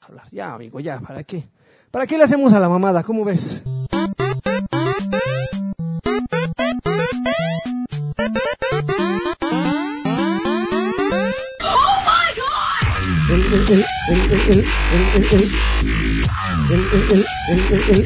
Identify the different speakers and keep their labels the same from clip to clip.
Speaker 1: hablar. Ya, amigo, ya, ¿para qué? ¿Para qué le hacemos a la mamada? ¿Cómo ves? El, el, el, el, el, el, el, el, el, el, el, el, el,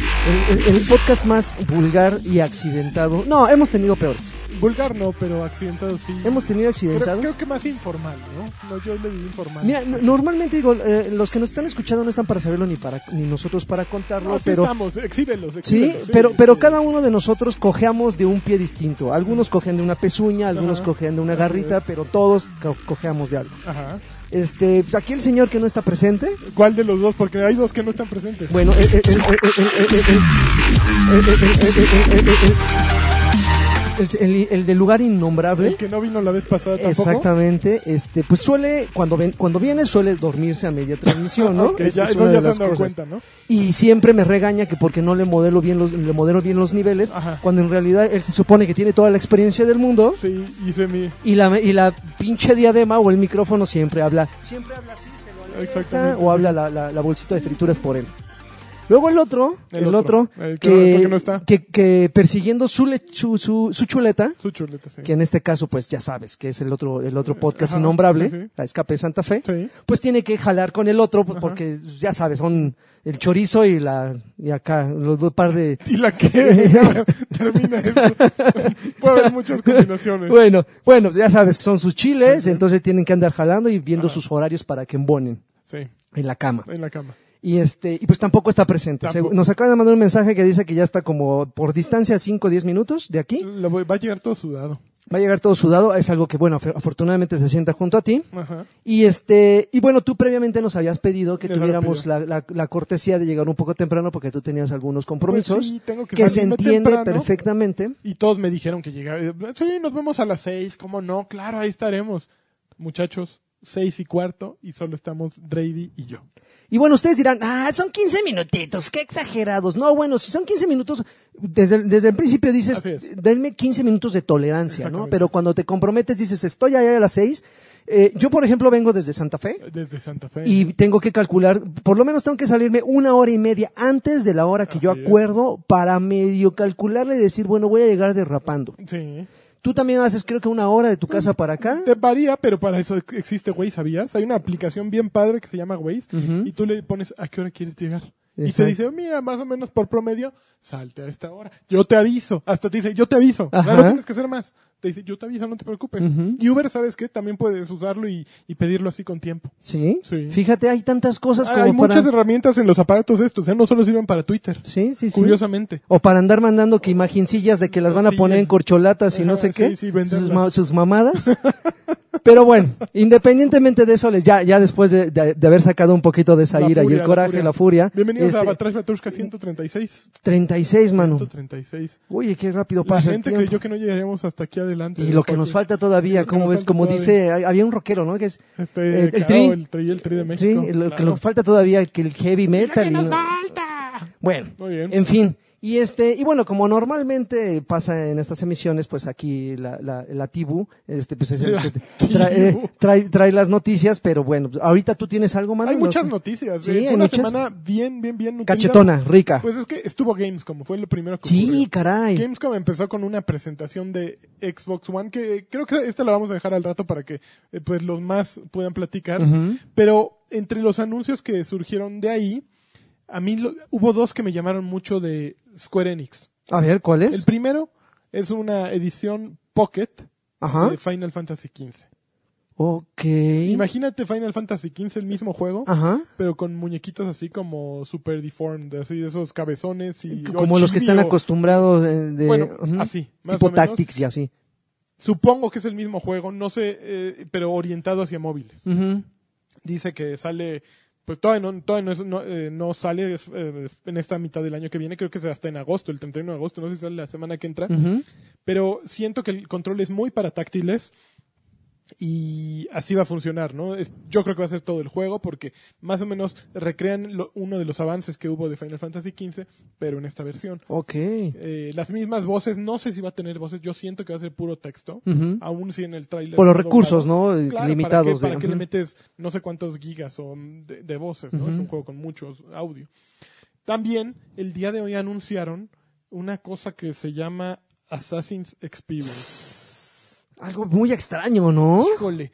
Speaker 1: el, el, el podcast más vulgar y accidentado. No, hemos tenido peores.
Speaker 2: Vulgar no, pero accidentado sí.
Speaker 1: Hemos tenido
Speaker 2: Pero
Speaker 1: accidentados.
Speaker 2: creo que más informal, ¿no? No, yo lo viví informal.
Speaker 1: Mira, n- normalmente digo, eh, los que nos están escuchando no están para saberlo ni para ni nosotros para
Speaker 2: No,
Speaker 1: contarlo,
Speaker 2: sí
Speaker 1: pero
Speaker 2: estamos, exhíbelos,
Speaker 1: sí,
Speaker 2: exhíbelos,
Speaker 1: pero pero
Speaker 2: sí.
Speaker 1: cada uno de nosotros cojeamos de un pie distinto. Algunos cojean de una pezuña, algunos
Speaker 2: Ajá.
Speaker 1: cojean de una
Speaker 2: Así
Speaker 1: garrita,
Speaker 2: es.
Speaker 1: pero todos co- cojeamos de algo.
Speaker 2: Ajá.
Speaker 1: Este, pues, aquí el señor que no está presente,
Speaker 2: ¿Cuál de los dos? Porque hay dos que no están presentes.
Speaker 1: bueno, eh, el- el- el- el- el- eh, el- el- el- el- el- el- el- el- el- eh, el- el- el- el del lugar innombrable.
Speaker 2: El que no vino la vez pasada tampoco.
Speaker 1: Exactamente, este, pues suele, cuando ven, cuando viene, suele dormirse a media transmisión, ¿no?
Speaker 2: Ok,
Speaker 1: Esa
Speaker 2: ya,
Speaker 1: es
Speaker 2: eso
Speaker 1: una de
Speaker 2: ya se
Speaker 1: las
Speaker 2: han dado
Speaker 1: cosas.
Speaker 2: cuenta, ¿no?
Speaker 1: Y siempre me regaña que porque no le modelo bien los, le modelo bien los niveles,
Speaker 2: Ajá.
Speaker 1: cuando en realidad él se supone que tiene toda la experiencia del mundo
Speaker 2: Sí, hice mi...
Speaker 1: y la, y la pinche diadema o el micrófono siempre habla, siempre habla así, se lo aleja,
Speaker 2: Exactamente.
Speaker 1: o habla la, la- la bolsita de frituras por él. Luego el otro, el,
Speaker 2: El
Speaker 1: otro,
Speaker 2: otro, el que-
Speaker 1: que,
Speaker 2: el que no está.
Speaker 1: que- que persiguiendo su, le- su, su- su chuleta,
Speaker 2: Su chuleta, sí.
Speaker 1: que en este caso pues ya sabes que es el otro el otro podcast
Speaker 2: Ajá,
Speaker 1: innombrable,
Speaker 2: sí, sí.
Speaker 1: la Escape de Santa Fe,
Speaker 2: Sí.
Speaker 1: pues tiene que jalar con el otro pues, porque ya sabes, son el chorizo y la y acá los dos par de
Speaker 2: ¿Y la que termina eso? Puede haber muchas combinaciones.
Speaker 1: bueno, bueno, ya sabes que son sus chiles, entonces tienen que andar jalando y viendo sus horarios para que embonen
Speaker 2: Sí,
Speaker 1: en la cama.
Speaker 2: en la cama.
Speaker 1: Y este, y pues tampoco está presente.
Speaker 2: Tampoco.
Speaker 1: Segu- Nos acaban de mandar un mensaje que dice que ya está como por distancia 5 o 10 minutos de aquí.
Speaker 2: Lo voy- va a llegar todo sudado.
Speaker 1: Va a llegar todo sudado, es algo que bueno, af- afortunadamente se sienta junto a ti.
Speaker 2: Ajá.
Speaker 1: Y este, y bueno, tú previamente nos habías pedido que
Speaker 2: Ya lo
Speaker 1: tuviéramos
Speaker 2: pidió.
Speaker 1: la, la- la cortesía de llegar un poco temprano porque tú tenías algunos compromisos
Speaker 2: Pues sí, tengo que
Speaker 1: se
Speaker 2: salirme
Speaker 1: entiende
Speaker 2: temprano.
Speaker 1: perfectamente.
Speaker 2: Y todos me dijeron que llegaba. Eh, Sí, nos vemos a las seis, ¿cómo no? Claro, ahí estaremos. Muchachos, seis y cuarto y solo estamos Dravy y yo.
Speaker 1: Y bueno, ustedes dirán, ah, son 15 minutitos, qué exagerados. No, bueno, si son 15 minutos, desde, el- desde el principio dices,
Speaker 2: Así es.
Speaker 1: denme 15 minutos de tolerancia, ¿no?
Speaker 2: Exactamente.
Speaker 1: Pero cuando te comprometes dices, estoy allá a las 6. Eh, yo, por ejemplo, vengo desde Santa Fe.
Speaker 2: Desde Santa Fe.
Speaker 1: y tengo que calcular, por lo menos tengo que salirme una hora y media antes de la hora que yo
Speaker 2: Así es.
Speaker 1: acuerdo para medio calcularle y decir, bueno, voy a llegar derrapando.
Speaker 2: Sí.
Speaker 1: Tú también haces creo que una hora de tu casa para acá.
Speaker 2: Te varía, pero para eso ex- existe Waze, ¿sabías? Hay una aplicación bien padre que se llama Waze
Speaker 1: Ujú.
Speaker 2: y tú le pones a qué hora quieres llegar. Y
Speaker 1: Exacto.
Speaker 2: te dice, mira, más o menos por promedio, salte a esta hora. Yo te aviso. Hasta te dice, yo te aviso.
Speaker 1: Ajá.
Speaker 2: No tienes que hacer más. Te dice, yo te aviso, no te preocupes.
Speaker 1: Ujú.
Speaker 2: Y Uber, ¿sabes qué? También puedes usarlo y, y pedirlo así con tiempo.
Speaker 1: ¿Sí?
Speaker 2: Sí.
Speaker 1: Fíjate, hay tantas cosas como
Speaker 2: Hay
Speaker 1: para...
Speaker 2: muchas herramientas en los aparatos estos, ¿eh? No solo sirven para Twitter.
Speaker 1: Sí, sí, sí.
Speaker 2: Curiosamente.
Speaker 1: O para andar mandando que imagencillas de que las van a
Speaker 2: Sí,
Speaker 1: poner en
Speaker 2: es-
Speaker 1: corcholatas y no
Speaker 2: Ajá,
Speaker 1: sé
Speaker 2: sí,
Speaker 1: qué.
Speaker 2: sí, venderlas.
Speaker 1: sus, ma- sus mamadas. Pero bueno, independientemente de eso, les- ya, ya después de, de- de haber sacado un poquito de esa
Speaker 2: La
Speaker 1: ira y
Speaker 2: furia,
Speaker 1: el
Speaker 2: la
Speaker 1: coraje,
Speaker 2: furia.
Speaker 1: la furia.
Speaker 2: Bienvenidos a
Speaker 1: este,
Speaker 2: Batrash Batrushka 136.
Speaker 1: 36, mano.
Speaker 2: 136.
Speaker 1: Oye, qué rápido
Speaker 2: La
Speaker 1: pasa el
Speaker 2: gente
Speaker 1: tiempo.
Speaker 2: creyó que no llegaríamos hasta aquí adelante. ¿eh?
Speaker 1: Y lo que nos
Speaker 2: Porque-
Speaker 1: falta todavía,
Speaker 2: Lo que
Speaker 1: como
Speaker 2: nos
Speaker 1: es,
Speaker 2: falta
Speaker 1: como
Speaker 2: todavía.
Speaker 1: dice, hay- había un rockero, ¿no? Que es
Speaker 2: Este,
Speaker 1: el- el
Speaker 2: claro,
Speaker 1: Tri.
Speaker 2: el tri, el tri de
Speaker 1: sí,
Speaker 2: México.
Speaker 1: lo que
Speaker 2: claro.
Speaker 1: nos falta todavía que el heavy metal. y-
Speaker 2: falta!
Speaker 1: Bueno,
Speaker 2: Muy bien.
Speaker 1: en fin. Y este, y bueno, como normalmente pasa en estas emisiones, pues aquí la, la, la Tibu, este, pues es el
Speaker 2: La
Speaker 1: que trae,
Speaker 2: Tibu.
Speaker 1: eh, trae, trae las noticias, pero bueno, pues, ahorita tú tienes algo, más
Speaker 2: Hay muchas noticias.
Speaker 1: Sí,
Speaker 2: eh, Fue
Speaker 1: hay
Speaker 2: una
Speaker 1: muchas.
Speaker 2: semana bien, bien, bien nutrida.
Speaker 1: Cachetona, rica.
Speaker 2: Pues es que estuvo Gamescom, fue lo primero que ocurrió.
Speaker 1: sí, caray.
Speaker 2: Gamescom empezó con una presentación de Xbox One que eh, creo que esta la vamos a dejar al rato para que eh, pues los más puedan platicar.
Speaker 1: Ujú.
Speaker 2: Pero entre los anuncios que surgieron de ahí, a mí lo- hubo dos que me llamaron mucho de Square Enix.
Speaker 1: A ver, ¿cuál
Speaker 2: El
Speaker 1: es?
Speaker 2: primero es una edición Pocket
Speaker 1: Ajá.
Speaker 2: de Final Fantasy XV.
Speaker 1: Ok.
Speaker 2: Imagínate Final Fantasy XV, el mismo juego,
Speaker 1: Ajá.
Speaker 2: pero con muñequitos así como super deformed, así de esos cabezones y...
Speaker 1: Como
Speaker 2: o
Speaker 1: los que
Speaker 2: chibi
Speaker 1: están
Speaker 2: o-
Speaker 1: acostumbrados eh, de.
Speaker 2: Bueno,
Speaker 1: ujú,
Speaker 2: así, más
Speaker 1: Tipo
Speaker 2: o menos.
Speaker 1: Tactics y así.
Speaker 2: Supongo que es el mismo juego, no sé, eh, pero orientado hacia móviles.
Speaker 1: Ujú.
Speaker 2: Dice que sale, pues todavía no, todavía no, es- no, eh, no sale es, eh, en esta mitad del año que viene, creo que es hasta en agosto, el 31 de agosto,
Speaker 1: Mm.
Speaker 2: no sé si sale la semana que entra,
Speaker 1: Ujú.
Speaker 2: pero siento que el control es muy para táctiles. Y así va a funcionar, ¿no? Es- yo creo que va a ser todo el juego porque más o menos recrean lo- uno de los avances que hubo de Final Fantasy XV, pero en esta versión.
Speaker 1: Ok.
Speaker 2: Eh, las mismas voces, no sé si va a tener voces, yo siento que va a ser puro texto,
Speaker 1: Ujú.
Speaker 2: aún si en el tráiler...
Speaker 1: Por los
Speaker 2: doblado.
Speaker 1: recursos, ¿no? Eh,
Speaker 2: Claro,
Speaker 1: Limitados.
Speaker 2: ¿Para, qué, para
Speaker 1: de-
Speaker 2: qué le
Speaker 1: ujú.
Speaker 2: metes no sé cuántos gigas o mm, de, de voces? ¿no?
Speaker 1: Ujú.
Speaker 2: Es un juego con muchos audio. También, el día de hoy anunciaron una cosa que se llama Assassin's Experience.
Speaker 1: Algo muy extraño, ¿no?
Speaker 2: Híjole.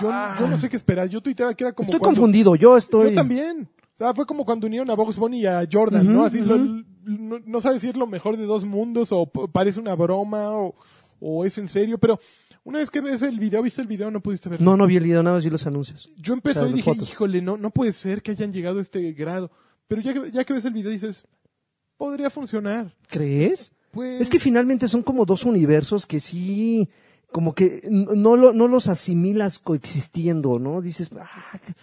Speaker 2: Yo, yo no sé qué esperar. Yo tuiteaba que era como.
Speaker 1: Estoy
Speaker 2: cuando-
Speaker 1: confundido, yo estoy...
Speaker 2: Yo también. O sea, fue como cuando unieron a Box Bunny y a Jordan,
Speaker 1: Ujú,
Speaker 2: ¿no? Así lo-
Speaker 1: ujú.
Speaker 2: no, no sabes si es lo mejor de dos mundos o p- parece una broma o, o es en serio, pero una vez que ves el video, viste el video, no pudiste verlo.
Speaker 1: No, no vi el video, nada más vi los anuncios.
Speaker 2: Yo
Speaker 1: O
Speaker 2: empecé
Speaker 1: sea,
Speaker 2: y
Speaker 1: las
Speaker 2: dije,
Speaker 1: fotos.
Speaker 2: híjole, no, no puede ser que hayan llegado a este grado. Pero ya que, ya que ves el video dices, podría funcionar.
Speaker 1: ¿Crees?
Speaker 2: Pues,
Speaker 1: Es que finalmente son como dos universos que sí, como que n- no, lo- no los asimilas coexistiendo, ¿no? Dices, ah, que-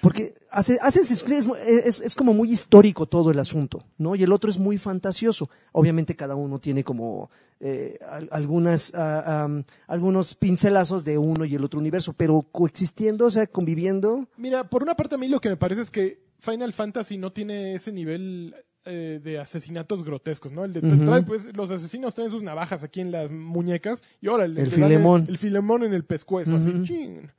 Speaker 1: porque hace, Assassin's Creed es, mu- es- es como muy histórico todo el asunto, ¿no? Y el otro es muy fantasioso. Obviamente cada uno tiene como eh, al- algunas, ah, am, algunos pincelazos de uno y el otro universo, pero coexistiendo, o sea, conviviendo.
Speaker 2: mira, por una parte a mí lo que me parece es que Final Fantasy no tiene ese nivel eh, de asesinatos grotescos, ¿no? El de,
Speaker 1: Ujú.
Speaker 2: trae, pues, los asesinos traen sus navajas aquí en las muñecas y ahora
Speaker 1: El filemón.
Speaker 2: El, filemón en el pescuezo,
Speaker 1: Ujú.
Speaker 2: así, chin.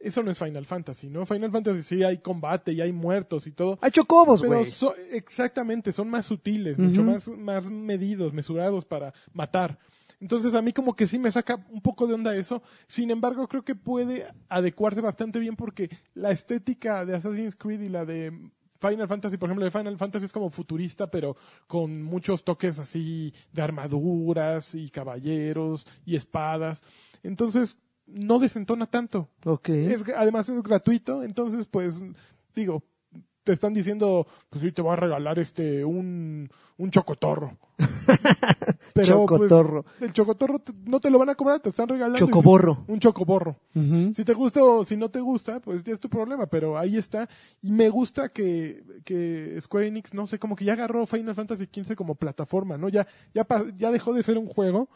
Speaker 2: Eso no es Final Fantasy, ¿no? Final Fantasy sí hay combate y hay muertos y todo,
Speaker 1: ¡Hay chocobos,
Speaker 2: Pero
Speaker 1: güey!
Speaker 2: so- exactamente, son más sutiles,
Speaker 1: Ujú.
Speaker 2: mucho más, más medidos, mesurados para matar. Entonces a mí como que sí me saca un poco de onda eso. Sin embargo, creo que puede adecuarse bastante bien porque la estética de Assassin's Creed y la de Final Fantasy, por ejemplo, de Final Fantasy es como futurista, pero con muchos toques así de armaduras y caballeros y espadas. Entonces, no desentona tanto.
Speaker 1: Ok.
Speaker 2: Es, además es gratuito, entonces pues digo, te están diciendo, pues sí, te va a regalar este un, un chocotorro. Pero, pues,
Speaker 1: Chocotorro.
Speaker 2: el chocotorro te- no te lo van a cobrar, te están regalando. y si-
Speaker 1: Chocoborro.
Speaker 2: un chocoborro.
Speaker 1: Ujú.
Speaker 2: Si te gusta o si no te gusta, pues ya es tu problema, pero ahí está. Y me gusta que, que Square Enix, no sé, como que ya agarró Final Fantasy XV como plataforma, ¿no? Ya, ya, pa- ya dejó de ser un juego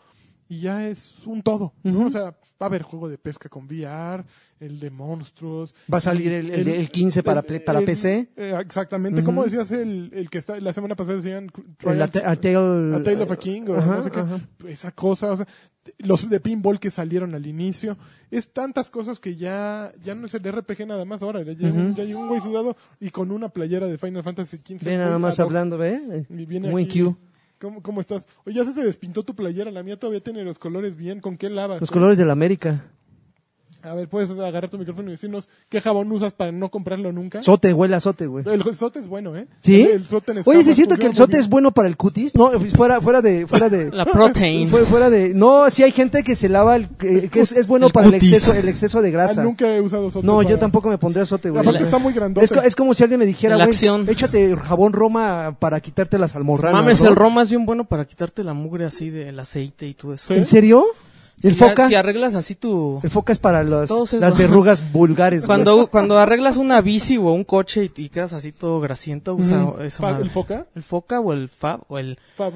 Speaker 2: y ya es un todo, ¿no?
Speaker 1: Ujú.
Speaker 2: O sea, va a haber juego de pesca con VR, el de monstruos.
Speaker 1: Va a salir el, el- el 15 para, ple- para
Speaker 2: el-
Speaker 1: PC.
Speaker 2: eh, exactamente,
Speaker 1: Ujú.
Speaker 2: como decías el, el que está, la semana pasada decían
Speaker 1: El Arte- Artale-
Speaker 2: a Tale of a King o
Speaker 1: Ajá,
Speaker 2: no sé qué,
Speaker 1: ajá.
Speaker 2: esa cosa, o sea, t- los de pinball que salieron al inicio, es tantas cosas que ya ya no es el RPG nada más ahora, ya, llega un-
Speaker 1: Ujú.
Speaker 2: ya llegó un güey sudado y con una playera de Final Fantasy XV.
Speaker 1: Ve nada
Speaker 2: muy
Speaker 1: más
Speaker 2: ad hoc.
Speaker 1: hablando, ¿ve?
Speaker 2: Y viene
Speaker 1: Muy
Speaker 2: aquí.
Speaker 1: Q.
Speaker 2: ¿Cómo, ¿Cómo estás? Oye, ya se te despintó tu playera, la mía todavía tiene los colores bien, ¿con qué lavas?
Speaker 1: Los
Speaker 2: eh?
Speaker 1: colores de la América.
Speaker 2: A ver, puedes agarrar tu micrófono y decirnos qué jabón usas para no comprarlo nunca.
Speaker 1: Sote, huele a sote, güey.
Speaker 2: El sote es bueno, ¿eh?
Speaker 1: ¿Sí?
Speaker 2: El, el sote en
Speaker 1: Oye, ¿sí
Speaker 2: escamas
Speaker 1: es cierto que el
Speaker 2: funciona
Speaker 1: sote es
Speaker 2: muy
Speaker 1: bueno para el cutis? No, eh, fuera, fuera de... Fuera de
Speaker 3: La protein.
Speaker 1: fue- fuera de no, sí hay gente que se lava, el, que, que es, es bueno
Speaker 3: El
Speaker 1: para el
Speaker 3: cutis.
Speaker 1: exceso, el exceso de
Speaker 2: bien. Ah,
Speaker 1: grasa.
Speaker 2: nunca he usado sote.
Speaker 1: no, yo
Speaker 2: para-
Speaker 1: tampoco me pondría sote, güey.
Speaker 2: Aparte está muy grandote.
Speaker 1: Es, co- es como si alguien me dijera,
Speaker 3: En la
Speaker 1: güey,
Speaker 3: acción.
Speaker 1: échate jabón Roma para quitarte las almorranas.
Speaker 3: Mames,
Speaker 1: ¿no?
Speaker 3: el Roma es bien bueno para quitarte la mugre así del aceite y todo eso.
Speaker 2: Sí.
Speaker 1: ¿En serio? ¿Y el
Speaker 3: Si-
Speaker 1: foca?
Speaker 3: Si arreglas así tu...
Speaker 1: El foca es para las,
Speaker 3: Todos esos.
Speaker 1: las verrugas vulgares. güey.
Speaker 3: Cuando, cuando arreglas una bici o un coche y, y quedas así todo grasiento, usa
Speaker 1: Ujú.
Speaker 3: esa
Speaker 2: Fa-
Speaker 3: madre.
Speaker 2: ¿El foca?
Speaker 3: ¿El foca o el fab o el
Speaker 2: Fab.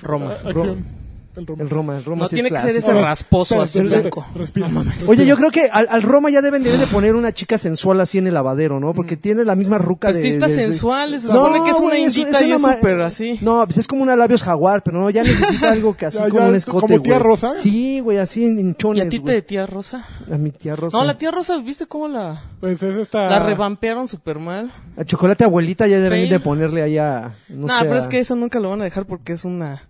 Speaker 3: Roma?
Speaker 2: Ah, acción. El Roma.
Speaker 1: El Roma, el Roma
Speaker 3: No
Speaker 1: sí
Speaker 3: tiene
Speaker 1: es
Speaker 3: que ser
Speaker 1: clásico.
Speaker 3: ese
Speaker 2: A ver,
Speaker 3: rasposo
Speaker 2: espérate,
Speaker 3: así
Speaker 2: espérate,
Speaker 3: blanco.
Speaker 2: respira.
Speaker 3: No mames.
Speaker 1: Oye, yo creo que al, al Roma ya deben, deben de poner una chica sensual así en el lavadero, ¿no? Porque tiene la misma ruca
Speaker 3: Mm. Pues
Speaker 1: de...
Speaker 3: sí está
Speaker 1: de- de-
Speaker 3: sensual, se supone que es una
Speaker 1: güey,
Speaker 3: indita y es
Speaker 1: una ma-
Speaker 3: súper así.
Speaker 1: No, pues es como una labios jaguar, pero no, ya necesita algo que así
Speaker 2: Ya,
Speaker 1: como
Speaker 2: ya,
Speaker 1: un escote,
Speaker 2: ¿como tía
Speaker 1: güey.
Speaker 2: Rosa?
Speaker 1: Sí, güey, así en
Speaker 3: ¿Y
Speaker 1: hinchones,
Speaker 3: a ti te
Speaker 1: güey.
Speaker 3: de tía Rosa?
Speaker 1: A mi tía Rosa. Ah.
Speaker 3: No, la tía Rosa, ¿viste cómo la,
Speaker 2: Pues es esta.
Speaker 3: la revampearon súper mal?
Speaker 1: A chocolate abuelita ya deben
Speaker 3: Fail.
Speaker 1: de ponerle ahí a... No
Speaker 3: No,
Speaker 1: sé,
Speaker 3: pero
Speaker 1: a-
Speaker 3: es que eso nunca lo van a dejar porque es una,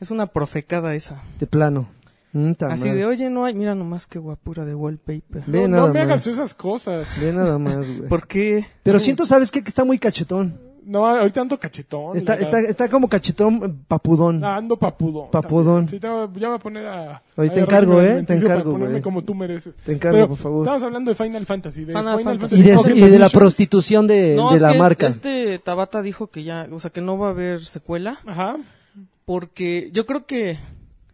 Speaker 3: es una profecada esa.
Speaker 1: De plano. Mm, ta
Speaker 3: Así
Speaker 1: madre.
Speaker 3: de, oye, no hay, mira nomás qué guapura de wallpaper.
Speaker 1: Ve
Speaker 2: No,
Speaker 1: nada
Speaker 2: no me
Speaker 1: más.
Speaker 2: hagas esas cosas.
Speaker 1: Ve nada más, güey.
Speaker 3: ¿Por qué?
Speaker 1: Pero siento, ¿sabes qué? Que está muy cachetón.
Speaker 2: No, ahorita ando cachetón.
Speaker 1: Está,
Speaker 2: la
Speaker 1: está,
Speaker 2: verdad.
Speaker 1: está como cachetón eh, papudón.
Speaker 2: Ah, Ando papudón.
Speaker 1: Papudón.
Speaker 2: también. Sí, te voy- ya me voy a poner a.
Speaker 1: Oye,
Speaker 2: a
Speaker 1: te
Speaker 2: agarrar
Speaker 1: encargo,
Speaker 2: un
Speaker 1: ¿eh? Te
Speaker 2: alimenticio para
Speaker 1: encargo,
Speaker 2: ponerme
Speaker 1: güey.
Speaker 2: como tú mereces.
Speaker 1: Te encargo, por favor.
Speaker 2: Estamos hablando de Final Fantasy. De
Speaker 3: Final
Speaker 2: Final,
Speaker 3: Fantasy.
Speaker 2: Fantasy.
Speaker 1: Y de,
Speaker 2: Pocket
Speaker 1: y de la
Speaker 2: Edition.
Speaker 1: prostitución de,
Speaker 3: No,
Speaker 1: de
Speaker 3: es
Speaker 1: la
Speaker 3: que
Speaker 1: marca.
Speaker 3: Este Tabata dijo que ya, o sea, que no va a haber secuela.
Speaker 2: Ajá.
Speaker 3: Porque yo creo que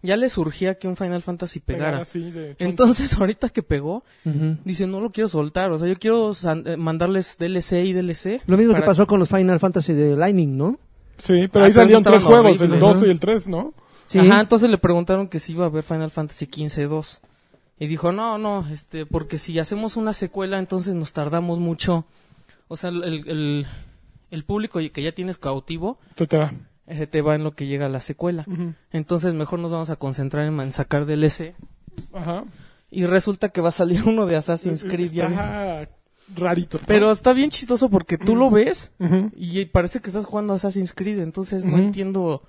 Speaker 3: ya le surgía que un Final Fantasy pegara.
Speaker 2: así de-
Speaker 3: Entonces, ahorita que pegó,
Speaker 1: Ujú.
Speaker 3: dice, no lo quiero soltar. O sea, yo quiero san- eh, mandarles DLC y DLC.
Speaker 1: Lo mismo que
Speaker 3: para-
Speaker 1: pasó con los Final Fantasy de Lightning, ¿no?
Speaker 2: Sí, pero
Speaker 3: Ah,
Speaker 2: ahí
Speaker 3: pero
Speaker 2: salían
Speaker 3: estaban
Speaker 2: tres juegos, el
Speaker 3: horribles,
Speaker 2: 2
Speaker 1: ¿no?
Speaker 2: y el 3, ¿no?
Speaker 1: Sí.
Speaker 3: Ajá, entonces le preguntaron que si iba a haber Final Fantasy 15-2. Y Y dijo, no, no, este, porque si hacemos una secuela, entonces nos tardamos mucho. O sea, el, el, el público que ya tienes cautivo
Speaker 2: Esto te va.
Speaker 3: ese te va en lo que llega a la secuela.
Speaker 2: Ujú.
Speaker 3: Entonces mejor nos vamos a concentrar en, en sacar DLC.
Speaker 2: Ajá.
Speaker 3: Y resulta que va a salir uno de Assassin's Creed. ya.
Speaker 2: Está rarito. Eh, ¿no?
Speaker 3: Pero está bien chistoso porque tú lo ves
Speaker 2: Ujú.
Speaker 3: y parece que estás jugando Assassin's Creed. Entonces no
Speaker 2: Ujú.
Speaker 3: entiendo.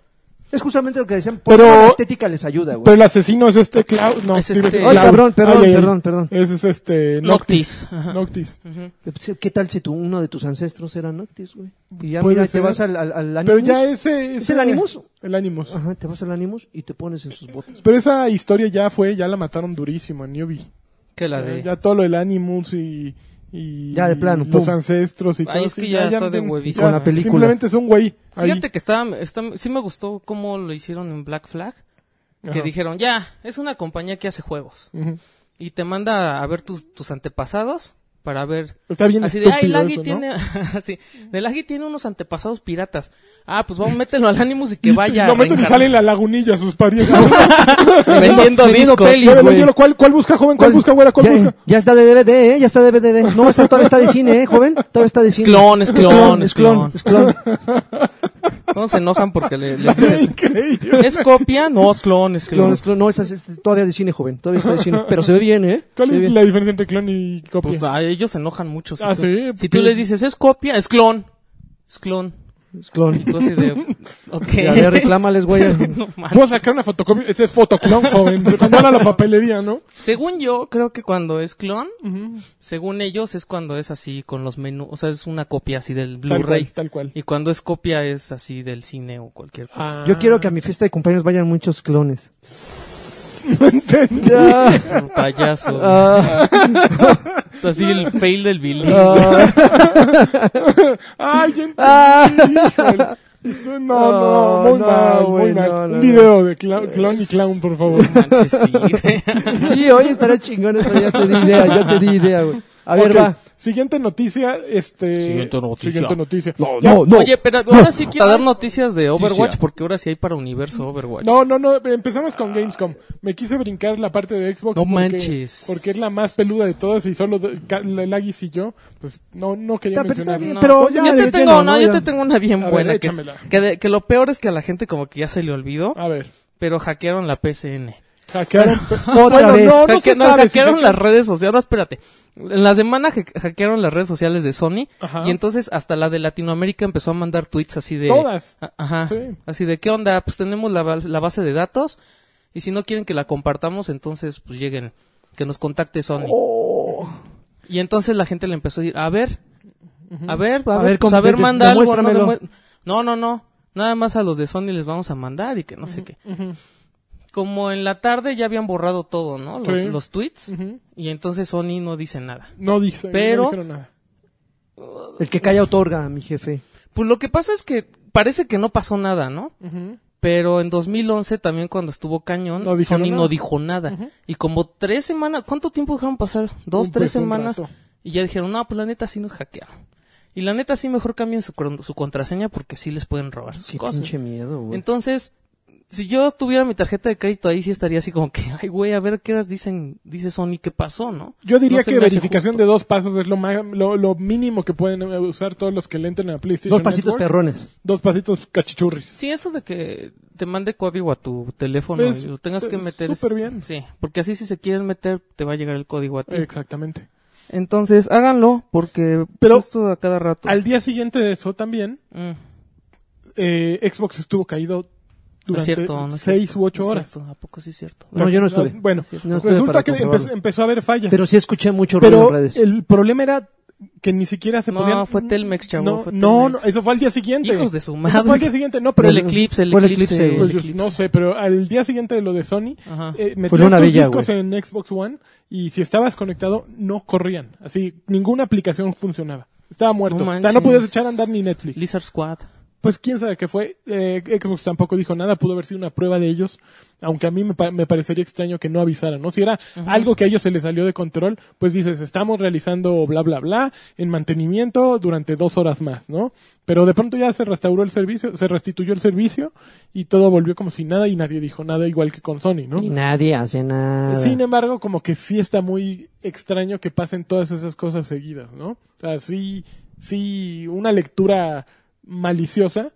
Speaker 1: Es justamente lo que decían, por
Speaker 2: Pero-
Speaker 1: la estética les ayuda,
Speaker 2: Pero
Speaker 1: güey.
Speaker 2: el asesino es este Cloud. No,
Speaker 3: Es
Speaker 2: iba a decir
Speaker 3: este-
Speaker 1: Ay,
Speaker 2: Cloud.
Speaker 1: cabrón, perdón,
Speaker 2: Ay, ay, ay.
Speaker 1: perdón, perdón.
Speaker 2: Ese es este.
Speaker 3: Noctis. Ajá.
Speaker 2: Noctis.
Speaker 3: Ujú.
Speaker 1: Pues, ¿Qué tal si tú, uno de tus ancestros era Noctis, güey? Y ya
Speaker 2: Puede
Speaker 1: mira, te
Speaker 2: ser.
Speaker 1: vas al, al, al
Speaker 2: Pero
Speaker 1: Animus.
Speaker 2: ya ese,
Speaker 1: ¿Es
Speaker 2: ese-
Speaker 1: el Animus?
Speaker 2: El Animus.
Speaker 1: Ajá, te vas al Animus y te pones en sus botas.
Speaker 2: Pero esa historia ya fue, ya la mataron durísimo en Newbie.
Speaker 3: Que la de.
Speaker 2: Ya, ya todo lo del Animus y. y
Speaker 1: Ya de plano,
Speaker 2: Los
Speaker 1: pum.
Speaker 2: ancestros y
Speaker 3: Ay,
Speaker 2: todo
Speaker 3: es que
Speaker 2: así,
Speaker 3: ya está de
Speaker 2: no-
Speaker 3: huevísimo.
Speaker 1: Con la película.
Speaker 2: Simplemente es un güey. ahí.
Speaker 3: Fíjate que está, está- sí me gustó cómo lo hicieron en Black Flag.
Speaker 2: Ajá.
Speaker 3: Que dijeron, ya, es una compañía que hace juegos.
Speaker 2: Ujú.
Speaker 3: Y te manda a ver tus, tus antepasados para ver.
Speaker 2: Está bien
Speaker 3: Así de,
Speaker 2: estúpido
Speaker 3: ay, Laggy
Speaker 2: eso, ¿no?
Speaker 3: tiene. sí, de Laggy tiene unos antepasados piratas. Ah, pues vamos, mételo al Animus y que vaya.
Speaker 2: Lo meten y
Speaker 3: reencarnar".
Speaker 2: sale en la lagunilla sus parientes.
Speaker 3: vendiendo
Speaker 1: Vendiendo
Speaker 3: discos.
Speaker 1: pelis,
Speaker 2: Ya,
Speaker 1: güey.
Speaker 2: güey, yo, ¿cuál, ¿Cuál busca, joven? ¿Cuál, busca, güera? ¿Cuál
Speaker 1: ya,
Speaker 2: busca?
Speaker 1: ya está de DVD, ¿eh? Ya está de DVD. No, esa todavía está de cine, ¿eh, joven? Todavía está de
Speaker 3: Es
Speaker 1: cine.
Speaker 3: clon, es clon, es clon.
Speaker 1: Es clon.
Speaker 3: No se enojan porque le, les dices,
Speaker 2: Increíble.
Speaker 3: ¿es copia? No, es clon, es
Speaker 1: Es clon,
Speaker 3: clon.
Speaker 1: es clon. No, esa es, es todavía de cine, joven. Todavía está de cine. Pero se ve bien, ¿eh?
Speaker 2: ¿Cuál
Speaker 1: Se ve
Speaker 2: es
Speaker 1: bien.
Speaker 2: la diferencia entre clon y copia?
Speaker 3: Pues a ellos se enojan mucho. Si,
Speaker 2: Ah,
Speaker 3: tú,
Speaker 2: sí,
Speaker 3: si tú
Speaker 2: porque-
Speaker 3: les dices, ¿es copia? Es clon. Es clon.
Speaker 1: Es clon.
Speaker 3: Tú así de, ok.
Speaker 1: Ya, ya, reclámales, güey.
Speaker 3: No manches.
Speaker 2: Puedo sacar una fotocopia. Ese es fotoclon, joven. Cuando a la papelería, ¿no?
Speaker 3: Según yo, creo que cuando es clon, según ellos es cuando es así con los menús, o sea, es una copia así del
Speaker 2: Tal
Speaker 3: Blu-ray.
Speaker 2: cual, tal Ah, cual.
Speaker 3: Y cuando es copia es así del cine o cualquier cosa.
Speaker 1: Yo quiero que a mi fiesta de cumpleaños vayan muchos clones.
Speaker 3: Un payaso.
Speaker 1: Ah,
Speaker 3: Así el fail del bilingüe.
Speaker 1: ah,
Speaker 2: Ay, ya entendí,
Speaker 1: ah.
Speaker 2: híjole. Esto- No,
Speaker 1: No,
Speaker 2: no, muy
Speaker 1: no,
Speaker 2: mal, muy
Speaker 1: güey,
Speaker 2: mal.
Speaker 1: no, no,
Speaker 2: Un video de cla- clon y clown, por favor.
Speaker 3: Manches, sí.
Speaker 1: Sí, hoy estará chingón eso. Ya te di idea, ya te di idea, güey. A ver,
Speaker 2: Ok,
Speaker 1: va.
Speaker 2: Siguiente noticia, este...
Speaker 3: Siguiente noticia.
Speaker 2: Siguiente noticia.
Speaker 1: No,
Speaker 2: Ya-
Speaker 1: no, no.
Speaker 3: Oye, pero ahora sí quiero dar noticias de Overwatch porque ahora sí hay para universo Overwatch.
Speaker 2: No, no, no, empezamos con Gamescom. Me quise brincar la parte de Xbox.
Speaker 3: No
Speaker 2: porque,
Speaker 3: manches.
Speaker 2: Porque es la más peluda de todas y solo de- Ca- Lagis y yo, pues no, no quería
Speaker 1: Está- pero está
Speaker 2: mencionar.
Speaker 1: bien,
Speaker 3: No.
Speaker 1: pero ya
Speaker 3: yo te
Speaker 1: le
Speaker 3: tengo,
Speaker 1: lleno,
Speaker 3: no,
Speaker 1: ¿no?
Speaker 3: yo
Speaker 1: Ya.
Speaker 3: te tengo una bien
Speaker 2: A ver,
Speaker 3: buena que, es-
Speaker 2: échamela. Ah.
Speaker 3: que, de- que lo peor es que a la gente como que ya se le olvidó,
Speaker 2: A ver,
Speaker 3: pero hackearon la PCN.
Speaker 2: hackearon...
Speaker 1: Otra
Speaker 2: Bueno,
Speaker 1: vez.
Speaker 2: no, no se
Speaker 3: Hacke- no,
Speaker 2: sabe. si
Speaker 3: hackearon
Speaker 2: hacke-
Speaker 3: las redes sociales. No, espérate. En la semana hack- hackearon las redes sociales de Sony.
Speaker 2: Ajá.
Speaker 3: Y entonces hasta la de Latinoamérica empezó a mandar tweets así de.
Speaker 2: Todas.
Speaker 3: A- Ajá.
Speaker 2: Sí.
Speaker 3: Así de, ¿qué onda? Pues tenemos la, ba- la base de datos. Y si no quieren que la compartamos, entonces pues lleguen. Que nos contacte Sony.
Speaker 2: Oh.
Speaker 1: Oh.
Speaker 3: Y entonces la gente le empezó a decir, a ver. A ver, a,
Speaker 1: A
Speaker 3: ver,
Speaker 1: ver,
Speaker 3: pues, a
Speaker 1: com-
Speaker 3: ver,
Speaker 1: de-
Speaker 3: manda algo. No,
Speaker 1: demuéstramelo.
Speaker 3: Demue- no, no, no. Nada más a los de Sony les vamos a mandar y que no sé qué. Como en la tarde ya habían borrado todo, ¿no? Los,
Speaker 2: Sí.
Speaker 3: los tweets.
Speaker 2: Ujú.
Speaker 3: Y entonces Sony no dice nada.
Speaker 2: No dice,
Speaker 3: Pero-
Speaker 2: no dijeron nada.
Speaker 1: El que calla otorga, mi jefe.
Speaker 3: Pues lo que pasa es que parece que no pasó nada, ¿no?
Speaker 2: Ujú.
Speaker 3: Pero en 2011 también cuando estuvo cañón,
Speaker 2: No
Speaker 3: Sony
Speaker 2: dijeron
Speaker 3: no
Speaker 2: nada.
Speaker 3: dijo nada.
Speaker 2: Ujú.
Speaker 3: Y como tres semanas, ¿cuánto tiempo dejaron pasar? Dos,
Speaker 2: Un-
Speaker 3: tres
Speaker 2: pues, un
Speaker 3: semanas.
Speaker 2: rato.
Speaker 3: Y ya dijeron, no, pues la neta sí nos hackearon. Y la neta sí mejor cambien su, cron- su contraseña porque sí les pueden robar sus
Speaker 1: Sí,
Speaker 3: cosas.
Speaker 1: pinche miedo, güey.
Speaker 3: Entonces, si yo tuviera mi tarjeta de crédito ahí sí estaría así como que, ay güey, a ver qué horas dicen, dice Sony qué pasó, ¿no?
Speaker 2: Yo diría
Speaker 3: No se
Speaker 2: que
Speaker 3: me hace
Speaker 2: verificación
Speaker 3: justo.
Speaker 2: de dos pasos es lo, ma- lo, lo mínimo que pueden eh, usar todos los que le entren a PlayStation
Speaker 1: Dos pasitos
Speaker 2: Network.
Speaker 1: perrones.
Speaker 2: Dos pasitos cachichurris.
Speaker 3: Sí, eso de que te mande código a tu teléfono
Speaker 2: Es-
Speaker 3: y lo tengas que
Speaker 2: es
Speaker 3: meter. es-
Speaker 2: súper bien.
Speaker 3: Sí, porque así si se quieren meter, te va a llegar el código a ti.
Speaker 2: Exactamente.
Speaker 3: Entonces, háganlo, porque
Speaker 2: Pero-
Speaker 3: esto a cada rato.
Speaker 2: Al día siguiente de eso también,
Speaker 3: Mm,
Speaker 2: eh, Xbox estuvo caído
Speaker 3: no es
Speaker 2: durante
Speaker 3: cierto, no es
Speaker 2: seis
Speaker 3: cierto.
Speaker 2: u ocho
Speaker 3: No es
Speaker 2: horas.
Speaker 3: cierto, ¿A poco sí es cierto?
Speaker 1: No, yo no estuve.
Speaker 2: Ah, Bueno,
Speaker 3: Sí,
Speaker 1: no estuve
Speaker 2: resulta
Speaker 1: para
Speaker 2: que
Speaker 1: comprobarlo.
Speaker 2: empezó, empezó a haber fallas.
Speaker 1: Pero sí escuché mucho ruido
Speaker 2: Pero
Speaker 1: en redes.
Speaker 2: el problema era que ni siquiera se
Speaker 3: No,
Speaker 2: podían...
Speaker 3: fue Telmex, chavo,
Speaker 2: No,
Speaker 3: fue
Speaker 2: no,
Speaker 3: Telmex.
Speaker 2: no, eso fue al día siguiente.
Speaker 3: Hijos de su
Speaker 2: Eso fue al
Speaker 3: madre.
Speaker 2: día siguiente, no,
Speaker 3: Pues
Speaker 2: pero...
Speaker 3: el eclipse, el
Speaker 1: fue el
Speaker 3: eclipse.
Speaker 1: eclipse,
Speaker 3: el
Speaker 2: Pues yo
Speaker 3: eclipse.
Speaker 2: no sé, pero al día siguiente de lo de Sony,
Speaker 3: Ajá.
Speaker 2: eh,
Speaker 1: Fue
Speaker 2: metías
Speaker 1: Luna
Speaker 2: tus
Speaker 1: Bella,
Speaker 2: discos en Xbox One y si estabas conectado no corrían. Así, ninguna aplicación funcionaba. Estaba muerto. o sea, no
Speaker 3: manches.
Speaker 2: podías echar a andar ni Netflix.
Speaker 3: Lizard Squad.
Speaker 2: Pues quién sabe qué fue. Eh, Xbox tampoco dijo nada, pudo haber sido una prueba de ellos, aunque a mí me, pa- me parecería extraño que no avisaran, ¿no? Si era algo que a ellos se les salió de control, pues dices, estamos realizando bla, bla, bla, en mantenimiento durante dos horas más, ¿no? Pero de pronto ya se restauró el servicio, se restituyó el servicio y todo volvió como si nada y nadie dijo nada, igual que con Sony, ¿no?
Speaker 1: Y nadie hace nada.
Speaker 2: Sin embargo, como que sí está muy extraño que pasen todas esas cosas seguidas, ¿no? O sea, sí, sí, una lectura maliciosa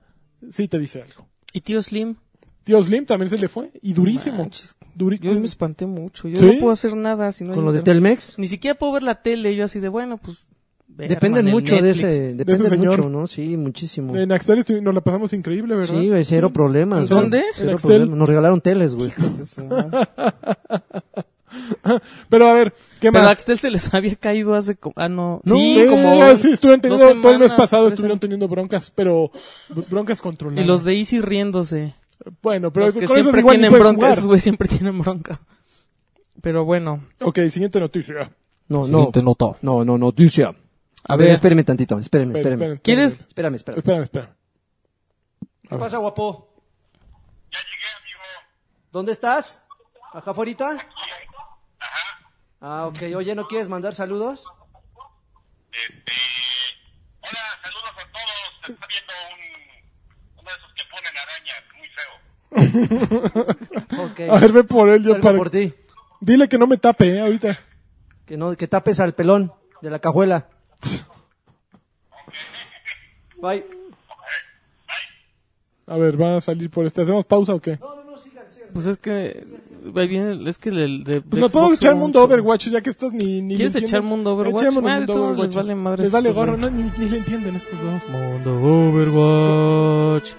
Speaker 2: sí te dice algo.
Speaker 3: Y tío Slim,
Speaker 2: Tío Slim también se le fue y durísimo.
Speaker 3: Manches.
Speaker 2: Duri-
Speaker 3: yo me espanté mucho. Yo
Speaker 2: ¿Sí?
Speaker 3: no puedo hacer nada si no hay
Speaker 1: Con lo de
Speaker 3: internet.
Speaker 1: Telmex.
Speaker 3: Ni siquiera puedo ver la tele. Yo así de, bueno, pues... ver,
Speaker 1: Dependen
Speaker 3: man, el
Speaker 1: mucho de
Speaker 3: Netflix.
Speaker 1: ese,
Speaker 2: de ese
Speaker 1: dependen
Speaker 2: señor.
Speaker 1: mucho, ¿no? Sí, muchísimo.
Speaker 2: En Axtel estu- nos la pasamos increíble, ¿verdad?
Speaker 1: Sí, güey, cero problemas. güey.
Speaker 3: ¿Dónde?
Speaker 1: Cero
Speaker 2: ¿En Axtel?
Speaker 1: problemas. Nos regalaron teles, güey.
Speaker 2: Pero a ver, ¿qué
Speaker 3: Pero a
Speaker 2: más?
Speaker 3: Axtel se les había caído hace... como- Ah, no.
Speaker 2: No,
Speaker 3: sí, como...
Speaker 2: sí, estuvieron
Speaker 3: dos
Speaker 2: teniendo, todo el mes
Speaker 3: semanas,
Speaker 2: pasado
Speaker 3: tres
Speaker 2: estuvieron teniendo broncas, pero broncas controladas.
Speaker 3: Y los de Easy riéndose.
Speaker 2: Bueno, pero
Speaker 3: los que
Speaker 2: con esos
Speaker 3: siempre
Speaker 2: igual ni
Speaker 3: tienen
Speaker 2: puedes
Speaker 3: bronca. Esos
Speaker 2: jugar.
Speaker 3: güey siempre tienen bronca. Pero bueno.
Speaker 2: Ok, siguiente noticia.
Speaker 1: No, no. No, no, noticia. A, ver, espérame tantito, espérame,
Speaker 2: Espera,
Speaker 1: espérame.
Speaker 2: espera,
Speaker 3: ¿Quieres?
Speaker 1: Espérame, espérame.
Speaker 2: Espérame, espérame.
Speaker 1: ¿Qué pasa, guapo? ¿Dónde estás? ¿Acá afuera? Ah, ok. Oye, ¿no quieres mandar saludos?
Speaker 4: Este, hola, saludos a todos. Se está viendo un, uno de esos que ponen arañas, muy feo.
Speaker 1: Ok.
Speaker 2: A ver, ve por él, yo
Speaker 1: Salgo
Speaker 2: para...
Speaker 1: por ti.
Speaker 2: Dile que no me tape, eh, ahorita.
Speaker 1: Que, no, que tapes al pelón de la cajuela. Bye.
Speaker 2: A ver, va a salir por este. ¿Hacemos pausa o qué?
Speaker 3: Pues es que... ahí viene el- es que el de... de
Speaker 2: Pues nos
Speaker 3: Xbox
Speaker 2: podemos echar
Speaker 3: One,
Speaker 2: mundo
Speaker 3: sí.
Speaker 2: Overwatch, ya que estos ni... ni
Speaker 3: ¿Quieres
Speaker 2: le entienden.
Speaker 3: echar mundo Overwatch?
Speaker 2: Echemos
Speaker 3: Ah, de
Speaker 2: mundo
Speaker 3: todos les
Speaker 2: Overwatch.
Speaker 3: vale madres
Speaker 2: Les vale
Speaker 3: estos
Speaker 2: gorro, no, ni, ni le entienden estos dos.
Speaker 3: Mundo Overwatch.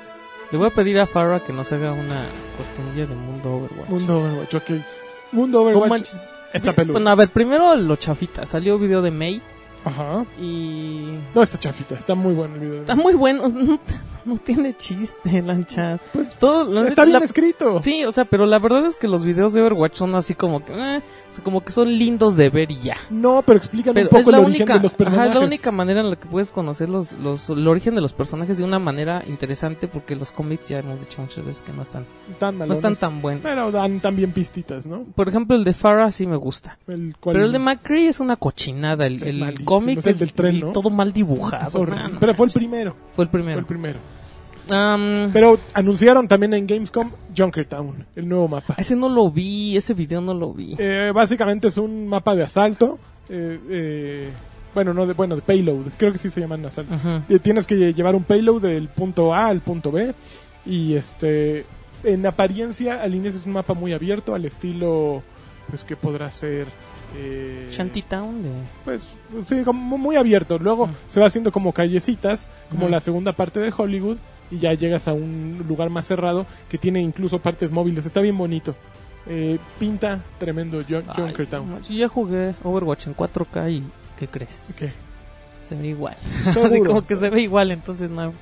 Speaker 3: Le voy a pedir a Farah que nos haga una cortinilla de Mundo Overwatch.
Speaker 2: Mundo Overwatch, ok. Mundo
Speaker 3: No
Speaker 2: Overwatch
Speaker 3: manches.
Speaker 2: está peludo.
Speaker 3: Bueno, a ver, primero lo chafita. Salió video de May
Speaker 2: Ajá.
Speaker 3: y...
Speaker 2: No, está chafita, está muy bueno el video.
Speaker 3: Está muy bueno. No, no tiene chiste, lancha.
Speaker 2: Pues,
Speaker 3: Todo, la
Speaker 2: Está
Speaker 3: neta,
Speaker 2: bien
Speaker 3: la-
Speaker 2: escrito.
Speaker 3: Sí, o sea, pero la verdad es que los videos de Overwatch son así como que... eh, o sea, como que son lindos de ver y ya.
Speaker 2: No, pero explican
Speaker 3: Pero
Speaker 2: un poco
Speaker 3: es la
Speaker 2: el origen
Speaker 3: única,
Speaker 2: de los
Speaker 3: ajá,
Speaker 2: personajes.
Speaker 3: es la única manera en la que puedes conocer los, los, el origen de los personajes de una manera interesante porque los cómics ya hemos dicho muchas veces que no están,
Speaker 2: Tan
Speaker 3: no
Speaker 2: malones.
Speaker 3: están tan buenos.
Speaker 2: Pero dan también pistitas, ¿no?
Speaker 3: Por ejemplo, el de Farah sí me gusta.
Speaker 2: El cual-
Speaker 3: Pero el de McCree es una cochinada. El,
Speaker 2: Es
Speaker 3: el
Speaker 2: malísimo,
Speaker 3: cómic
Speaker 2: es el del tren,
Speaker 3: y
Speaker 2: ¿no?
Speaker 3: todo mal
Speaker 2: es
Speaker 3: dibujado.
Speaker 2: horrible.
Speaker 3: no, no,
Speaker 2: Pero fue el primero.
Speaker 3: fue el
Speaker 2: Fue
Speaker 3: primero.
Speaker 2: el primero.
Speaker 3: Am,
Speaker 2: Pero anunciaron también en Gamescom Junkertown, el nuevo mapa.
Speaker 3: Ah, ese no lo vi, ese video no lo vi.
Speaker 2: Eh, básicamente es un mapa de asalto. eh, eh, bueno, no de, bueno, de payload. Creo que sí se llaman asalto.
Speaker 3: Ajá.
Speaker 2: Eh, Tienes que llevar un payload del punto A al punto B. Y este. En apariencia, al inicio es un mapa muy abierto, al estilo. Pues que podrá ser. eh,
Speaker 3: Shantytown de...
Speaker 2: pues sí, como muy abierto. Luego
Speaker 3: Mm.
Speaker 2: se va haciendo como callecitas, como
Speaker 3: Ujú.
Speaker 2: la segunda parte de Hollywood, y ya llegas a un lugar más cerrado que tiene incluso partes móviles. Está bien bonito. Eh, pinta tremendo John,
Speaker 3: Ay,
Speaker 2: Junkertown.
Speaker 3: no, Yo ya jugué Overwatch en 4K y... ¿Qué crees?
Speaker 2: ¿Qué?
Speaker 3: Se ve igual. Así
Speaker 2: Seguro.
Speaker 3: como que se ve igual, entonces no...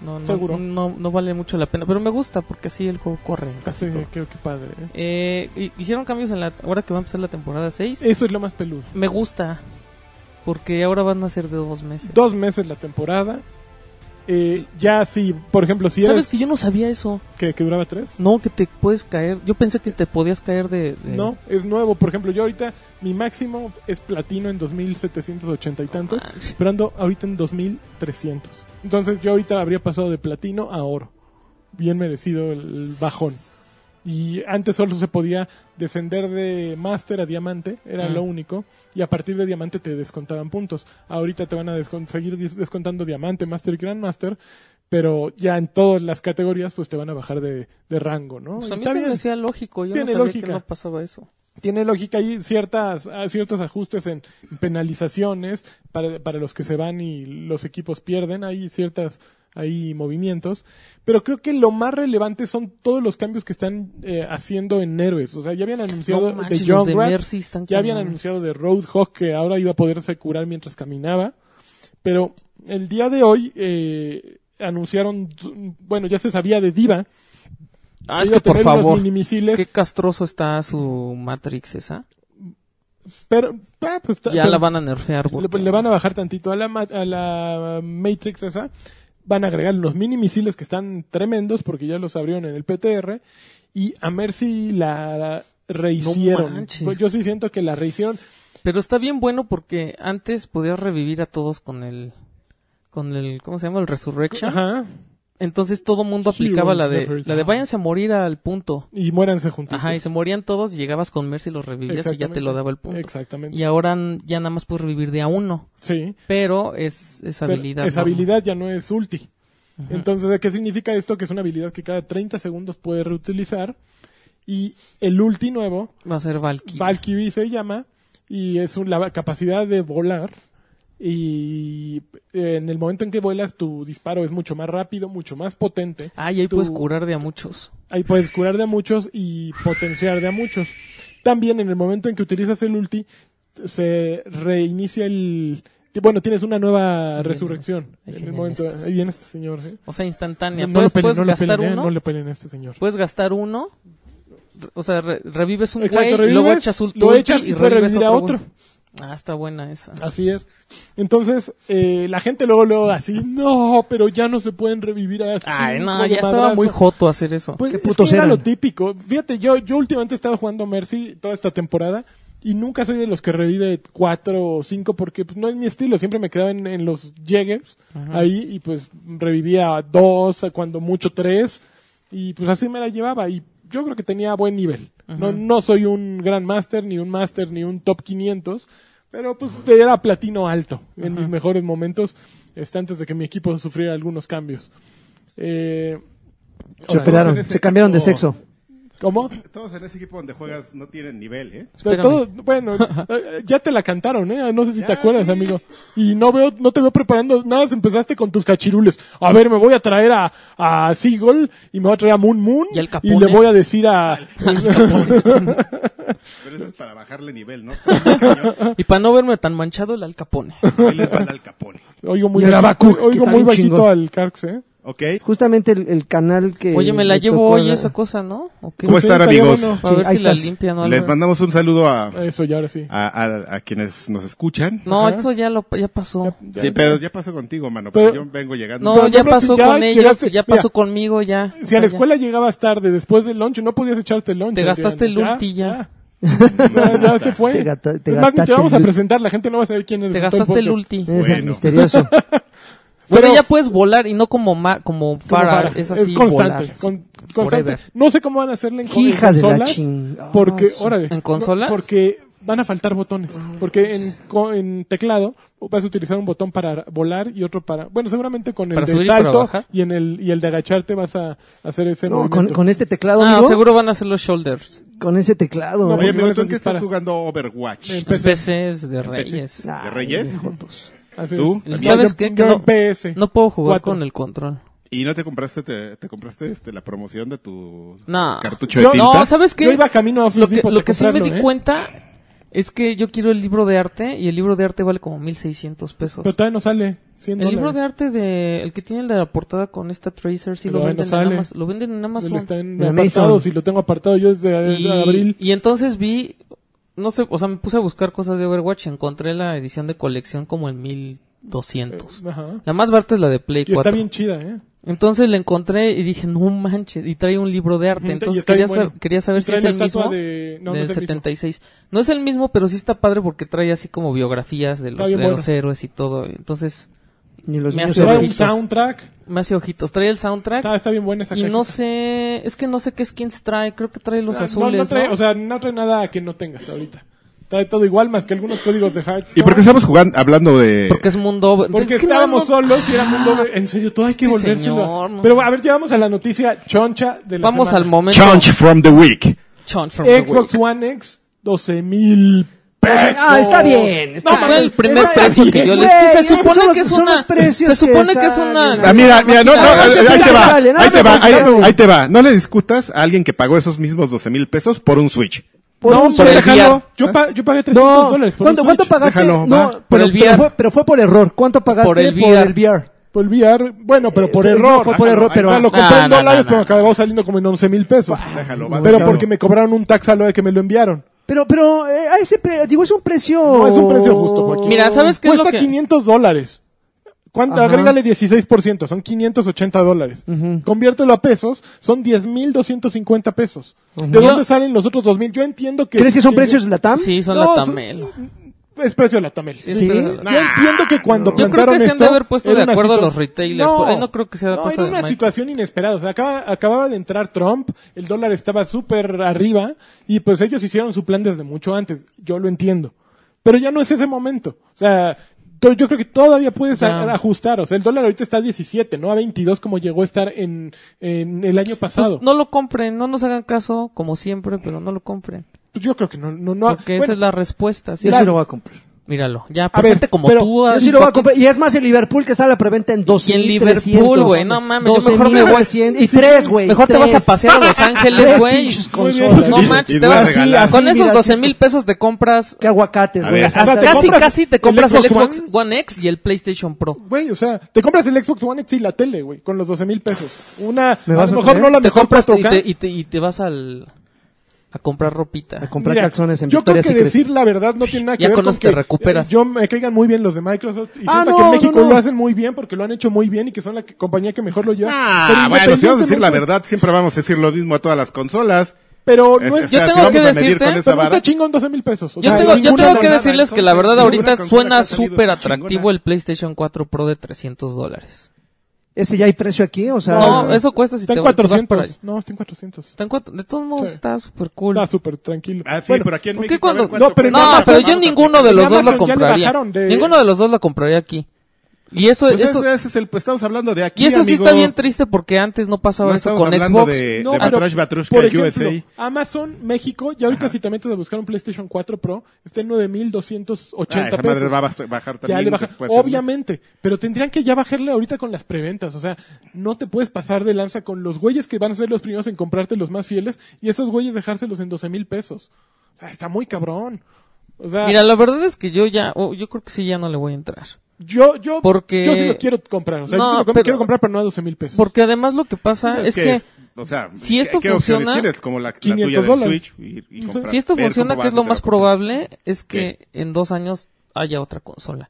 Speaker 3: No, no,
Speaker 2: Seguro.
Speaker 3: no, no vale mucho la pena. Pero me gusta porque así el juego corre.
Speaker 2: Ah, sí,
Speaker 3: casi todo.
Speaker 2: qué- qué padre. ¿eh?
Speaker 3: Eh, hi- hicieron cambios en la... Ahora que va a empezar la temporada 6.
Speaker 2: Eso es lo más peludo.
Speaker 3: Me gusta. Porque ahora van a ser de dos meses.
Speaker 2: Dos meses la temporada. Eh, ya si, por ejemplo, si
Speaker 3: ¿Sabes
Speaker 2: eres
Speaker 3: que yo no sabía eso?
Speaker 2: que, que duraba tres.
Speaker 3: No, que te puedes caer. Yo pensé que te podías caer de. de-
Speaker 2: No, es nuevo. Por ejemplo, yo ahorita mi máximo es platino en 2780 y tantos.
Speaker 3: Ah,
Speaker 2: Pero ando ahorita en 2300. Entonces yo ahorita habría pasado de platino a oro. Bien merecido el bajón. Y antes solo se podía descender de máster a diamante, era
Speaker 3: Mm.
Speaker 2: lo único. Y a partir de diamante te descontaban puntos. Ahorita te van a descon- seguir dis- descontando diamante, máster y grandmaster. Pero ya en todas las categorías, pues te van a bajar de, de rango, ¿no?
Speaker 3: pues a mí
Speaker 2: Está
Speaker 3: se me
Speaker 2: bien.
Speaker 3: hacía lógico. Yo no
Speaker 2: Tiene
Speaker 3: sabía
Speaker 2: lógica.
Speaker 3: que no pasaba eso.
Speaker 2: Tiene lógica ahí ciertas, ah, ciertos ajustes en penalizaciones para, para los que se van y los equipos pierden. Hay ciertas ahí movimientos. Pero creo que lo más relevante son todos los cambios que están eh, haciendo en héroes. O sea, ya habían anunciado
Speaker 3: No manches,
Speaker 2: de
Speaker 3: los de
Speaker 2: Junkrat,
Speaker 3: Mercy están
Speaker 2: ya habían
Speaker 3: cañones.
Speaker 2: anunciado de Roadhog que ahora iba a poderse curar mientras caminaba. Pero el día de hoy eh, anunciaron, bueno, ya se sabía de Diva.
Speaker 3: Ah, es
Speaker 2: iba
Speaker 3: que
Speaker 2: a tener
Speaker 3: por
Speaker 2: unos
Speaker 3: favor.
Speaker 2: minimisiles,
Speaker 3: Qué castroso está su Matrix esa.
Speaker 2: pero, ah, pues,
Speaker 3: Ya
Speaker 2: pero-
Speaker 3: la van a nerfear.
Speaker 2: Le,
Speaker 3: porque-
Speaker 2: le van a bajar tantito a la, ma- a la Matrix esa. Van a agregar unos mini misiles que están tremendos porque ya los abrieron en el PTR. Y a Mercy la rehicieron.
Speaker 3: manches.
Speaker 2: Pues Yo sí siento que la rehicieron.
Speaker 3: Pero está bien bueno porque antes podías revivir a todos con el. Con el. ¿Cómo se llama? El Resurrection.
Speaker 2: Ajá.
Speaker 3: Entonces todo mundo
Speaker 2: Heroes
Speaker 3: aplicaba la de.
Speaker 2: never
Speaker 3: La de
Speaker 2: die.
Speaker 3: váyanse a morir al punto.
Speaker 2: Y muéranse juntos.
Speaker 3: Ajá, y se morían todos, llegabas con Mercy, los revivías y ya te lo daba el punto.
Speaker 2: Exactamente.
Speaker 3: Y ahora n- ya nada más puedes revivir de a uno.
Speaker 2: Sí.
Speaker 3: Pero es, es
Speaker 2: Pero
Speaker 3: habilidad.
Speaker 2: Esa
Speaker 3: ¿no?
Speaker 2: habilidad ya no es ulti. Entonces, ¿qué significa esto? Que es una habilidad que cada 30 segundos puede reutilizar. Y el ulti nuevo,
Speaker 3: Va a ser Valkyrie.
Speaker 2: Valkyrie se llama, y es un- la capacidad de volar. Y eh, en el momento en que vuelas, tu disparo es mucho más rápido, mucho más potente.
Speaker 3: Ah, y ahí
Speaker 2: Tu-
Speaker 3: puedes curar de a muchos.
Speaker 2: Ahí puedes curar de a muchos y potenciar de a muchos. También en el momento en que utilizas el ulti, se reinicia el... Bueno, tienes una nueva
Speaker 3: Ahí
Speaker 2: resurrección.
Speaker 3: vienen- ahí
Speaker 2: En el
Speaker 3: vienen
Speaker 2: momento...
Speaker 3: estos.
Speaker 2: Ahí viene este señor. ¿eh?
Speaker 3: O sea, instantánea.
Speaker 2: No, lo
Speaker 3: puedes
Speaker 2: peleen,
Speaker 3: puedes
Speaker 2: no le
Speaker 3: gastar
Speaker 2: peleen,
Speaker 3: uno.
Speaker 2: no le peleen a este señor.
Speaker 3: Puedes gastar uno. re- O sea, re- revives un
Speaker 2: Exacto,
Speaker 3: güey,
Speaker 2: revives,
Speaker 3: luego echas un
Speaker 2: lo echas y puedes
Speaker 3: revives
Speaker 2: revivir a
Speaker 3: güey.
Speaker 2: otro.
Speaker 3: Ah, está buena esa.
Speaker 2: Así es. Entonces, eh, la gente luego, luego así, no, pero ya no se pueden revivir así.
Speaker 3: Ay, no, ya estaba muy joto hacer eso.
Speaker 2: Pues es
Speaker 1: putos
Speaker 2: que era
Speaker 1: eran?
Speaker 2: lo típico. Fíjate, yo, yo últimamente he estado jugando Mercy toda esta temporada y nunca soy de los que revive cuatro o cinco porque pues, no es mi estilo. Siempre me quedaba en, en los llegues ahí y pues revivía dos, cuando mucho tres y pues así me la llevaba y yo creo que tenía buen nivel. No, no soy un gran master, ni un master, ni un top 500, pero pues era platino alto en mis mejores momentos, este, antes de que mi equipo sufriera algunos cambios. Eh,
Speaker 1: Se
Speaker 2: ahora,
Speaker 1: operaron,
Speaker 5: Entonces,
Speaker 1: se cambiaron de
Speaker 5: esto-
Speaker 1: sexo.
Speaker 2: ¿Cómo?
Speaker 5: Todos en ese equipo donde juegas no tienen nivel, ¿eh?
Speaker 2: Pero
Speaker 3: Espérame.
Speaker 2: todo, bueno, eh, ya te la cantaron, ¿eh? No sé si
Speaker 5: Ya,
Speaker 2: te acuerdas,
Speaker 5: sí.
Speaker 2: amigo. Y no veo, no te veo preparando nada. si Empezaste con tus cachirules. A ver, me voy a traer a, a Seagull y me voy a traer a Moon Moon.
Speaker 3: Y al Capone.
Speaker 2: y le voy a decir a...
Speaker 5: Pero eso es para bajarle nivel, ¿no? Está muy cañón.
Speaker 3: Y para no verme tan manchado, el alcapone.
Speaker 5: Ahí les va el Al Capone.
Speaker 2: Oigo muy
Speaker 1: Y al
Speaker 2: bajito,
Speaker 1: Abacuc, que
Speaker 2: oigo
Speaker 1: está
Speaker 2: muy
Speaker 1: bien
Speaker 2: bajito
Speaker 1: chingón.
Speaker 2: al Carx, ¿eh?
Speaker 5: ¿Ok?
Speaker 1: Justamente el, el canal que...
Speaker 3: Oye, me la
Speaker 1: le
Speaker 3: llevo
Speaker 1: tocó
Speaker 3: hoy
Speaker 1: la-
Speaker 3: esa cosa, ¿no? ¿O qué?
Speaker 5: ¿Cómo
Speaker 2: Pues, Sí,
Speaker 5: están,
Speaker 2: estaría
Speaker 5: amigos?
Speaker 2: bueno.
Speaker 3: Para
Speaker 1: Sí,
Speaker 3: ver
Speaker 1: ahí
Speaker 3: si la
Speaker 1: estás.
Speaker 3: limpian o algo.
Speaker 5: Les mandamos un saludo a, a,
Speaker 2: Eso, ya ahora sí.
Speaker 1: Ah,
Speaker 5: a- a quienes nos escuchan.
Speaker 3: No,
Speaker 2: Ajá.
Speaker 3: eso ya lo ya pasó.
Speaker 2: Ya-
Speaker 5: Sí, pero ya pasó contigo, mano.
Speaker 2: Pero-
Speaker 5: Pero, yo vengo llegando.
Speaker 3: No,
Speaker 2: Pero
Speaker 3: ya
Speaker 2: no,
Speaker 3: pasó
Speaker 2: ya
Speaker 3: con ellos,
Speaker 2: llegaste-
Speaker 3: ya pasó
Speaker 2: mira.
Speaker 3: conmigo, ya. O
Speaker 2: Si a
Speaker 3: sea,
Speaker 2: la
Speaker 3: ya.
Speaker 2: escuela llegabas tarde, después del lunch, no podías echarte el lunch.
Speaker 3: Te gastaste
Speaker 2: Adrián.
Speaker 3: el ulti ya.
Speaker 2: Ya, ya se fue.
Speaker 1: Te gata- te
Speaker 2: Es más, ni
Speaker 1: gastaste
Speaker 2: te vamos
Speaker 1: el
Speaker 2: a
Speaker 1: ulti.
Speaker 2: presentar, la gente no va a saber quién eres.
Speaker 3: Te
Speaker 2: en todo
Speaker 3: gastaste el
Speaker 2: podcast.
Speaker 3: ulti.
Speaker 1: Es
Speaker 5: Bueno.
Speaker 1: misterioso.
Speaker 3: Bueno,
Speaker 2: Pero-
Speaker 3: ya puedes volar y no como ma- como
Speaker 2: Como
Speaker 3: Farah,
Speaker 2: para-
Speaker 3: es así
Speaker 2: constante,
Speaker 3: volar.
Speaker 2: con- constante.
Speaker 3: Forever.
Speaker 2: No sé cómo van a hacerle en, con- en
Speaker 1: Hija de la
Speaker 2: consolas.
Speaker 1: ching... ah,
Speaker 2: porque,
Speaker 1: su-
Speaker 2: órale,
Speaker 3: ¿En consolas? Ah,
Speaker 2: no, porque van a faltar botones. Porque en, co- en teclado vas a utilizar un botón para volar y otro para. Bueno, seguramente con el
Speaker 3: Para
Speaker 2: del
Speaker 3: subir y para
Speaker 2: salto
Speaker 3: bajar.
Speaker 2: y, en el, y el de agacharte vas a hacer ese
Speaker 1: No, con,
Speaker 2: movimiento.
Speaker 1: con este teclado,
Speaker 3: Ah,
Speaker 1: amigo,
Speaker 3: seguro van a hacer los shoulders.
Speaker 1: Con ese teclado. amigo.
Speaker 2: No,
Speaker 5: Oye,
Speaker 2: porque no
Speaker 5: pero ¿tú en
Speaker 2: les
Speaker 5: qué estás
Speaker 2: disparas.
Speaker 5: jugando Overwatch?
Speaker 2: En PC.
Speaker 3: PCs de Reyes.
Speaker 1: Ay,
Speaker 5: ¿De Reyes?
Speaker 1: viejotos.
Speaker 2: Así es.
Speaker 5: ¿Tú?
Speaker 2: No,
Speaker 3: ¿Sabes
Speaker 2: yo-
Speaker 3: qué?
Speaker 2: yo
Speaker 3: Que
Speaker 2: en
Speaker 3: no-
Speaker 2: PS.
Speaker 3: No puedo jugar
Speaker 2: Cuatro.
Speaker 3: con el control.
Speaker 5: ¿Y no te compraste te, te compraste este, la promoción de tu
Speaker 3: No.
Speaker 5: cartucho
Speaker 2: Yo-
Speaker 5: de tinta?
Speaker 3: No, ¿sabes qué?
Speaker 2: Yo iba camino a
Speaker 3: lo que,
Speaker 2: Flippo
Speaker 3: lo
Speaker 2: de
Speaker 3: que sí me di
Speaker 2: comprarlo, ¿eh?
Speaker 3: cuenta es que yo quiero el libro de arte y el libro de arte vale como 1600 pesos.
Speaker 2: Pero todavía no sale. 100
Speaker 3: El libro de
Speaker 2: dólares.
Speaker 3: arte de el que tiene la portada con esta Tracer sí lo
Speaker 2: Pero ahí no
Speaker 3: venden, en
Speaker 2: sale.
Speaker 3: Amazon, lo venden en Amazon.
Speaker 2: Está en
Speaker 1: En
Speaker 2: apartado,
Speaker 1: Amazon.
Speaker 2: si lo tengo apartado yo desde
Speaker 3: Y,
Speaker 2: desde abril.
Speaker 3: y entonces vi, no sé, o sea, me puse a buscar cosas de Overwatch y encontré la edición de colección como en 1200.
Speaker 2: Eh, Ajá.
Speaker 3: La más barata es la de Play
Speaker 2: Y está
Speaker 3: 4.
Speaker 2: bien chida, ¿eh?
Speaker 3: Entonces la encontré y dije, no manches, y trae un libro de
Speaker 2: Ujú,
Speaker 3: arte.
Speaker 2: y
Speaker 3: Entonces
Speaker 2: está
Speaker 3: quería,
Speaker 2: bien bueno.
Speaker 3: sab- quería saber
Speaker 2: Y
Speaker 3: si
Speaker 2: trae
Speaker 3: es
Speaker 2: la
Speaker 3: el mismo
Speaker 2: estatua de- no, no
Speaker 3: del
Speaker 2: es el mismo.
Speaker 3: 76. No es el mismo, pero sí está padre porque trae así como biografías de los,
Speaker 2: Está bien
Speaker 3: de
Speaker 2: bueno.
Speaker 3: los héroes y todo. Entonces
Speaker 1: Ni los
Speaker 3: Me
Speaker 1: míos
Speaker 3: hace
Speaker 2: Trae un
Speaker 1: ojitos.
Speaker 2: soundtrack.
Speaker 3: me hace ojitos. Trae el soundtrack
Speaker 2: Ah, Está, está bien buena esa
Speaker 3: y
Speaker 2: cajita.
Speaker 3: no sé, es que no sé qué skins trae. Creo que trae los
Speaker 2: Ah, no,
Speaker 3: azules.
Speaker 2: no trae,
Speaker 3: ¿no?
Speaker 2: O sea, no trae nada que no tengas ahorita. Trae todo igual, más que algunos códigos de Hearthstone.
Speaker 5: ¿Y por qué estamos jugando, hablando de...
Speaker 3: porque es mundo. over-
Speaker 2: Porque
Speaker 3: ¿Qué
Speaker 2: estábamos
Speaker 3: no, no?
Speaker 2: solos y era mundo... over- En serio, todo hay que
Speaker 3: Este
Speaker 2: volvérselo.
Speaker 3: señor, no.
Speaker 2: Pero a ver, llevamos a la noticia choncha de la
Speaker 3: Vamos al
Speaker 2: semana.
Speaker 3: momento.
Speaker 5: Chunch from the Week?
Speaker 3: Chunch from the
Speaker 2: Xbox
Speaker 3: week.
Speaker 2: One X, 12 mil pesos.
Speaker 1: Ah, está bien, está
Speaker 3: Fue el primer
Speaker 1: Esa-
Speaker 3: precio que yo les
Speaker 1: Güey,
Speaker 3: quise. Se
Speaker 1: estos
Speaker 3: supone
Speaker 1: son los-
Speaker 3: que es
Speaker 1: son
Speaker 3: una.
Speaker 1: los precios
Speaker 3: Se supone
Speaker 1: que
Speaker 3: que es una.
Speaker 1: salen.
Speaker 5: Ah, mira, mira, no, no,
Speaker 3: máquina.
Speaker 5: ahí
Speaker 1: no,
Speaker 5: te
Speaker 1: no,
Speaker 5: va,
Speaker 1: sale, no,
Speaker 5: ahí
Speaker 1: no,
Speaker 5: te va,
Speaker 1: no,
Speaker 5: ahí,
Speaker 1: no.
Speaker 5: ahí te va. No le discutas a alguien que pagó esos mismos 12 mil pesos por un Switch.
Speaker 1: Por
Speaker 2: no,
Speaker 1: un
Speaker 2: hombre,
Speaker 3: el
Speaker 2: déjalo.
Speaker 3: VR.
Speaker 2: Yo, pa- yo pagué 300
Speaker 1: No,
Speaker 2: dólares por eh,
Speaker 1: ¿cuánto,
Speaker 2: un
Speaker 1: cuánto
Speaker 2: Switch.
Speaker 1: pagaste?
Speaker 5: Déjalo,
Speaker 1: no,
Speaker 5: va.
Speaker 1: pero,
Speaker 3: Por el
Speaker 1: pero
Speaker 3: VR.
Speaker 1: fue, pero fue por error. ¿Cuánto pagaste
Speaker 3: Por el
Speaker 1: Por
Speaker 3: VR?
Speaker 1: el VR?
Speaker 2: Por el VR, bueno, pero por
Speaker 1: Eh,
Speaker 2: error.
Speaker 1: fue por error, pero
Speaker 2: O sea, lo
Speaker 3: No,
Speaker 2: compré en
Speaker 3: no,
Speaker 2: dólares,
Speaker 3: no,
Speaker 2: pero
Speaker 3: no.
Speaker 2: acabó saliendo como en 11 mil pesos.
Speaker 5: Déjalo, vas
Speaker 2: Pero
Speaker 5: a-
Speaker 2: porque me cobraron un tax a lo de que me lo enviaron.
Speaker 1: Pero, pero, eh, a ese, pre- digo, es un precio.
Speaker 2: No es un precio justo, Joaquín.
Speaker 3: Mira, ¿sabes qué es
Speaker 2: Cuesta
Speaker 3: lo que-
Speaker 2: 500 dólares. ¿Cuánto?
Speaker 1: Ajá.
Speaker 2: Agrégale 16%, son 580 dólares.
Speaker 1: Ujú.
Speaker 2: Conviértelo a pesos, son 10.250 pesos. ¿De
Speaker 3: Yo-
Speaker 2: dónde salen los otros 2.000? Yo entiendo que...
Speaker 1: ¿Crees que son precios de la TAM?
Speaker 3: Sí, son
Speaker 2: No,
Speaker 3: la
Speaker 2: son- mm,
Speaker 3: Tamel.
Speaker 2: Es precio de la Tamel.
Speaker 3: Sí,
Speaker 1: Sí.
Speaker 3: es verdad.
Speaker 2: Yo entiendo que cuando
Speaker 3: Yo creo
Speaker 2: plantaron
Speaker 3: que se han de
Speaker 2: esto,
Speaker 3: haber puesto
Speaker 2: era
Speaker 3: de
Speaker 2: una
Speaker 3: acuerdo
Speaker 2: situa-
Speaker 3: los retailers, por ahí no creo que sea
Speaker 2: no,
Speaker 3: cosa
Speaker 2: era
Speaker 3: de
Speaker 2: una
Speaker 3: Mike.
Speaker 2: situación inesperada. O sea, acaba- acababa de entrar Trump, el dólar estaba súper arriba y pues ellos hicieron su plan desde mucho antes. Yo lo entiendo. Pero ya no es ese momento. O sea, to- yo creo que todavía puedes a-
Speaker 3: Ya.
Speaker 2: ajustar. O sea, el dólar ahorita está a 17, no a 22 como llegó a estar en, en el año
Speaker 3: Pues,
Speaker 2: pasado.
Speaker 3: no lo compren, no nos hagan caso, como siempre, pero no lo compren.
Speaker 2: Pues yo creo que no. no, no
Speaker 3: porque esa
Speaker 2: Bueno,
Speaker 3: es la respuesta. ¿sí?
Speaker 1: Yo sí lo voy a comprar.
Speaker 3: Míralo, ya,
Speaker 2: A ver,
Speaker 3: gente como
Speaker 2: pero
Speaker 3: tú.
Speaker 1: Yo
Speaker 3: has-
Speaker 1: sí lo voy a comprar. Y es más, el Liverpool que está a la preventa en 12
Speaker 3: Y en Liverpool, güey, no mames, yo mejor me voy.
Speaker 1: Y tres, güey.
Speaker 3: Mejor te
Speaker 1: tres.
Speaker 3: vas a pasear a Los Ángeles,
Speaker 1: Tres
Speaker 3: güey.
Speaker 1: pinches
Speaker 2: Muy bien.
Speaker 1: consolas.
Speaker 3: No
Speaker 5: Y-
Speaker 3: manches,
Speaker 5: y
Speaker 3: te
Speaker 5: vas
Speaker 3: vas
Speaker 5: a
Speaker 3: a-
Speaker 5: regalar.
Speaker 1: Así,
Speaker 3: Con
Speaker 1: mira,
Speaker 3: esos
Speaker 1: así.
Speaker 3: 12 mil pesos te compras.
Speaker 1: Qué aguacates,
Speaker 5: A
Speaker 1: güey.
Speaker 5: ver,
Speaker 1: Hasta-
Speaker 2: o sea, te
Speaker 1: hasta-
Speaker 3: Casi,
Speaker 2: compras
Speaker 3: casi te
Speaker 2: el
Speaker 3: compras el
Speaker 2: Xbox
Speaker 3: Xbox
Speaker 2: One?
Speaker 3: One X y el PlayStation Pro.
Speaker 2: Güey, o sea, te compras el Xbox One X y la tele, güey, con los 12 mil pesos. Una,
Speaker 1: ¿Me
Speaker 2: a
Speaker 1: vas
Speaker 2: lo
Speaker 1: a
Speaker 2: mejor
Speaker 1: creer?
Speaker 2: no la
Speaker 3: Te
Speaker 2: mejor
Speaker 3: compras y
Speaker 2: 4K.
Speaker 3: te, y, te, y te vas al, a comprar
Speaker 1: A
Speaker 3: ropita.
Speaker 1: comprar
Speaker 2: Mira,
Speaker 1: calzones en
Speaker 2: yo creo que
Speaker 1: Victoria's Secret.
Speaker 2: decir la verdad no tiene nada que
Speaker 3: Ya
Speaker 2: ver
Speaker 3: con
Speaker 2: con
Speaker 3: eso te
Speaker 2: que
Speaker 3: recuperas.
Speaker 2: eh, yo me caigan muy bien los de Microsoft y
Speaker 1: Ah,
Speaker 2: siento
Speaker 1: no,
Speaker 2: que en
Speaker 1: no,
Speaker 2: México
Speaker 1: no.
Speaker 2: lo hacen muy bien porque lo han hecho muy bien y que son la que- compañía que mejor lo lleva.
Speaker 5: Ah,
Speaker 2: Pero
Speaker 5: bueno, si vamos a decir la
Speaker 2: independientemente-
Speaker 5: verdad, siempre vamos a decir lo mismo a todas las consolas.
Speaker 2: Pero
Speaker 5: Es-
Speaker 2: no
Speaker 5: o
Speaker 2: es,
Speaker 3: Pues,
Speaker 5: sea,
Speaker 3: tengo
Speaker 5: si vamos
Speaker 3: que
Speaker 5: a medir
Speaker 3: decirte-
Speaker 5: con esa
Speaker 2: pero no está
Speaker 5: vara,
Speaker 2: chingón 12 mil pesos. O
Speaker 3: Yo
Speaker 2: sea,
Speaker 3: tengo, yo
Speaker 2: ninguna
Speaker 3: tengo que
Speaker 2: mamada.
Speaker 3: decirles que la
Speaker 5: entonces,
Speaker 3: verdad
Speaker 5: ninguna
Speaker 3: ahorita
Speaker 5: consola que
Speaker 3: suena
Speaker 5: ha salido
Speaker 3: súper
Speaker 5: chingona.
Speaker 3: atractivo el PlayStation 4 Pro de 300 dólares.
Speaker 1: ¿Ese ya hay precio aquí? O sea,
Speaker 3: No, eso cuesta si
Speaker 2: Está
Speaker 3: te
Speaker 2: en
Speaker 3: vas te vas para
Speaker 2: 400.
Speaker 3: allá.
Speaker 2: No, está en 400.
Speaker 3: Está en cuatro- De todos modos
Speaker 2: Sí.
Speaker 3: está súper cool.
Speaker 2: Está súper tranquilo.
Speaker 5: Ah, sí,
Speaker 2: Bueno,
Speaker 5: pero aquí en
Speaker 3: ¿Por qué
Speaker 5: México. a ver
Speaker 3: cuando-
Speaker 5: cuánto
Speaker 2: No, pero en
Speaker 5: cuesta.
Speaker 3: No,
Speaker 2: Amazon-
Speaker 3: pero yo
Speaker 5: Vamos a
Speaker 3: ninguno de
Speaker 2: en
Speaker 3: los dos
Speaker 2: Amazon
Speaker 3: lo
Speaker 2: ya le
Speaker 3: compraría.
Speaker 2: bajaron de-
Speaker 3: Ninguno de los dos lo compraría aquí. Y eso,
Speaker 5: Pues
Speaker 3: eso,
Speaker 5: ese- ese es el, pues, estamos hablando de aquí.
Speaker 3: y eso sí
Speaker 5: amigo.
Speaker 3: está bien triste porque antes no pasaba
Speaker 5: No
Speaker 3: eso
Speaker 5: estamos
Speaker 3: con
Speaker 5: hablando
Speaker 3: Xbox.
Speaker 5: Eh, de,
Speaker 2: No,
Speaker 5: de
Speaker 2: pero,
Speaker 5: Batrash Batrushka
Speaker 2: Por ejemplo,
Speaker 5: USA.
Speaker 2: Amazon México, ya ahorita si te metes a buscar un PlayStation 4 Pro, está en 9280
Speaker 5: Ah, esa
Speaker 2: pesos.
Speaker 5: madre va a bas- bajar también.
Speaker 2: ya le baja-
Speaker 5: después, ¿no?
Speaker 2: obviamente, pero tendrían que ya bajarle ahorita con las preventas, o sea, no te puedes pasar de lanza con los güeyes que van a ser los primeros en comprarte los más fieles y esos güeyes dejárselos en 12 mil pesos. O sea, está muy cabrón. O sea,
Speaker 3: Mira, la verdad es que yo ya, oh, yo creo que sí ya no le voy a entrar.
Speaker 2: yo, yo,
Speaker 3: porque-
Speaker 2: yo sí lo quiero comprar, o sea,
Speaker 3: No,
Speaker 2: yo sí lo com-
Speaker 3: pero-
Speaker 2: quiero comprar, pero no a 12 mil pesos.
Speaker 3: Porque además lo que pasa
Speaker 5: Es
Speaker 3: es
Speaker 5: que,
Speaker 3: que,
Speaker 5: es- o sea,
Speaker 3: si
Speaker 5: ¿qué-
Speaker 3: esto
Speaker 5: qué opciones
Speaker 3: funciona,
Speaker 5: tienes? como la, la
Speaker 2: 500
Speaker 5: tuya del
Speaker 2: dólares.
Speaker 5: Switch y- y
Speaker 2: Sí.
Speaker 5: comprar,
Speaker 3: si esto
Speaker 5: ver cómo este
Speaker 3: funciona,
Speaker 5: vas
Speaker 3: que es lo
Speaker 5: y te
Speaker 3: más
Speaker 5: compras.
Speaker 3: probable, es que en dos años haya otra consola.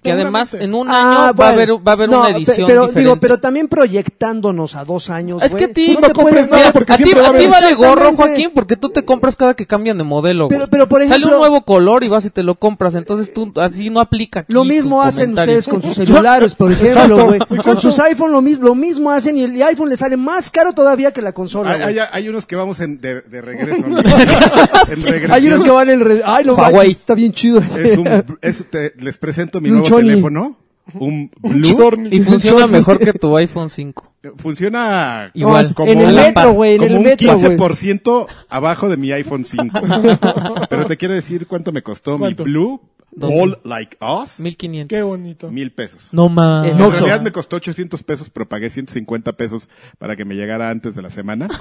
Speaker 3: Que además en
Speaker 2: Seguramente.
Speaker 3: un
Speaker 1: Ah,
Speaker 3: año va a
Speaker 1: bueno.
Speaker 3: haber, va a haber
Speaker 1: No,
Speaker 3: una
Speaker 1: pe-
Speaker 3: edición
Speaker 1: pero,
Speaker 3: diferente.
Speaker 1: Digo, pero también proyectándonos a dos años,
Speaker 3: es que a
Speaker 1: güey,
Speaker 3: ti,
Speaker 1: no te puedes-
Speaker 2: compres nada
Speaker 3: mira,
Speaker 2: porque
Speaker 3: a ti,
Speaker 2: siempre va a
Speaker 3: a ti
Speaker 2: haber-
Speaker 3: vale gorro,
Speaker 1: Exactamente.
Speaker 3: Joaquín, porque tú te compras cada que cambian de modelo. güey.
Speaker 1: Pero- pero, por
Speaker 3: Sale un
Speaker 1: ejemplo-
Speaker 3: nuevo color y vas y te lo compras, entonces tú así no aplica. aquí
Speaker 1: Lo mismo
Speaker 3: tu
Speaker 1: hacen
Speaker 3: comentario.
Speaker 1: ustedes con sus celulares, por ejemplo, güey. Con sus iPhone lo mismo, lo mismo hacen y el iPhone le sale más caro todavía que la consola.
Speaker 5: Hay,
Speaker 1: güey.
Speaker 5: hay, hay unos que vamos en, de, de regreso. amigo. en regresión.
Speaker 1: Hay unos que van en re- Ay, lo
Speaker 3: Huawei.
Speaker 1: manches, está bien chido. este.
Speaker 5: Es un- es- te- les presento mi
Speaker 1: Un
Speaker 5: nuevo
Speaker 1: Sony.
Speaker 5: teléfono. Un Blue.
Speaker 2: Chorni.
Speaker 3: Y funciona mejor que tu iPhone 5.
Speaker 5: Funciona
Speaker 3: Igual,
Speaker 1: en el
Speaker 5: un-
Speaker 1: metro, güey, en
Speaker 5: como
Speaker 1: el
Speaker 5: un
Speaker 1: metro, güey.
Speaker 5: 15% abajo de mi iPhone 5. Pero te quiero decir cuánto me costó
Speaker 2: ¿Cuánto?
Speaker 5: mi Blue
Speaker 3: Dos
Speaker 5: All Like Us.
Speaker 3: 1500.
Speaker 2: Qué bonito.
Speaker 5: Mil pesos.
Speaker 3: No más.
Speaker 1: En
Speaker 5: En
Speaker 1: Oxxo.
Speaker 5: realidad me costó 800 pesos, pero pagué 150 pesos para que me llegara antes de la semana.
Speaker 2: Yo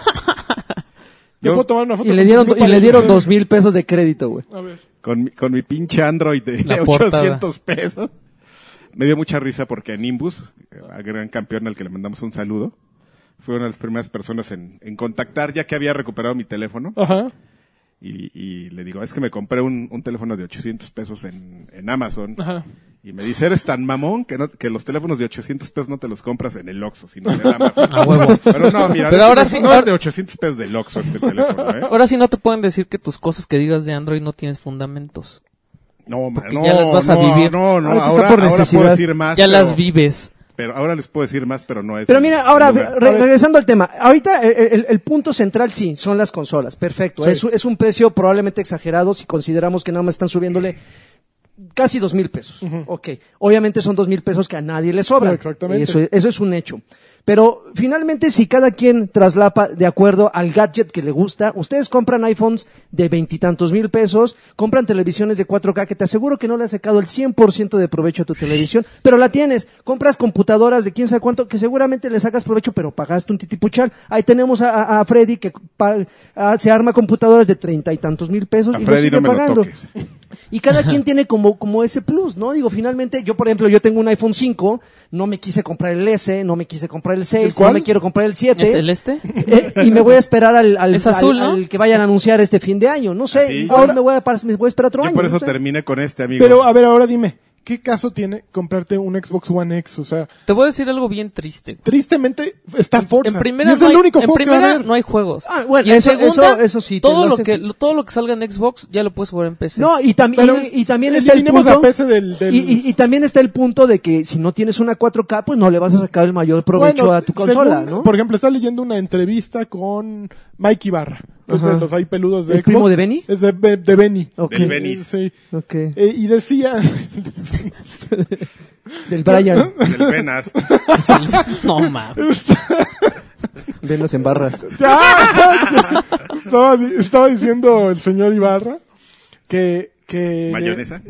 Speaker 5: Yo
Speaker 2: puedo tomar una foto
Speaker 1: Y le
Speaker 2: con
Speaker 1: dieron,
Speaker 2: mi
Speaker 1: y
Speaker 2: lupa
Speaker 1: le
Speaker 2: de
Speaker 1: dieron
Speaker 2: luces.
Speaker 1: dos mil pesos de crédito, güey.
Speaker 2: A ver.
Speaker 5: con, mi- con mi pinche Android de
Speaker 3: La
Speaker 5: 800 pesos. Me dio mucha risa porque Nimbus, eh, gran campeón al que le mandamos un saludo, fue una de las primeras personas en, en contactar ya que había recuperado mi teléfono.
Speaker 2: Ajá.
Speaker 5: Y, y le digo, es que me compré un, un teléfono de 800 pesos en, en Amazon.
Speaker 2: Ajá.
Speaker 5: Y me dice, eres tan mamón que, no- que los teléfonos de 800 pesos no te los compras en el Oxxo, sino en el Amazon.
Speaker 3: A huevo.
Speaker 5: Pero no, mira,
Speaker 3: Pero
Speaker 5: no-
Speaker 3: ahora sí-
Speaker 5: no
Speaker 3: ahora-
Speaker 5: es de 800 pesos del Oxxo este teléfono, ¿eh?
Speaker 3: Ahora sí no te pueden decir que tus cosas que digas de Android no tienes fundamentos.
Speaker 5: No, ma-
Speaker 3: Porque
Speaker 5: no,
Speaker 3: ya las vas a
Speaker 5: no,
Speaker 3: vivir.
Speaker 5: no, no,
Speaker 1: Ahora que
Speaker 5: ahora,
Speaker 1: está por
Speaker 5: ahora puedo
Speaker 1: necesidad.
Speaker 5: decir más.
Speaker 3: ya
Speaker 5: pero-
Speaker 3: las vives.
Speaker 5: Pero ahora les puedo decir más, pero no es.
Speaker 1: Pero
Speaker 5: el-
Speaker 1: mira,
Speaker 5: el
Speaker 1: ahora,
Speaker 5: lugar.
Speaker 1: re- regresando al tema, ahorita eh, el, el punto central sí, son las consolas, perfecto.
Speaker 2: Sí.
Speaker 1: Es, un- es un precio probablemente exagerado si consideramos que nada más están subiéndole casi dos mil pesos. Ok, obviamente son dos mil pesos que a nadie le sobra.
Speaker 2: No, exactamente.
Speaker 1: Eso, eso es un hecho. Pero finalmente, si cada quien traslapa de acuerdo al gadget que le gusta, ustedes compran iPhones de veintitantos mil pesos, compran televisiones de 4K, que te aseguro que no le has sacado el 100% de provecho a tu televisión, pero la tienes. Compras computadoras de quién sabe cuánto, que seguramente le sacas provecho, pero pagaste un titipuchal. Ahí tenemos a, a- a Freddy que pa- a- se arma computadoras de treinta y tantos mil pesos
Speaker 5: A
Speaker 1: y lo
Speaker 5: Freddy
Speaker 1: sigue
Speaker 5: no me lo
Speaker 1: pagando.
Speaker 5: toques.
Speaker 1: Y cada quien tiene como, como ese plus, ¿no? Digo, finalmente, yo por ejemplo, yo tengo un iPhone 5, no me quise comprar el S, no me quise comprar el 6,
Speaker 2: ¿El cuál?
Speaker 1: no me quiero comprar el 7.
Speaker 3: ¿Es el este?
Speaker 1: Eh, y me voy a esperar al, al,
Speaker 3: Es azul,
Speaker 1: al-
Speaker 3: ¿no?
Speaker 1: al que vayan a anunciar este fin de año, no sé.
Speaker 5: Ah, Sí.
Speaker 1: Ahora me voy, a, par- me voy a esperar otro
Speaker 5: Yo
Speaker 1: año.
Speaker 5: por
Speaker 1: no
Speaker 5: eso
Speaker 1: sé.
Speaker 5: terminé con este, amigo.
Speaker 2: Pero, a ver, ahora dime, ¿qué caso tiene comprarte un Xbox One X? O sea,
Speaker 3: Te voy a decir algo bien triste.
Speaker 2: tristemente está Forza.
Speaker 3: En primera,
Speaker 2: y es
Speaker 3: no,
Speaker 2: el
Speaker 3: hay,
Speaker 2: único
Speaker 3: en
Speaker 2: juego que va a
Speaker 3: primera
Speaker 2: haber.
Speaker 3: no hay juegos.
Speaker 1: Ah, bueno,
Speaker 3: y en
Speaker 1: eso-
Speaker 3: segunda,
Speaker 1: eso- eso sí, te
Speaker 3: todo
Speaker 1: lo
Speaker 3: lo,
Speaker 1: acepto.
Speaker 3: que lo- todo lo que salga en Xbox ya lo puedes jugar en PC.
Speaker 1: No, y, también
Speaker 2: Pero
Speaker 1: y, y también está el
Speaker 2: eliminemos
Speaker 1: punto...
Speaker 2: a PC del- del-
Speaker 1: Y, y- y también está el punto de que si no tienes una 4K, pues no le vas a sacar el mayor provecho
Speaker 2: Bueno,
Speaker 1: a tu consola,
Speaker 2: según-
Speaker 1: ¿no?
Speaker 2: Por ejemplo, estaba leyendo una entrevista con Mikey Barra, que es
Speaker 1: Ajá.
Speaker 2: de los ahí peludos de
Speaker 1: ¿Es
Speaker 2: Xbox.
Speaker 1: primo de Benny?
Speaker 2: Es de, Be- de Benny.
Speaker 1: Ok.
Speaker 5: Del Benny. Benis.
Speaker 2: Sí.
Speaker 1: Ok.
Speaker 2: Eh, y decía,
Speaker 1: Del Brian,
Speaker 5: Del Venas.
Speaker 3: no mames.
Speaker 1: venos en barras.
Speaker 2: Ya, ya. estaba, di- estaba diciendo el señor Ibarra que... que
Speaker 5: Mayonesa.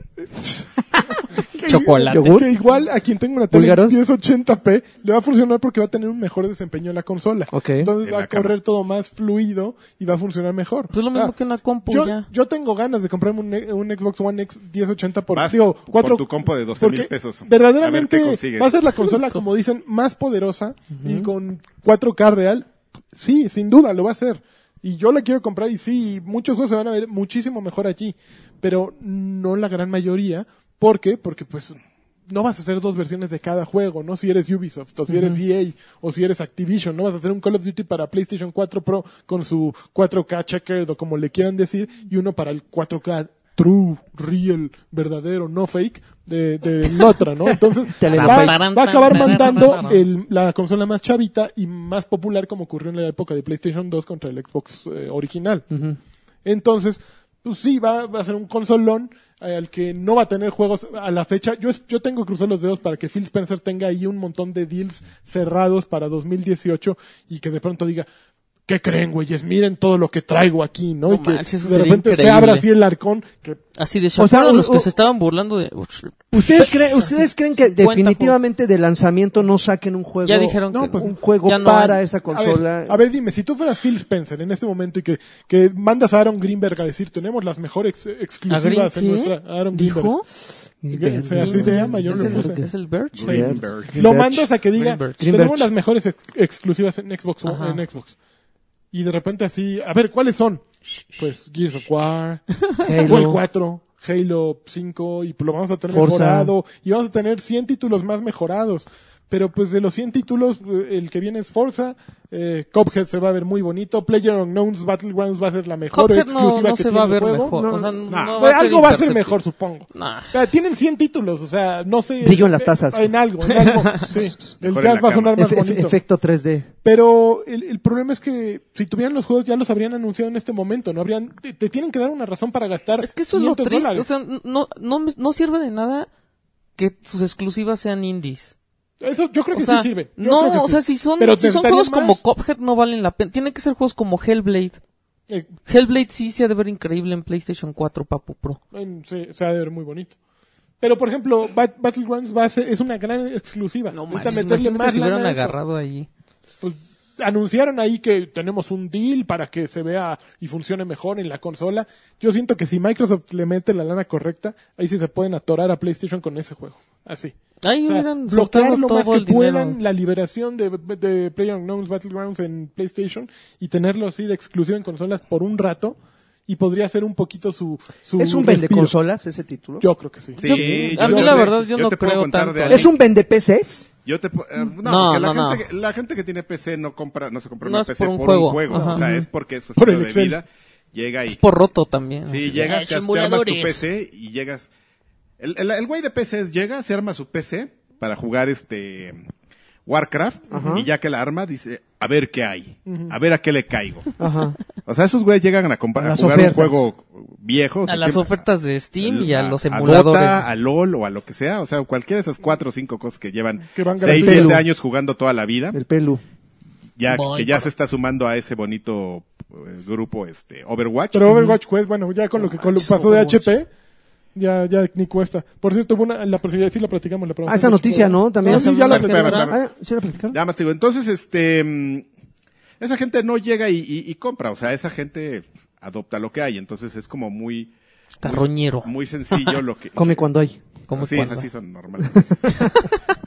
Speaker 3: Chocolate.
Speaker 1: Yogur.
Speaker 2: Que igual a quien tenga una tele
Speaker 1: ¿Búlgaros?
Speaker 2: 1080p le va a funcionar porque va a tener un mejor desempeño en la consola.
Speaker 1: Ok.
Speaker 2: Entonces
Speaker 5: En
Speaker 2: va
Speaker 5: la
Speaker 2: a correr todo más fluido y va a funcionar mejor. Ah,
Speaker 3: Pues es lo mismo que una compu
Speaker 2: yo,
Speaker 3: ya.
Speaker 2: yo tengo ganas de comprarme un, e- un Xbox One X 1080 por,
Speaker 5: Vas
Speaker 2: digo,
Speaker 5: por
Speaker 2: cuatro-
Speaker 5: tu compo de 12,000
Speaker 2: porque
Speaker 5: pesos. A
Speaker 2: Verdaderamente
Speaker 5: ver qué consigues.
Speaker 2: va a ser la consola, como dicen, más poderosa y con 4K real. Sí, sin duda lo va a hacer. Y yo la quiero comprar y sí, muchos juegos se van a ver muchísimo mejor allí, pero no la gran mayoría. ¿Por qué? Porque pues no vas a hacer dos versiones de cada juego, ¿no? Si eres Ubisoft, o si eres EA, o si eres Activision, no vas a hacer un Call of Duty para PlayStation 4 Pro con su 4K checkered o como le quieran decir, y uno para el 4K true, real, verdadero, no fake, de, de la otra, ¿no? Entonces, va,
Speaker 3: Telenofake.
Speaker 2: va a acabar mandando el- la consola más chavita y más popular como ocurrió en la época de PlayStation 2 contra el Xbox eh, original. Entonces, pues sí, va, va a ser un consolón eh, al que no va a tener juegos a la fecha. Yo, es- yo tengo que cruzar los dedos para que Phil Spencer tenga ahí un montón de deals cerrados para 2018 y que de pronto diga, ¿qué creen, güeyes? Miren todo lo que traigo aquí, ¿no?
Speaker 3: No
Speaker 2: y que
Speaker 3: manches, eso
Speaker 2: de
Speaker 3: sería
Speaker 2: repente se
Speaker 3: increíble.
Speaker 2: abra así el arcón, que
Speaker 3: Así de
Speaker 1: O sea,
Speaker 3: chaparro,
Speaker 1: u-
Speaker 3: los que
Speaker 1: u-
Speaker 3: se estaban burlando de...
Speaker 1: ¿Ustedes, creen- ¿ustedes creen que
Speaker 3: 50
Speaker 1: definitivamente de lanzamiento no saquen un juego,
Speaker 3: Ya dijeron
Speaker 2: No,
Speaker 3: que...
Speaker 2: pues,
Speaker 1: un juego
Speaker 3: ya no
Speaker 1: para
Speaker 3: hay.
Speaker 1: esa
Speaker 2: A ver,
Speaker 1: consola?
Speaker 2: A ver, dime, si tú fueras Phil Spencer en este momento y que, que mandas a Aaron Greenberg a decir, tenemos las mejores ex-
Speaker 3: ¿A Green
Speaker 2: exclusivas en
Speaker 3: qué?
Speaker 2: nuestra. Aaron
Speaker 3: ¿Dijo?
Speaker 2: Greenberg. Que- así se llama, yo
Speaker 3: ¿Es
Speaker 2: no lo
Speaker 3: el,
Speaker 2: puse.
Speaker 3: es el Birch?
Speaker 5: Greenberg.
Speaker 2: Lo mandas a que diga,
Speaker 3: Greenberg.
Speaker 2: tenemos
Speaker 1: Greenberg.
Speaker 2: las mejores ex- exclusivas en Xbox,
Speaker 3: Ajá.
Speaker 2: en Xbox. Y de repente así, a ver, ¿cuáles son? Pues Gears of War, Halo 4, Halo 5, y lo vamos a tener
Speaker 1: Forza.
Speaker 2: mejorado, y vamos a tener 100 títulos más mejorados. Pero pues de los 100 títulos, eh, el que viene es Forza, eh, Cuphead se va a ver muy bonito, Player Unknown's Battlegrounds va a ser la mejor
Speaker 3: Cuphead no,
Speaker 2: exclusiva
Speaker 3: no
Speaker 2: que
Speaker 3: se
Speaker 2: tiene
Speaker 3: va a
Speaker 2: el
Speaker 3: ver
Speaker 2: juego.
Speaker 3: mejor.
Speaker 2: No,
Speaker 3: o sea, no, no
Speaker 2: pues,
Speaker 3: va a
Speaker 2: algo va a ser
Speaker 3: imperceptible.
Speaker 2: mejor, supongo.
Speaker 3: Nah.
Speaker 2: O sea, tienen 100 títulos, o sea, no sé.
Speaker 1: Brillo en las tazas.
Speaker 2: En algo, en algo. Sí, el
Speaker 5: Mejor en
Speaker 2: jazz
Speaker 5: la
Speaker 2: va a sonar
Speaker 5: cama.
Speaker 2: más
Speaker 1: Efe- efe-
Speaker 2: bonito.
Speaker 1: efecto 3D.
Speaker 2: Pero el, el problema es que si tuvieran los juegos ya los habrían anunciado en este momento, no habrían. Te, te tienen que dar una razón para gastar.
Speaker 3: Es que eso es lo
Speaker 2: 500
Speaker 3: triste.
Speaker 2: dólares.
Speaker 3: O sea, no, no, me- no sirve de nada que sus exclusivas sean indies.
Speaker 2: Eso yo creo
Speaker 3: O
Speaker 2: que
Speaker 3: sea,
Speaker 2: sí sirve. Yo creo que
Speaker 3: no, o
Speaker 2: sí.
Speaker 3: sea, si son,
Speaker 2: Pero
Speaker 3: si son
Speaker 2: necesitarían
Speaker 3: juegos como
Speaker 2: más.
Speaker 3: Cuphead no valen la pena. Tienen que ser juegos como Hellblade.
Speaker 2: Eh,
Speaker 3: Hellblade sí se ha de ver increíble en PlayStation 4, Papu Pro.
Speaker 2: en- se, se ha de ver muy bonito. Pero por ejemplo, Bat- Battlegrounds va a ser, es una gran exclusiva.
Speaker 3: No
Speaker 2: Necesitan
Speaker 3: manches,
Speaker 2: meterle
Speaker 3: imagínate
Speaker 2: más
Speaker 3: si hubieran
Speaker 2: lana a eso.
Speaker 3: agarrado ahí.
Speaker 2: pues, anunciaron ahí que tenemos un deal para que se vea y funcione mejor en la consola. Yo siento que si Microsoft le mete la lana correcta, ahí sí se pueden atorar a PlayStation con ese juego. Así.
Speaker 3: Ahí
Speaker 2: O sea,
Speaker 3: hubieran
Speaker 2: bloquear
Speaker 3: soltado
Speaker 2: lo
Speaker 3: todo
Speaker 2: más que
Speaker 3: el dinero.
Speaker 2: puedan la liberación de, de PlayerUnknown's Battlegrounds en PlayStation y tenerlo así de exclusivo en consolas por un rato y podría ser un poquito su, su
Speaker 1: ¿Es un vende
Speaker 2: respiro.
Speaker 1: consolas ese título?
Speaker 2: Yo creo que sí.
Speaker 5: Sí,
Speaker 3: Yo-
Speaker 5: yo
Speaker 3: a mí
Speaker 5: creo
Speaker 3: la
Speaker 5: que-
Speaker 3: verdad yo no
Speaker 5: te puedo
Speaker 3: creo
Speaker 5: contar
Speaker 3: tanto.
Speaker 5: de alguien-
Speaker 1: ¿Es un vende PCs?
Speaker 5: Yo te pu- eh, no,
Speaker 3: No,
Speaker 5: porque la,
Speaker 3: no,
Speaker 5: gente, Que, la gente que tiene PC no compra, no se compra
Speaker 3: No
Speaker 5: una
Speaker 3: es por
Speaker 5: PC por
Speaker 3: un
Speaker 5: un
Speaker 3: juego.
Speaker 5: juego.
Speaker 3: Ajá.
Speaker 5: O sea, es porque es su
Speaker 2: Por
Speaker 5: estilo
Speaker 2: el
Speaker 5: de
Speaker 2: Excel.
Speaker 5: vida. Llega y
Speaker 3: Es por roto también.
Speaker 5: Sí,
Speaker 3: así.
Speaker 5: llegas, te, te armas tu
Speaker 3: simuladores.
Speaker 5: PC y llegas. El, el, el güey de PC es, llega, se arma su PC para jugar este Warcraft y ya que la arma dice, a ver qué hay, a ver a qué le caigo.
Speaker 1: Ajá.
Speaker 5: O sea, esos güeyes llegan a, comprar
Speaker 1: A
Speaker 5: a
Speaker 1: las
Speaker 5: jugar
Speaker 1: ofertas.
Speaker 5: un juego viejo. o sea,
Speaker 3: A las
Speaker 5: siempre-
Speaker 3: ofertas de Steam y a los
Speaker 5: Dota,
Speaker 3: emuladores.
Speaker 5: a LOL o a lo que sea. O sea, cualquiera de esas cuatro o cinco cosas que llevan
Speaker 2: Que van
Speaker 5: seis,
Speaker 2: gratuito.
Speaker 5: siete años jugando toda la vida.
Speaker 1: El pelu.
Speaker 5: Ya,
Speaker 3: Voy.
Speaker 5: que ya se está sumando a ese bonito eh, grupo este Overwatch.
Speaker 2: Pero Overwatch Quest, bueno, ya con lo que con
Speaker 1: Ah,
Speaker 2: lo que
Speaker 3: manches,
Speaker 2: pasó de
Speaker 3: Overwatch.
Speaker 2: HP, ya, ya ni cuesta. Por cierto, hubo una, la, sí, sí la platicamos. La
Speaker 1: Ah, esa noticia, ¿no? También.
Speaker 2: No, sí, ya la
Speaker 3: Espera,
Speaker 2: platicamos.
Speaker 5: espera, espera.
Speaker 1: Ah, ¿sí la platicaron?
Speaker 5: Nada más te digo, entonces, este, mm, esa gente no llega y, y- y compra, o sea, esa gente adopta lo que hay, entonces es como muy...
Speaker 3: Carroñero.
Speaker 5: Muy, muy sencillo lo que...
Speaker 1: Come cuando hay.
Speaker 3: Como
Speaker 5: sí,
Speaker 3: cuando-
Speaker 5: así son normales.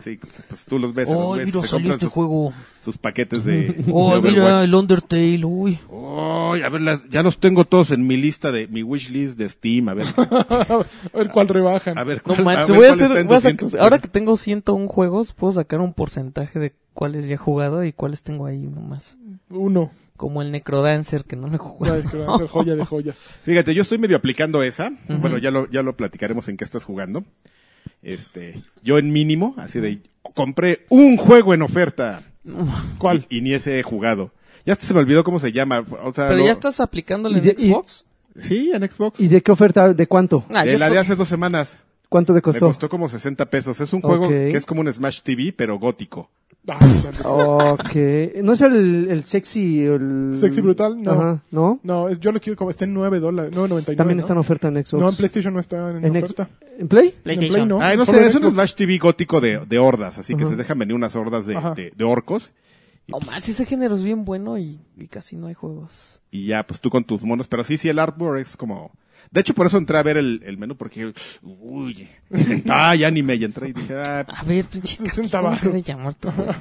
Speaker 5: Sí, pues tú los ves. a los
Speaker 3: Oh,
Speaker 5: güeyes que
Speaker 3: mira,
Speaker 5: se
Speaker 3: salió
Speaker 5: compran
Speaker 3: este
Speaker 5: sus,
Speaker 3: juego.
Speaker 5: sus paquetes de, de
Speaker 3: Oh,
Speaker 5: Overwatch.
Speaker 3: mira, el Undertale, uy.
Speaker 5: Ay, a ver, las- ya los tengo todos en mi lista de mi wish list de Steam. A ver,
Speaker 2: a ver cuál rebajan.
Speaker 5: a ver,
Speaker 3: No
Speaker 5: cuál-
Speaker 3: manches,
Speaker 5: a ver
Speaker 3: voy a
Speaker 5: cuál
Speaker 3: hacer,
Speaker 5: está en
Speaker 3: voy a sacar-
Speaker 5: 200
Speaker 3: ahora
Speaker 5: pesos.
Speaker 3: que tengo 101 juegos, puedo sacar un porcentaje de cuáles ya he jugado y cuáles tengo ahí nomás.
Speaker 2: Uno.
Speaker 3: Como el Necrodancer, que no lo he jugado.
Speaker 2: Ay, que van a ser joya de joyas.
Speaker 5: Fíjate, yo estoy medio aplicando esa. Bueno, ya lo, ya lo platicaremos en qué estás jugando. Este, yo en mínimo, así de, compré un juego en oferta.
Speaker 2: ¿Cuál?
Speaker 5: Y ni ese he jugado. Ya hasta se me olvidó cómo se llama. O sea,
Speaker 3: Pero
Speaker 5: lo-
Speaker 3: ya estás aplicándole en
Speaker 1: Y de- y-
Speaker 3: Xbox.
Speaker 5: Sí, en Xbox.
Speaker 1: ¿Y de qué oferta? ¿De cuánto?
Speaker 3: Ah,
Speaker 5: de
Speaker 3: yo
Speaker 5: eh, la
Speaker 3: creo-
Speaker 5: de hace dos semanas.
Speaker 1: ¿Cuánto te
Speaker 5: Me
Speaker 1: costó?
Speaker 5: costó como 60 pesos. Es un juego
Speaker 1: Ok.
Speaker 5: que es como un Smash TV, pero gótico.
Speaker 2: Ah, sandra.
Speaker 1: Ok. ¿No es el, el sexy? El...
Speaker 2: ¿Sexy brutal? No.
Speaker 1: Ajá, ¿no?
Speaker 2: No, es- yo lo quiero como está en 9 dólares, 9.99.
Speaker 1: También
Speaker 2: ¿no?
Speaker 1: está en oferta en Xbox.
Speaker 2: No, en PlayStation no está en,
Speaker 1: ¿En, ex-
Speaker 2: oferta.
Speaker 1: ¿en Play?
Speaker 2: En Play no.
Speaker 5: Ay, no
Speaker 2: solo
Speaker 5: sé,
Speaker 2: en
Speaker 5: es un
Speaker 2: Xbox.
Speaker 5: Smash TV gótico de, de hordas, así que
Speaker 1: Ajá.
Speaker 5: se dejan venir unas hordas de,
Speaker 2: Ajá.
Speaker 5: de- de orcos.
Speaker 3: No manches, ese género es bien bueno y, y casi no hay juegos.
Speaker 5: Y ya, pues tú con tus monos. Pero sí, sí, el artwork es como... De hecho, por eso entré a ver el, el menú, porque... Uy, "Ah, hentai, anime, y entré y dije... ah,
Speaker 3: A ver, pinche
Speaker 2: Es un
Speaker 3: Kaki, ¿cómo
Speaker 2: tabaco.
Speaker 3: se debe llamar tu juego?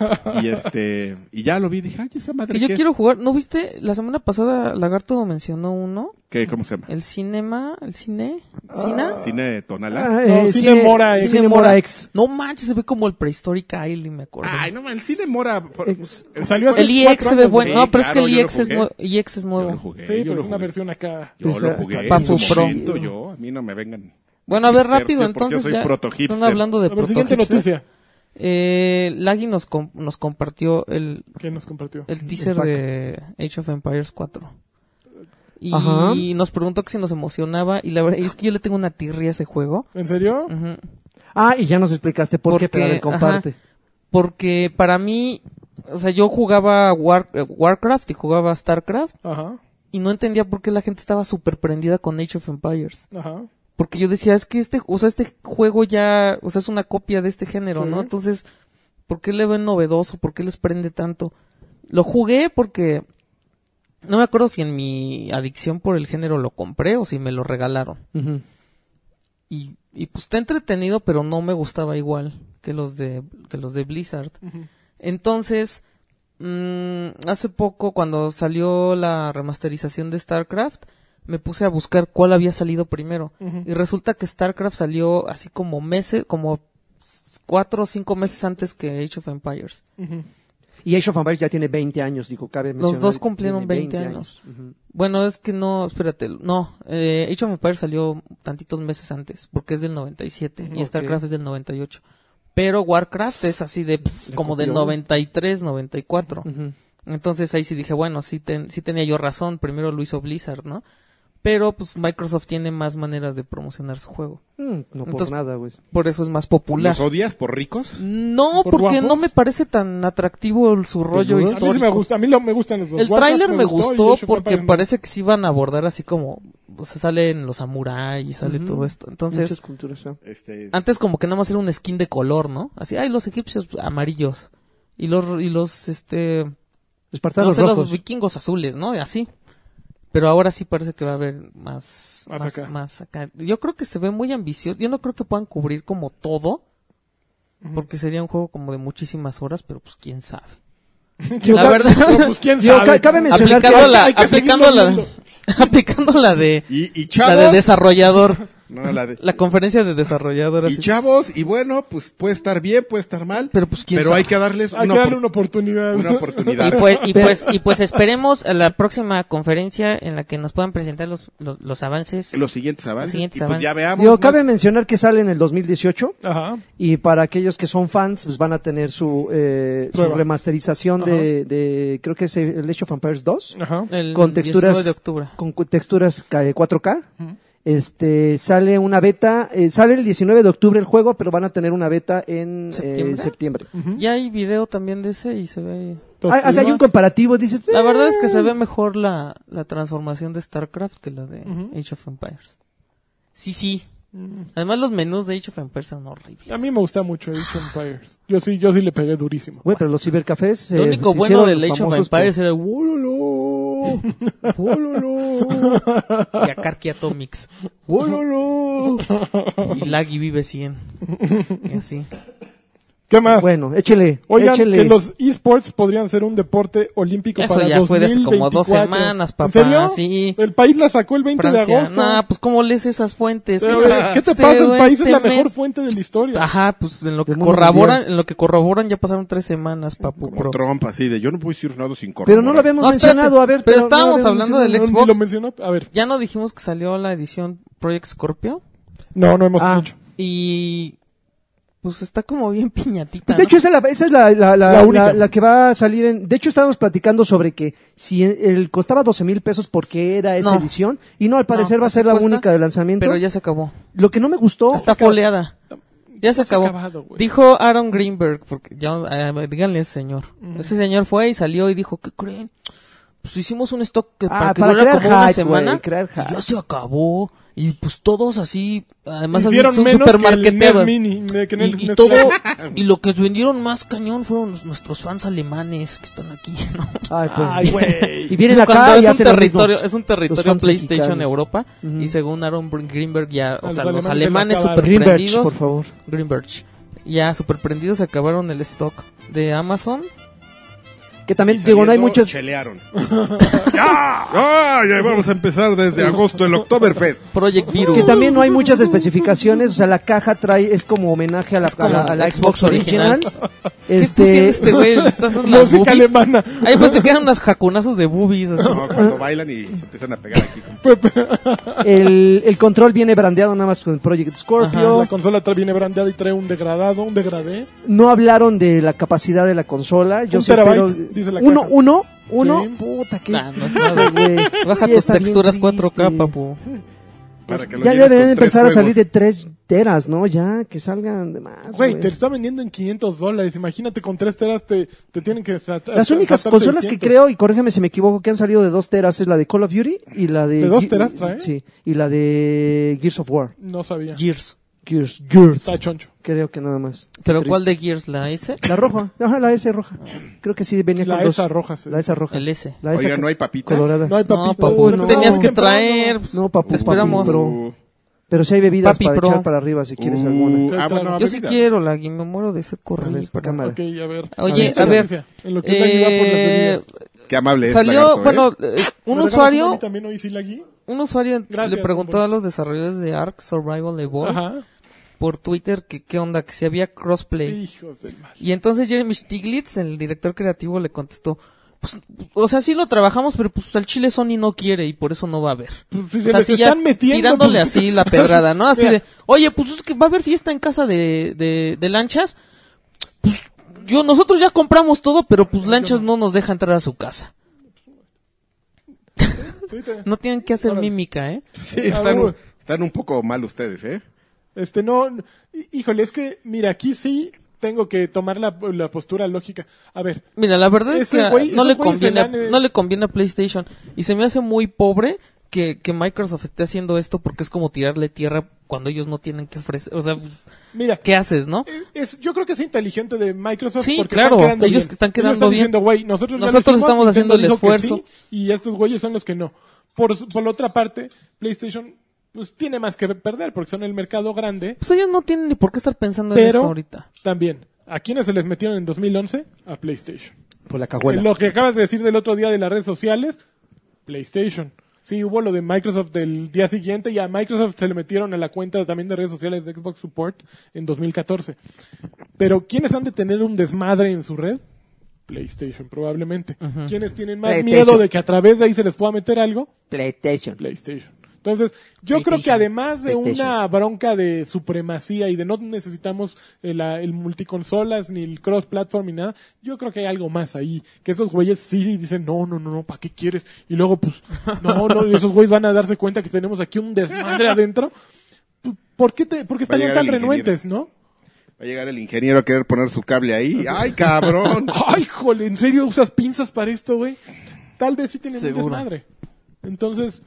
Speaker 5: y este... Y ya lo vi, dije, ay, esa madre
Speaker 3: Que yo
Speaker 5: ¿qué?
Speaker 3: quiero jugar. ¿No viste? La semana pasada Lagarto mencionó uno.
Speaker 5: ¿Qué, ¿Cómo se llama?
Speaker 3: El cinema, el cine,
Speaker 5: Ah,
Speaker 3: ¿Cina?
Speaker 5: Cine Tonalá.
Speaker 1: Ah,
Speaker 2: No, Cine Mora X.
Speaker 1: Cine Mora X.
Speaker 3: No manches, se ve como el prehistoric Island, me acuerdo.
Speaker 5: Ay, no, el cine mora. por- pues,
Speaker 1: Ex-
Speaker 2: Salió hace
Speaker 3: el IX
Speaker 2: cuatro
Speaker 3: se ve
Speaker 2: años.
Speaker 3: bueno.
Speaker 5: Sí,
Speaker 3: no, pero es que
Speaker 5: claro,
Speaker 3: el
Speaker 5: yo lo
Speaker 3: IX es,
Speaker 5: jugué.
Speaker 3: nue- IX es
Speaker 5: Yo lo
Speaker 3: nuevo.
Speaker 5: jugué.
Speaker 2: Sí,
Speaker 5: yo
Speaker 2: pero
Speaker 5: lo
Speaker 2: es una
Speaker 5: jugué.
Speaker 2: versión acá.
Speaker 5: Yo
Speaker 1: Está-
Speaker 5: lo
Speaker 1: está
Speaker 5: jugué.
Speaker 3: Papu
Speaker 5: en su
Speaker 3: Pues, Pro.
Speaker 5: momento, yo, a mí no me vengan.
Speaker 3: Bueno, a ver
Speaker 5: hipsters,
Speaker 3: rápido,
Speaker 5: sí, porque
Speaker 3: entonces
Speaker 5: Yo
Speaker 3: ya.
Speaker 5: soy proto
Speaker 3: están hablando de
Speaker 2: A ver, siguiente
Speaker 3: proto-hipster.
Speaker 2: noticia
Speaker 3: Eh, Laggy nos, com- nos compartió el,
Speaker 2: que nos compartió.
Speaker 3: el teaser
Speaker 1: pack.
Speaker 3: de Age of Empires 4. Y
Speaker 1: Ajá.
Speaker 3: nos preguntó que si nos emocionaba. Y la verdad es que yo le tengo una tirria a ese juego.
Speaker 2: ¿En serio?
Speaker 3: Ujú.
Speaker 1: Ah, y ya nos explicaste por qué,
Speaker 3: Porque-
Speaker 1: pero a ver, comparte.
Speaker 3: Porque para mí, o sea, yo jugaba War- eh, Warcraft y jugaba StarCraft.
Speaker 2: Ajá.
Speaker 3: Y no entendía por qué la gente estaba súper prendida con Age of Empires.
Speaker 2: Ajá.
Speaker 3: Porque yo decía, es que este, o sea, este juego ya, o sea, es una copia de este género, ¿no?
Speaker 2: Sí.
Speaker 3: Entonces, ¿por qué le ven novedoso? ¿Por qué les prende tanto? Lo jugué porque no me acuerdo si en mi adicción por el género lo compré o si me lo regalaron.
Speaker 1: Ujú.
Speaker 3: Y, y pues está entretenido, pero no me gustaba igual que los de, que los de Blizzard.
Speaker 2: Ujú.
Speaker 3: Entonces, mm, hace poco cuando salió la remasterización de StarCraft, me puse a buscar cuál había salido primero.
Speaker 2: Ujú.
Speaker 3: Y resulta que StarCraft salió así como meses, como cuatro o cinco meses antes que Age of Empires.
Speaker 2: Ujú.
Speaker 1: Y Age of Empires ya tiene 20 años, digo, cabe mencionar.
Speaker 3: dos
Speaker 1: que
Speaker 3: cumplieron
Speaker 1: tiene
Speaker 3: 20 Bueno, es que no, espérate, no, eh, Age of Empires salió tantitos meses antes, porque es del 97
Speaker 1: Ujú,
Speaker 3: y
Speaker 1: ok.
Speaker 3: StarCraft es del 98. Pero Warcraft es así de, pf,
Speaker 1: Le
Speaker 3: como del
Speaker 1: copió.
Speaker 3: 93, 94.
Speaker 1: Ujú. Ujú.
Speaker 3: Entonces ahí sí dije, bueno, sí, ten- sí tenía yo razón, primero lo hizo Blizzard, ¿no? Pero pues Microsoft tiene más maneras de promocionar su juego.
Speaker 1: Mm, no por
Speaker 3: Entonces-
Speaker 1: nada, güey.
Speaker 3: Por eso es más popular.
Speaker 5: ¿Los odias por ricos?
Speaker 3: No,
Speaker 2: ¿Por
Speaker 3: porque
Speaker 2: guapos? Pues
Speaker 3: no me parece tan atractivo el- su rollo
Speaker 1: ¿Peludos?
Speaker 2: A mí sí
Speaker 3: histórico.
Speaker 2: me gusta, a mí lo- me gustan los dos.
Speaker 3: el
Speaker 2: Warcraft
Speaker 3: tráiler me
Speaker 2: y
Speaker 3: gustó
Speaker 2: Age of
Speaker 3: porque
Speaker 2: Empires no.
Speaker 3: parece que se iban a abordar así como, o sea, salen los samuráis y sale
Speaker 1: Ujú.
Speaker 3: todo esto.
Speaker 1: Muchas
Speaker 3: Entonces,
Speaker 1: culturas. ¿no?
Speaker 5: Este,
Speaker 3: antes como que nada más era un skin de color, ¿no? Así, ay, los egipcios amarillos y los y los este no
Speaker 1: Espartanos
Speaker 3: sé, los
Speaker 1: rojos.
Speaker 3: vikingos azules, ¿no? Y así. Pero ahora sí parece que va a haber más
Speaker 2: Más
Speaker 3: más,
Speaker 2: acá.
Speaker 3: más acá. Yo creo que se ve muy ambicioso. Yo no creo que puedan cubrir como todo,
Speaker 2: Ujú.
Speaker 3: porque sería un juego como de muchísimas horas, pero pues quién sabe.
Speaker 2: Digo,
Speaker 3: la verdad-
Speaker 2: pero, pues, ¿quién
Speaker 1: Digo,
Speaker 2: sabe?
Speaker 1: ca- cabe mencionar que-
Speaker 3: aplicando la,
Speaker 2: hay que
Speaker 3: aplicando
Speaker 2: seguirlo
Speaker 3: la, aplicando la de,
Speaker 5: y, y
Speaker 3: la
Speaker 5: chavos.
Speaker 3: de desarrollador,
Speaker 5: No, la de-
Speaker 3: la conferencia de desarrolladoras.
Speaker 5: y chavos, y bueno, pues puede estar bien, puede estar mal.
Speaker 3: Pero, pues, ¿quién
Speaker 5: pero
Speaker 3: sabe?
Speaker 5: hay que darles
Speaker 2: Hay
Speaker 5: una,
Speaker 2: que darle
Speaker 5: opor-
Speaker 2: una oportunidad.
Speaker 5: una
Speaker 3: Y
Speaker 5: oportunidad.
Speaker 3: pues, y pues, y pues esperemos a la próxima conferencia en la que nos puedan presentar los, los, los avances.
Speaker 5: Los siguientes avances.
Speaker 3: Los siguientes
Speaker 5: y pues ya
Speaker 3: avances.
Speaker 5: veamos.
Speaker 1: Digo,
Speaker 5: más-
Speaker 1: cabe mencionar que sale en el 2018
Speaker 2: Ajá.
Speaker 1: y para aquellos que son fans, pues van a tener su, eh, su
Speaker 2: Prueba.
Speaker 1: remasterización de, de, creo que es el Age of Empires 2,
Speaker 2: Ajá.
Speaker 3: El
Speaker 1: con
Speaker 3: 19
Speaker 1: texturas,
Speaker 3: de octubre.
Speaker 1: con cu- texturas ca- 4K.
Speaker 2: Ujú.
Speaker 1: Este, sale una beta, eh, sale el 19 de octubre el juego, pero van a tener una beta en eh,
Speaker 3: ¿Septiembre?
Speaker 1: septiembre.
Speaker 3: Ya hay video también de ese y se ve.
Speaker 1: Ah, o sea, hay un comparativo, dices.
Speaker 3: La verdad
Speaker 1: "Eh".
Speaker 3: es que se ve mejor la, la transformación de StarCraft que la de
Speaker 2: Ujú. Mm.
Speaker 3: Age of Empires. Sí, sí. Además, los menús de Age of Empires son horribles.
Speaker 2: A mí me gusta mucho Age of Empires. Yo sí, yo sí le pegué durísimo.
Speaker 1: Güey, pero los cibercafés.
Speaker 3: Lo
Speaker 1: eh,
Speaker 3: único
Speaker 1: se
Speaker 3: bueno
Speaker 1: hicieron
Speaker 3: del Age of
Speaker 1: famosos
Speaker 3: Empires
Speaker 1: por-
Speaker 3: era el "Wololo, wololo", y Akarki Atomics. wololo, Y Laggy vive 100. Y así.
Speaker 2: ¿Qué más?
Speaker 1: Bueno, échele.
Speaker 2: Oigan,
Speaker 1: échele.
Speaker 2: que los esports podrían ser un deporte olímpico
Speaker 3: Eso
Speaker 2: para
Speaker 3: ya fue de hace como dos
Speaker 2: 2024.
Speaker 3: semanas, papá,
Speaker 2: ¿En serio?
Speaker 3: sí.
Speaker 2: El país la sacó el 20 de
Speaker 3: Francia.
Speaker 2: agosto.
Speaker 3: Nah, pues cómo lees esas fuentes.
Speaker 2: Pero,
Speaker 3: ¿Qué
Speaker 2: eh,
Speaker 3: pasa?
Speaker 2: ¿Qué te
Speaker 3: Este
Speaker 2: pasa? El
Speaker 3: güey,
Speaker 2: país
Speaker 3: este
Speaker 2: es la
Speaker 3: men-
Speaker 2: mejor fuente de la historia.
Speaker 3: Ajá, pues en lo que
Speaker 1: Del mundo
Speaker 3: corroboran,
Speaker 1: mundial.
Speaker 3: en lo que corroboran ya pasaron tres semanas, papu.
Speaker 5: Como
Speaker 3: pro.
Speaker 5: Trump, así de yo no puedo decir nada sin corroborar.
Speaker 1: Pero no lo habíamos
Speaker 3: No, espérate,
Speaker 1: mencionado, a ver.
Speaker 3: pero estábamos hablando del
Speaker 2: No, ni
Speaker 3: Xbox.
Speaker 2: lo mencionó. A ver,
Speaker 3: Ya no dijimos que salió la edición Project Scorpio
Speaker 2: no, no hemos
Speaker 1: Ah.
Speaker 2: dicho.
Speaker 3: y pues está como bien piñatita.
Speaker 1: Pues, De
Speaker 3: ¿no?
Speaker 1: hecho, esa es, la, esa es la, la, la-
Speaker 2: La única.
Speaker 1: la- la que va a salir en... De hecho, estábamos platicando sobre que si el costaba 12 mil pesos porque era esa
Speaker 3: No.
Speaker 1: edición, y no, al parecer
Speaker 3: No,
Speaker 1: va a ser la
Speaker 3: cuesta,
Speaker 1: única de lanzamiento.
Speaker 3: pero ya se acabó.
Speaker 1: Lo que no me gustó...
Speaker 3: Está foleada. Ya se
Speaker 2: se ha
Speaker 3: acabó.
Speaker 2: acabado, güey.
Speaker 3: dijo Aaron Greenberg, porque ya eh, díganle a ese señor. Ese señor fue y salió y dijo, ¿qué creen? Pues hicimos un stock que para
Speaker 1: Ah,
Speaker 3: que
Speaker 1: para
Speaker 3: durara
Speaker 1: crear
Speaker 3: como una
Speaker 1: hype,
Speaker 3: semana
Speaker 1: güey, crear
Speaker 3: y ya
Speaker 1: hype.
Speaker 3: se acabó y pues todos así, además así
Speaker 2: Hicieron
Speaker 3: es un
Speaker 2: menos que el NES
Speaker 3: supermarketero.
Speaker 2: Mini. eh, que en el
Speaker 3: Y, y
Speaker 2: NES
Speaker 3: todo,
Speaker 2: Classic.
Speaker 3: y lo que vendieron más cañón fueron los- nuestros fans alemanes que están aquí, ¿no?
Speaker 1: Ay, pues.
Speaker 2: Ay, güey.
Speaker 1: y vienen
Speaker 3: Cuando
Speaker 1: acá y
Speaker 3: es un
Speaker 1: hacen lo mismo.
Speaker 3: territorio, es un
Speaker 1: Los
Speaker 3: territorio
Speaker 1: fans
Speaker 3: PlayStation
Speaker 1: mexicanos.
Speaker 3: Europa
Speaker 1: Ujú.
Speaker 3: y según Aaron Br- Greenberg
Speaker 2: A
Speaker 3: ya, o
Speaker 2: los
Speaker 3: sea,
Speaker 2: alemanes
Speaker 3: los
Speaker 2: se lo
Speaker 3: alemanes
Speaker 2: acabaron.
Speaker 3: super
Speaker 1: Greenberg,
Speaker 3: prendidos,
Speaker 1: por favor.
Speaker 3: Greenberg, ya super prendidos acabaron el stock de Amazon.
Speaker 1: Que
Speaker 5: Y
Speaker 1: también,
Speaker 5: saliendo,
Speaker 1: digo, no hay muchas...
Speaker 5: Chelearon. ¡Ya! ¡Ya! Vamos a empezar desde agosto el Oktoberfest.
Speaker 3: Project Virus.
Speaker 1: Que también no hay muchas especificaciones, o sea, la caja trae, es como homenaje a la, a la- a la Xbox original.
Speaker 3: ¿Qué está
Speaker 1: Este,
Speaker 3: haciendo este güey? ¿Le estás dando las
Speaker 2: Música
Speaker 3: boobies?
Speaker 2: alemana.
Speaker 3: Ahí pues se quedan unas jacunazos de boobies. así.
Speaker 5: No, cuando bailan y se empiezan a pegar aquí. con-
Speaker 1: el, el control viene brandeado nada más con Project Scorpio.
Speaker 2: La consola trae- viene brandeada y trae un degradado, un degradé.
Speaker 1: No hablaron de la capacidad de la consola. Yo
Speaker 2: Un
Speaker 1: sí espero-
Speaker 2: terabyte, dice la
Speaker 1: uno,
Speaker 2: caja.
Speaker 1: uno, uno.
Speaker 2: Sí.
Speaker 1: Puta, qué
Speaker 3: Nah, no es
Speaker 1: padre,
Speaker 3: nada.
Speaker 1: güey.
Speaker 3: Baja
Speaker 1: Sí,
Speaker 3: tus
Speaker 1: está bien
Speaker 3: texturas
Speaker 1: triste.
Speaker 3: 4K, papu.
Speaker 5: para que lo
Speaker 1: Pues Ya
Speaker 5: llenes
Speaker 1: deben
Speaker 5: con tres
Speaker 1: empezar a salir
Speaker 5: juegos.
Speaker 1: de 3 teras, ¿no? Ya, que salgan de más.
Speaker 2: Güey,
Speaker 1: güey.
Speaker 2: te está vendiendo en 500 dólares. Imagínate, con 3 teras te, te tienen que... sa-
Speaker 1: Las
Speaker 2: sa-
Speaker 1: únicas
Speaker 2: saltar
Speaker 1: consolas que
Speaker 2: 600.
Speaker 1: creo, y corrígeme si me equivoco, que han salido de 2 teras es la de Call of Duty y la de.
Speaker 2: ¿De dos
Speaker 1: Ge-
Speaker 2: teras trae?
Speaker 1: Sí, y la de Gears of War.
Speaker 2: No sabía.
Speaker 3: Gears.
Speaker 1: Gears, Gears.
Speaker 2: Está choncho.
Speaker 1: Creo que nada más. Qué
Speaker 3: ¿Pero
Speaker 1: triste.
Speaker 3: cuál de Gears? ¿La S?
Speaker 1: La roja. Ajá, la S roja. Creo que sí venía
Speaker 2: La
Speaker 1: con dos.
Speaker 2: esa roja, sí.
Speaker 1: La S roja.
Speaker 3: El S.
Speaker 1: La S
Speaker 5: Oiga, ¿no hay papitas?
Speaker 1: colorada.
Speaker 2: No hay
Speaker 3: No,
Speaker 2: papitas.
Speaker 3: papu,
Speaker 1: no,
Speaker 3: tú
Speaker 1: no.
Speaker 3: tenías que
Speaker 2: Temprano.
Speaker 3: traer. pues,
Speaker 1: No, papu,
Speaker 3: te esperamos.
Speaker 1: papi, bro.
Speaker 5: Uh,
Speaker 1: Pero si hay bebidas
Speaker 3: Papi
Speaker 1: para
Speaker 3: Pro.
Speaker 1: echar para arriba si quieres
Speaker 5: uh,
Speaker 1: alguna.
Speaker 5: ah, bueno,
Speaker 3: Yo sí
Speaker 5: bebida.
Speaker 3: quiero la y me muero de ese
Speaker 1: A ver,
Speaker 3: correo.
Speaker 1: cámara.
Speaker 2: Ok, a ver.
Speaker 3: Oye,
Speaker 1: A
Speaker 3: a
Speaker 1: ver,
Speaker 3: ver.
Speaker 2: En lo que es la guía por las
Speaker 3: eh,
Speaker 2: bebidas.
Speaker 5: Qué amable es.
Speaker 3: Salió,
Speaker 5: lagarto, ¿eh?
Speaker 3: bueno, eh, un
Speaker 2: ¿Me regalas uno a
Speaker 3: usuario,
Speaker 2: mí también hoy sí la guía?
Speaker 3: un usuario
Speaker 2: Gracias,
Speaker 3: le preguntó
Speaker 2: Bombón.
Speaker 3: a los desarrolladores de Ark Survival Evolved
Speaker 2: Ajá.
Speaker 3: por Twitter que qué onda, que si había crossplay.
Speaker 2: Hijos del mal.
Speaker 3: Y entonces Jeremy Stiglitz, el director creativo, le contestó, pues, o sea, sí lo trabajamos, pero pues al chile Sony no quiere y por eso no va a haber.
Speaker 2: Pues, si
Speaker 3: O
Speaker 2: se
Speaker 3: sea,
Speaker 2: les
Speaker 3: sí, ya
Speaker 2: están metiendo,
Speaker 3: tirándole
Speaker 2: pues.
Speaker 3: así la pedrada, ¿no? Así
Speaker 2: Mira.
Speaker 3: de, oye, pues es que va a haber fiesta en casa de, de, de lanchas. Pues yo, nosotros ya compramos todo, pero pues lanchas no nos deja entrar a su casa.
Speaker 2: Sí, te-
Speaker 3: No tienen que hacer mímica, ¿eh?
Speaker 5: Sí, están, un- están un poco mal ustedes, ¿eh?
Speaker 2: Este, no, no, hí- híjole, es que, mira, aquí sí tengo que tomar la, la postura lógica. A ver,
Speaker 3: Mira, la verdad es
Speaker 2: Ese
Speaker 3: que
Speaker 2: güey-
Speaker 3: no,
Speaker 2: esos
Speaker 3: le
Speaker 2: güeyes
Speaker 3: conviene,
Speaker 2: se dan, eh.
Speaker 3: no le conviene a PlayStation. Y se me hace muy pobre que, que Microsoft esté haciendo esto porque es como tirarle tierra cuando ellos no tienen que ofrecer. O sea, pues,
Speaker 2: mira,
Speaker 3: ¿qué haces, no?
Speaker 2: eh, es, yo creo que es inteligente de Microsoft
Speaker 3: Sí,
Speaker 2: porque
Speaker 3: claro,
Speaker 2: están quedando
Speaker 3: ellos
Speaker 2: bien.
Speaker 3: que están quedando bien.
Speaker 2: diciendo, güey, nosotros, ya lo
Speaker 3: Nosotros
Speaker 2: hicimos,
Speaker 3: estamos
Speaker 2: Nintendo
Speaker 3: haciendo el
Speaker 2: dijo que sí,
Speaker 3: esfuerzo.
Speaker 2: y estos güeyes son los que no. Por, su- por la otra parte, PlayStation pues tiene más que perder porque son el mercado grande
Speaker 3: Pues ellos no tienen ni por qué estar pensando en esto
Speaker 2: Pero
Speaker 3: ahorita.
Speaker 2: también, ¿a quiénes se les metieron en 2011? A PlayStation. Eh,
Speaker 1: Por la
Speaker 2: Lo que acabas de decir del otro día de las redes sociales, PlayStation. Sí, hubo lo de Microsoft del día siguiente y a Microsoft se le metieron a la cuenta también de redes sociales de Xbox Support en 2014. Pero ¿quiénes han de tener un desmadre en su red? PlayStation, probablemente. ¿Quiénes tienen más
Speaker 1: PlayStation.
Speaker 2: miedo de que a través de ahí se les pueda meter algo?
Speaker 1: PlayStation.
Speaker 2: PlayStation. Entonces, yo creo que
Speaker 3: PlayStation.
Speaker 2: además de
Speaker 1: PlayStation.
Speaker 2: una bronca de supremacía y de no necesitamos el, ah, el multiconsolas ni el cross-platform ni nada, yo creo que hay algo más ahí. Que esos güeyes sí dicen, no, no, no, no, ¿para qué quieres? Y luego, pues, no, no, y esos güeyes van a darse cuenta que tenemos aquí un desmadre adentro. P- ¿Por qué, te, por qué
Speaker 5: Va a
Speaker 2: estarían
Speaker 5: llegar
Speaker 2: tan
Speaker 5: el ingeniero.
Speaker 2: renuentes, no?
Speaker 5: Va a llegar el ingeniero a querer poner su cable ahí. ¡Ay, cabrón!
Speaker 2: Ay, jole, ¿en serio usas pinzas para esto, güey? Tal vez sí tienen
Speaker 3: Seguro.
Speaker 2: un desmadre. Entonces,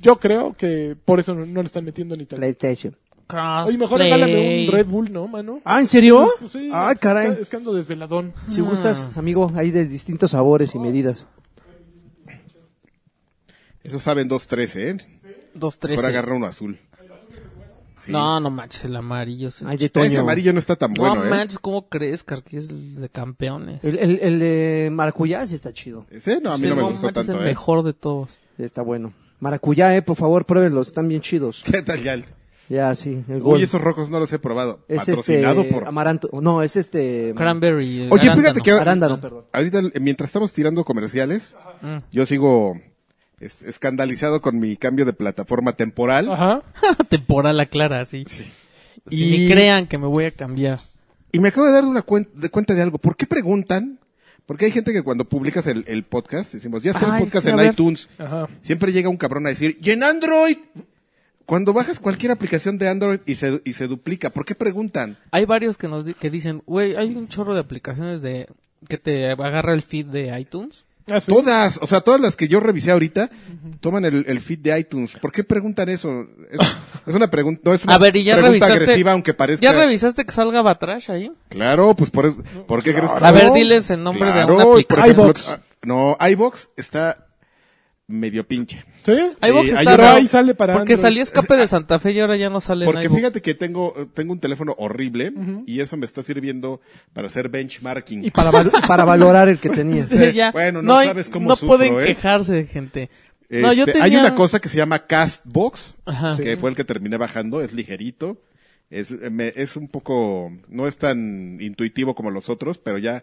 Speaker 2: yo creo que por eso no, no le están metiendo ni tal.
Speaker 1: PlayStation.
Speaker 2: Oye, mejor
Speaker 3: Crossplay.
Speaker 2: regálame un Red Bull, ¿no, mano?
Speaker 1: Ah, ¿en serio?
Speaker 2: Pues sí,
Speaker 1: ah,
Speaker 2: es que-
Speaker 1: caray.
Speaker 2: Es que ando desveladón.
Speaker 1: Si gustas,
Speaker 3: Ah.
Speaker 1: amigo, hay de distintos sabores y
Speaker 5: Ah.
Speaker 1: medidas.
Speaker 5: Eso saben 2-3, ¿eh?
Speaker 3: Dos, tres.
Speaker 5: Ahora
Speaker 3: eh.
Speaker 5: agarra uno azul. Sí.
Speaker 3: No, no manches, el amarillo. es el-
Speaker 1: Ay, de
Speaker 5: Ese
Speaker 1: Toño.
Speaker 5: amarillo no está tan
Speaker 3: no
Speaker 5: bueno, ¿eh?
Speaker 3: manches, ¿cómo crees, Car, que es el de campeones?
Speaker 1: El, el, el de maracuyá sí está chido.
Speaker 5: Ese no, a mí
Speaker 3: Sí,
Speaker 5: no me
Speaker 3: no
Speaker 5: gustó
Speaker 3: manches,
Speaker 5: tanto,
Speaker 3: el
Speaker 5: ¿eh?
Speaker 3: mejor de todos.
Speaker 1: Está bueno. Maracuyá, eh, por favor, pruébenlos. Están bien chidos.
Speaker 5: ¿Qué tal, Yalt?
Speaker 1: Ya, sí. El gol.
Speaker 5: Uy, esos rojos no los he probado.
Speaker 1: es este.
Speaker 5: Patrocinado por...
Speaker 1: Amaranto. No, es este.
Speaker 3: Cranberry. el
Speaker 5: Oye,
Speaker 3: arándano.
Speaker 5: fíjate que
Speaker 1: Arándano, perdón.
Speaker 5: ahorita, eh, mientras estamos tirando comerciales, yo sigo es- escandalizado con mi cambio de plataforma temporal.
Speaker 2: Ajá.
Speaker 3: Temporal aclara, sí.
Speaker 5: Y-
Speaker 3: Y ni crean que me voy a cambiar.
Speaker 5: Y me acabo de dar una cuen- de cuenta de algo. ¿Por qué preguntan? Porque hay gente que cuando publicas el, el podcast, decimos, ya está el
Speaker 3: Ay,
Speaker 5: podcast
Speaker 3: sí, a
Speaker 5: en
Speaker 3: ver.
Speaker 5: iTunes,
Speaker 2: Ajá.
Speaker 5: siempre llega un cabrón a decir, ¡y en Android! Cuando bajas cualquier aplicación de Android y se, y se duplica, ¿por qué preguntan?
Speaker 3: Hay varios que nos di- que dicen, güey, hay un chorro de aplicaciones de que te agarra el feed de iTunes.
Speaker 2: Ah, sí.
Speaker 5: Todas, o sea, todas las que yo revisé ahorita toman el, el feed de iTunes. ¿Por qué preguntan eso? Es, es una pregunta, no es una
Speaker 3: A ver, y ya
Speaker 5: pregunta
Speaker 3: revisaste.
Speaker 5: agresiva, aunque parezca.
Speaker 3: ¿Ya revisaste que salga Batrash ahí?
Speaker 5: Claro, pues por eso, ¿por qué crees que
Speaker 3: A ver, diles el nombre de una
Speaker 5: Claro, y
Speaker 3: aplicación.
Speaker 5: por ejemplo,
Speaker 2: iVox.
Speaker 5: ah, No, iBox está medio pinche.
Speaker 2: ¿Sí?
Speaker 5: Ay,
Speaker 3: iVox
Speaker 5: Sí, hay
Speaker 3: está
Speaker 5: una-
Speaker 3: raro.
Speaker 2: ahí sale para
Speaker 3: porque
Speaker 2: Android.
Speaker 3: salió Escape de Santa Fe y ahora ya no sale en
Speaker 5: Porque
Speaker 3: iVoox.
Speaker 5: fíjate que tengo, tengo un teléfono horrible y eso me está sirviendo para hacer benchmarking.
Speaker 1: Y para, val- para valorar el que tenía.
Speaker 3: Sí, ya.
Speaker 5: Bueno, no
Speaker 3: hay-
Speaker 5: sabes cómo
Speaker 3: No
Speaker 5: sufro,
Speaker 3: pueden
Speaker 5: ¿eh?
Speaker 3: quejarse, gente.
Speaker 5: Este,
Speaker 3: no, yo tenía... Ah.
Speaker 5: Hay una cosa que se llama Castbox,
Speaker 3: Ajá.
Speaker 5: que fue el que terminé bajando, es ligerito, es, eh, me- es un poco, no es tan intuitivo como los otros, pero ya...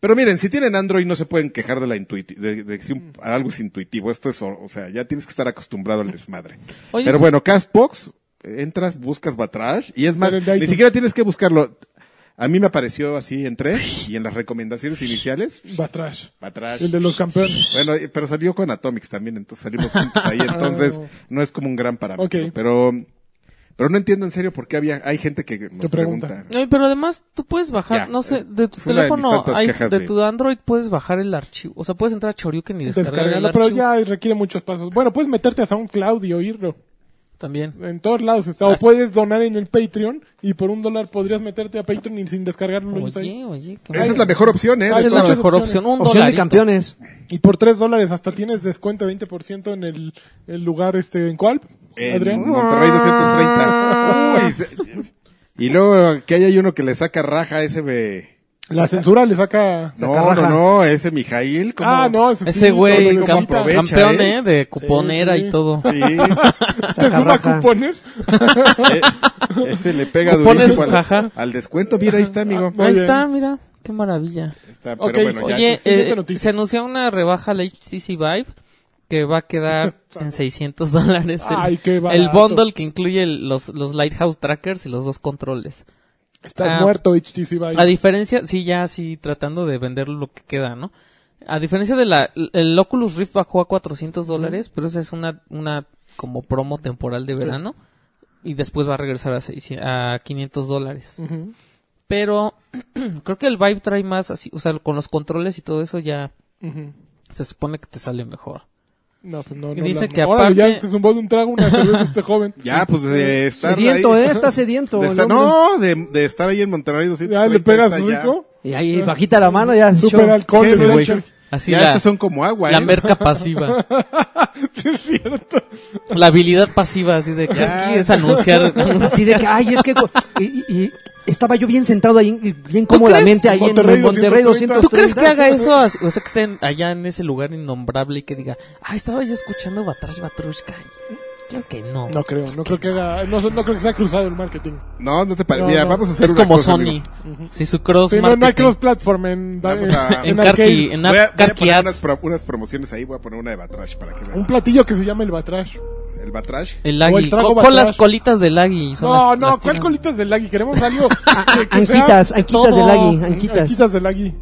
Speaker 5: Pero miren, si tienen Android no se pueden quejar de la intuiti- de, de si un- algo es intuitivo, esto es, o, o sea, ya tienes que estar acostumbrado al desmadre.
Speaker 3: Oye,
Speaker 5: pero
Speaker 3: sí.
Speaker 5: bueno, Castbox, eh, entras, buscas Batrash y es más,
Speaker 2: Sale el de
Speaker 5: ni
Speaker 2: iTunes.
Speaker 5: siquiera tienes que buscarlo. A mí me apareció así, entré y en las recomendaciones iniciales,
Speaker 2: Batrash.
Speaker 5: Batrash.
Speaker 2: El de los campeones.
Speaker 5: Bueno, eh, pero salió con Atomics también, entonces salimos juntos ahí, entonces no es como un gran parámetro.
Speaker 2: Ah. Ok.
Speaker 5: Pero, pero no entiendo en serio por qué había, hay gente que nos
Speaker 2: Te pregunta.
Speaker 5: pregunta.
Speaker 3: Ay, pero además tú puedes bajar,
Speaker 5: Ya,
Speaker 3: no
Speaker 5: eh,
Speaker 3: sé, de tu
Speaker 5: fue una de mis
Speaker 3: teléfono,
Speaker 5: tantas
Speaker 3: hay-
Speaker 5: quejas
Speaker 3: de
Speaker 5: de-
Speaker 3: tu Android puedes bajar el archivo. O sea, puedes entrar a Choryuken y descargar
Speaker 2: Descargarlo,
Speaker 3: el
Speaker 2: pero
Speaker 3: archivo
Speaker 2: ya requiere muchos pasos. Bueno, puedes meterte a SoundCloud y oírlo.
Speaker 3: también.
Speaker 2: En todos lados está.
Speaker 3: Ah.
Speaker 2: O puedes donar en el Patreon y por un dólar podrías meterte a Patreon y sin descargarlo. lo oyes ahí.
Speaker 3: Oye, oye, qué
Speaker 5: Esa es la mejor opción, ¿eh?
Speaker 3: Esa
Speaker 5: De
Speaker 3: es la
Speaker 5: todas.
Speaker 3: mejor
Speaker 2: opciones.
Speaker 3: opción, un
Speaker 1: Opción de
Speaker 3: dólar.
Speaker 1: campeones.
Speaker 2: Y por 3 dólares hasta tienes descuento 20% en el, el lugar este en cuál,
Speaker 5: En
Speaker 2: Adrián. Ah.
Speaker 5: Monterrey 230. Uy, se- y luego que ahí hay uno que le saca raja a ese be-
Speaker 2: La censura le saca
Speaker 5: No,
Speaker 1: Saca raja.
Speaker 5: no, no, ese Mijail. ¿cómo?
Speaker 2: Ah, no, eso sí,
Speaker 3: Ese
Speaker 5: no
Speaker 3: güey,
Speaker 5: sé cómo
Speaker 3: cam-
Speaker 5: aprovecha,
Speaker 3: campeón,
Speaker 5: ¿eh?
Speaker 3: ¿eh? De cuponera
Speaker 2: Sí, sí.
Speaker 3: y todo.
Speaker 5: Sí,
Speaker 2: ¿Te suma
Speaker 1: Sacarraja.
Speaker 2: cupones?
Speaker 5: eh, ese le pega
Speaker 3: Lo pones,
Speaker 5: durísimo al,
Speaker 3: ajá.
Speaker 5: al descuento. Mira, ahí está, amigo.
Speaker 2: Muy
Speaker 3: Ahí
Speaker 2: bien.
Speaker 3: está, mira, qué maravilla.
Speaker 5: Está, pero
Speaker 2: Ok,
Speaker 5: bueno, ya.
Speaker 3: Oye,
Speaker 2: sí, siguiente
Speaker 3: eh,
Speaker 2: noticia.
Speaker 3: se anunció una rebaja al HTC Vive que va a quedar en 600 dólares el,
Speaker 2: Ay, qué barato.
Speaker 3: el bundle que incluye el- los, los Lighthouse Trackers y los dos controles.
Speaker 2: Estás
Speaker 3: Ah.
Speaker 2: muerto, HTC Vive.
Speaker 3: A diferencia, sí, ya sí, tratando de vender lo que queda, ¿no? A diferencia de la, el Oculus Rift bajó a 400 dólares, pero esa es una, una como promo temporal de verano. Y después va a regresar a, 600 a 500 dólares.
Speaker 2: Ujú.
Speaker 3: Pero creo que el Vibe trae más así, o sea, con los controles y todo eso ya
Speaker 2: Ujú.
Speaker 3: se supone que te sale mejor.
Speaker 2: No, pues no, no.
Speaker 3: Y dicen
Speaker 2: la-
Speaker 3: que
Speaker 2: Órale,
Speaker 3: aparte-
Speaker 2: ya se zumbó de un trago una cerveza este joven.
Speaker 5: Ya, pues de estar
Speaker 1: Sediento,
Speaker 5: ahí-
Speaker 1: eh. Está sediento.
Speaker 5: De
Speaker 1: el
Speaker 5: estar-
Speaker 1: hombre.
Speaker 5: no, de, de estar ahí en Monterrey 230.
Speaker 2: Ya le pegas
Speaker 5: está ya.
Speaker 2: rico.
Speaker 1: Y ahí bajita la mano ya. se echó.
Speaker 2: Super alcohol,
Speaker 5: Sí,
Speaker 2: de
Speaker 5: güey.
Speaker 2: hecho.
Speaker 3: Así
Speaker 5: ya
Speaker 3: la,
Speaker 5: estas son como agua,
Speaker 3: la
Speaker 5: ¿eh?
Speaker 3: merca pasiva,
Speaker 2: Sí, es cierto.
Speaker 3: la habilidad pasiva, así de que
Speaker 5: Ya.
Speaker 3: aquí es anunciar.
Speaker 1: Así de que, ay, es que. co- Y, y- y estaba yo bien sentado ahí, y bien
Speaker 3: ¿Tú
Speaker 1: cómodamente ahí
Speaker 2: crees?
Speaker 1: en
Speaker 2: Monterrey
Speaker 1: Monterrey
Speaker 2: 230.
Speaker 1: 230.
Speaker 3: ¿Tú crees que haga eso? as- O sea, que estén allá en ese lugar innombrable y que diga, ah, estaba yo escuchando Batrash Batrushka. Claro que no.
Speaker 2: No creo, no creo que haga, no, no creo que sea cruzado el marketing.
Speaker 5: No, no te parece.
Speaker 2: No,
Speaker 5: Mira,
Speaker 2: no.
Speaker 5: vamos a hacer
Speaker 3: es
Speaker 5: una
Speaker 3: como
Speaker 5: cosa,
Speaker 3: Sony.
Speaker 5: amigo.
Speaker 3: Si su cross
Speaker 2: Sí, no, no hay
Speaker 3: marketing.
Speaker 2: cross platform en,
Speaker 5: Vamos
Speaker 2: en-
Speaker 5: a-
Speaker 3: en
Speaker 2: en
Speaker 3: Karki,
Speaker 2: arcade.
Speaker 3: en
Speaker 5: Voy a, voy a
Speaker 3: Karki
Speaker 5: poner unas,
Speaker 3: Ads,
Speaker 5: pro- unas promociones ahí. Voy a poner una de Batrash para que
Speaker 2: Un
Speaker 5: vean.
Speaker 2: platillo que se llama el Batrash.
Speaker 5: El Batrash.
Speaker 3: el
Speaker 2: o
Speaker 3: Agui,
Speaker 2: el trago
Speaker 3: con, con las
Speaker 2: Batrash.
Speaker 3: colitas del Agui. son
Speaker 2: No,
Speaker 3: las-
Speaker 2: no,
Speaker 3: las
Speaker 2: ¿cuál
Speaker 3: tienen.
Speaker 2: colitas del Agui? Queremos algo que, que sea- Mm,
Speaker 1: Anquitas, anquitas
Speaker 3: todo.
Speaker 1: del Agui,
Speaker 2: anquitas.
Speaker 1: anquitas.
Speaker 2: del Agui.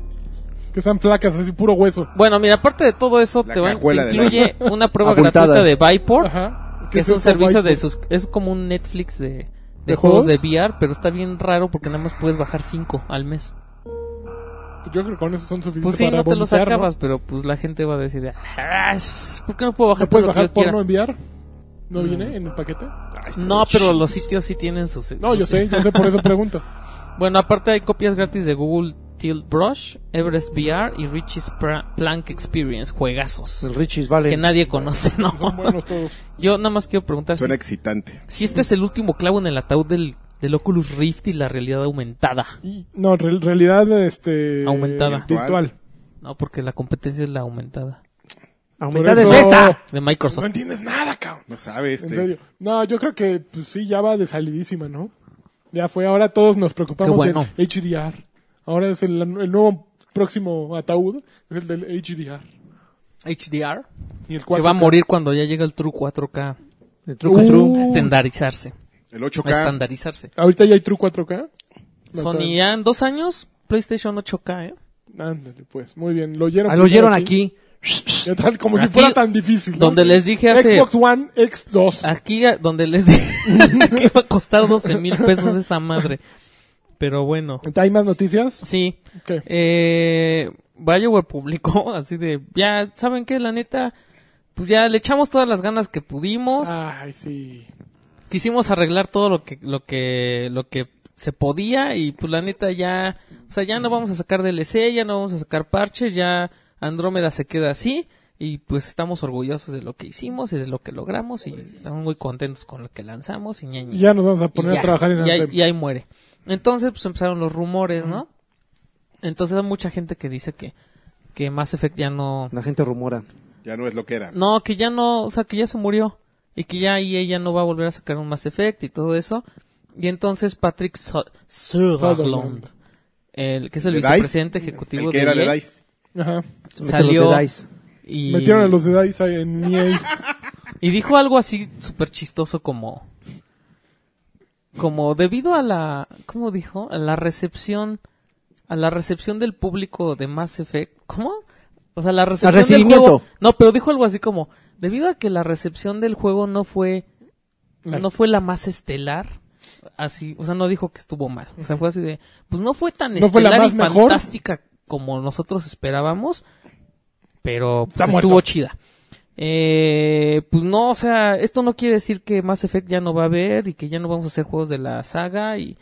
Speaker 2: Que sean flacas, así puro hueso.
Speaker 3: Bueno, mira, aparte de todo eso,
Speaker 5: La
Speaker 3: te, va,
Speaker 5: cajuela
Speaker 3: te
Speaker 5: del
Speaker 3: incluye una prueba gratuita
Speaker 1: Abultadas.
Speaker 3: de Viport,
Speaker 2: Ajá.
Speaker 3: que es
Speaker 2: sea
Speaker 3: un servicio de
Speaker 2: guay.
Speaker 3: sus, es como un Netflix de, de
Speaker 2: ¿De
Speaker 3: juegos
Speaker 2: juegos?
Speaker 3: de VR, pero está bien raro porque nada más puedes bajar cinco al mes.
Speaker 2: Yo creo que con eso son suficientes
Speaker 3: Pues sí,
Speaker 2: para
Speaker 3: no te los
Speaker 2: vomitar, ¿no?
Speaker 3: acabas, pero pues la gente va a decir, "Ah, ¿por qué no puedo bajar
Speaker 2: ¿No
Speaker 3: todo
Speaker 2: puedes
Speaker 3: lo que
Speaker 2: bajar
Speaker 3: Mm. yo quiera?
Speaker 2: porno enviar? ¿No viene en el paquete?
Speaker 3: No, pero los sitios sí tienen sus...
Speaker 2: No, yo sé, yo sé, por eso pregunto.
Speaker 3: Bueno, aparte hay copias gratis de Google Tilt Brush, Everest VR y Richie's Pra- Plank Experience. Juegazos.
Speaker 6: El Richie's Valley.
Speaker 3: Que nadie conoce, ¿no?
Speaker 2: Son buenos todos.
Speaker 3: Yo nada más quiero preguntar si,
Speaker 5: Suena excitante.
Speaker 3: si este es el último clavo en el ataúd del, del Oculus Rift y la realidad aumentada.
Speaker 2: Y- no, re- realidad este,
Speaker 3: Aumentada.
Speaker 2: virtual.
Speaker 3: No, porque la competencia es la aumentada.
Speaker 1: Aumentada
Speaker 2: Por
Speaker 1: es
Speaker 2: eso-
Speaker 1: esta.
Speaker 3: De
Speaker 2: No
Speaker 3: Microsoft.
Speaker 2: entiendes nada, cabrón.
Speaker 5: No sabe este.
Speaker 2: En serio. No, yo creo que pues, sí, ya va de salidísima, ¿no? Ya fue, ahora todos nos preocupamos
Speaker 3: Qué bueno.
Speaker 2: del HDR. Ahora es el, el nuevo próximo ataúd, es el del HDR.
Speaker 3: HDR.
Speaker 2: Y el Uh.
Speaker 3: Que
Speaker 2: 4K.
Speaker 3: va a morir cuando ya llega el True 4K.
Speaker 6: El truco es
Speaker 3: A
Speaker 6: true.
Speaker 3: estandarizarse.
Speaker 5: este, El
Speaker 3: A
Speaker 5: 8K.
Speaker 3: estandarizarse.
Speaker 2: Ahorita ya hay True 4K. No,
Speaker 3: Sony
Speaker 2: todavía.
Speaker 3: ya en dos años, PlayStation 8K, ¿eh?
Speaker 2: Ándale, pues, muy bien. Lo oyeron,
Speaker 1: Ah, Lo oyeron
Speaker 2: primero
Speaker 1: aquí.
Speaker 2: Ya tal, como si
Speaker 3: Aquí,
Speaker 2: fuera tan difícil. ¿no?
Speaker 3: donde les dije hace- Ah.
Speaker 2: Xbox One X2.
Speaker 3: Aquí a- donde les dije que iba a costar 12 mil pesos esa madre. Pero bueno.
Speaker 2: ¿Hay más noticias?
Speaker 3: Sí.
Speaker 2: ¿Qué?
Speaker 3: Eh, BioWare publicó así de, ya, ¿saben qué? La neta, pues ya le echamos todas las ganas que pudimos.
Speaker 2: Ay, sí.
Speaker 3: Quisimos arreglar todo lo que, lo que, lo que se podía y pues la neta ya, o sea, ya no vamos a sacar DLC, ya no vamos a sacar parches, ya Andrómeda se queda así y pues estamos orgullosos de lo que hicimos y de lo que logramos y estamos muy contentos con lo que lanzamos y ña, ña.
Speaker 2: Ya nos vamos a
Speaker 3: Y
Speaker 2: poner
Speaker 3: ya,
Speaker 2: a trabajar en
Speaker 3: y ahí,
Speaker 2: Anthem.
Speaker 3: y ahí muere. Entonces, pues empezaron los rumores, ¿no? Entonces hay mucha gente que dice que, que Mass Effect ya no...
Speaker 1: La gente rumora.
Speaker 5: Ya no es lo que era.
Speaker 3: No, que ya no, o sea, que ya se murió. Y que ya EA ya no va a volver a sacar un Mass Effect y todo eso. Y entonces Patrick Su- Sutherland,
Speaker 2: Sutherland.
Speaker 3: el que es el
Speaker 5: ¿De
Speaker 3: vicepresidente ejecutivo
Speaker 5: El que
Speaker 3: de
Speaker 5: era
Speaker 3: EA,
Speaker 5: de Dice.
Speaker 2: Ajá.
Speaker 3: salió
Speaker 1: Los de Dice.
Speaker 3: y,
Speaker 2: Metieron a los de DICE ahí en E EA.
Speaker 3: y dijo algo así súper chistoso como... Como debido a la... ¿Cómo dijo? A la recepción... A la recepción del público de Mass Effect. ¿Cómo? O sea, la recepción del
Speaker 1: recibimiento.
Speaker 3: juego... No, pero dijo algo así como... Debido a que la recepción del juego no fue... No fue la más estelar. Así, o sea, no dijo que estuvo mal. O sea, fue así de... Pues no fue tan
Speaker 2: No fue la
Speaker 3: estelar
Speaker 2: más
Speaker 3: y
Speaker 2: mejor.
Speaker 3: fantástica como nosotros esperábamos. Pero pues,
Speaker 2: Está muerto.
Speaker 3: estuvo chida. Eh, pues no, o sea, esto no quiere decir que Mass Effect ya no va a haber y que ya no vamos a hacer juegos de la saga y,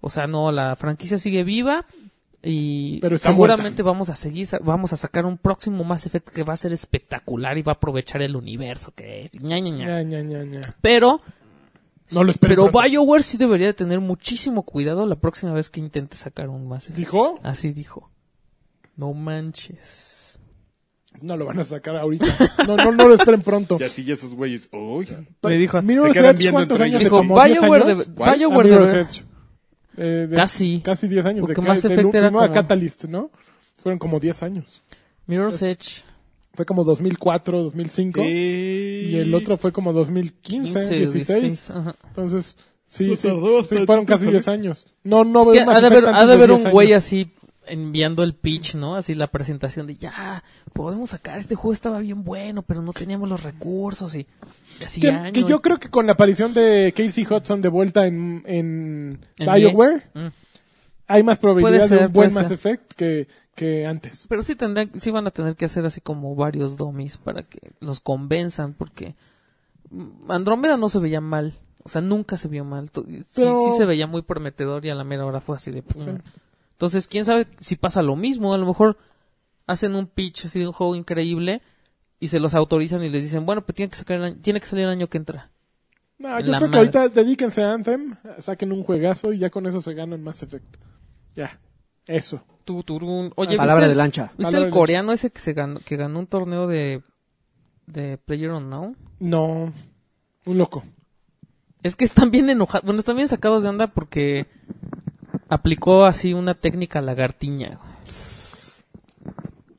Speaker 3: o sea, no, la franquicia sigue viva y
Speaker 2: Pero está
Speaker 3: seguramente vamos a seguir, sa- vamos a sacar un próximo Mass Effect que va a ser espectacular y va a aprovechar el universo que es, ña, ña, ña.
Speaker 2: Ña, ña, ña, ña.
Speaker 3: Pero,
Speaker 2: No lo esperen
Speaker 3: pero
Speaker 2: pronto.
Speaker 3: BioWare sí debería de tener muchísimo cuidado la próxima vez que intente sacar un Mass Effect.
Speaker 2: ¿Dijo?
Speaker 3: Así dijo. No manches.
Speaker 2: No lo van a sacar ahorita. No, no, no lo esperen pronto.
Speaker 5: Y así esos güeyes. Uy.
Speaker 2: Le dijo,
Speaker 5: se quedan viendo
Speaker 2: ¿cuántos años?
Speaker 5: entre ellos.
Speaker 3: Dijo,
Speaker 2: ¿De como 10
Speaker 3: BioWare
Speaker 2: años?
Speaker 3: de-
Speaker 2: ¿Cuál?
Speaker 3: BioWare
Speaker 2: A Mirror's
Speaker 3: de-
Speaker 2: Edge. Eh, de-
Speaker 3: Casi.
Speaker 2: Casi 10 años.
Speaker 3: Porque
Speaker 2: de
Speaker 3: Mass
Speaker 2: que, del
Speaker 3: Effect era
Speaker 2: último a
Speaker 3: como-
Speaker 2: Catalyst, ¿no? Fueron como 10 años. Pues,
Speaker 3: Mirror's Edge.
Speaker 2: Fue como 2004, 2005. Y el otro fue como 2015,
Speaker 3: 15,
Speaker 2: 16.
Speaker 3: 16, ajá.
Speaker 2: Entonces, sí,
Speaker 5: Lo
Speaker 2: sí,
Speaker 5: tardó
Speaker 2: sí,
Speaker 5: hasta
Speaker 2: fueron casi
Speaker 5: tanto,
Speaker 2: 10 años. No, no,
Speaker 3: Es que
Speaker 2: es más
Speaker 3: ha de haber,
Speaker 2: afecta
Speaker 3: ha de
Speaker 2: antes
Speaker 3: haber
Speaker 2: de
Speaker 3: un
Speaker 2: 10
Speaker 3: güey
Speaker 2: años.
Speaker 3: así enviando el pitch, ¿no? Así la presentación de ya, podemos sacar, este juego estaba bien bueno, pero no teníamos los recursos y, y así
Speaker 2: Que,
Speaker 3: año-
Speaker 2: que yo creo que con la aparición de Casey Hudson de vuelta en, en,
Speaker 3: en
Speaker 2: BioWare,
Speaker 3: EA. Mm.
Speaker 2: hay más probabilidad
Speaker 3: ser,
Speaker 2: de un buen
Speaker 3: puede
Speaker 2: Mass
Speaker 3: ser.
Speaker 2: Effect que, que antes.
Speaker 3: Pero sí tendrán, sí van a tener que hacer así como varios dummies para que los convenzan, porque mm, Andrómeda no se veía mal. O sea, nunca se vio mal. To- Sí,
Speaker 2: Pero-
Speaker 3: sí se veía muy prometedor y a la mera hora fue así de... pum.
Speaker 2: Sí.
Speaker 3: Entonces, quién sabe si pasa lo mismo. A lo mejor hacen un pitch así de un juego increíble y se los autorizan y les dicen, bueno, pues tiene que, sacar el año- tiene que salir el año que entra.
Speaker 2: No, yo
Speaker 3: La
Speaker 2: creo que
Speaker 3: madre.
Speaker 2: ahorita dedíquense a Anthem, saquen un juegazo y ya con eso se ganan Mass Effect. Ya, eso.
Speaker 3: Tu, turún. Oye,
Speaker 1: Palabra
Speaker 3: ¿viste
Speaker 1: de
Speaker 3: el-
Speaker 1: lancha.
Speaker 3: ¿Viste
Speaker 2: Palabra
Speaker 3: el
Speaker 2: de-
Speaker 3: coreano ese que se ganó, que ganó un torneo de, de Player
Speaker 2: No, un loco.
Speaker 3: Es que están bien enojados. Bueno, están bien sacados de onda porque aplicó así una técnica lagartiña. güey.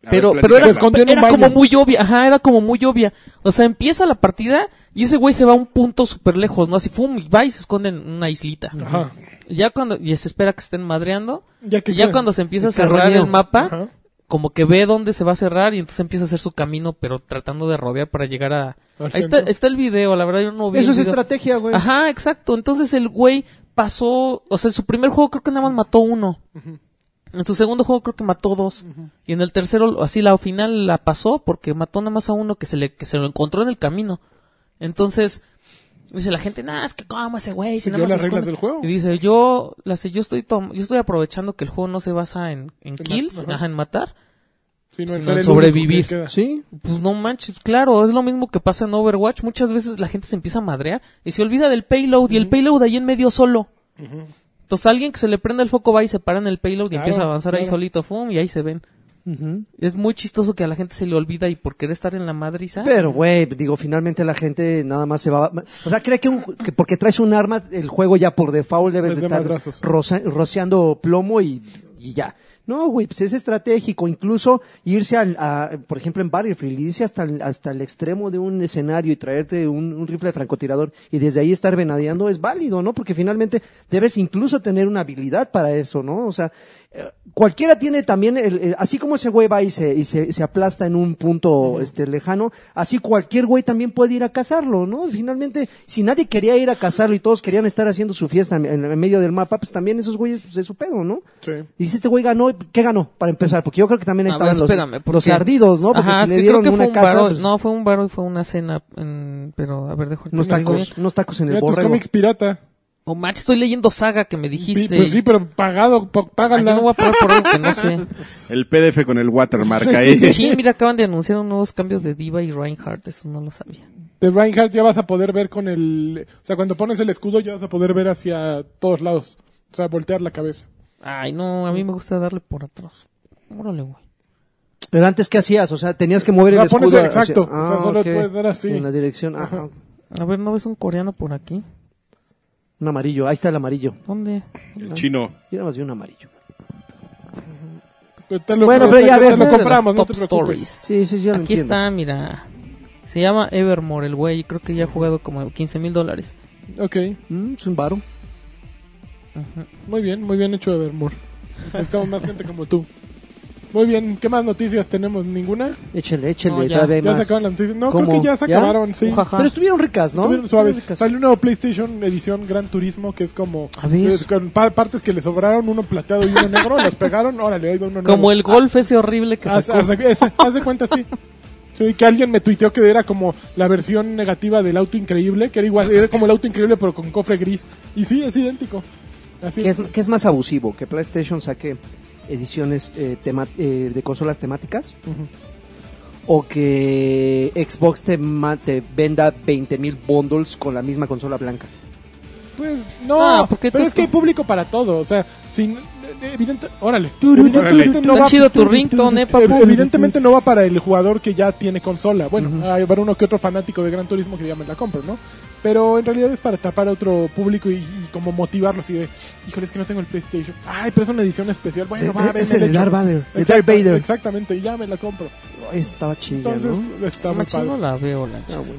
Speaker 5: A ver,
Speaker 3: Pero,
Speaker 5: platícala.
Speaker 3: pero era,
Speaker 2: Se escondió en un
Speaker 3: era
Speaker 2: baño.
Speaker 3: como muy obvia. Ajá, era como muy obvia. O sea, empieza la partida y ese güey se va a un punto súper lejos, ¿no? Así, fum, y va y se esconde en una islita.
Speaker 2: Ajá.
Speaker 3: Y Ya cuando, y se espera que estén madreando.
Speaker 2: Ya que
Speaker 3: y ya
Speaker 2: sea.
Speaker 3: cuando se empieza a
Speaker 1: El
Speaker 3: cerrar
Speaker 1: carroneo.
Speaker 3: el mapa,
Speaker 2: Ajá.
Speaker 3: como que ve dónde se va a cerrar y entonces empieza a hacer su camino, pero tratando de rodear para llegar a...
Speaker 2: Al
Speaker 3: Ahí está,
Speaker 2: centro.
Speaker 3: está el video, la verdad yo no vi
Speaker 1: Eso
Speaker 3: el
Speaker 1: es
Speaker 3: video.
Speaker 1: estrategia,
Speaker 2: Pues,
Speaker 1: güey.
Speaker 3: Ajá, exacto. Entonces el güey pasó, o sea, en su primer juego creo que nada más mató uno. En su segundo juego creo que mató dos. Y en el tercero, así la final la pasó porque mató nada más a uno que se le que se lo encontró en el camino. Entonces, Dice la gente, nah, es que cómo ese güey. Si
Speaker 2: Siguió
Speaker 3: nada más
Speaker 2: las
Speaker 3: esconde".
Speaker 2: reglas del juego.
Speaker 3: Y dice, yo, las, yo, estoy tom- yo estoy aprovechando que el juego no se basa en, en
Speaker 2: mat-
Speaker 3: kills,
Speaker 2: ajá.
Speaker 3: ajá, en matar.
Speaker 2: Sí,
Speaker 3: sino
Speaker 2: el
Speaker 3: en
Speaker 2: ser el
Speaker 3: sobrevivir.
Speaker 2: único que queda.
Speaker 1: Sí,
Speaker 3: Pues no manches, claro, es lo mismo que pasa en Overwatch. Muchas veces la gente se empieza a madrear y se olvida del payload y el payload ahí en medio solo.
Speaker 2: Ujú.
Speaker 3: Entonces alguien que se le prenda el foco va y se para en el payload y
Speaker 2: Claro,
Speaker 3: empieza a avanzar ahí
Speaker 2: claro.
Speaker 3: solito, fum, y ahí se ven.
Speaker 1: Ujú.
Speaker 3: Es muy chistoso que a la gente se le olvida y por querer estar en la madriza.
Speaker 1: Pero, güey, digo, finalmente la gente nada más se va. O sea, cree que, un- que porque traes un arma, el juego ya por default debes de
Speaker 2: Es de
Speaker 1: estar
Speaker 2: madrazos.
Speaker 1: roza- rociando plomo y, y ya. No, güey, pues es estratégico. Incluso irse al, a, por ejemplo, en Battlefield, irse hasta el, hasta el extremo de un escenario y traerte un, un rifle de francotirador y desde ahí estar venadeando es válido, ¿no? Porque finalmente debes incluso tener una habilidad para eso, ¿no? O sea, eh, cualquiera tiene también, el, el- así como ese güey va y se, y se, se aplasta en un punto este, lejano, así cualquier güey también puede ir a cazarlo, ¿no? Finalmente, si nadie quería ir a cazarlo y todos querían estar haciendo su fiesta en, en medio del mapa, pues también esos güeyes, pues es su pedo, ¿no?
Speaker 2: Sí.
Speaker 1: Y si este güey ganó, ¿qué ganó? Para empezar, porque yo creo que también ahí
Speaker 3: A ver,
Speaker 1: estaban los,
Speaker 3: espérame, ¿por
Speaker 1: los
Speaker 3: qué?
Speaker 1: ardidos, ¿no? Porque
Speaker 3: Ajá,
Speaker 1: si
Speaker 3: es
Speaker 1: le
Speaker 3: que
Speaker 1: dieron
Speaker 3: creo que fue
Speaker 1: una
Speaker 3: un
Speaker 1: casa,
Speaker 3: varo-
Speaker 1: pues,
Speaker 3: No, fue un baro y fue una cena. en- pero, a ver, dejo.
Speaker 1: unos, tacos, unos tacos en el
Speaker 2: Mira, tus
Speaker 1: borrego.
Speaker 2: cómics pirata.
Speaker 3: O macho, estoy leyendo saga que me
Speaker 2: Pi-
Speaker 3: dijiste.
Speaker 2: Pues sí, pero pagado, pa-
Speaker 3: Ah, yo
Speaker 2: págala.
Speaker 3: no voy a pagar por algo que no sé.
Speaker 5: El PDF con el watermark ahí.
Speaker 3: Sí, mira, acaban de anunciar unos nuevos cambios de Diva y Reinhardt. Eso no lo sabía.
Speaker 2: De Reinhardt ya vas a poder ver con el... O sea, cuando pones el escudo ya vas a poder ver hacia todos lados. O sea, voltear la cabeza.
Speaker 3: Ay, no, a mí me gusta darle por atrás. Órale, güey.
Speaker 1: Pero antes, ¿qué hacías? O sea, tenías que mover
Speaker 2: O sea,
Speaker 1: el escudo.
Speaker 2: pones el
Speaker 1: hacia-
Speaker 2: exacto. O sea, solo
Speaker 1: ok.
Speaker 2: puedes dar así.
Speaker 1: En la dirección, ah,
Speaker 2: Ajá.
Speaker 3: A ver, ¿no ves un coreano por aquí?
Speaker 1: un amarillo, ahí está el amarillo.
Speaker 3: ¿Dónde?
Speaker 5: El chino.
Speaker 1: Yo nada más vi un amarillo.
Speaker 2: Pues te lo-
Speaker 1: Bueno,
Speaker 2: te-
Speaker 1: pero ya
Speaker 2: te-
Speaker 1: ves,
Speaker 2: te
Speaker 3: Una
Speaker 2: lo
Speaker 3: de las
Speaker 2: compramos, no
Speaker 3: top
Speaker 2: te preocupes.
Speaker 3: stories.
Speaker 1: Sí, sí, yo lo
Speaker 3: Aquí
Speaker 1: entiendo.
Speaker 3: está, mira. Se llama Evermore, el güey. Creo que ya ha jugado como 15 mil dólares.
Speaker 2: Ok,
Speaker 1: Mm, es un varo.
Speaker 2: muy bien, muy bien hecho Evermore. Necesitamos más gente como tú. Muy bien, ¿qué más noticias tenemos? ¿Ninguna?
Speaker 1: Échele, échele,
Speaker 3: No, ya.
Speaker 1: todavía hay
Speaker 2: ¿Ya
Speaker 1: más.
Speaker 2: se acabaron las noticias? No,
Speaker 1: ¿Cómo?
Speaker 2: creo que ya se
Speaker 1: ¿Ya?
Speaker 2: acabaron, sí.
Speaker 3: Ujaja.
Speaker 1: Pero estuvieron ricas, ¿no?
Speaker 2: Estuvieron suaves.
Speaker 1: Estuvieron ricas.
Speaker 2: Salió un nuevo PlayStation edición Gran Turismo que es como
Speaker 3: A ver.
Speaker 2: eh, con pa- partes que le sobraron, uno plateado y uno negro, los pegaron, órale, ahí va uno nuevo.
Speaker 3: Como el golf ese horrible que
Speaker 2: Haz,
Speaker 3: sacó.
Speaker 2: haz de- esa- haz de cuenta, sí. Sí, que alguien me tuiteó que era como la versión negativa del auto increíble, que era igual, era como el auto increíble pero con cofre gris. Y sí, es idéntico. Así
Speaker 1: ¿Qué es, qué es más abusivo? ¿Que PlayStation saque ediciones eh, tema- eh, de consolas temáticas?
Speaker 2: Ujú.
Speaker 1: ¿O que Xbox te, ma- te venda 20.000 bundles con la misma consola blanca?
Speaker 2: Pues no,
Speaker 3: Ah, porque
Speaker 2: pero
Speaker 3: tú-
Speaker 2: es que hay público para todo, o sea, sin eh, evidente, órale.
Speaker 5: Órale.
Speaker 2: Evidentemente no
Speaker 3: Está
Speaker 2: va-
Speaker 3: chido tu ringtone, eh, papu.
Speaker 2: Ev- Evidentemente no va para el jugador que ya tiene consola. Bueno, va a haber uno que otro fanático de Gran Turismo que ya me la compro, ¿no? Pero en realidad es para tapar a otro público y, y como motivarlo así de, híjole, es que no tengo el PlayStation. Ay, pero es una edición especial. Bueno, va a
Speaker 1: Eh,
Speaker 2: ver.
Speaker 1: es el de Darth Vader. de Darth Vader.
Speaker 2: Exactamente, y ya me la compro.
Speaker 1: Estaba chida,
Speaker 2: Entonces, pues,
Speaker 1: ¿no?
Speaker 2: está
Speaker 3: No,
Speaker 2: muy
Speaker 3: macho,
Speaker 2: padre.
Speaker 3: no la veo, la
Speaker 1: Ah, bueno.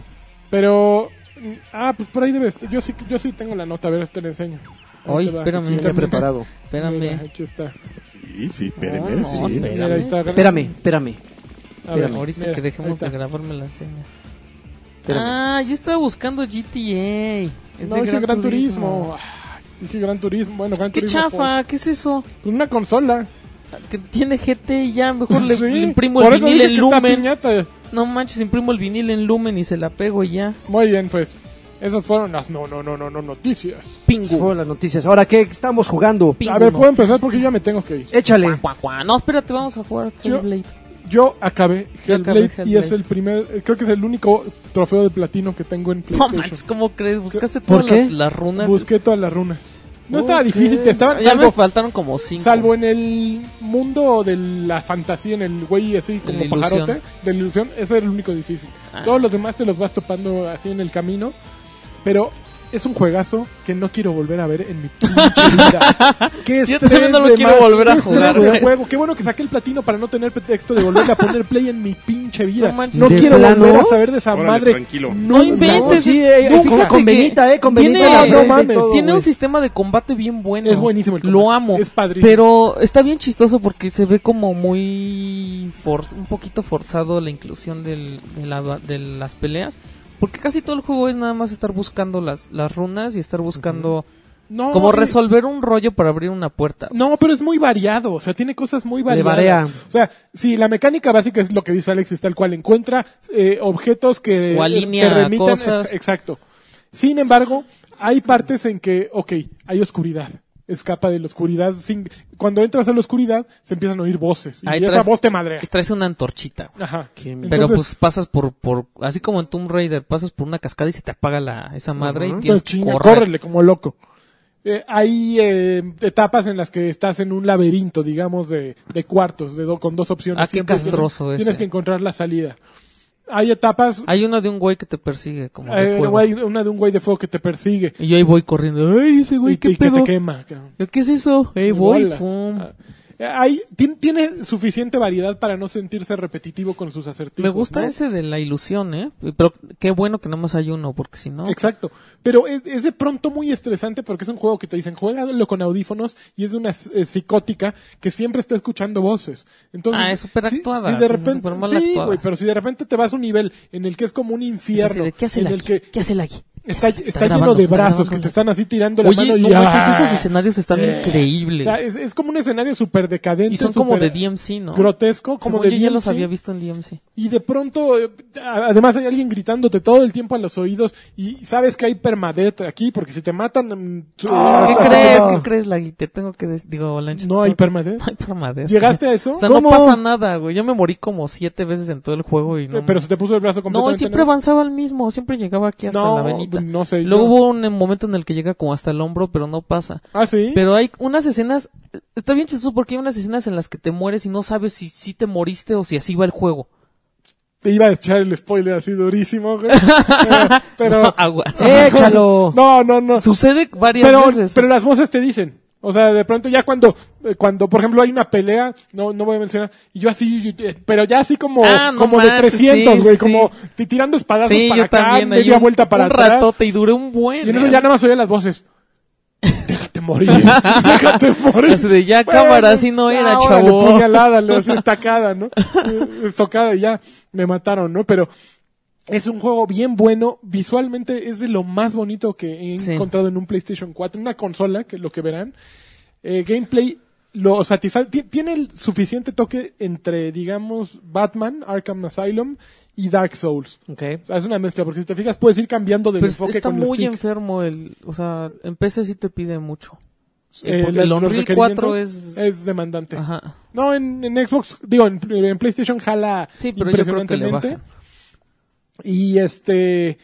Speaker 2: Pero, mm, ah, pues por ahí debe estar. Yo sí, yo sí tengo la nota, a ver, te la enseño. Ahí
Speaker 3: Ay,
Speaker 2: te va.
Speaker 3: espérame.
Speaker 2: Sí,
Speaker 1: Venía
Speaker 2: también.
Speaker 1: preparado.
Speaker 2: Mira,
Speaker 3: Espérame.
Speaker 2: aquí está.
Speaker 5: Sí, sí, espérenme,
Speaker 3: No, no,
Speaker 5: sí.
Speaker 3: espérame.
Speaker 2: Mira, ahí está.
Speaker 1: Espérame, espérame.
Speaker 2: A ver,
Speaker 3: Ahorita
Speaker 2: mira,
Speaker 3: que
Speaker 2: ahí
Speaker 3: dejemos
Speaker 2: está.
Speaker 3: de grabar me la enseñas.
Speaker 1: Espérame.
Speaker 3: Ah, yo estaba buscando GTA. Es
Speaker 2: No,
Speaker 3: de
Speaker 2: dije Gran,
Speaker 3: Gran
Speaker 2: Turismo. Ah, Dije Gran Turismo. Bueno, Gran
Speaker 3: Qué
Speaker 2: Turismo.
Speaker 3: chafa, ¿qué es eso?
Speaker 2: por- Una consola.
Speaker 3: Que tiene GT y ya, mejor le,
Speaker 2: Sí,
Speaker 3: le imprimo
Speaker 2: por
Speaker 3: el
Speaker 2: eso
Speaker 3: vinil
Speaker 2: dije
Speaker 3: en
Speaker 2: que está
Speaker 3: lumen.
Speaker 2: piñata.
Speaker 3: No manches, imprimo el vinil en lumen y se la pego y ya.
Speaker 2: Muy bien, pues. Esas fueron las no, no, no, no, no noticias.
Speaker 1: Esas
Speaker 3: Pingu.
Speaker 1: fueron las noticias. Ahora, ¿qué estamos jugando?
Speaker 3: Pingu
Speaker 2: A ver,
Speaker 3: no.
Speaker 2: puedo empezar porque yo ya me tengo que
Speaker 3: Eh,
Speaker 2: ir.
Speaker 1: Échale.
Speaker 3: Cuá, cuá. No, espérate, vamos a jugar
Speaker 2: Yo-
Speaker 3: Hellblade.
Speaker 2: Yo acabé
Speaker 3: Yo acabé
Speaker 2: Hellblade y es
Speaker 3: Hellblade.
Speaker 2: el primer, eh, creo que es el único trofeo de platino que tengo en
Speaker 3: No
Speaker 2: PlayStation.
Speaker 3: manches, ¿cómo crees? ¿Buscaste
Speaker 1: ¿Por
Speaker 3: todas
Speaker 1: qué?
Speaker 3: las, las runas?
Speaker 2: Busqué todas las runas. No estaba
Speaker 1: Ok.
Speaker 2: difícil, te estaban
Speaker 3: ya me
Speaker 2: salvo,
Speaker 3: faltaron como cinco.
Speaker 2: salvo en el mundo de la fantasía, en el güey así como
Speaker 3: De la ilusión.
Speaker 2: pajarote, de la ilusión, ese era el único difícil.
Speaker 3: Ah.
Speaker 2: Todos los demás te los vas topando así en el camino, pero es un juegazo que no quiero volver a ver en mi pinche vida. Qué
Speaker 3: Yo
Speaker 2: estrés
Speaker 3: también no lo
Speaker 2: de
Speaker 3: quiero
Speaker 2: madre,
Speaker 3: volver a
Speaker 2: qué estrés
Speaker 3: jugar,
Speaker 2: de
Speaker 3: güey.
Speaker 2: juego. Qué bueno que saqué el platino para no tener pretexto de volver a poner play en mi pinche vida.
Speaker 3: No
Speaker 2: No,
Speaker 3: manches.
Speaker 1: ¿De
Speaker 2: quiero
Speaker 1: plano?
Speaker 2: volver a saber de esa
Speaker 5: Órale,
Speaker 2: madre.
Speaker 5: tranquilo.
Speaker 3: No inventes.
Speaker 1: No, sí,
Speaker 3: es-
Speaker 1: eh,
Speaker 3: no,
Speaker 1: con-
Speaker 3: fíjate
Speaker 1: con
Speaker 3: que
Speaker 1: Benita, eh, con Benita
Speaker 3: Tiene,
Speaker 2: la
Speaker 3: no,
Speaker 2: aprende
Speaker 3: mames,
Speaker 2: todo,
Speaker 3: tiene
Speaker 2: güey.
Speaker 3: un sistema de combate bien bueno.
Speaker 2: Es buenísimo el
Speaker 3: Lo
Speaker 2: combate.
Speaker 3: amo.
Speaker 2: Es padrísimo.
Speaker 3: Pero está bien chistoso porque se ve como muy. forz- un poquito forzado la inclusión del- de, la- de las peleas. Porque casi todo el juego es nada más estar buscando las, las runas y estar buscando.
Speaker 2: No,
Speaker 3: Como
Speaker 2: hombre.
Speaker 3: resolver un rollo para abrir una puerta.
Speaker 2: No, pero es muy variado, o sea, tiene cosas muy variadas.
Speaker 1: varía.
Speaker 2: O sea, si la mecánica básica es lo que dice Alex, es tal cual encuentra eh, objetos que,
Speaker 3: O alinea
Speaker 2: que remitan,
Speaker 3: cosas.
Speaker 2: es- exacto. Sin embargo, hay partes en que, ok, hay oscuridad. Escapa de la oscuridad. Sin, cuando entras a la oscuridad, se empiezan a oír voces. Y
Speaker 3: Ahí
Speaker 2: esa
Speaker 3: traes-
Speaker 2: voz te madrea.
Speaker 3: Y traes una antorchita, güey.
Speaker 2: Ajá.
Speaker 1: Qué miedo.
Speaker 3: Pero
Speaker 2: Entonces-
Speaker 3: pues pasas por, por, así como en Tomb Raider, pasas por una cascada y se te apaga la, esa madre y tienes
Speaker 2: Entonces,
Speaker 3: que
Speaker 2: chinga,
Speaker 3: correr.
Speaker 2: córrele como loco. Eh, hay eh, etapas en las que estás en un laberinto, digamos, de, de cuartos, de do- con dos opciones.
Speaker 3: Ah, qué
Speaker 2: Siempre tienes-
Speaker 3: castroso ese.
Speaker 2: Tienes que encontrar la salida. Hay etapas,
Speaker 3: Hay una de un güey que te persigue, como de
Speaker 2: eh,
Speaker 3: fuego.
Speaker 2: güey- una de un güey de fuego que te persigue.
Speaker 3: Y yo ahí voy corriendo. ¡Ay, ese güey,
Speaker 2: y
Speaker 3: qué
Speaker 2: te- que
Speaker 3: pedo!
Speaker 2: te quema. cabrón.
Speaker 3: Yo, ¿qué es eso? Ahí voy,
Speaker 2: Bolas.
Speaker 3: pum.
Speaker 2: Ah, Hay, tien- tiene suficiente variedad para no sentirse repetitivo con sus acertijos.
Speaker 3: Me gusta
Speaker 2: ¿no?
Speaker 3: ese de la ilusión, ¿eh? Pero qué bueno que nada más hay uno, porque si no...
Speaker 2: Exacto. Pero es, es de pronto muy estresante porque es un juego que te dicen, juégalo con audífonos y es de una eh, psicótica que siempre está escuchando voces. Entonces,
Speaker 3: Ah, es superactuada,
Speaker 2: Si,
Speaker 3: sí,
Speaker 2: de
Speaker 3: es
Speaker 2: repente,
Speaker 3: supermal
Speaker 2: sí,
Speaker 3: actuada.
Speaker 2: güey, pero si de repente te vas a un nivel en el que es como un
Speaker 3: Es así
Speaker 2: infierno,
Speaker 3: de, ¿Qué hace el
Speaker 2: en el
Speaker 3: aquí?
Speaker 2: que
Speaker 3: ¿Qué hace el aquí? ¿Qué
Speaker 2: está,
Speaker 3: hace el aquí?
Speaker 2: está lleno
Speaker 3: grabando,
Speaker 2: de
Speaker 3: está
Speaker 2: brazos que
Speaker 3: grabando.
Speaker 2: te están así tirando la mano
Speaker 3: Oye,
Speaker 2: y
Speaker 3: no
Speaker 2: ¡ah!
Speaker 3: manches, esos escenarios están
Speaker 2: O
Speaker 3: increíbles.
Speaker 2: sea, es, es como un escenario súper decadente.
Speaker 3: Y son como
Speaker 2: súper
Speaker 3: de DMC, ¿no?
Speaker 2: Grotesco, como
Speaker 3: Según
Speaker 2: de
Speaker 3: yo ya los
Speaker 2: DMC.
Speaker 3: había visto en DMC.
Speaker 2: Y de pronto, eh, a- además hay alguien gritándote todo el tiempo a los oídos y sabes que hay permadeath aquí porque si te matan... mm, tú-
Speaker 3: Ah, ¿Qué crees? ¿Qué crees, Lagui? Te tengo que decir... Digo, Avalanche,
Speaker 2: ah. No
Speaker 3: te
Speaker 2: hay
Speaker 3: tengo-
Speaker 2: permadeath.
Speaker 3: No hay permadeath.
Speaker 2: ¿Llegaste a eso?
Speaker 3: O sea,
Speaker 1: ¿Cómo?
Speaker 3: no pasa nada, güey. Yo me morí como siete veces en todo el juego y no...
Speaker 2: Eh, Pero se te puso el brazo
Speaker 3: No,
Speaker 2: completamente...
Speaker 3: siempre
Speaker 2: negro.
Speaker 3: avanzaba al mismo, siempre llegaba aquí hasta
Speaker 2: No,
Speaker 3: la venita.
Speaker 2: no sé,
Speaker 3: Luego
Speaker 2: yo-
Speaker 3: hubo un momento en el que llega como hasta el hombro, pero no pasa.
Speaker 2: Ah, ¿sí?
Speaker 3: Pero hay unas escenas, está bien chistoso porque hay unas escenas en las que te mueres y no sabes si, si te moriste o si así va el juego.
Speaker 2: Te iba a echar el spoiler así durísimo, güey. Eh, pero...
Speaker 3: No, aguas.
Speaker 1: ¡Échalo!
Speaker 2: No, no, no.
Speaker 3: Sucede varias
Speaker 2: pero,
Speaker 3: veces.
Speaker 2: pero las voces te dicen. O sea, de pronto ya cuando, eh, cuando por ejemplo hay una pelea, no, no voy a mencionar, y yo así, yo- yo- pero ya así como,
Speaker 3: Ah, no
Speaker 2: como de
Speaker 3: manches,
Speaker 2: 300,
Speaker 3: sí,
Speaker 2: güey,
Speaker 3: sí.
Speaker 2: como t- tirando espadazos
Speaker 3: sí,
Speaker 2: para
Speaker 3: yo
Speaker 2: acá,
Speaker 3: también. ahí
Speaker 2: media
Speaker 3: un-
Speaker 2: vuelta para
Speaker 3: un
Speaker 2: atrás.
Speaker 3: ratote y duré un buen.
Speaker 2: Y en eso
Speaker 3: ¿eh?
Speaker 2: ya nada más oía las voces. Déjate morir, déjate morir.
Speaker 3: Así de, ya, cámara, así no
Speaker 2: ya,
Speaker 3: era,
Speaker 2: órale,
Speaker 3: chavo.
Speaker 2: Puñalada, le hacía estacada, ¿no? Eh, Estocada y ya me mataron, ¿no? Pero es un juego bien bueno. Visualmente es de lo más bonito que he
Speaker 3: Sí.
Speaker 2: encontrado en un PlayStation 4, una consola, que es lo que verán. Eh, gameplay lo satisface. ti- Tiene el suficiente toque entre, digamos, Batman, Arkham Asylum y Dark Souls.
Speaker 3: Ok.
Speaker 2: O sea, es una mezcla, porque si te fijas, puedes ir cambiando del
Speaker 3: Pero
Speaker 2: enfoque
Speaker 3: Pues está
Speaker 2: con los
Speaker 3: muy
Speaker 2: stick.
Speaker 3: enfermo el, o sea, en PC sí te pide mucho.
Speaker 2: Eh,
Speaker 3: Porque
Speaker 2: las-
Speaker 3: el
Speaker 2: los
Speaker 3: Unreal
Speaker 2: requerimientos
Speaker 3: 4 es,
Speaker 2: demandante.
Speaker 3: ajá.
Speaker 2: No, en, en Xbox, digo, en, en PlayStation jala
Speaker 3: Sí, pero yo creo que le
Speaker 2: impresionantemente.
Speaker 3: baja.
Speaker 2: Y este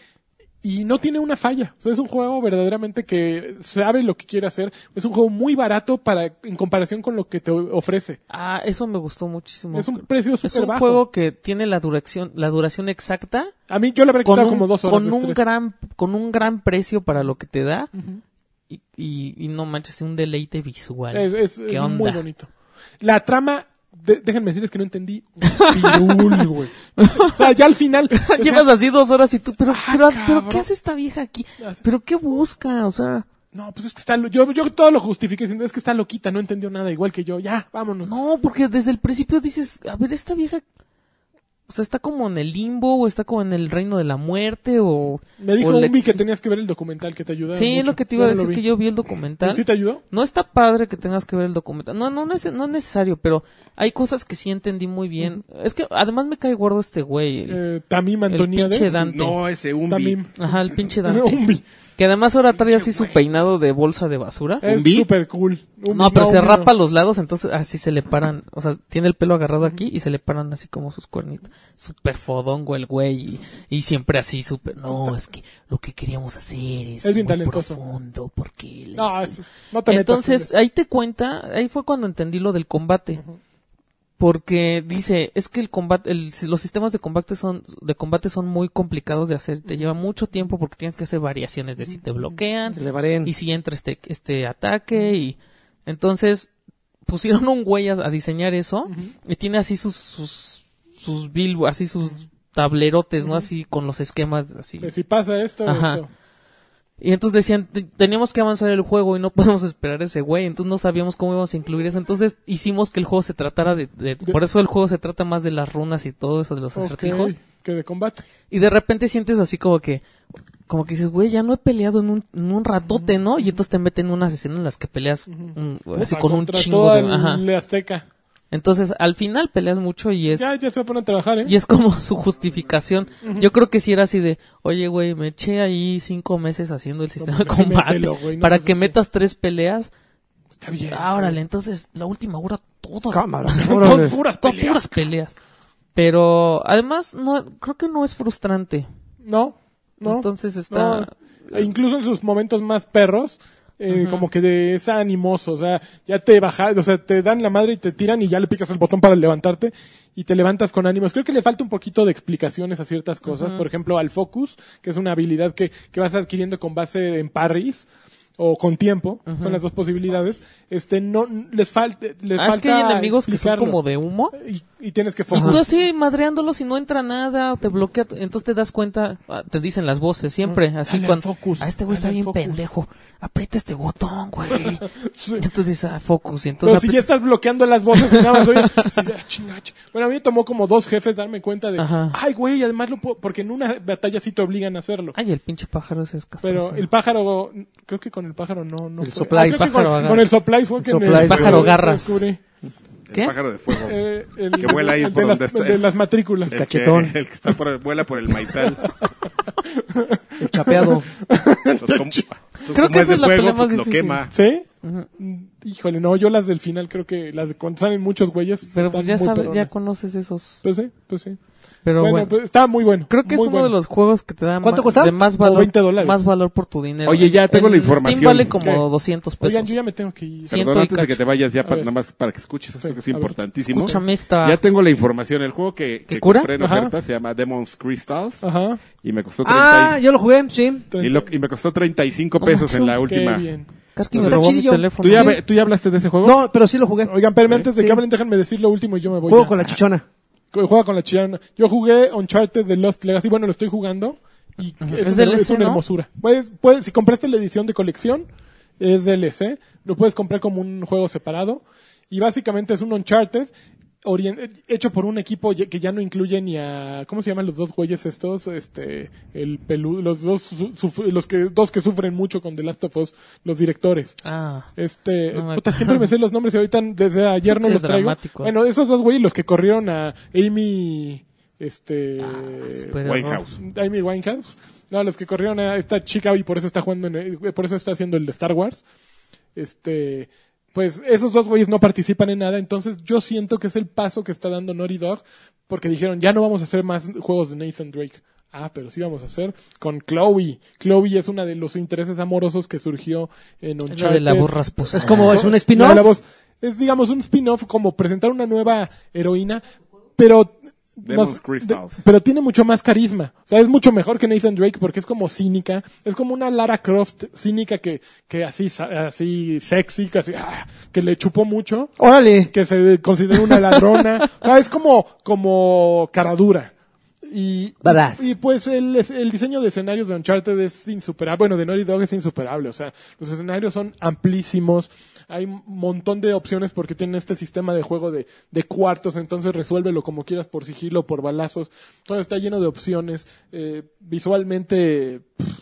Speaker 2: y no tiene una falla. O sea, es un juego verdaderamente que sabe lo que quiere hacer. Es un juego muy barato para en comparación con lo que te ofrece.
Speaker 3: Ah, eso me gustó muchísimo.
Speaker 2: Es un precio
Speaker 3: Es
Speaker 2: súper
Speaker 3: un
Speaker 2: bajo.
Speaker 3: juego que tiene la duración, la duración exacta
Speaker 2: A mí yo le habré
Speaker 3: con
Speaker 2: quitado
Speaker 3: un,
Speaker 2: como dos horas
Speaker 3: con
Speaker 2: de
Speaker 3: un
Speaker 2: estrés.
Speaker 3: gran con un gran precio para lo que te da y, y- y no manches un deleite visual
Speaker 2: Es, es-
Speaker 3: ¿Qué
Speaker 2: es
Speaker 3: onda?
Speaker 2: muy bonito. La trama, de- déjenme decirles que no entendí un pirul, güey. O sea, ya al final... o sea,
Speaker 3: llevas así dos horas y tú pero pero, pero
Speaker 2: Ah, cabrón.
Speaker 3: qué hace esta vieja aquí pero qué busca o sea
Speaker 2: No, pues es que está, lo- yo, yo todo lo justifiqué diciendo, es que está loquita, no entendió nada igual que yo, ya, vámonos.
Speaker 3: no porque desde el principio dices a ver esta vieja o sea está como en el limbo o está como en el reino de la muerte o
Speaker 2: Me dijo
Speaker 3: o la
Speaker 2: Umbi
Speaker 3: ex-
Speaker 2: que tenías que ver el documental que te ayudaba.
Speaker 3: sí es
Speaker 2: mucho.
Speaker 3: lo que te iba a
Speaker 2: Yo no
Speaker 3: decir
Speaker 2: lo
Speaker 3: que
Speaker 2: vi.
Speaker 3: yo vi el documental
Speaker 2: ¿Sí te ayudó?
Speaker 3: No está padre que tengas que ver el documental. No, no, no es, no es necesario, pero hay cosas que sí entendí muy bien. Es que además me cae gordo este güey. El,
Speaker 2: Eh, Tamim
Speaker 3: el
Speaker 2: Antonía
Speaker 3: pinche
Speaker 2: de
Speaker 3: Dante.
Speaker 5: No, ese un
Speaker 2: Tamim.
Speaker 3: Ajá, el pinche Dante.
Speaker 2: Umbi.
Speaker 3: que además ahora trae así su peinado de bolsa de basura.
Speaker 2: Es
Speaker 5: ¿Umbi?
Speaker 2: súper cool. Umbi,
Speaker 3: No, pero se
Speaker 2: Umbi
Speaker 3: rapa
Speaker 2: no.
Speaker 3: los lados, entonces así se le paran. O sea, tiene el pelo agarrado aquí y se le paran así como sus cuernitos. Súper fodongo el güey. Y, y siempre así, súper. No, es que lo que queríamos hacer es,
Speaker 2: Es bien
Speaker 3: muy
Speaker 2: talentoso.
Speaker 3: profundo porque. la
Speaker 2: No,
Speaker 3: historia-
Speaker 2: es- no te metas
Speaker 3: Entonces,
Speaker 2: en eso.
Speaker 3: ahí te cuenta, ahí fue cuando entendí lo del combate. Porque dice, es que el combate, el- los sistemas de combate son, de combate son muy complicados de hacer, te lleva mucho tiempo porque tienes que hacer variaciones de si te bloquean
Speaker 1: Que le varen.
Speaker 3: y si entra este, este ataque y entonces pusieron un güey a, a diseñar eso y tiene así sus, sus, sus bill- así sus tablerotes, ¿no? Así con los esquemas así.
Speaker 2: Que si pasa esto,
Speaker 3: Ajá.
Speaker 2: esto.
Speaker 3: Y entonces decían, "Te- teníamos que avanzar el juego y no podemos esperar a ese güey, entonces no sabíamos cómo íbamos a incluir eso. Entonces hicimos que el juego se tratara de, de-
Speaker 2: De-
Speaker 3: por eso el juego se trata más de las runas y todo eso de los
Speaker 2: Ok,
Speaker 3: acertijos.
Speaker 2: Que de combate.
Speaker 3: Y de repente sientes así como que, como que dices, güey, ya no he peleado en un, en un ratote, ¿no? Y entonces te meten en una sesión en las que peleas un- así
Speaker 2: Puta,
Speaker 3: Pues, con un
Speaker 2: contra
Speaker 3: chingo
Speaker 2: todo
Speaker 3: de,
Speaker 2: el
Speaker 3: ajá.
Speaker 2: Azteca.
Speaker 3: Entonces, al final peleas mucho y es
Speaker 2: Ya, ya se va a poner a trabajar, ¿eh?
Speaker 3: y es como su justificación. Yo creo que si era así de, oye, güey, me eché ahí cinco meses haciendo el sistema de
Speaker 2: mames, sí,
Speaker 3: combate
Speaker 2: mételo, güey, no
Speaker 3: para
Speaker 2: seas
Speaker 3: que
Speaker 2: así".
Speaker 3: metas tres peleas.
Speaker 2: Está bien.
Speaker 3: Ah, órale, entonces la última hora todo.
Speaker 1: Cámara,
Speaker 3: Todo
Speaker 1: órale.
Speaker 3: puras peleas. puras peleas. Pero además no creo que no es frustrante.
Speaker 2: No, no.
Speaker 3: Entonces está-
Speaker 2: no. E incluso en sus momentos más perros, eh, como que de, es animoso. O sea, ya te bajas, o sea, te dan la madre y te tiran y ya le picas el botón para levantarte y te levantas con ánimos. Creo que le falta un poquito de explicaciones a ciertas cosas. Por ejemplo, al focus, que es una habilidad que, que vas adquiriendo con base en parries o con tiempo, son las dos posibilidades. Este no les falta les
Speaker 3: Ah, es que hay
Speaker 2: falta
Speaker 3: enemigos que son
Speaker 2: explicarlo.
Speaker 3: como de humo.
Speaker 2: y, y tienes que
Speaker 3: Y
Speaker 2: focus.
Speaker 3: tú así madreándolos y no entra nada, o te bloquea, entonces te das cuenta, ah, te dicen las voces siempre, así
Speaker 2: Mm. Dale al
Speaker 3: cuando
Speaker 2: focus,
Speaker 3: a este güey
Speaker 2: dale
Speaker 3: está
Speaker 2: al
Speaker 3: bien
Speaker 2: focus".
Speaker 3: pendejo, aprieta este botón, güey.
Speaker 2: Sí.
Speaker 3: Entonces dice, ah, focus, y
Speaker 2: Pero
Speaker 3: entonces
Speaker 2: si ya
Speaker 3: apri-
Speaker 2: estás bloqueando las voces, y nada más, oye, sí, ya, chinga, chinga. Bueno, a mí me tomó como dos jefes darme cuenta de,
Speaker 3: Ajá.
Speaker 2: ay, güey, y además lo puedo, porque en una batalla sí te obligan a hacerlo.
Speaker 3: Ay, pues, el pinche pájaro ese es
Speaker 2: Pero
Speaker 3: castroso.
Speaker 2: el pájaro, creo que con el pájaro no, no.
Speaker 3: El
Speaker 2: fue. Ah,
Speaker 3: soplay,
Speaker 2: creo que
Speaker 3: pájaro
Speaker 2: con,
Speaker 3: agarra.
Speaker 2: con el soplay fue que en
Speaker 1: Soplay,
Speaker 3: pájaro
Speaker 2: descubrí-
Speaker 3: garras.
Speaker 2: descubrí,
Speaker 3: ¿Qué?
Speaker 5: El pájaro de fuego.
Speaker 2: eh, el-
Speaker 5: Que vuela ahí
Speaker 2: de
Speaker 5: por
Speaker 2: las-
Speaker 5: donde Eh. está.
Speaker 2: De las matrículas.
Speaker 5: El
Speaker 1: cachetón.
Speaker 5: Que, el que está por el- vuela por el maizal.
Speaker 1: El chapeado.
Speaker 5: Entonces, como- entonces,
Speaker 3: Creo
Speaker 5: como
Speaker 3: que esa
Speaker 5: de
Speaker 3: es la
Speaker 5: fuego,
Speaker 3: pelea más
Speaker 5: pues,
Speaker 3: difícil.
Speaker 5: Lo quema.
Speaker 2: ¿Sí? Mm, Híjole, no, yo las del final creo que las de cuando salen muchos güeyes.
Speaker 3: Pero
Speaker 2: están
Speaker 3: pues ya
Speaker 2: muy
Speaker 3: sabes, ya
Speaker 2: perronas.
Speaker 3: conoces esos.
Speaker 2: Pues sí, pues sí.
Speaker 3: Pero
Speaker 2: bueno,
Speaker 3: bueno,
Speaker 2: pues está muy bueno.
Speaker 3: creo que es
Speaker 2: muy
Speaker 3: uno
Speaker 2: bueno.
Speaker 3: de los juegos que te da
Speaker 1: ¿Cuánto
Speaker 3: ma-
Speaker 1: cuesta?
Speaker 3: de más
Speaker 2: Como
Speaker 3: valor,
Speaker 2: 20 dólares.
Speaker 3: más valor por tu dinero.
Speaker 5: Oye, ya tengo
Speaker 3: En
Speaker 5: la información.
Speaker 3: Steam vale como
Speaker 2: ¿Qué?
Speaker 3: 200 pesos.
Speaker 2: Oigan, yo ya me tengo que ir.
Speaker 3: Sí. Ciento
Speaker 5: Perdón,
Speaker 3: y
Speaker 5: antes de
Speaker 3: cacho.
Speaker 5: que te vayas, ya
Speaker 2: A
Speaker 5: pa-
Speaker 2: ver.
Speaker 5: nada más para que escuches esto
Speaker 2: Sí,
Speaker 5: que es
Speaker 2: a ver.
Speaker 5: importantísimo.
Speaker 3: Escúchame esta.
Speaker 5: Ya tengo la información. El juego que, que
Speaker 3: cura?
Speaker 5: compré en
Speaker 2: Ajá.
Speaker 5: oferta se llama Demon's Crystals
Speaker 2: Ajá.
Speaker 5: y me costó 30
Speaker 1: Ah, yo lo jugué, sí.
Speaker 5: y, lo- y me costó 35 pesos en la
Speaker 2: Qué
Speaker 5: última.
Speaker 2: bien.
Speaker 3: Karki me
Speaker 1: Está
Speaker 3: robó mi
Speaker 1: chidillo.
Speaker 3: teléfono.
Speaker 5: ¿Tú ya,
Speaker 1: Sí.
Speaker 5: ve- ¿Tú ya hablaste de ese juego?
Speaker 1: No, pero sí lo jugué.
Speaker 2: Oigan, pero antes de
Speaker 1: Sí.
Speaker 2: que hablen, déjenme decir lo último y yo me voy.
Speaker 1: Juego
Speaker 2: ya.
Speaker 1: con la chichona.
Speaker 2: Co- Juega con la chillana. Yo jugué Uncharted de Lost Legacy. Bueno, lo estoy jugando. Y es, una-
Speaker 3: Es DLC,
Speaker 2: es una
Speaker 3: ¿no?
Speaker 2: hermosura. Puedes, puedes, si compraste la edición de colección, es DLC. Lo puedes comprar como un juego separado. Y básicamente es un Uncharted orien- hecho por un equipo ya- que ya no incluye ni a ¿cómo se llaman los dos güeyes estos? Este, el pelu, los dos su- suf- los que dos que sufren mucho con The Last of Us, los directores.
Speaker 3: Ah.
Speaker 2: Este,
Speaker 3: No me
Speaker 2: puta,
Speaker 3: acuerdo.
Speaker 2: siempre me sé los nombres y ahorita desde ayer no
Speaker 3: Pinches
Speaker 2: los traigo.
Speaker 3: dramáticos.
Speaker 2: Bueno, esos dos güeyes, los que corrieron a Amy, este,
Speaker 3: Ah, super
Speaker 5: Winehouse.
Speaker 3: pues.
Speaker 2: Amy Winehouse. No, los que corrieron a esta chica y por eso está jugando, en el- por eso está haciendo el de Star Wars. Este, pues esos dos güeyes no participan en nada, entonces yo siento que es el paso que está dando Naughty Dog, porque dijeron, ya no vamos a hacer más juegos de Nathan Drake. Ah, pero sí vamos a hacer con Chloe. Chloe es una de los intereses amorosos que surgió en
Speaker 3: Es la de
Speaker 2: Uncharted.
Speaker 3: la burra esposa. Ah.
Speaker 1: Es como, es un
Speaker 2: No, la
Speaker 1: spin-off.
Speaker 2: voz. es, digamos, un spin-off como presentar una nueva heroína, pero...
Speaker 5: Demon's
Speaker 2: nos-
Speaker 5: Crystals.
Speaker 2: de- pero tiene mucho más carisma. O sea, es mucho mejor que Nathan Drake porque es como cínica. Es como una Lara Croft cínica que, que así, sa- así sexy, casi, ah, que le chupó mucho,
Speaker 1: Órale.
Speaker 2: que se considera una ladrona. o sea, es como, como caradura. Y,
Speaker 1: Badass.
Speaker 2: y pues el, es- el diseño de escenarios de Uncharted es insuperable. Bueno, de Naughty Dog es insuperable. O sea, los escenarios son amplísimos. Hay un montón de opciones porque tienen este sistema de juego de, de cuartos. Entonces resuélvelo como quieras por sigilo, por balazos. Todo está lleno de opciones. Eh, visualmente pff,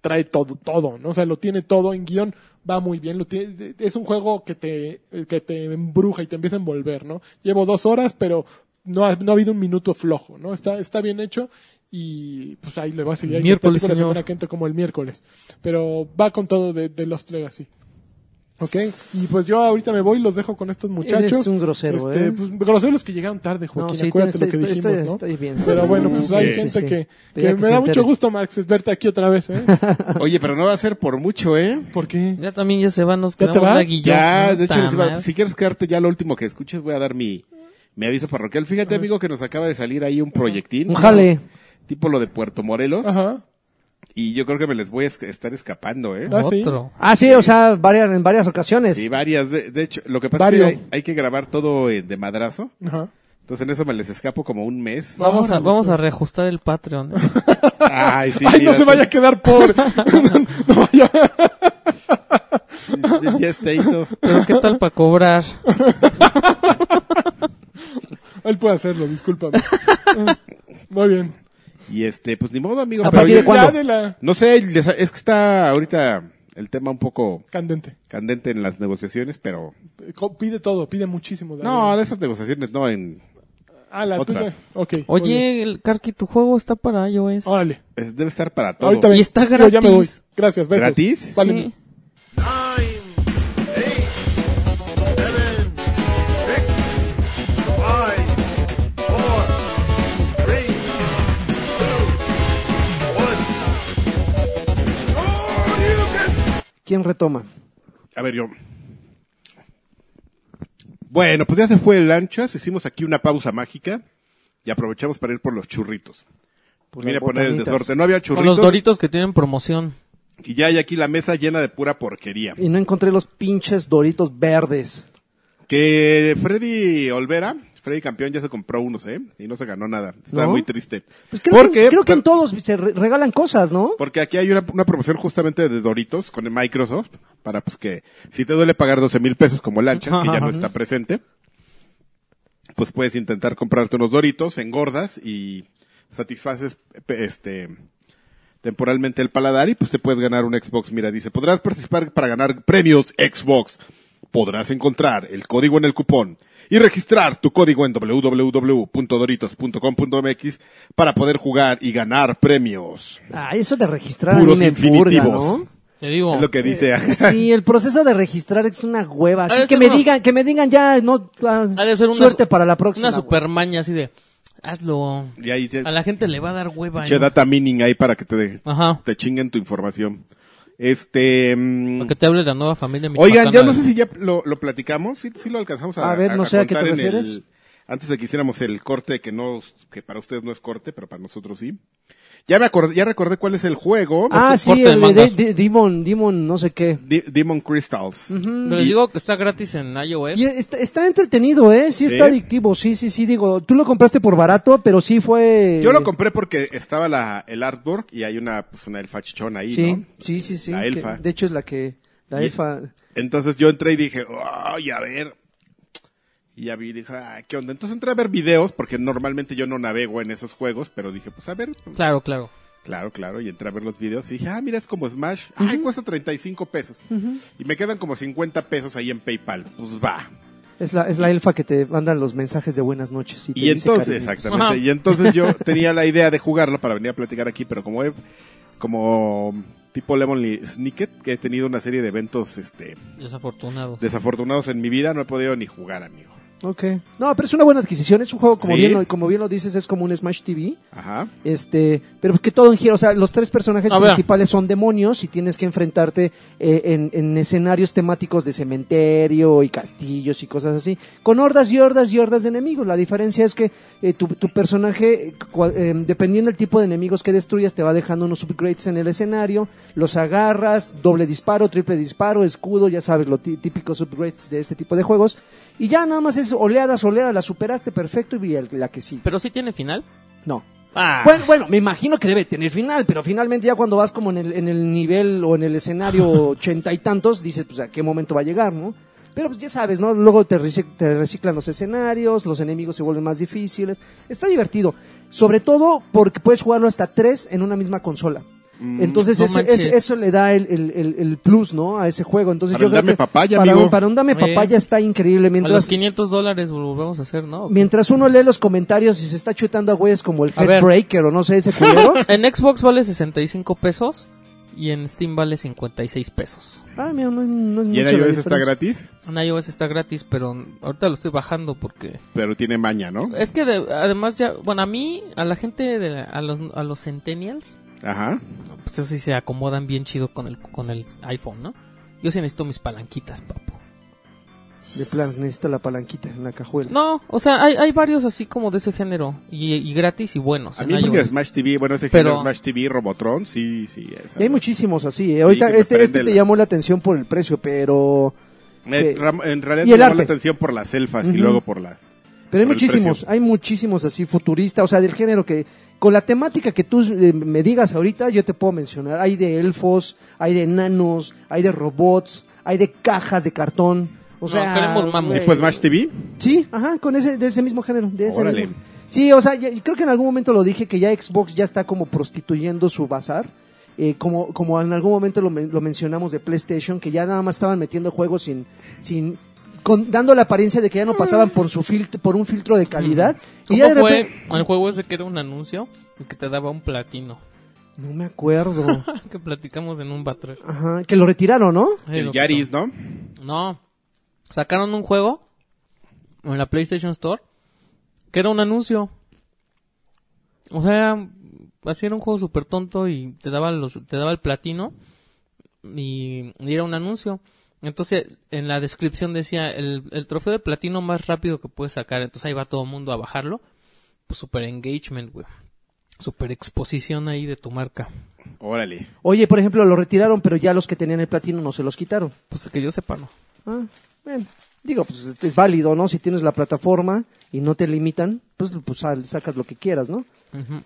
Speaker 2: trae todo, todo, ¿no? O sea, lo tiene todo en guión. Va muy bien, lo tiene- es un juego que te, que te embruja y te empieza a envolver, ¿no? Llevo dos horas, pero no ha, no ha habido un minuto flojo, ¿no? Está, está bien hecho y pues ahí le va a seguir. Ahí te
Speaker 3: Miércoles,
Speaker 2: platico la
Speaker 3: señor.
Speaker 2: semana que entra como el miércoles. Pero va con todo de, de Lost Legacy. Ok, y pues yo ahorita me voy y los dejo con estos muchachos.
Speaker 1: Eres un grosero,
Speaker 2: Este,
Speaker 1: ¿eh?
Speaker 2: pues, groseros que llegaron tarde, Joaquín,
Speaker 1: sí,
Speaker 2: acuérdate
Speaker 1: estoy-
Speaker 2: lo que
Speaker 1: estoy-
Speaker 2: dijimos,
Speaker 1: estoy-
Speaker 2: ¿no?
Speaker 1: estoy bien.
Speaker 2: Pero bueno, pues hay
Speaker 5: Sí, sí,
Speaker 2: gente
Speaker 1: sí.
Speaker 2: que, que
Speaker 1: Ya que
Speaker 2: me
Speaker 1: se
Speaker 2: da mucho
Speaker 1: entere.
Speaker 2: gusto, Marx, verte aquí otra vez, ¿eh?
Speaker 5: Oye, pero no va a ser por mucho, ¿eh?
Speaker 2: ¿Por qué?
Speaker 3: Ya también ya se van, nos
Speaker 2: ¿Ya te
Speaker 3: quedamos
Speaker 2: vas?
Speaker 3: la guillón.
Speaker 5: Ya, de hecho,
Speaker 3: Puta
Speaker 5: les iba-
Speaker 3: madre.
Speaker 5: si quieres quedarte ya lo último que escuches, voy a dar mi, mi aviso parroquial. Fíjate, amigo, que nos acaba de salir ahí un proyectín.
Speaker 1: Un jale.
Speaker 5: Tipo lo de Puerto Morelos.
Speaker 2: Ajá.
Speaker 5: Y yo creo que me les voy a es- estar escapando, ¿eh.
Speaker 2: Ah, sí.
Speaker 3: Otro.
Speaker 1: Ah, sí, o sea, varias, en varias ocasiones.
Speaker 5: Y varias, de, de hecho, lo que pasa
Speaker 2: Vario.
Speaker 5: es que hay, hay que grabar todo eh, de madrazo.
Speaker 2: Ajá.
Speaker 5: Entonces en eso me les escapo como un mes.
Speaker 3: Vamos a,
Speaker 2: Órale,
Speaker 3: vamos a reajustar el Patreon. ¿eh?
Speaker 5: Ay, sí,
Speaker 2: Ay, no
Speaker 5: mira,
Speaker 2: se vaya a quedar pobre. no, no vaya.
Speaker 5: Ya, ya está ahí todo.
Speaker 3: Pero qué tal para cobrar.
Speaker 2: Él puede hacerlo, discúlpame. Ah, Muy bien.
Speaker 5: Y este, pues ni modo, amigo.
Speaker 1: ¿A
Speaker 5: pero
Speaker 1: partir de
Speaker 5: yo-
Speaker 1: cuándo?
Speaker 2: Ya de la...
Speaker 5: No sé, les- es que está ahorita el tema un poco
Speaker 2: Candente.
Speaker 5: candente en las negociaciones, pero
Speaker 2: Eh, co- Pide todo, pide muchísimo. de
Speaker 5: no,
Speaker 2: Arena.
Speaker 5: de esas negociaciones no en
Speaker 2: Ah, la
Speaker 5: otras.
Speaker 2: tuya. Ok. muy bien.
Speaker 3: Oye, el Karki, tu juego está para iOS.
Speaker 2: Órale.
Speaker 5: es- debe estar para todo.
Speaker 2: Ahorita vengo.
Speaker 3: Y está
Speaker 2: Yo ya me voy.
Speaker 3: gratis.
Speaker 2: Gracias, besos.
Speaker 5: ¿Gratis?
Speaker 2: Vale.
Speaker 3: Sí.
Speaker 6: nine, eight, seven, six, five, four, three, two, one. Oh, you can
Speaker 1: ¿Quién retoma?
Speaker 5: A ver, yo. Bueno, pues ya se fue el anchas, hicimos aquí una pausa mágica y aprovechamos para ir por los churritos.
Speaker 1: Por
Speaker 5: Vine
Speaker 1: las
Speaker 5: a Pues poner el
Speaker 1: botanitas.
Speaker 5: desorden. No había
Speaker 3: Con
Speaker 5: churritos.
Speaker 3: los doritos que tienen promoción.
Speaker 5: Y ya hay aquí la mesa llena de pura porquería.
Speaker 1: Y no encontré los pinches doritos verdes.
Speaker 5: Que Freddy Olvera, Freddy campeón, ya se compró unos, ¿eh? Y no se ganó nada. Estaba
Speaker 1: ¿No?
Speaker 5: muy triste.
Speaker 1: Pues creo,
Speaker 5: porque,
Speaker 1: que, creo que en
Speaker 5: per-
Speaker 1: todos se re- regalan cosas, ¿no?
Speaker 5: porque aquí hay una, una promoción justamente de Doritos con el Microsoft para pues que si te duele pagar 12 mil pesos como lanchas, que ya no está presente, pues puedes intentar comprarte unos Doritos, engordas y satisfaces pe- este temporalmente el paladar y pues te puedes ganar un Xbox. Mira, dice, podrás participar para ganar premios Xbox. Podrás encontrar el código en el cupón y registrar tu código en www.doritos.com.mx para poder jugar y ganar premios.
Speaker 1: Ah, eso de registrar a mí
Speaker 5: Pues, Puros
Speaker 1: me purga,
Speaker 5: infinitivos.
Speaker 1: ¿no?
Speaker 3: Te digo.
Speaker 5: Es lo que dice.
Speaker 1: Sí, el proceso de registrar es una hueva. Así
Speaker 3: Ah,
Speaker 1: que
Speaker 3: eso
Speaker 1: me
Speaker 3: no.
Speaker 1: digan, que me digan ya, no, ah,
Speaker 3: Ha de ser una
Speaker 1: suerte
Speaker 3: su-
Speaker 1: para la próxima.
Speaker 3: Una
Speaker 1: güey.
Speaker 3: supermaña así de. Hazlo.
Speaker 5: Y ahí te-
Speaker 3: A la gente le va a dar hueva.
Speaker 5: che
Speaker 3: ¿no? Ah.
Speaker 5: data mining ahí para que te,
Speaker 3: Ajá.
Speaker 5: te chinguen tu información. Este... mm,
Speaker 3: Para que te hable la nueva familia.
Speaker 5: Oigan,
Speaker 3: michoacana.
Speaker 5: yo no sé si ya lo, lo platicamos, sí, sí lo alcanzamos a
Speaker 1: A ver, no sé a qué
Speaker 5: contar
Speaker 1: te
Speaker 5: en el-
Speaker 1: refieres.
Speaker 5: antes de que hiciéramos el corte que no, que para ustedes no es corte, pero para nosotros sí. Ya me acordé, ya recordé cuál es el juego.
Speaker 1: Ah,
Speaker 3: Corte
Speaker 1: sí,
Speaker 3: de
Speaker 1: el de,
Speaker 3: mangas.
Speaker 1: de- Demon, Demon, no sé qué.
Speaker 5: Di- Demon Crystals.
Speaker 3: Pero les digo que está gratis en iOS.
Speaker 1: Y está, está entretenido, ¿eh? Sí está
Speaker 5: ¿Sí?
Speaker 1: adictivo, sí, sí, sí. Digo, tú lo compraste por barato, pero sí fue...
Speaker 5: Yo lo compré porque estaba la, el artwork y hay una, pues una elfa chichona ahí,
Speaker 1: Sí,
Speaker 5: ¿no?
Speaker 1: sí, sí, sí.
Speaker 5: La
Speaker 1: que
Speaker 5: elfa.
Speaker 1: de hecho es la que... La
Speaker 5: Y-
Speaker 1: elfa...
Speaker 5: Entonces yo entré y dije, ay, a ver. Y ya vi, dije, ah, ¿qué onda? Entonces entré a ver videos porque normalmente yo no navego en esos juegos, pero dije, pues a ver,
Speaker 3: Claro, claro.
Speaker 5: Claro, claro, y entré a ver los videos y dije, ah, mira, es como Smash. Ay, cuesta 35 pesos. Y me quedan como 50 pesos ahí en PayPal. Pues va.
Speaker 1: Es la, es la elfa que te mandan los mensajes de buenas noches. Y, te
Speaker 5: Y
Speaker 1: dice
Speaker 5: entonces,
Speaker 1: cariñitos.
Speaker 5: exactamente,
Speaker 3: Ajá.
Speaker 5: y entonces yo tenía la idea de jugarlo para venir a platicar aquí, pero como he- como tipo Lemon Snicket, que he tenido una serie de eventos este
Speaker 3: Desafortunado.
Speaker 5: desafortunados en mi vida, no he podido ni jugar, amigo.
Speaker 1: Ok. No, pero es una buena adquisición. Es un juego, como,
Speaker 5: Sí.
Speaker 1: bien, lo- como bien lo dices, es como un Smash TV.
Speaker 5: Ajá.
Speaker 1: Este, pero que todo en giro, o sea, los tres personajes
Speaker 3: A ver.
Speaker 1: principales son demonios y tienes que enfrentarte eh, en, en escenarios temáticos de cementerio y castillos y cosas así, con hordas y hordas y hordas de enemigos. La diferencia es que eh, tu, tu personaje, eh, cua- eh, dependiendo del tipo de enemigos que destruyas, te va dejando unos upgrades en el escenario, los agarras, doble disparo, triple disparo, escudo, ya sabes, los típicos upgrades de este tipo de juegos. Y ya nada más es oleadas, oleadas, la superaste perfecto y el- la que sí.
Speaker 3: Pero sí tiene final.
Speaker 1: No.
Speaker 3: Ah.
Speaker 1: Bueno, bueno, me imagino que debe tener final, pero finalmente ya cuando vas como en el, en el nivel o en el escenario ochenta y tantos, dices, pues a qué momento va a llegar, ¿no? Pero pues ya sabes, ¿no? Luego te, reci- te reciclan los escenarios, los enemigos se vuelven más difíciles. Está divertido. Sobre todo porque puedes jugarlo hasta tres en una misma consola. Entonces
Speaker 3: Mm, no
Speaker 1: eso,
Speaker 3: manches.
Speaker 1: eso- eso le da el, el- el- el plus, ¿no? A ese juego.
Speaker 3: Pues
Speaker 1: Entonces
Speaker 5: Para
Speaker 1: yo
Speaker 5: un
Speaker 1: creo
Speaker 5: Dame
Speaker 1: que
Speaker 5: Papaya,
Speaker 1: para,
Speaker 5: amigo.
Speaker 1: para un dame
Speaker 3: Eh.
Speaker 1: papaya está increíble.
Speaker 3: a los
Speaker 1: Mientras,
Speaker 3: 500 dólares lo vamos a hacer, ¿no?
Speaker 1: mientras uno lee los comentarios y se está chutando a güeyes como el
Speaker 3: A ver.
Speaker 1: Headbreaker o no sé, ese culero.
Speaker 3: En Xbox vale 65 pesos y en Steam vale 56 pesos.
Speaker 1: Ah, mira, no, es- no es
Speaker 5: Y en
Speaker 1: mucha la
Speaker 5: iOS está
Speaker 1: diferencia.
Speaker 5: gratis,
Speaker 3: En iOS está gratis, pero ahorita lo estoy bajando porque...
Speaker 5: pero tiene maña, ¿no?
Speaker 3: Es que de- además ya, bueno, a mí, a la gente, de la- a, los, a los centennials,
Speaker 5: Ajá.
Speaker 3: pues eso sí se acomodan bien chido con el, con el iPhone, ¿no? Yo sí necesito mis palanquitas, papu.
Speaker 1: De plan, necesita la palanquita en la cajuela.
Speaker 3: No, o sea, hay, hay varios así como de ese género y, y gratis y buenos.
Speaker 5: A
Speaker 3: pues en
Speaker 5: mí
Speaker 3: iOS.
Speaker 5: porque Smash TV, bueno, ese
Speaker 3: Pero-
Speaker 5: género Smash TV, Robotron, sí, sí. esa-
Speaker 1: Y hay muchísimos así, ¿eh? Ahorita
Speaker 5: que te
Speaker 1: este,
Speaker 5: prende
Speaker 1: este te
Speaker 5: la-
Speaker 1: llamó la atención por el precio, pero...
Speaker 5: Eh,
Speaker 1: Sí.
Speaker 5: Ram- en realidad
Speaker 1: Y el
Speaker 5: me llamó la
Speaker 1: arte.
Speaker 5: atención por las elfas y
Speaker 1: Ujú.
Speaker 5: luego por las...
Speaker 1: Pero hay
Speaker 5: Por el
Speaker 1: muchísimos,
Speaker 5: precio.
Speaker 1: hay muchísimos así, futurista, o sea, del género que... Con la temática que tú eh, me digas ahorita, yo te puedo mencionar. Hay de elfos, hay de enanos, hay de robots, hay de cajas de cartón. O
Speaker 3: No,
Speaker 1: sea,
Speaker 3: queremos mamu.
Speaker 5: ¿Y
Speaker 1: güey.
Speaker 5: pues fue Smash TV?
Speaker 1: Sí, ajá, con ese, de ese mismo género. De ese
Speaker 5: Órale.
Speaker 1: mismo. Sí, o sea, ya- creo que en algún momento lo dije que ya Xbox ya está como prostituyendo su bazar. eh, como, como en algún momento lo, men- lo mencionamos de PlayStation, que ya nada más estaban metiendo juegos sin, sin con- dando la apariencia de que ya no pasaban por su filtro, por un filtro de calidad. Y ya
Speaker 3: ¿Cómo
Speaker 1: de
Speaker 3: fue
Speaker 1: repente-
Speaker 3: el juego ese que era un anuncio y que te daba un platino?
Speaker 1: No me acuerdo.
Speaker 3: que platicamos en un Battle.
Speaker 1: Ajá, que lo retiraron, ¿no?
Speaker 5: El Yaris, ¿no?
Speaker 3: No. Sacaron un juego en la PlayStation Store que era un anuncio. O sea, así era un juego súper tonto y te daba, los, te daba el platino y, y era un anuncio. Entonces, en la descripción decía el, el trofeo de platino más rápido que puedes sacar. Entonces ahí va todo el mundo a bajarlo. Pues super engagement, güey. Super exposición ahí de tu marca.
Speaker 5: Órale.
Speaker 1: Oye, por ejemplo, lo retiraron, pero ya los que tenían el platino no se los quitaron.
Speaker 3: Pues que yo sepa, no.
Speaker 1: Ah, bueno, digo, pues es válido, ¿no? Si tienes la plataforma y no te limitan, pues, pues sal- sacas lo que quieras, ¿no?
Speaker 3: Ujú.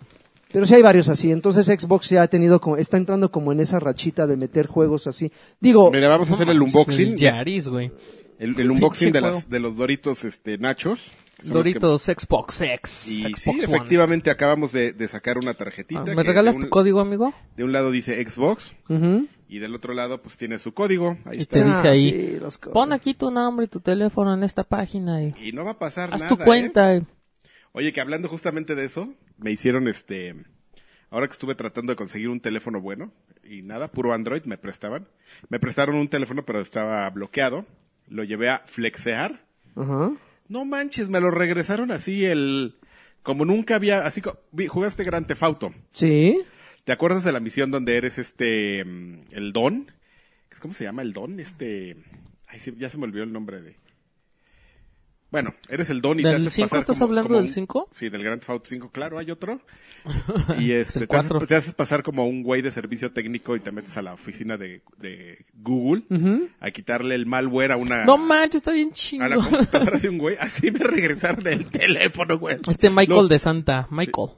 Speaker 1: Pero sí hay varios así. Entonces Xbox ya ha tenido como, está entrando como en esa rachita de meter juegos así. Digo,
Speaker 5: Mira, vamos a hacer el
Speaker 3: Oh. El
Speaker 5: unboxing.
Speaker 3: Yaris, güey.
Speaker 5: El, el unboxing
Speaker 3: Sí,
Speaker 5: de,
Speaker 3: juego.
Speaker 5: las, de los Doritos este, Nachos. que son los que-
Speaker 3: Doritos Xbox X.
Speaker 5: Y
Speaker 3: Xbox
Speaker 5: sí,
Speaker 3: One.
Speaker 5: efectivamente acabamos de, de sacar una
Speaker 3: Ah,
Speaker 5: tarjetita. que
Speaker 3: ¿Me
Speaker 5: de
Speaker 3: regalas
Speaker 5: un-
Speaker 3: tu código, amigo?
Speaker 5: De un lado dice Xbox
Speaker 1: ujú.
Speaker 5: y del otro lado pues tiene su código. Ahí
Speaker 3: Y
Speaker 5: está.
Speaker 3: te dice ahí,
Speaker 1: Ah, sí, los co-
Speaker 3: Pon aquí tu nombre y tu teléfono en esta página y
Speaker 5: Y no va a pasar
Speaker 3: haz
Speaker 5: nada.
Speaker 3: tu
Speaker 5: ¿eh?
Speaker 3: cuenta. y-
Speaker 5: Oye, que hablando justamente de eso, me hicieron este. Ahora que estuve tratando de conseguir un teléfono bueno y nada, puro Android me prestaban. Me prestaron un teléfono, pero estaba bloqueado. Lo llevé a flexear.
Speaker 1: Ajá.
Speaker 5: No manches, me lo regresaron así el. Como nunca había. Así co- vi- jugaste Gran Tefauto.
Speaker 1: Sí.
Speaker 5: ¿Te acuerdas de la misión donde eres este. mm, El Don? ¿Cómo se llama el Don? Este. Ay, sí, ya se me olvidó el nombre de. Bueno, eres el Don y te
Speaker 3: ¿Del
Speaker 5: haces
Speaker 3: cinco
Speaker 5: pasar
Speaker 3: estás
Speaker 5: como-
Speaker 3: hablando
Speaker 5: como
Speaker 3: del
Speaker 5: un-
Speaker 3: cinco?
Speaker 5: Sí, del Grand Theft Auto 5, claro, hay otro. Y este,
Speaker 3: el
Speaker 5: te, haces,
Speaker 3: cuatro.
Speaker 5: te haces pasar como un güey de servicio técnico y te metes a la oficina de, de Google a quitarle el malware a una
Speaker 3: No manches, está bien
Speaker 5: Ah. a la
Speaker 3: chingo.
Speaker 5: computadora de un güey. Así me regresaron el teléfono, güey.
Speaker 3: Este Michael
Speaker 5: Lo-
Speaker 3: de Santa, Michael.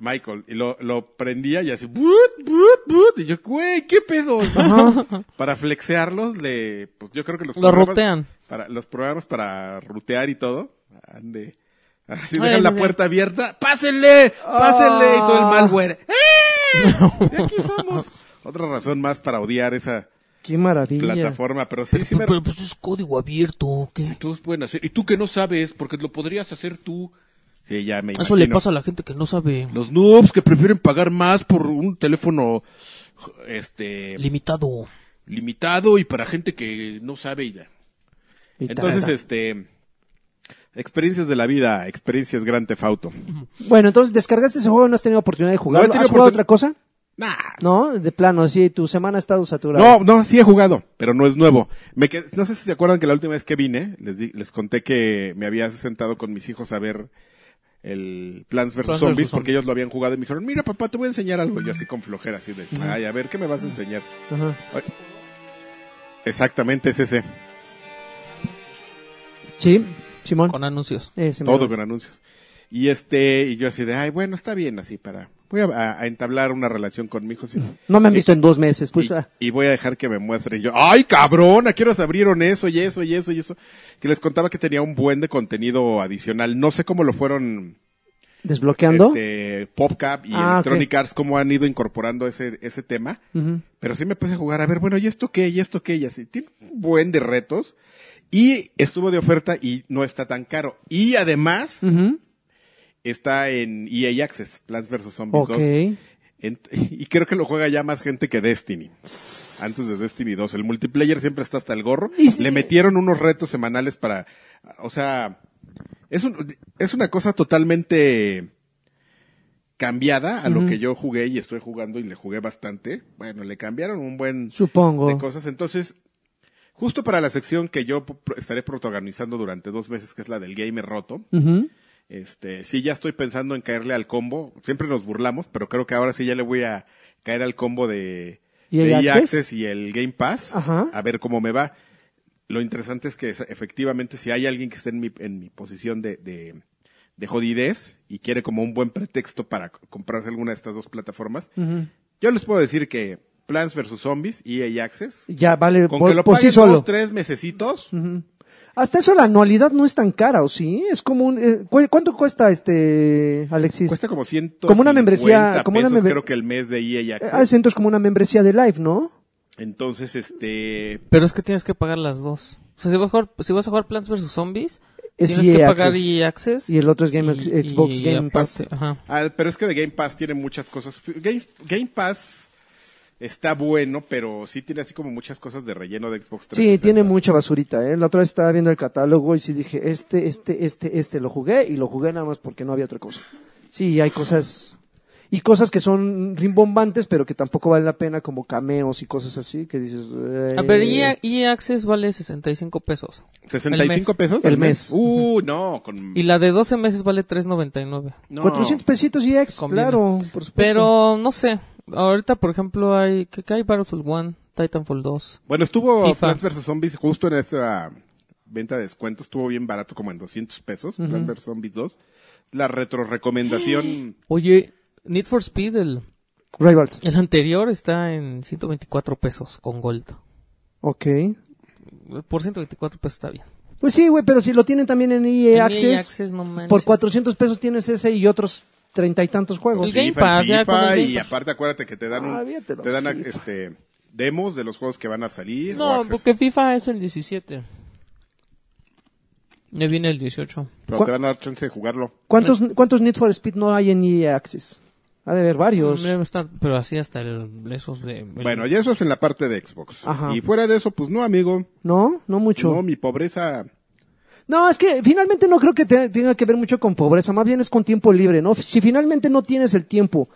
Speaker 5: Michael, y lo, lo prendía y así, "But, but, but", y yo, güey, ¿qué pedo? para flexearlos, le, pues yo creo que los
Speaker 3: Lo rutean.
Speaker 5: Para, los programas para rutear y todo, ande, así
Speaker 3: Ay,
Speaker 5: dejan
Speaker 3: sí, Ah.
Speaker 5: la
Speaker 3: sí.
Speaker 5: puerta abierta, pásenle, pásenle, y todo el malware. ¡Eh! Y aquí somos. Otra razón más para odiar esa
Speaker 1: Qué maravilla.
Speaker 5: plataforma, pero sí, sí me...
Speaker 3: Pero pues es código abierto, ¿qué?
Speaker 5: Todos pueden hacer, y tú que no sabes, porque lo podrías hacer tú. Sí, ya me
Speaker 3: Eso le
Speaker 5: imagino.
Speaker 3: pasa a la gente que no sabe.
Speaker 5: Los noobs que prefieren pagar más por un teléfono este
Speaker 3: Limitado.
Speaker 5: limitado y para gente que no sabe y da.
Speaker 1: Y
Speaker 5: Entonces,
Speaker 1: tarara.
Speaker 5: este experiencias de la vida, experiencias Gran Tefauto.
Speaker 1: Bueno, entonces descargaste ese juego, no has tenido oportunidad de jugarlo.
Speaker 5: No he tenido
Speaker 1: ¿Has jugado
Speaker 5: oportun-
Speaker 1: otra cosa?
Speaker 5: Nah.
Speaker 1: No, de plano, sí, tu semana ha estado saturada.
Speaker 5: No, no, sí he jugado, pero no es nuevo. Me qued- no sé si se acuerdan que la última vez que vine, les di- les conté que me había sentado con mis hijos a ver el Plants vs.
Speaker 3: Plants vs.
Speaker 5: Zombies, porque
Speaker 3: Zombies.
Speaker 5: ellos lo habían jugado y me dijeron, mira papá, te voy a enseñar algo. Yo así con flojera, así de, ay, a ver, ¿qué me vas a enseñar?
Speaker 1: Ajá.
Speaker 5: Exactamente es ese.
Speaker 1: Sí, Simón.
Speaker 3: Con anuncios.
Speaker 1: Ese me
Speaker 5: todo
Speaker 1: lo-
Speaker 5: con anuncios. Y este, y yo así de, ay, bueno, está bien así para, voy a, a- a entablar una relación con mi hijo. sí.
Speaker 1: No me han visto en dos meses, pues.
Speaker 5: Y-
Speaker 1: ah.
Speaker 5: y, voy a dejar que me muestren. Y yo, ay, cabrón, ¿a qué horas abrieron eso y eso y eso y eso? Que les contaba que tenía un buen de contenido adicional. No sé cómo lo fueron,
Speaker 1: ¿Desbloqueando?
Speaker 5: este, PopCap y
Speaker 1: Ah,
Speaker 5: Electronic Arts, cómo han ido incorporando ese, ese tema.
Speaker 1: Ujú.
Speaker 5: Pero sí me puse a jugar, a ver, bueno, ¿y esto qué? ¿Y esto qué? Y así, tiene un buen de retos. Y estuvo de oferta y no está tan caro. Y además,
Speaker 1: Ujú.
Speaker 5: está en EA Access, Plants vs. Zombies
Speaker 1: Ok.
Speaker 5: 2. En- y creo que lo juega ya más gente que Destiny. Antes de Destiny 2. El multiplayer siempre está hasta el gorro.
Speaker 1: Y si-
Speaker 5: Le metieron unos retos semanales para, o sea, es, un- es una cosa totalmente cambiada a lo que yo jugué y estoy jugando y le jugué bastante. Bueno, le cambiaron un buen
Speaker 1: Supongo.
Speaker 5: de cosas. Entonces, justo para la sección que yo pro- estaré protagonizando durante dos meses, que es la del gamer roto,
Speaker 1: Ujú.
Speaker 5: este, sí, ya estoy pensando en caerle al combo. Siempre nos burlamos, pero creo que ahora sí ya le voy a caer al combo de,
Speaker 1: ¿Y el
Speaker 5: de EA
Speaker 1: Access?
Speaker 5: y el Game Pass.
Speaker 1: Ajá.
Speaker 5: A ver cómo me va. Lo interesante es que es- efectivamente si hay alguien que esté en mi, en mi posición de, de, de jodidez y quiere como un buen pretexto para c- comprarse alguna de estas dos plataformas,
Speaker 1: Ujú.
Speaker 5: yo les puedo decir que Plants vs. Zombies y EA Access,
Speaker 1: Ya vale
Speaker 5: con
Speaker 1: por,
Speaker 5: que lo
Speaker 1: Eh, por
Speaker 5: paguen
Speaker 1: sí solo.
Speaker 5: dos, tres mesecitos,
Speaker 1: Ujú. Hasta eso la anualidad no es tan cara, ¿o sí? Es como un... eh, ¿cu- ¿Cuánto cuesta este, Alexis?
Speaker 5: Cuesta como 100
Speaker 1: Como una membresía, como una membre-
Speaker 5: creo que el mes de EA
Speaker 1: Eh,
Speaker 5: Access.
Speaker 1: ah, siento, es como una membresía de Live, ¿no?
Speaker 5: Entonces, este,
Speaker 3: Pero es que tienes que pagar las dos. O sea, si vas a jugar, si vas a jugar Plants vs. Zombies,
Speaker 1: Es
Speaker 3: tienes que
Speaker 1: EA
Speaker 3: pagar
Speaker 1: Access.
Speaker 3: EA Access.
Speaker 1: Y el otro es Game Ex- Xbox
Speaker 3: y
Speaker 1: Game Pass.
Speaker 3: aparte, Ajá.
Speaker 5: ah, pero es que de Game Pass tiene muchas cosas. Game, Game Pass está bueno, pero sí tiene así como muchas cosas de relleno de Xbox 360.
Speaker 1: Sí, tiene mucha basurita, ¿eh? La otra vez estaba viendo el catálogo y sí dije, este, este, este, este lo jugué y lo jugué nada más porque no había otra cosa. Sí, hay cosas... Y cosas que son rimbombantes, pero que tampoco vale la pena, como cameos y cosas así, que dices... eh,
Speaker 3: A ver, EA, EA Access vale 65 pesos.
Speaker 5: 65
Speaker 3: el mes.
Speaker 5: pesos
Speaker 1: El
Speaker 5: al
Speaker 1: mes.
Speaker 5: Uh, no, con
Speaker 3: Y la de 12 meses vale 3.99.
Speaker 5: no.
Speaker 1: 400 pesitos y ex,
Speaker 3: Conviene.
Speaker 1: claro, por supuesto.
Speaker 3: Pero, no sé. Ahorita, por ejemplo, hay, ¿qué, qué hay? Battlefield 1, Titanfall 2.
Speaker 5: Bueno, estuvo
Speaker 3: FIFA.
Speaker 5: Plants vs Zombies justo en esa venta de descuentos, estuvo bien barato como en 200 pesos, Plants vs Zombies 2. La retrorecomendación
Speaker 3: Oye, Need for Speed, el,
Speaker 1: Rivals.
Speaker 3: el anterior está en 124 pesos con Gold.
Speaker 1: Ok.
Speaker 3: Por 124 pesos está bien.
Speaker 1: Pues sí, güey, pero si lo tienen también en EA,
Speaker 3: En EA
Speaker 1: E Access,
Speaker 3: Access, no manches.
Speaker 1: por 400 pesos tienes ese y otros treinta y tantos juegos.
Speaker 3: El Game
Speaker 5: FIFA,
Speaker 3: Pass, ya
Speaker 5: FIFA,
Speaker 3: con el Game
Speaker 5: y
Speaker 3: Pass.
Speaker 5: aparte acuérdate que te dan un-
Speaker 1: Ah, fíjate los
Speaker 5: te dan
Speaker 1: FIFA.
Speaker 5: este demos de los juegos que van E a salir o
Speaker 3: No,
Speaker 5: access.
Speaker 3: porque FIFA es el 17. Ya viene el 18.
Speaker 5: pero
Speaker 1: ¿Cuál-
Speaker 5: te van a dar chance de jugarlo.
Speaker 1: ¿Cuántos, ¿Cuántos Need for Speed no hay en EA Access? Ha de haber varios.
Speaker 3: Debe estar, pero así hasta el, esos de... el-
Speaker 5: Bueno, y eso es en la parte de Xbox.
Speaker 1: Ajá.
Speaker 5: Y fuera de eso, pues no, amigo.
Speaker 1: ¿No? No mucho.
Speaker 5: No,
Speaker 1: No,
Speaker 5: mi pobreza.
Speaker 1: es que finalmente no creo que te- tenga que ver mucho con pobreza, más bien es con tiempo libre, ¿no? Si finalmente no tienes el tiempo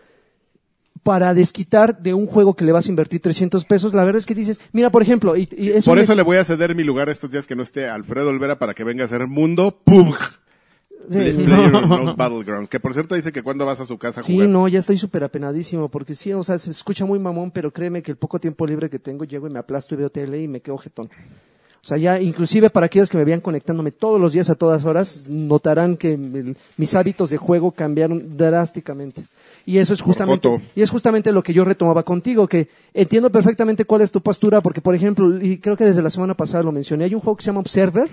Speaker 1: para desquitar de un juego que le vas a invertir 300 pesos, la verdad es que dices, mira, por ejemplo, y, y es
Speaker 5: Por
Speaker 1: un- e-
Speaker 5: eso le voy a ceder mi lugar estos días que no esté Alfredo Olvera para que venga a hacer Mundo PUBG.
Speaker 1: Sí,
Speaker 5: Play-
Speaker 1: no.
Speaker 5: PlayerUnknown's Battlegrounds. Que por cierto dice que cuando vas a su casa a
Speaker 1: Sí,
Speaker 5: jugar.
Speaker 1: no, ya estoy súper apenadísimo, porque sí, o sea, se escucha muy mamón, pero créeme que el poco tiempo libre que tengo, llego y me aplasto y veo tele y me quedo jetón. O sea, ya inclusive para aquellos que me vean conectándome todos los días a todas horas, notarán que el- mis hábitos de juego cambiaron drásticamente. Y eso es justamente,
Speaker 5: foto.
Speaker 1: y es justamente lo que yo retomaba contigo, que entiendo perfectamente cuál es tu postura, porque por ejemplo, y creo que desde la semana pasada lo mencioné, hay un juego que se llama Observer,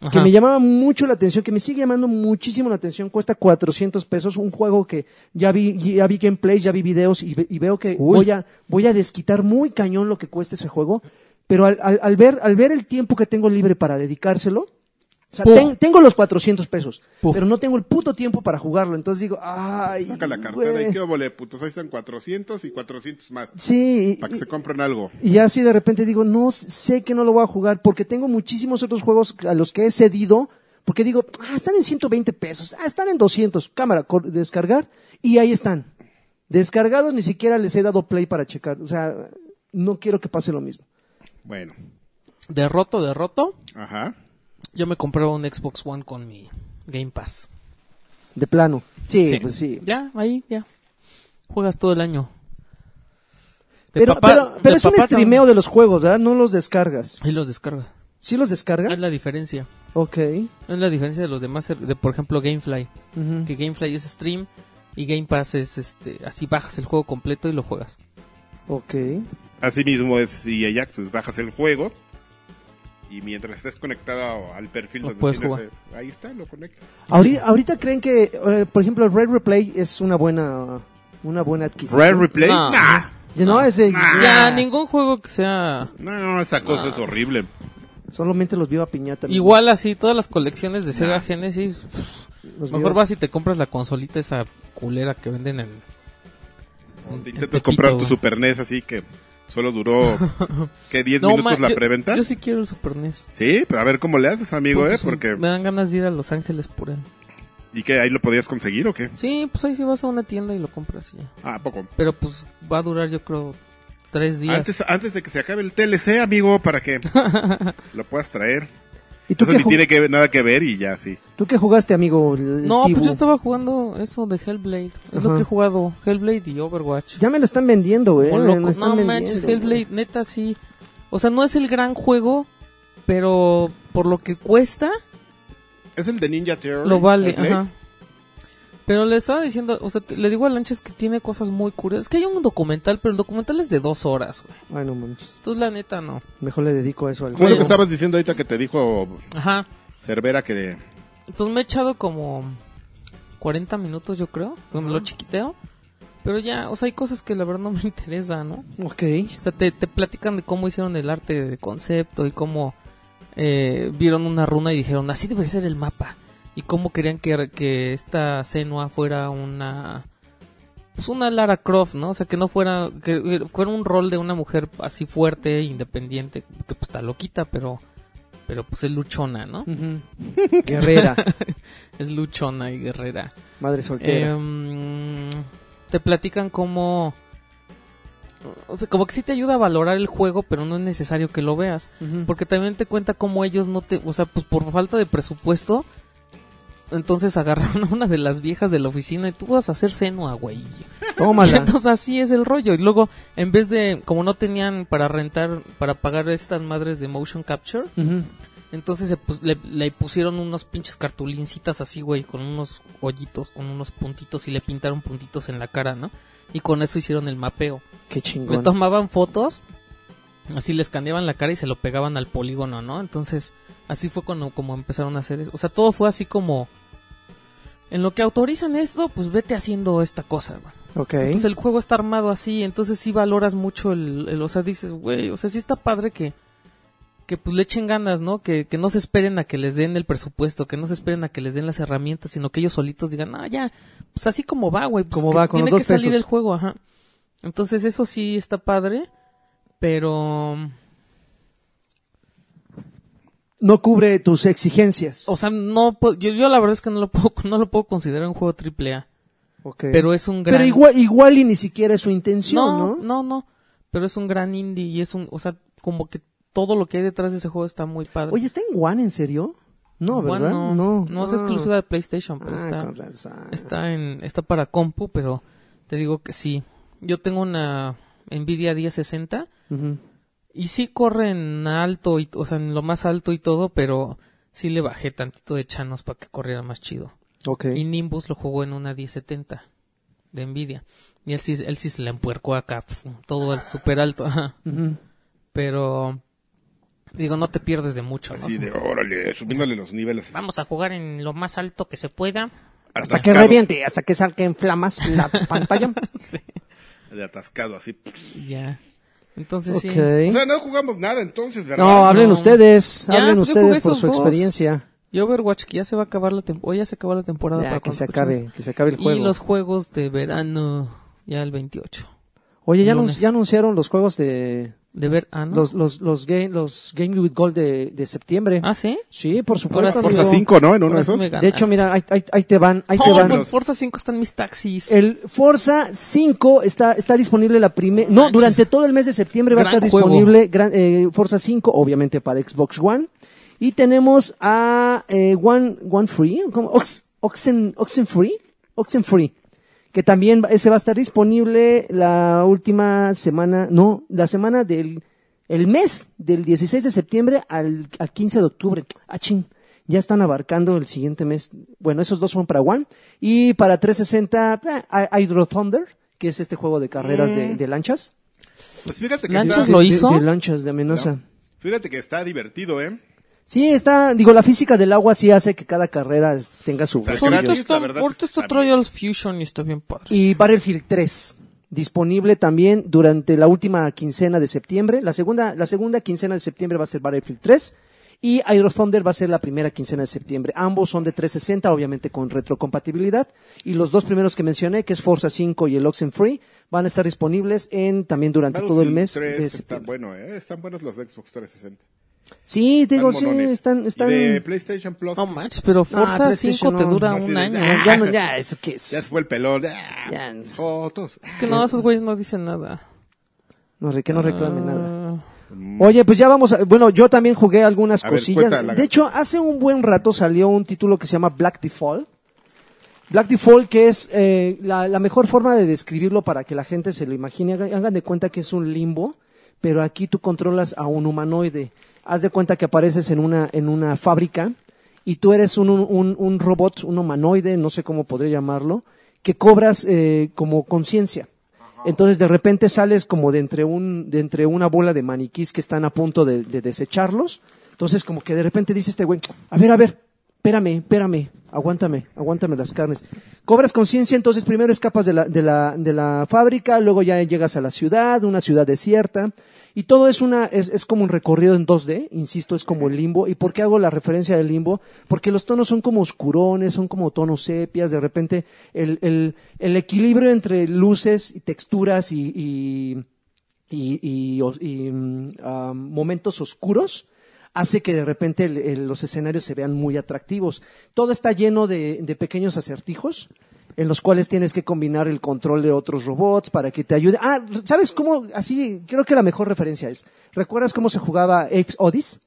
Speaker 1: que
Speaker 3: Ajá.
Speaker 1: me llamaba mucho la atención, que me sigue llamando muchísimo la atención, cuesta 400 pesos, un juego que ya vi, ya vi gameplays, ya vi videos y, ve- y veo que
Speaker 3: Uy.
Speaker 1: voy a, voy a desquitar muy cañón lo que cuesta ese juego, pero al, al- al ver, al ver el tiempo que tengo libre para dedicárselo, o sea,
Speaker 3: Puf.
Speaker 1: ten- tengo los 400 pesos,
Speaker 3: Puf.
Speaker 1: pero no tengo el puto tiempo para jugarlo, entonces digo, ay,
Speaker 5: Saca la cartera
Speaker 1: güey.
Speaker 5: y qué óvole, putos. Ahí están 400 y 400 más.
Speaker 1: Sí, y-
Speaker 5: Para que
Speaker 1: y-
Speaker 5: se compren algo.
Speaker 1: y así de repente digo, no, sé que no lo voy a jugar porque tengo muchísimos otros juegos a los que he cedido. Porque digo, ah, están en 120 pesos, ah, están en 200. Cámara, cor- descargar. Y ahí están. Descargados, ni siquiera les he dado play para checar. O sea, no quiero que pase lo mismo.
Speaker 5: Bueno.
Speaker 3: Derroto, derroto.
Speaker 5: Ajá.
Speaker 3: Yo me compraba un Xbox One con mi Game Pass.
Speaker 1: De plano. Sí, pues sí.
Speaker 3: Ya, ahí, ya. Juegas todo el año. De
Speaker 1: Pero,
Speaker 3: papá-
Speaker 1: pero,
Speaker 3: de
Speaker 1: pero es un
Speaker 3: papá tam-
Speaker 1: streameo de los juegos, ¿verdad? No los descargas.
Speaker 3: Ahí los descarga.
Speaker 1: ¿Sí los
Speaker 3: Es
Speaker 1: descarga?
Speaker 3: la diferencia.
Speaker 1: Ok.
Speaker 3: Es la diferencia de los demás, ser- de por ejemplo Gamefly.
Speaker 1: Ujú.
Speaker 3: Que Gamefly es stream y Game Pass es este. Así bajas el juego completo y lo juegas.
Speaker 1: Ok.
Speaker 5: Asimismo es EA Access, bajas el juego y mientras estés conectado al perfil
Speaker 3: Lo
Speaker 5: donde
Speaker 3: puedes
Speaker 5: tienes,
Speaker 3: jugar.
Speaker 5: eh, ahí está, lo conectas.
Speaker 1: Ahori- Ahorita, creen que, eh, por ejemplo, Red Replay es una buena, una buena adquisición.
Speaker 5: Red Replay.
Speaker 3: No.
Speaker 5: Nah.
Speaker 1: Ya No, ese,
Speaker 3: Ah. Ya, ningún juego que sea.
Speaker 5: No, esa cosa es horrible.
Speaker 1: Solamente los viva piñata. amigo.
Speaker 3: Igual así, todas las colecciones de Sega Genesis.
Speaker 1: Pues
Speaker 3: pff,
Speaker 1: Los
Speaker 3: mejor
Speaker 1: viva-
Speaker 3: vas y te compras la consolita esa culera que venden en.
Speaker 5: O te
Speaker 3: en
Speaker 5: intentas
Speaker 3: Tepito,
Speaker 5: comprar tu
Speaker 3: güey.
Speaker 5: Super NES así que solo duró que 10 minutos
Speaker 3: ma,
Speaker 5: la
Speaker 3: yo-
Speaker 5: preventa.
Speaker 3: Yo, sí quiero el Super E NES.
Speaker 5: Sí, pero a ver cómo le haces, amigo,
Speaker 3: Puta,
Speaker 5: eh,
Speaker 3: sí,
Speaker 5: porque
Speaker 3: Me dan ganas de ir a Los Ángeles por él.
Speaker 5: y que ahí lo podías conseguir o qué?
Speaker 3: Sí, pues ahí sí vas a una tienda y lo compras y ya.
Speaker 5: Ah, ¿a poco.
Speaker 3: Pero pues va a durar yo creo tres días.
Speaker 5: Antes antes de que se acabe el TLC, amigo, para que lo puedas traer.
Speaker 1: ¿Y tú
Speaker 5: Eso
Speaker 1: qué,
Speaker 5: ni
Speaker 1: ju-
Speaker 5: tiene que, nada que ver y ya, sí.
Speaker 1: tú qué jugaste, amigo? el
Speaker 3: No,
Speaker 1: Tibu?
Speaker 3: pues yo estaba jugando eso de Hellblade. Es
Speaker 1: Ajá.
Speaker 3: lo que he jugado. Hellblade y Overwatch.
Speaker 1: Ya me lo están vendiendo, güey.
Speaker 3: Como
Speaker 1: me
Speaker 3: loco.
Speaker 1: lo están
Speaker 3: No manches,
Speaker 1: vendiendo, güey.
Speaker 3: Hellblade, neta sí. O sea, no es el gran juego, pero por lo que cuesta,
Speaker 5: Es el de Ninja Theory.
Speaker 3: lo vale.
Speaker 5: Hellblade.
Speaker 3: Ajá. Pero le estaba diciendo, o sea, te- le digo a Lanchas que tiene cosas muy curiosas. Es que hay un documental, pero el documental es de dos horas, güey.
Speaker 1: Ay, no manches.
Speaker 3: Entonces, la neta, no.
Speaker 1: Mejor le dedico eso al
Speaker 5: ¿Cómo es
Speaker 1: juego.
Speaker 5: lo que estabas diciendo ahorita que te dijo
Speaker 3: Ajá.
Speaker 5: Cervera que
Speaker 3: Entonces me he echado como 40 minutos, yo creo. Me lo chiquiteo. Pero ya, o sea, hay cosas que la verdad no me interesan, ¿no?
Speaker 1: Ok.
Speaker 3: O sea, te, te platican de cómo hicieron el arte de concepto y cómo eh, vieron una runa y dijeron, así debería ser el mapa. Y cómo querían que, que esta Senua fuera una... Pues una Lara Croft, ¿no? O sea, que no fuera... Que, que fuera un rol de una mujer así fuerte, independiente, que pues está loquita, pero... Pero pues es luchona, ¿no?
Speaker 1: Mm. Guerrera,
Speaker 3: Es luchona y guerrera.
Speaker 1: madre soltera.
Speaker 3: Em, te platican cómo... O sea, como que sí te ayuda a valorar el juego, pero no es necesario que lo veas.
Speaker 1: Ujú.
Speaker 3: Porque también te cuenta cómo ellos no te... O sea, pues por falta de presupuesto... Entonces agarraron a una de las viejas de la oficina y tú vas a hacer Senua, güey.
Speaker 1: Tómala.
Speaker 3: Entonces así es el rollo. Y luego, en vez de... Como no tenían para rentar, para pagar estas madres de motion capture,
Speaker 1: Ujú.
Speaker 3: entonces se pus- le, le pusieron unos pinches cartulincitas así, güey, con unos hoyitos, con unos puntitos y le pintaron puntitos en la cara, ¿no? Y con eso hicieron el mapeo.
Speaker 1: Qué
Speaker 3: Le
Speaker 1: chingón.
Speaker 3: tomaban fotos, así le escaneaban la cara y se lo pegaban al polígono, ¿no? Entonces, así fue cuando, como empezaron a hacer eso. O sea, todo fue así como... En lo que autorizan esto, pues vete haciendo esta cosa, güey.
Speaker 1: Ok.
Speaker 3: Entonces el juego está armado así, entonces sí valoras mucho el, el- o sea, dices, güey, o sea, sí está padre que que pues le echen ganas, ¿no? Que, que no se esperen a que les den el presupuesto, que no se esperen a que les den las herramientas, sino que ellos solitos digan, "Ah, ya, pues así como va, güey, pues
Speaker 1: Como
Speaker 3: que
Speaker 1: va, con
Speaker 3: tiene
Speaker 1: los dos
Speaker 3: que salir
Speaker 1: pesos".
Speaker 3: el juego, ajá." Entonces eso sí está padre, pero
Speaker 1: No cubre tus exigencias.
Speaker 3: o sea, no pu- yo, yo la verdad es que no lo puedo no lo puedo considerar un juego triple A,
Speaker 1: Ok.
Speaker 3: pero es un gran
Speaker 1: Pero igual, igual y ni siquiera es su intención, ¿no?
Speaker 3: no, no, no. Pero es un gran indie y es un, o sea, como que todo lo que hay detrás de ese juego está muy padre.
Speaker 1: Oye, ¿está en One en serio? No,
Speaker 3: Bueno,
Speaker 1: ¿verdad?
Speaker 3: no,
Speaker 1: no.
Speaker 3: no es
Speaker 1: Ah.
Speaker 3: exclusiva de PlayStation,
Speaker 1: Ah,
Speaker 3: pero está,
Speaker 1: con razón.
Speaker 3: está en, está para compu, pero te digo que sí. Yo tengo una Nvidia 1060
Speaker 1: Ujú.
Speaker 3: y sí corre en alto, y, o sea, en lo más alto y todo, pero sí le bajé tantito de chanos para que corriera más chido.
Speaker 1: Ok.
Speaker 3: Y Nimbus lo jugó en una 1070 de Nvidia. Y él sí, él sí se la empuercó acá, pf, todo el super alto. ajá.
Speaker 1: Ujú.
Speaker 3: Pero digo, no te pierdes de mucho. ¿no?
Speaker 5: así de órale, subiéndole los niveles.
Speaker 3: Vamos a jugar en lo más alto que se pueda.
Speaker 1: Hasta que
Speaker 5: atascado,
Speaker 1: reviente, hasta que salga en flamas la pantalla.
Speaker 5: De atascado, así.
Speaker 3: Ya. Entonces sí.
Speaker 5: O
Speaker 1: ok.
Speaker 5: sea, no jugamos nada entonces, ¿verdad?
Speaker 1: No, hablen
Speaker 3: no.
Speaker 1: ustedes,
Speaker 3: Ya,
Speaker 1: hablen
Speaker 3: pues yo jugué
Speaker 1: ustedes por
Speaker 3: esos
Speaker 1: su
Speaker 3: dos.
Speaker 1: experiencia.
Speaker 3: Y Overwatch que ya se va a acabar la temporada, ya se acabó la temporada
Speaker 1: Ya,
Speaker 3: para
Speaker 1: que se
Speaker 3: cuando escuchen
Speaker 1: acabe, que se acabe el
Speaker 3: esto.
Speaker 1: juego.
Speaker 3: Y los juegos de verano ya el 28.
Speaker 1: Oye, ya,
Speaker 3: lunes.
Speaker 1: anun- ya anunciaron los juegos de
Speaker 3: De ah, verano.
Speaker 1: los los los game los Game with Gold de, de septiembre.
Speaker 3: Ah, sí.
Speaker 1: Sí, por supuesto.
Speaker 3: Ahora sí.
Speaker 5: Forza
Speaker 1: amigo.
Speaker 5: 5, ¿no? En uno
Speaker 3: Ahora
Speaker 5: de
Speaker 3: sí
Speaker 5: esos.
Speaker 3: me
Speaker 1: De hecho,
Speaker 3: ganaste.
Speaker 1: mira, ahí, ahí- ahí te van, ahí te
Speaker 3: Oh,
Speaker 1: van.
Speaker 3: por
Speaker 5: los-
Speaker 3: Forza 5 están mis taxis.
Speaker 1: El Forza 5 está, está disponible la primera... No,
Speaker 3: Manches.
Speaker 1: durante todo el mes de septiembre va a
Speaker 3: Gran
Speaker 1: estar
Speaker 3: juego.
Speaker 1: disponible gran- eh, Forza 5, obviamente para Xbox One. Y tenemos a eh, One, One Free, ¿cómo? Ox- Oxen, Oxen Free, Oxen Free, que también va- ese va a estar disponible la última semana, no, la semana del el mes del 16 de septiembre al, al 15 de octubre. Ah, chin. Ya están abarcando el siguiente mes. Bueno, esos dos son para One. Y para 360, eh, Hy- Hydro Thunder, que es este juego de carreras
Speaker 3: Mm.
Speaker 1: de, de lanchas.
Speaker 5: Pues fíjate que,
Speaker 3: Lanchas
Speaker 5: está,
Speaker 1: De-
Speaker 3: lo
Speaker 1: de-
Speaker 3: hizo?
Speaker 1: De, lanchas, de amenaza.
Speaker 5: fíjate que está divertido, ¿eh?
Speaker 1: Sí, está, digo, la física del agua sí hace que cada carrera es- tenga su...
Speaker 5: Exacto.
Speaker 1: su-
Speaker 3: Ahorita
Speaker 5: gratis,
Speaker 3: está,
Speaker 5: la verdad,
Speaker 3: ahorita
Speaker 5: está
Speaker 3: está Trials Fusion y está bien padre.
Speaker 1: Y Battlefield 3, disponible también durante la última quincena de septiembre. La segunda, la segunda quincena de septiembre va a ser Battlefield 3. Y Aero Thunder va a ser la primera quincena de septiembre. Ambos son de 360, obviamente con retrocompatibilidad. Y los dos primeros que mencioné, que es Forza 5 y el Oxenfree, van a estar disponibles en también durante todo el
Speaker 5: Battlefield
Speaker 1: mes
Speaker 5: 3
Speaker 1: de
Speaker 5: está
Speaker 1: septiembre.
Speaker 5: bueno, ¿eh? Están buenos los de Xbox 360.
Speaker 1: Sí, digo, sí,
Speaker 5: monones.
Speaker 1: están, están...
Speaker 5: Y de PlayStation Plus.
Speaker 3: No manches, pero Forza 5
Speaker 1: PlayStation
Speaker 3: te
Speaker 1: no.
Speaker 3: dura
Speaker 5: Así
Speaker 3: un
Speaker 5: de-
Speaker 3: año.
Speaker 1: No, ya no, ya, eso qué es.
Speaker 5: ya se fue el pelón. Ah,
Speaker 1: Ya.
Speaker 5: Fotos. Ah,
Speaker 3: Es que no, esos güeyes no dicen nada.
Speaker 1: No, re- que no reclame nada.
Speaker 3: Ah,
Speaker 1: Oye, pues ya vamos. A, bueno, yo también jugué algunas
Speaker 5: A ver,
Speaker 1: cosillas.
Speaker 5: cuéntala,
Speaker 1: de hecho, hace un buen rato salió un título que se llama Black Default. Black Default, que es eh, la, la mejor forma de describirlo para que la gente se lo imagine. Hagan, hagan de cuenta que es un limbo, pero aquí tú controlas a un humanoide. Haz de cuenta que apareces en una, en una fábrica y tú eres un, un, un robot, un humanoide, no sé cómo podría llamarlo, que cobras eh, como conciencia. Entonces de repente sales como de entre, un, de entre una bola de maniquís que están a punto de, de desecharlos. Entonces como que de repente dice este güey, a ver, a ver, espérame, espérame, aguántame, aguántame las carnes. Cobras conciencia, entonces primero escapas de la, de, la, de la fábrica, luego ya llegas a la ciudad, una ciudad desierta, y todo es, una, es, es como un recorrido en 2D, insisto, es como el limbo. ¿Y por qué hago la referencia del limbo? Porque los tonos son como oscurones, son como tonos sepias, de repente el, el, el equilibrio entre luces y texturas y, y, y, y, os- y, mm, ah, momentos oscuros hace que de repente el- el- los escenarios se vean muy atractivos. Todo está lleno de, de pequeños acertijos en los cuales tienes que combinar el control de otros robots para que te ayude. Ah, ¿sabes cómo? Así, creo que la mejor referencia es. ¿Recuerdas cómo se jugaba Apes Odyssey?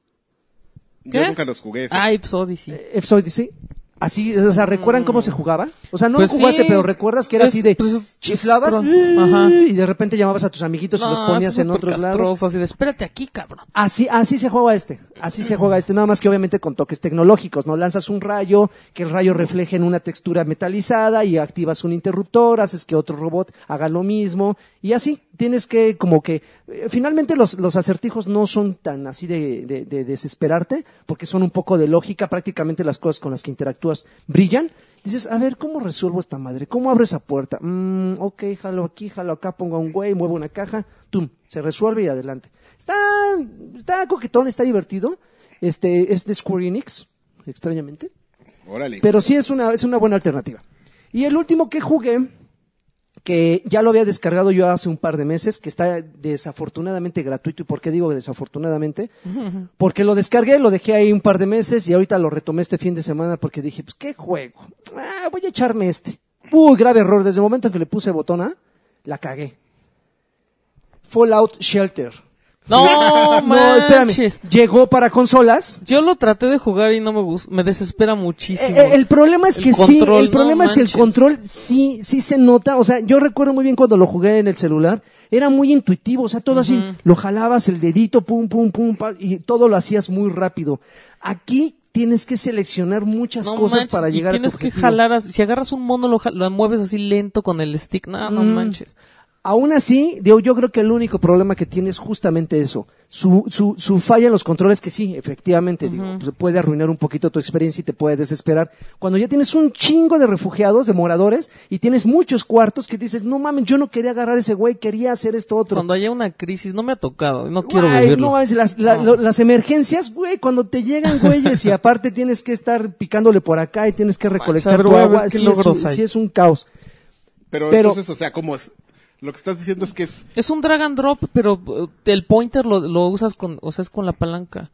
Speaker 5: Yo
Speaker 3: ¿Qué?
Speaker 5: nunca los jugué. esos.
Speaker 3: Ah, Ips Odyssey.
Speaker 1: Apes Odyssey. Así, o sea, ¿recuerdan cómo se jugaba? O sea, no
Speaker 3: Pues
Speaker 1: lo jugaste,
Speaker 3: sí.
Speaker 1: pero ¿recuerdas que era
Speaker 3: Es-
Speaker 1: así de
Speaker 3: pues, es-
Speaker 1: chiflabas Mm.
Speaker 3: es- ajá.
Speaker 1: y de repente llamabas a tus amiguitos y pues los
Speaker 3: No,
Speaker 1: ponías
Speaker 3: eso es
Speaker 1: en
Speaker 3: súper
Speaker 1: otros lados?
Speaker 3: castroso, así de, espérate aquí, cabrón.
Speaker 1: Así, así se juega este, así se juega este, nada más que obviamente con toques tecnológicos, ¿no? Lanzas un rayo, que el rayo refleje en una textura metalizada y activas un interruptor, haces que otro robot haga lo mismo y así, tienes que como que, eh, finalmente los, los acertijos no son tan así de, de- de desesperarte, porque son un poco de lógica, prácticamente las cosas con las que interactúas brillan. Dices, a ver, ¿cómo resuelvo esta madre? ¿Cómo abro esa puerta? Mm, ok, jalo aquí, jalo acá, pongo a un güey, muevo una caja, tum, se resuelve y adelante. Está, está coquetón, está divertido. Este, es de Square Enix, extrañamente.
Speaker 5: Órale.
Speaker 1: Pero sí es una, es una buena alternativa. Y el último que jugué, que ya lo había descargado yo hace un par de meses, que está desafortunadamente gratuito. ¿Y por qué digo desafortunadamente? Porque lo descargué, lo dejé ahí un par de meses y ahorita lo retomé este fin de semana porque dije, pues, ¿qué juego? Ah, voy a echarme este. Uy, grave error. Desde el momento en que le puse botón A, la cagué. Fallout Shelter.
Speaker 3: No, manches.
Speaker 1: Llegó para consolas.
Speaker 3: Yo lo traté de jugar y no me gusta, me desespera muchísimo.
Speaker 1: Eh, eh, el problema es
Speaker 3: El
Speaker 1: que sí,
Speaker 3: control,
Speaker 1: el problema
Speaker 3: no
Speaker 1: es que el
Speaker 3: manches.
Speaker 1: control sí, sí se nota. O sea, yo recuerdo muy bien cuando lo jugué en el celular, era muy intuitivo, o sea, todo así, lo jalabas el dedito, pum, pum, pum, pa, y todo lo hacías muy rápido. Aquí tienes que seleccionar muchas
Speaker 3: No
Speaker 1: cosas
Speaker 3: manches,
Speaker 1: para
Speaker 3: y
Speaker 1: llegar a tu
Speaker 3: tienes que
Speaker 1: objetivo.
Speaker 3: jalar, as- si agarras un mono lo, ja- lo mueves así lento con el stick, no, no
Speaker 1: Mm.
Speaker 3: manches.
Speaker 1: Aún así, digo, yo creo que el único problema que tiene es justamente eso. Su, su, su falla en los controles, que sí, efectivamente, digo, pues, puede arruinar un poquito tu experiencia y te puede desesperar. Cuando ya tienes un chingo de refugiados, de moradores, y tienes muchos cuartos que dices, no mames, yo no quería agarrar ese güey, quería hacer esto otro.
Speaker 3: Cuando haya una crisis, no me ha tocado, no quiero
Speaker 1: Güey,
Speaker 3: vivirlo.
Speaker 1: no, es las, la- lo- las emergencias, güey, cuando te llegan güeyes y aparte tienes que estar picándole por acá y tienes que
Speaker 3: a
Speaker 1: recolectar
Speaker 3: ver,
Speaker 1: tu
Speaker 3: voy a ver
Speaker 1: agua,
Speaker 3: qué
Speaker 1: sí es, un,
Speaker 3: logros hay.
Speaker 1: sí es un caos.
Speaker 5: Pero,
Speaker 1: Pero-
Speaker 5: entonces, o sea, como es? Lo que estás diciendo es que es.
Speaker 3: Es un drag and drop, pero eh, el pointer lo, lo usas con, o sea, es con la palanca.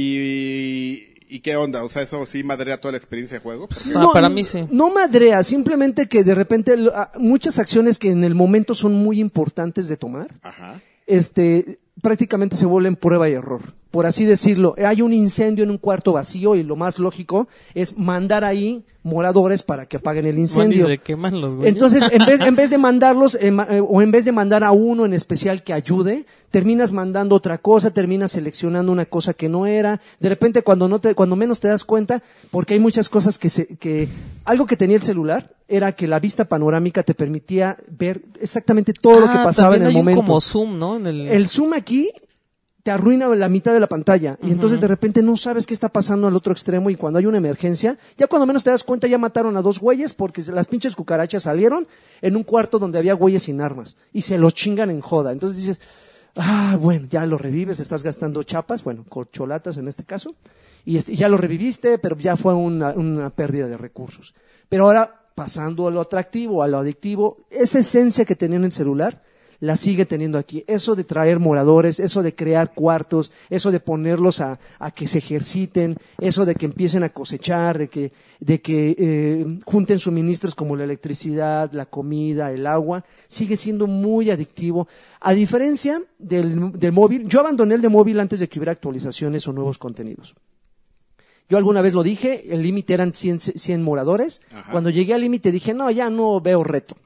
Speaker 5: Y, ¿Y qué onda? O sea, eso sí madrea toda la experiencia de juego. pues,
Speaker 3: O sea, Ah, para mí sí.
Speaker 1: No madrea, simplemente que de repente lo- ah, muchas acciones que en el momento son muy importantes de tomar,
Speaker 5: Ajá.
Speaker 1: este, prácticamente se vuelven prueba y error. Por así decirlo, hay un incendio en un cuarto vacío y lo más lógico es mandar ahí moradores para que apaguen el
Speaker 3: Mandy
Speaker 1: incendio.
Speaker 3: se queman los güeyes.
Speaker 1: Entonces, en vez, en vez de mandarlos, eh, ma- eh, o en vez de mandar a uno en especial que ayude, terminas mandando otra cosa, terminas seleccionando una cosa que no era. De repente, cuando no te, cuando menos te das cuenta, porque hay muchas cosas que se, que, algo que tenía el celular era que la vista panorámica te permitía ver exactamente todo lo que
Speaker 3: Ah,
Speaker 1: pasaba en
Speaker 3: también
Speaker 1: el
Speaker 3: hay un
Speaker 1: momento.
Speaker 3: como zoom, ¿no? En el,
Speaker 1: El zoom aquí te arruina la mitad de la pantalla y entonces de repente no sabes qué está pasando al otro extremo y cuando hay una emergencia, ya cuando menos te das cuenta ya mataron a dos güeyes porque las pinches cucarachas salieron en un cuarto donde había güeyes sin armas y se los chingan en joda. Entonces dices, ah, bueno, ya lo revives, estás gastando chapas, bueno, corcholatas en este caso, y este- ya lo reviviste, pero ya fue una, una pérdida de recursos. Pero ahora, pasando a lo atractivo, a lo adictivo, esa esencia que tenía en el celular, la sigue teniendo aquí. Eso de traer moradores, eso de crear cuartos, eso de ponerlos a, a que se ejerciten, eso de que empiecen a cosechar, de que, de que eh, junten suministros como la electricidad, la comida, el agua, sigue siendo muy adictivo. A diferencia del, del móvil, yo abandoné el de móvil antes de que hubiera actualizaciones o nuevos contenidos. Yo alguna vez lo dije, el límite eran 100, 100 moradores. Cuando llegué al límite dije, no, ya no veo reto.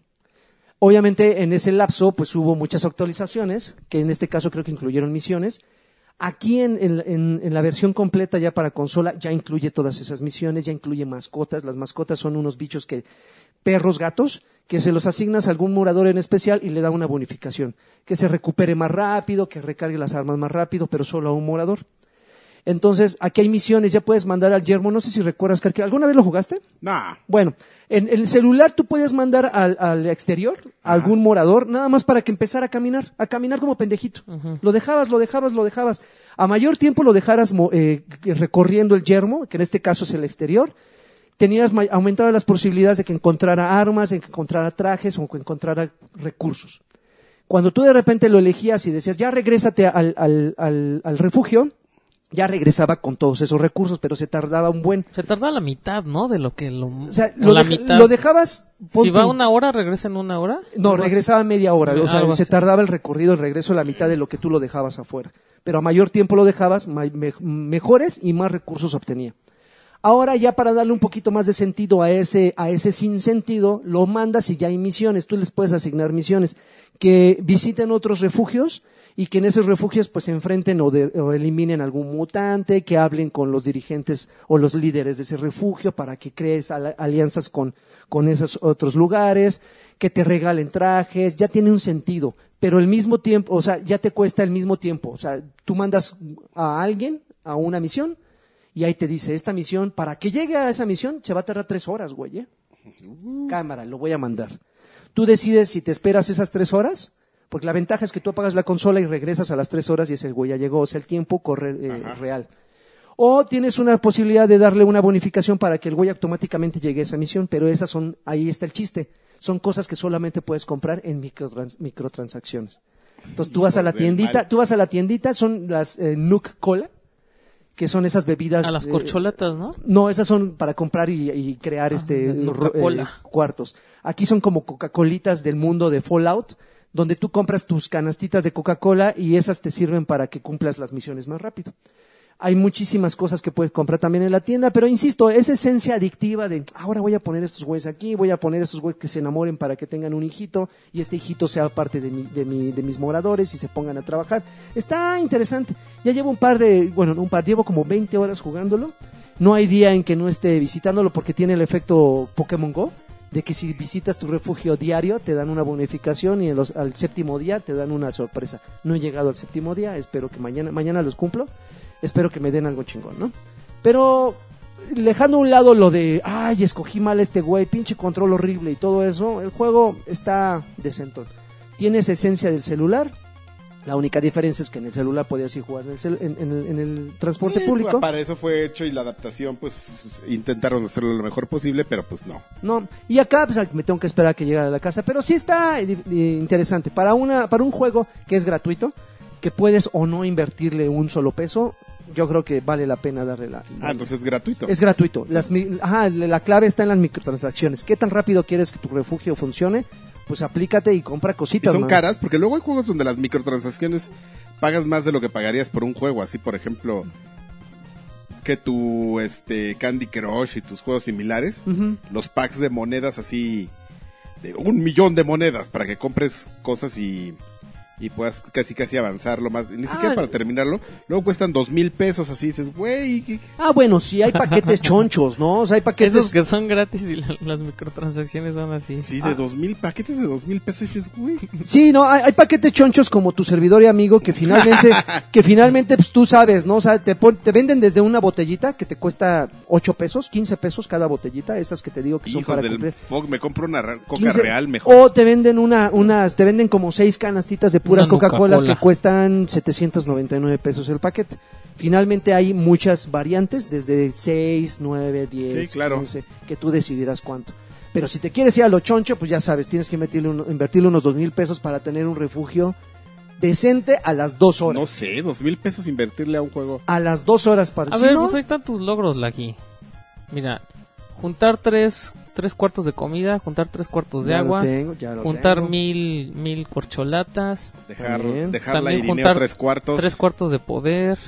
Speaker 1: Obviamente en ese lapso pues hubo muchas actualizaciones, que en este caso creo que incluyeron misiones. Aquí en, en- en- en la versión completa ya para consola ya incluye todas esas misiones, ya incluye mascotas. Las mascotas son unos bichos que, perros, gatos, que se los asignas a algún morador en especial y le da una bonificación. Que se recupere más rápido, que recargue las armas más rápido, pero solo a un morador. Entonces, aquí hay misiones, ya puedes mandar al yermo. No sé si recuerdas, Car, que ¿alguna vez lo jugaste?
Speaker 5: Nah.
Speaker 1: Bueno, en el celular tú podías mandar al, al exterior, a algún morador, nada más para que empezara a caminar, a caminar como pendejito. Lo dejabas, lo dejabas, lo dejabas. A mayor tiempo lo dejaras mo- eh, recorriendo el yermo, que en este caso es el exterior, tenías may- aumentaba las posibilidades de que encontrara armas, de que encontrara trajes o que encontrara recursos. Cuando tú de repente lo elegías y decías, ya regrésate al, al- al- al refugio, ya regresaba con todos esos recursos, pero se tardaba un buen...
Speaker 3: Se tarda la mitad, ¿no? De lo que lo.
Speaker 1: O sea,
Speaker 3: o
Speaker 1: lo,
Speaker 3: la
Speaker 1: dej-
Speaker 3: mitad.
Speaker 1: lo dejabas... pon
Speaker 3: si va
Speaker 1: tú-
Speaker 3: una hora, regresa en una hora.
Speaker 1: no,
Speaker 3: Algo así.
Speaker 1: regresaba media hora. O sea,
Speaker 3: Algo
Speaker 1: se
Speaker 3: así.
Speaker 1: tardaba el recorrido, el regreso, la mitad de lo que tú lo dejabas afuera. Pero a mayor tiempo lo dejabas, ma- me- mejores y más recursos obtenía. Ahora ya para darle un poquito más de sentido a ese, a ese sinsentido, lo mandas y ya hay misiones. Tú les puedes asignar misiones. Que visiten otros refugios y que en esos refugios pues se enfrenten o, de- o eliminen algún mutante, que hablen con los dirigentes o los líderes de ese refugio para que crees ala- alianzas con, con esos otros lugares, que te regalen trajes, ya tiene un sentido. Pero el mismo tiempo, o sea, ya te cuesta el mismo tiempo. O sea, tú mandas a alguien a una misión y ahí te dice, esta misión, para que llegue a esa misión, se va a tardar tres horas, güey. ¿eh?
Speaker 5: Uh.
Speaker 1: Cámara, lo voy a mandar. Tú decides si te esperas esas tres horas, porque la ventaja es que tú apagas la consola y regresas a las tres horas y ese güey ya llegó, o sea, el tiempo corre eh, real. O tienes una posibilidad de darle una bonificación para que el güey automáticamente llegue a esa misión, pero esas son, ahí está el chiste. Son cosas que solamente puedes comprar en microtrans- microtransacciones. Entonces tú vas a la
Speaker 5: Hijos del
Speaker 1: tiendita,
Speaker 5: mal.
Speaker 1: tú vas a la tiendita, son las eh, Nuke Cola, que son esas bebidas.
Speaker 3: A las
Speaker 1: eh,
Speaker 3: corcholatas, Ah, ¿no?
Speaker 1: no, esas son para comprar y, y crear este
Speaker 3: las
Speaker 1: ro-
Speaker 3: Coca-Cola.
Speaker 1: eh, cuartos. Aquí son como Coca-Colitas del mundo de Fallout, donde tú compras tus canastitas de Coca-Cola y esas te sirven para que cumplas las misiones más rápido. Hay muchísimas cosas que puedes comprar también en la tienda, pero insisto, esa esencia adictiva de ahora voy a poner estos güeyes aquí, voy a poner estos güeyes que se enamoren para que tengan un hijito y este hijito sea parte de, mi- de, mi- de mis moradores y se pongan a trabajar. Está interesante. Ya llevo un par de, bueno, no un par, llevo como 20 horas jugándolo. No hay día en que no esté visitándolo porque tiene el efecto Pokémon Go, de que si visitas tu refugio diario te dan una bonificación y en los- al séptimo día te dan una sorpresa. No he llegado al séptimo día, espero que mañana, mañana los cumplo, espero que me den algo chingón, ¿no? Pero dejando a un lado lo de, ay, escogí mal a este güey, pinche control horrible y todo eso, el juego está decentón. Tienes esencia del celular. La única diferencia es que en el celular podías ir jugar en el, cel- en- en el- en el transporte
Speaker 5: Sí,
Speaker 1: público.
Speaker 5: Para eso fue hecho y la adaptación, pues intentaron hacerlo lo mejor posible, pero pues no.
Speaker 1: No, y acá pues, me tengo que esperar a que llegue a la casa, pero sí está eh, di- eh, interesante para una para un juego que es gratuito, que puedes o no invertirle un solo peso, yo creo que vale la pena darle la
Speaker 5: Ah, entonces es gratuito.
Speaker 1: es gratuito. Las, mi- ajá, la clave está en las microtransacciones. ¿Qué tan rápido quieres que tu refugio funcione? Pues aplícate y compra
Speaker 5: Y
Speaker 1: cositas.
Speaker 5: son
Speaker 1: man.
Speaker 5: caras, porque luego hay juegos donde las microtransacciones pagas más de lo que pagarías por un juego. Así, por ejemplo, que tu este, Candy Crush y tus juegos similares,
Speaker 1: Ujú.
Speaker 5: los packs de monedas así, de un millón de monedas para que compres cosas y, y puedas casi casi avanzarlo más. Ni siquiera
Speaker 1: Ah.
Speaker 5: para terminarlo. Luego cuestan dos mil pesos, así dices, güey, ¿qué-
Speaker 1: Ah, bueno, sí hay paquetes chonchos, ¿no? O sea, hay paquetes
Speaker 3: Esos que son gratis y la- las microtransacciones son así.
Speaker 5: Sí, de dos mil paquetes de dos mil pesos. Dices, güey.
Speaker 1: Sí, no, hay, hay paquetes chonchos como tu servidor y amigo que finalmente, que finalmente pues, tú sabes, ¿no? O sea, te, pon- te venden desde una botellita que te cuesta 8 pesos, 15 pesos cada botellita, esas que te digo que son
Speaker 5: Hijos
Speaker 1: para
Speaker 5: del
Speaker 1: cumplir.
Speaker 5: fog, me compro una ra- coca
Speaker 1: 15
Speaker 5: real mejor.
Speaker 1: O te venden una, unas, te venden como seis canastitas de puras
Speaker 3: Una
Speaker 1: Coca-Colas que
Speaker 3: Nuca-Cola.
Speaker 1: cuestan 799 pesos el paquete. Finalmente hay muchas variantes, desde 6, 9, 10,
Speaker 5: Sí, claro.
Speaker 1: 15, que tú decidirás cuánto. Pero si te quieres ir a lo choncho, pues ya sabes, tienes que meterle un- invertirle unos dos mil pesos para tener un refugio decente a las dos horas.
Speaker 5: No sé, dos mil pesos invertirle a un juego.
Speaker 1: A las dos horas para...
Speaker 3: A
Speaker 1: si
Speaker 3: ver,
Speaker 1: no-
Speaker 3: pues ahí están tus logros, Lagi. Mira, juntar tres, tres cuartos de comida, juntar tres cuartos de
Speaker 1: Ya lo
Speaker 3: agua,
Speaker 1: tengo, ya lo
Speaker 3: juntar
Speaker 1: tengo.
Speaker 3: mil, mil corcholatas,
Speaker 5: Dejar,
Speaker 1: También.
Speaker 5: dejar la
Speaker 3: También
Speaker 5: Irineo
Speaker 3: juntar
Speaker 5: tres cuartos.
Speaker 3: tres cuartos de poder,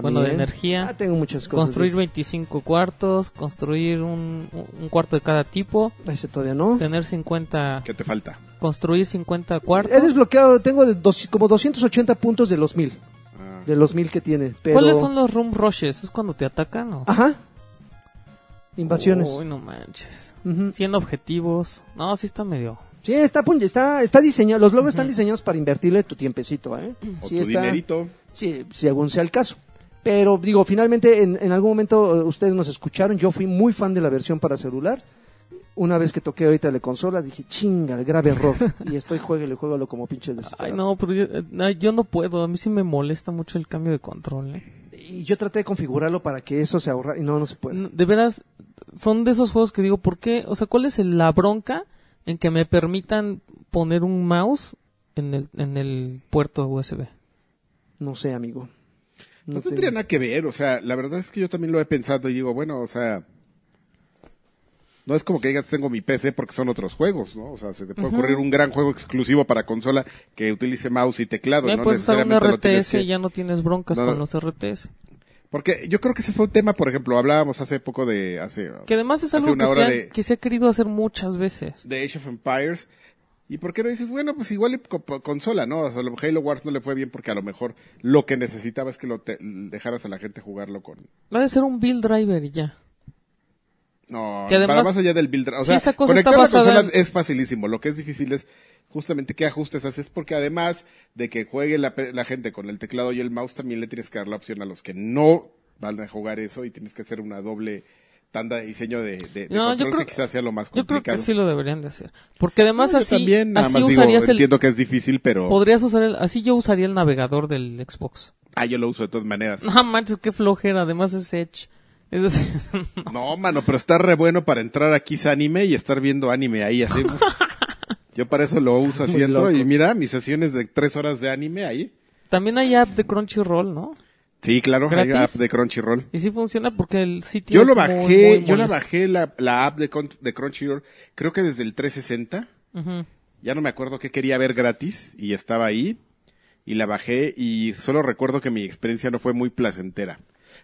Speaker 3: bueno, de
Speaker 1: También.
Speaker 3: energía,
Speaker 1: Ah, tengo muchas cosas.
Speaker 3: construir
Speaker 1: Ese-
Speaker 3: 25 cuartos, construir un, un cuarto de cada tipo,
Speaker 1: Ese todavía no.
Speaker 3: tener 50,
Speaker 5: ¿Qué te falta?
Speaker 3: construir 50
Speaker 1: He
Speaker 3: cuartos.
Speaker 1: desbloqueado, tengo de dos- como 280 puntos de los mil.
Speaker 5: Ah,
Speaker 1: de los mil que tiene. Pero...
Speaker 3: ¿Cuáles son los room rushes? ¿Es cuando te atacan o?
Speaker 1: Ajá. Invasiones.
Speaker 3: Uy, no manches.
Speaker 1: Ujú.
Speaker 3: 100 objetivos. No, sí está medio.
Speaker 1: Sí, está, puñ- está, está diseñado, los logros están diseñados para invertirle tu tiempecito, ¿eh?
Speaker 5: O
Speaker 1: Sí
Speaker 5: tu
Speaker 1: está-
Speaker 5: dinerito.
Speaker 1: Sí, según sea el caso. Pero digo, finalmente en, en algún momento eh, ustedes nos escucharon, yo fui muy fan de la versión para celular. Una vez que toqué ahorita la consola, dije, chinga, el grave error. y estoy jueguele, juégalo como pinche desesperado.
Speaker 3: Ay, no, pero yo, eh, ay, yo no puedo. A mí sí me molesta mucho el cambio de control. ¿eh?
Speaker 1: Y yo traté de configurarlo para que eso se ahorra y no, no se puede.
Speaker 3: No, De veras, son de esos juegos que digo, ¿por qué? O sea, ¿cuál es el- la bronca en que me permitan poner un mouse en el, en el puerto USB?
Speaker 1: No sé, amigo.
Speaker 5: Pues No,
Speaker 3: Pues
Speaker 1: No
Speaker 5: tendría
Speaker 1: tengo-
Speaker 5: nada que ver, o sea, la verdad es que yo también lo he pensado y digo, bueno, o sea, no es como que digas tengo mi PC porque son otros juegos, ¿no? O sea, se te puede ocurrir un gran juego exclusivo para consola que utilice mouse y teclado,
Speaker 3: Ya
Speaker 5: no
Speaker 3: puedes usar Eh, pues, un
Speaker 5: necesariamente lo tienes
Speaker 3: RTS
Speaker 5: que-
Speaker 3: y ya no tienes broncas
Speaker 5: No, no.
Speaker 3: con los RTS.
Speaker 5: Porque yo creo que ese fue un tema, por ejemplo, hablábamos hace poco de hace
Speaker 3: Que además es
Speaker 5: Hace
Speaker 3: algo
Speaker 5: una
Speaker 3: que se,
Speaker 5: hora
Speaker 3: ha,
Speaker 5: de-
Speaker 3: que se ha querido hacer muchas veces.
Speaker 5: de Age of Empires. ¿Y por qué no dices, bueno, pues igual y co- po- consola, ¿no? O sea, lo- Halo Wars no le fue bien porque a lo mejor lo que necesitaba es que lo te- dejaras a la gente jugarlo con...
Speaker 3: Va de ser un build driver y ya.
Speaker 5: No,
Speaker 3: Que además-
Speaker 5: para más allá del build, o
Speaker 3: Sí,
Speaker 5: sea,
Speaker 3: esa cosa
Speaker 5: conectar
Speaker 3: está
Speaker 5: la
Speaker 3: basada
Speaker 5: consola
Speaker 3: en-
Speaker 5: es facilísimo. Lo que es difícil es justamente qué ajustes haces, porque además de que juegue la, pe- la gente con el teclado y el mouse, también le tienes que dar la opción a los que no van a jugar eso y tienes que hacer una doble tanda de diseño de, de, de
Speaker 3: No, yo
Speaker 5: control
Speaker 3: creo-
Speaker 5: que quizás sea lo más
Speaker 3: Yo creo
Speaker 5: complicado.
Speaker 3: que sí lo deberían de hacer. Porque además
Speaker 5: No, yo
Speaker 3: así,
Speaker 5: también, nada
Speaker 3: así
Speaker 5: más digo,
Speaker 3: usarías el...
Speaker 5: entiendo que es difícil, pero
Speaker 3: Podrías usar el... Así yo usaría el navegador del Xbox.
Speaker 5: ah, yo lo uso de todas maneras.
Speaker 3: No manches, qué flojera. Además es Edge. Es así.
Speaker 5: No, mano, pero está re bueno para entrar a Kiss Anime y estar viendo anime ahí así. Yo para eso lo uso así
Speaker 1: Muy
Speaker 5: entro,
Speaker 1: loco.
Speaker 5: y mira, mis sesiones de tres horas de anime ahí.
Speaker 3: También hay app de Crunchyroll, ¿no?
Speaker 5: Sí, claro, hay
Speaker 3: ¿Gratis?
Speaker 5: app de Crunchyroll.
Speaker 3: Y sí funciona porque el sitio
Speaker 5: Yo
Speaker 3: es
Speaker 5: lo
Speaker 3: muy,
Speaker 5: bajé,
Speaker 3: muy
Speaker 5: yo la
Speaker 3: molesto.
Speaker 5: bajé la, la app de, Con- de Crunchyroll, creo que desde el 360.
Speaker 3: Ujú.
Speaker 5: Ya no me acuerdo qué quería ver gratis y estaba ahí y la bajé y solo recuerdo que mi experiencia no fue muy placentera,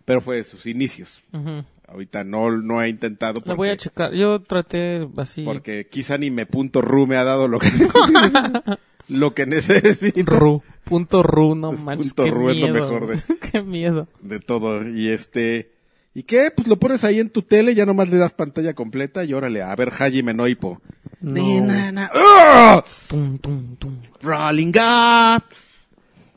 Speaker 5: pero fue de sus inicios.
Speaker 3: Ujú.
Speaker 5: Ahorita no, no he intentado
Speaker 3: La voy a
Speaker 5: porque,
Speaker 3: checar. Yo traté así...
Speaker 5: porque quizá ni me punto ru me ha dado lo que, lo que necesito.
Speaker 3: Ru. Punto ru, no manches.
Speaker 5: Pues Punto
Speaker 3: qué
Speaker 5: ru es lo
Speaker 3: miedo,
Speaker 5: mejor de-
Speaker 3: qué miedo.
Speaker 5: de todo. Y este, ¿y qué? Pues lo pones ahí en tu tele, ya nomás le das pantalla completa y órale, a ver Hajime no Ippo.
Speaker 1: No.
Speaker 5: Ni na, na. ¡Ugh!
Speaker 3: Tum, tum, tum.
Speaker 5: Rolling up.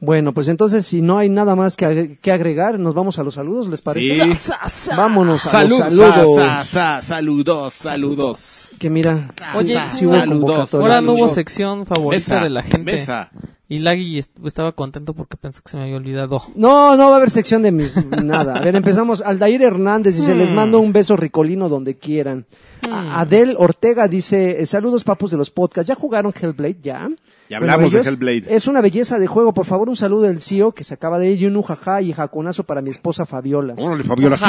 Speaker 1: Bueno, pues entonces si no hay nada más que, agre- que agregar, nos vamos a los saludos, ¿les parece?
Speaker 5: Sí.
Speaker 1: Vámonos a
Speaker 5: Salud,
Speaker 1: los saludos.
Speaker 5: sa, sa, sa, saludos, saludos.
Speaker 1: Que mira, sí-
Speaker 3: Oye,
Speaker 1: sí hubo
Speaker 5: saludos.
Speaker 1: convocatoria.
Speaker 3: Ahora no hubo
Speaker 5: Saludos.
Speaker 3: sección favorita
Speaker 5: Mesa,
Speaker 3: de la gente.
Speaker 5: mesa.
Speaker 3: Y Lagui est- estaba contento porque pensó que se me había olvidado.
Speaker 1: No, no va a haber sección de mis nada. A ver, empezamos. Aldair Hernández dice,
Speaker 3: Hmm.
Speaker 1: les mando un beso ricolino donde quieran. A- Adel Ortega dice, eh, saludos papus de los podcasts. ¿Ya jugaron Hellblade? Ya.
Speaker 5: Ya hablamos de
Speaker 1: ellos-
Speaker 5: Hellblade.
Speaker 1: Es una belleza de juego. Por favor, un saludo del CEO que se acaba de ir y un ujaja y jaconazo para mi esposa Fabiola.
Speaker 5: Órale, Fabiola, sí.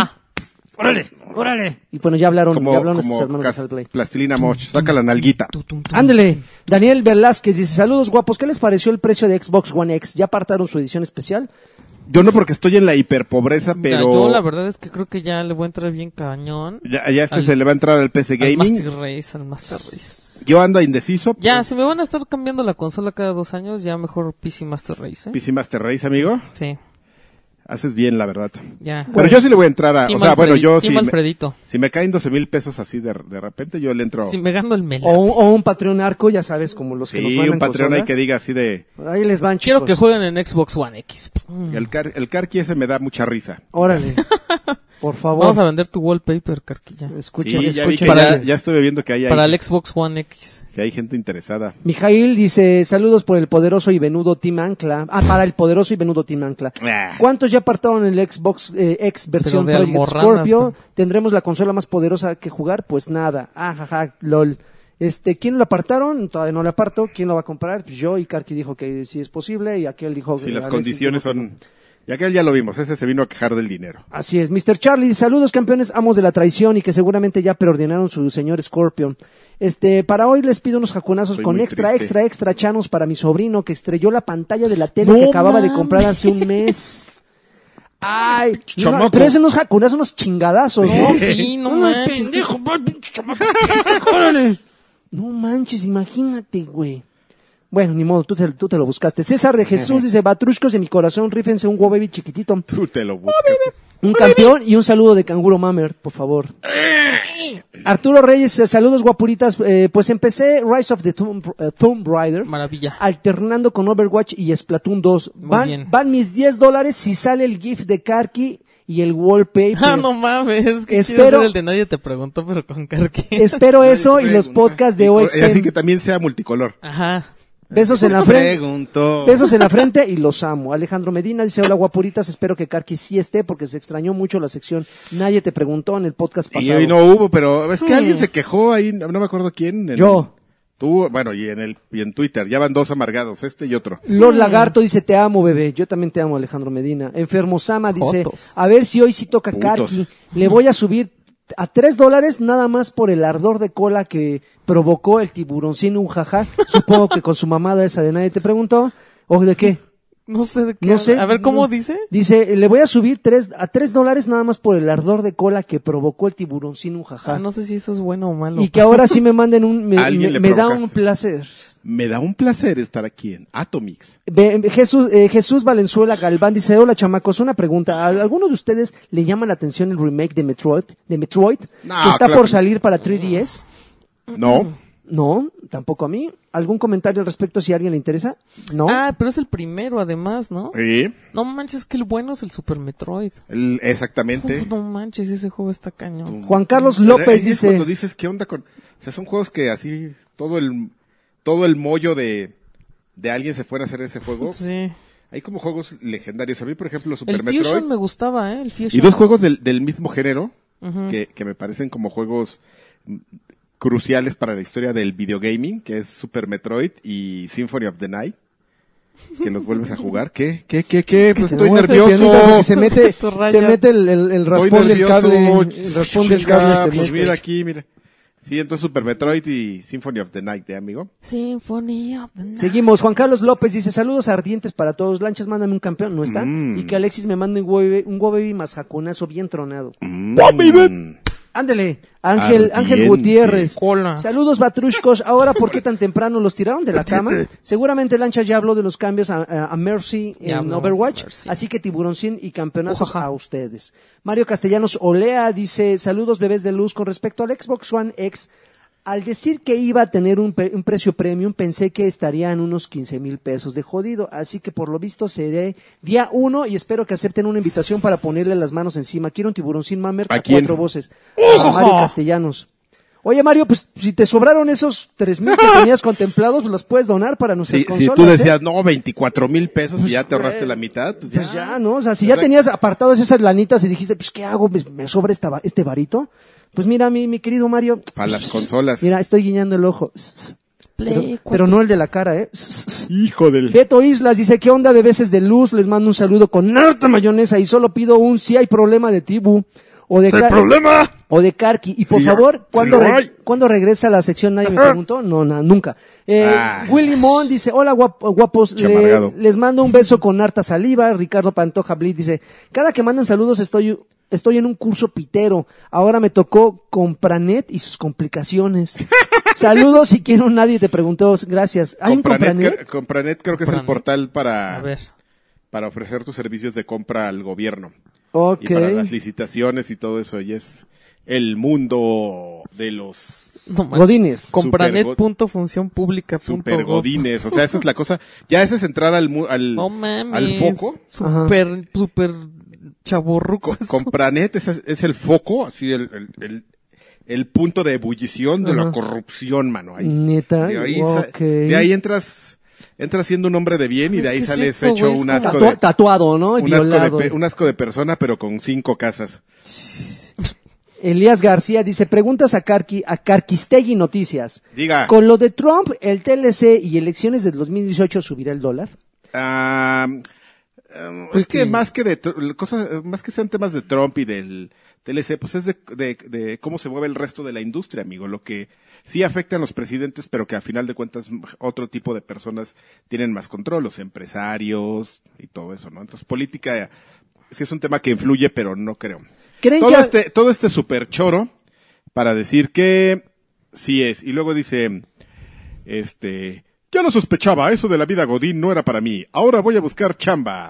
Speaker 1: Y bueno, ya hablaron, ya
Speaker 5: Como,
Speaker 1: hablaron nuestros
Speaker 5: como
Speaker 1: hermanos
Speaker 5: cas-
Speaker 1: de Hellblade.
Speaker 5: plastilina moch, saca la nalguita.
Speaker 1: Ándele. Daniel Velázquez dice, saludos guapos. ¿Qué les pareció el precio de Xbox One X? ¿Ya apartaron su edición especial?
Speaker 5: Yo no porque estoy en la hiperpobreza,
Speaker 3: Mira, yo
Speaker 5: pero
Speaker 3: la verdad es que creo que ya le voy a entrar bien cañón.
Speaker 5: ya, ya este
Speaker 3: al-
Speaker 5: se le va a entrar al PC
Speaker 3: Al
Speaker 5: Gaming.
Speaker 3: Master Race, al Master Race.
Speaker 5: Yo ando indeciso.
Speaker 3: Ya,
Speaker 5: pues,
Speaker 3: si me van a estar cambiando la consola cada dos años, ya mejor PC Master Race, ¿eh?
Speaker 5: PC Master Race, amigo.
Speaker 3: Sí,
Speaker 5: Haces bien, la verdad.
Speaker 3: ya.
Speaker 5: Pero yo sí le voy a entrar a.
Speaker 3: Team
Speaker 5: o sea, bueno,
Speaker 3: Alfredi-
Speaker 5: yo
Speaker 3: Team
Speaker 5: si me,
Speaker 3: Alfredito.
Speaker 5: si me caen 12 mil pesos así de, de repente, yo le entro.
Speaker 3: Si me gano el
Speaker 1: O
Speaker 5: Oh,
Speaker 3: melón.
Speaker 1: un, o un Patreon arco, ya sabes, como los que nos
Speaker 5: sí,
Speaker 1: mandan
Speaker 5: un Patreon ahí
Speaker 1: consolas.
Speaker 5: que diga así de.
Speaker 1: Ahí les van, chicos.
Speaker 3: Quiero que jueguen en Xbox One X. Mm.
Speaker 5: El, car, el Karki ese me da mucha risa.
Speaker 1: Órale. Por favor.
Speaker 3: Vamos a vender tu wallpaper, Carquilla.
Speaker 1: Escuchen,
Speaker 5: Sí, ya, vi que
Speaker 1: escuchen.
Speaker 5: ya, ya estuve viendo que hay,
Speaker 3: Para
Speaker 5: hay,
Speaker 3: el Xbox One X.
Speaker 5: que hay gente interesada.
Speaker 1: Mijail dice, saludos por el poderoso y venudo Team Ancla. Ah, para el poderoso y venudo Team Ancla.
Speaker 5: Ah.
Speaker 1: ¿Cuántos ya apartaron el Xbox eh, X versión
Speaker 3: Pero de
Speaker 1: Project
Speaker 3: almorranas,
Speaker 1: Scorpio?
Speaker 3: pero-
Speaker 1: ¿Tendremos la consola más poderosa que jugar? Pues nada. Ah, jaja, lol. Este, ¿quién lo apartaron? Todavía no lo aparto. ¿Quién lo va a comprar? Pues yo y Karki dijo que sí es posible y aquel dijo
Speaker 5: Si
Speaker 1: eh,
Speaker 5: las
Speaker 1: Alexis
Speaker 5: condiciones
Speaker 1: dijo que
Speaker 5: son. Y aquel ya lo vimos, ese se vino a quejar del dinero.
Speaker 1: Así es, Mr. Charlie, saludos campeones, amos de la traición y que seguramente ya preordinaron su señor Scorpion. Este, para hoy les pido unos jacunazos
Speaker 5: Estoy
Speaker 1: con
Speaker 5: muy
Speaker 1: extra,
Speaker 5: triste.
Speaker 1: extra, extra chanos para mi sobrino que estrelló la pantalla de la tele que
Speaker 5: ¡No
Speaker 1: acababa de
Speaker 5: mames!
Speaker 1: comprar hace un mes. Ay, no,
Speaker 5: Chamaco.
Speaker 1: pero es unos jacunazos, unos chingadazos,
Speaker 3: No,
Speaker 1: ¿no?
Speaker 3: sí, no
Speaker 1: Ay,
Speaker 3: manches.
Speaker 1: pendejo, va, pinche chamaco, pendejo, órale. No manches, imagínate, güey. Bueno, ni modo, tú te, tú te lo buscaste. César de Jesús dice, Batrushcos en mi corazón, rífense un Wobaby chiquitito.
Speaker 5: Tú te lo buscas.
Speaker 1: Un campeón y un saludo de Canguro Mammer, por favor. Arturo Reyes, eh, saludos guapuritas. Eh, pues empecé Rise of the Tomb, eh, Tomb Raider.
Speaker 3: Maravilla.
Speaker 1: Alternando con Overwatch y Splatoon 2.
Speaker 3: Muy
Speaker 1: Van,
Speaker 3: bien.
Speaker 1: van mis 10 dólares si sale el GIF de Karki y el wallpaper.
Speaker 3: Ah, no mames, que
Speaker 1: Espero-
Speaker 3: quiero ser el de nadie te preguntó, pero con Karki.
Speaker 1: Espero eso y
Speaker 5: Nadie
Speaker 1: los
Speaker 5: pregunta.
Speaker 1: podcasts de
Speaker 5: Y-
Speaker 1: hoy.
Speaker 5: y Así que también sea multicolor.
Speaker 3: Ajá.
Speaker 1: Besos en la frente.
Speaker 5: Pregunto.
Speaker 1: Besos en la frente y los amo. Alejandro Medina dice, hola guapuritas, espero que Karki sí esté porque se extrañó mucho la sección. Nadie te preguntó en el podcast
Speaker 5: Y
Speaker 1: pasado.
Speaker 5: hoy no hubo, pero es que alguien se quejó ahí, no no me acuerdo quién.
Speaker 1: Hmm.
Speaker 5: en-
Speaker 1: Yo.
Speaker 5: Tú, bueno, y en el y en Twitter, ya van dos amargados, este y otro.
Speaker 1: Lord
Speaker 3: Mm.
Speaker 1: Lagarto dice, te amo, bebé. Yo también te amo, Alejandro Medina. Enfermo Sama dice,
Speaker 3: Jotos.
Speaker 1: a ver si hoy sí toca
Speaker 5: Putos.
Speaker 1: Karki. Le voy a subir a tres dólares nada más por el ardor de cola que provocó el tiburoncino un jaja. Supongo que con su mamada esa de nadie te preguntó. ¿O de qué?
Speaker 3: No sé de qué.
Speaker 1: No sé.
Speaker 3: A ver, ¿cómo
Speaker 1: no.
Speaker 3: dice?
Speaker 1: Dice, le voy a subir tres, a tres dólares nada más por el ardor de cola que provocó el tiburoncino un jaja.
Speaker 3: Ah, no sé si eso es bueno o malo.
Speaker 1: Y que ahora sí me manden un, me,
Speaker 5: Alguien
Speaker 1: me-
Speaker 5: le
Speaker 1: me da
Speaker 5: provocaste.
Speaker 1: un placer.
Speaker 5: Me da un placer estar aquí en Atomix.
Speaker 1: Ve- Jesús, eh, Jesús Valenzuela Galván dice, hola chamacos, una pregunta. ¿A alguno de ustedes le llama la atención el remake de Metroid, de Metroid
Speaker 5: No,
Speaker 1: que está
Speaker 5: claro
Speaker 1: por
Speaker 5: que-
Speaker 1: salir para 3DS?
Speaker 5: No,
Speaker 1: No, tampoco a mí. ¿Algún comentario al respecto si a alguien le interesa? No.
Speaker 3: Ah, pero es el primero además, ¿no?
Speaker 5: sí,
Speaker 3: No manches, que el bueno es el Super Metroid.
Speaker 5: el- exactamente.
Speaker 3: Uf, no manches, ese juego está cañón.
Speaker 1: Juan Carlos
Speaker 5: Pero ahí
Speaker 1: López
Speaker 5: es
Speaker 1: dice,
Speaker 5: Cuando dices qué onda con, o sea, son juegos que así todo el todo el mollo de de alguien se fuera a hacer ese juego.
Speaker 3: Sí.
Speaker 5: Hay como juegos legendarios. A mí, por ejemplo, Super
Speaker 3: El
Speaker 5: Metroid.
Speaker 3: Fusion me gustaba, ¿eh? El Fusion.
Speaker 5: Y dos juegos del, del mismo género
Speaker 3: Ujú.
Speaker 5: que, que me parecen como juegos mm, cruciales para la historia del videogaming, que es Super Metroid y Symphony of the Night, que los vuelves a jugar. ¿Qué? ¿Qué? ¿Qué? ¿Qué? Pues estoy
Speaker 1: Tenemos el pianito porque
Speaker 5: nervioso.
Speaker 1: se mete,
Speaker 3: Tú rayas.
Speaker 1: se mete el, el, el
Speaker 5: Estoy
Speaker 1: raspón del
Speaker 5: nervioso.
Speaker 1: cable. El raspón del
Speaker 5: Chinga,
Speaker 1: cable se
Speaker 5: pues
Speaker 1: mete.
Speaker 5: mira aquí, mira. Sí, entonces Super Metroid y Symphony of the Night, ¿eh, amigo?
Speaker 3: Symphony of the Night.
Speaker 1: Seguimos. Juan Carlos López dice, saludos ardientes para todos. Lanchas, mándame un campeón, ¿no está?
Speaker 5: Mm.
Speaker 1: Y que Alexis me mande un Wobaby un Wobaby más jaconazo bien tronado.
Speaker 5: Mm.
Speaker 1: Ándele, Ángel,
Speaker 5: Ardiente.
Speaker 1: Ángel Gutiérrez.
Speaker 3: Cola.
Speaker 1: Saludos, Batrushcos. Ahora, ¿por qué tan temprano los tiraron de la cama? Seguramente Lancha ya habló de los cambios a, a- a Mercy
Speaker 3: Ya
Speaker 1: en
Speaker 3: hablamos
Speaker 1: Overwatch.
Speaker 3: de Mercy.
Speaker 1: Así que tiburoncín y campeonazos
Speaker 3: Ujaja.
Speaker 1: a ustedes. Mario Castellanos Olea dice, saludos, bebés de luz. Con respecto al Xbox One X, al decir que iba a tener un, pe- un precio premium, pensé que estaría en unos 15 mil pesos de jodido. Así que por lo visto seré día uno y espero que acepten una invitación para ponerle las manos encima. Quiero un tiburoncín mamer
Speaker 5: ¿A
Speaker 1: a
Speaker 5: quién?
Speaker 1: cuatro voces. A Mario Castellanos. Oye, Mario, pues si te sobraron esos tres mil que tenías contemplados, los puedes donar para nuestras
Speaker 5: Si, si
Speaker 1: consolas.
Speaker 5: tú
Speaker 1: ¿eh?
Speaker 5: decías, no, 24 mil pesos y ya te ahorraste la mitad, pues ya.
Speaker 1: Pues ya, ¿no? O sea, si ya
Speaker 5: ¿Verdad?
Speaker 1: tenías apartadas esas lanitas y dijiste, pues, ¿qué hago? Pues, ¿Me sobra esta va- este varito? Pues mira, mi, mi querido Mario.
Speaker 5: Para las consolas.
Speaker 1: Mira, estoy guiñando el ojo. Pero,
Speaker 3: Play
Speaker 1: pero
Speaker 3: cuatro.
Speaker 1: no el de la cara, ¿eh?
Speaker 5: Hijo del...
Speaker 1: Beto Islas dice, ¿qué onda, bebeses de luz? Les mando un saludo con harta mayonesa y solo pido un si hay problema de Tibu. O de Car-
Speaker 5: problema!
Speaker 1: O de Karki. Y por
Speaker 5: Sí, sí
Speaker 1: favor, ¿cuándo,
Speaker 5: lo
Speaker 1: re-
Speaker 5: hay.
Speaker 1: ¿cuándo regresa la sección? Nadie me preguntó. No, na- nunca. Eh,
Speaker 5: Ah.
Speaker 1: Willy Mon dice, hola guap- guapos,
Speaker 5: Qué
Speaker 1: le-
Speaker 5: amargado.
Speaker 1: les mando un beso con harta saliva. Ricardo Pantoja Blitz dice, cada que mandan saludos estoy, estoy en un curso pitero. Ahora me tocó Compranet y sus complicaciones. saludos si quiero nadie te preguntó. Gracias. ¿Hay un
Speaker 5: Compranet,
Speaker 1: Compranet?
Speaker 5: cre- Compranet creo que es el
Speaker 3: Compranet.
Speaker 5: portal
Speaker 3: A
Speaker 5: para,
Speaker 3: ver.
Speaker 5: para ofrecer tus servicios de compra al gobierno.
Speaker 1: Ok.
Speaker 5: Y para las licitaciones y todo eso. Y es el mundo de los
Speaker 3: No manches.
Speaker 1: Godines.
Speaker 3: Compranet.funcionpublica.gov.
Speaker 5: supergodines. O sea, esa es la cosa. Ya ese es entrar al, mu- al,
Speaker 3: No mames.
Speaker 5: al foco.
Speaker 3: Super, super chaborruco.
Speaker 5: Co- Compranet es, es el foco, así el, el, el, el punto de ebullición de
Speaker 1: Ajá.
Speaker 5: la corrupción, mano. Ahí.
Speaker 1: Neta.
Speaker 5: De ahí, sa-
Speaker 1: ok.
Speaker 5: de ahí entras, entras siendo un hombre de bien y
Speaker 3: Es
Speaker 5: de ahí
Speaker 3: que es
Speaker 5: sales
Speaker 3: esto,
Speaker 5: hecho
Speaker 3: güey, es
Speaker 5: un
Speaker 3: como-
Speaker 5: asco,
Speaker 1: Tatua-
Speaker 5: de,
Speaker 1: tatuado, ¿no? Y
Speaker 5: un, asco de
Speaker 1: violado.
Speaker 5: pe- un asco de persona, pero con cinco casas.
Speaker 1: Elías García dice, preguntas a Karki, a Karkistegui Noticias.
Speaker 5: Diga,
Speaker 1: Con lo de Trump, el TLC y elecciones del 2018 subirá el dólar.
Speaker 5: ah, ah,
Speaker 1: Pues
Speaker 5: es que más que de tr- cosas, más que sean temas de Trump y del TLC, pues es de, de- de cómo se mueve el resto de la industria, amigo. Lo que sí afecta a los presidentes, pero que a final de cuentas m- otro tipo de personas tienen más control, los empresarios y todo eso, ¿no? Entonces política sí es un tema que influye, pero no creo.
Speaker 1: ¿Creen
Speaker 5: todo
Speaker 1: que a-
Speaker 5: este todo este super choro para decir que sí es y luego dice este Ya lo sospechaba, eso de la vida Godín no era para mí. Ahora voy a buscar chamba.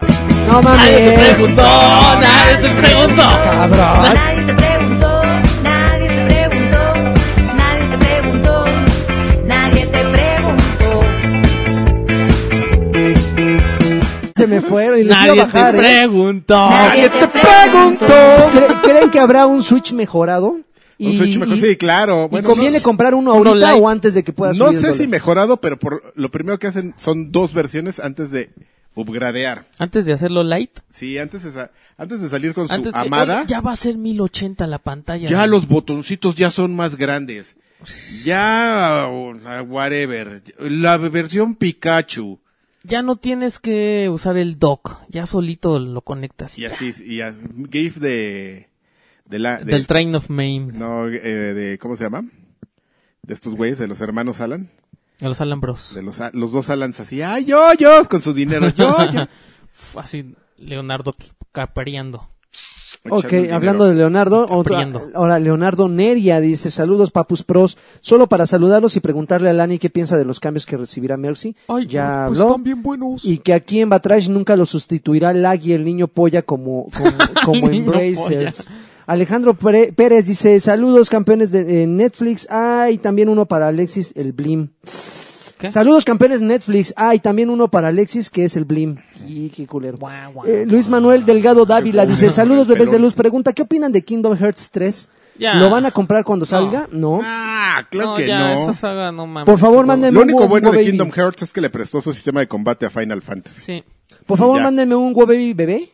Speaker 1: No mames.
Speaker 3: nadie te preguntó.
Speaker 1: Cabrón.
Speaker 7: Nadie te preguntó, nadie te preguntó, nadie te preguntó, nadie te preguntó.
Speaker 1: Se me fueron y les iba
Speaker 3: Nadie
Speaker 1: a bajar.
Speaker 3: te
Speaker 1: ¿eh?
Speaker 3: preguntó.
Speaker 7: Nadie te preguntó.
Speaker 1: ¿Cre- ¿Creen que habrá un Switch mejorado?
Speaker 5: Un Switch mejor-
Speaker 1: y-
Speaker 5: sí, claro.
Speaker 1: y
Speaker 5: Bueno,
Speaker 1: conviene
Speaker 5: no-
Speaker 1: comprar uno
Speaker 3: Uno
Speaker 1: ahorita
Speaker 3: light.
Speaker 1: o antes de que pueda
Speaker 5: No
Speaker 1: subir el
Speaker 5: sé si
Speaker 1: dólar?
Speaker 5: mejorado, pero por lo primero que hacen son dos versiones antes de upgradear.
Speaker 3: Antes de hacerlo light,
Speaker 5: Sí, antes de, sa- antes de salir con su
Speaker 3: antes de-
Speaker 5: amada,
Speaker 3: Oye, ya va a ser 1080 la pantalla.
Speaker 5: ya los botoncitos ya son más grandes. Ya, o sea, whatever. La versión Pikachu.
Speaker 3: Ya no tienes que usar el dock, ya solito lo conectas.
Speaker 5: Y
Speaker 3: ya.
Speaker 5: así, y a- GIF de, de la, de-
Speaker 3: Del Train of Mame,
Speaker 5: no, eh, de, ¿cómo se llama? De estos güeyes, de los hermanos Alan.
Speaker 3: de los Alan Bros.
Speaker 5: De los, a- los dos Alans así, ay, yo, yo, con su dinero, yo, yo.
Speaker 3: Uf, Así, Leonardo capareando.
Speaker 1: Ok, hablando de Leonardo, otro-
Speaker 3: Apriendo.
Speaker 1: ahora Leonardo Neria dice, saludos Papus Pros, solo para saludarlos y preguntarle a Lani qué piensa de los cambios que recibirá Melcy, ya habló,
Speaker 2: buenos.
Speaker 1: y que aquí en Batrash nunca lo sustituirá Laggy el niño polla como, como, como
Speaker 3: Niño
Speaker 1: Embracers. Alejandro Pre- Pérez dice, saludos campeones de, de Netflix, ay, también uno para Alexis, el Blim.
Speaker 3: ¿Qué?
Speaker 1: Saludos campeones Netflix. Ah, y también uno para Alexis, que es el Blim. Y qué culero. Eh, Luis Manuel Delgado Dávila dice, saludos bebés de luz. Pregunta, ¿qué opinan de Kingdom Hearts 3?
Speaker 3: Ya.
Speaker 1: ¿Lo van a comprar cuando salga? No.
Speaker 5: Ah, claro
Speaker 3: no,
Speaker 5: que
Speaker 3: ya,
Speaker 5: no.
Speaker 3: esa saga no mames.
Speaker 1: Por favor,
Speaker 3: qué hueva.
Speaker 1: mándenme
Speaker 5: Lo único
Speaker 1: un
Speaker 5: bueno de
Speaker 1: Baby.
Speaker 5: Kingdom Hearts es que le prestó su sistema de combate a Final Fantasy.
Speaker 3: Sí.
Speaker 1: Por favor,
Speaker 5: Ya.
Speaker 1: mándenme un Wo Baby bebé.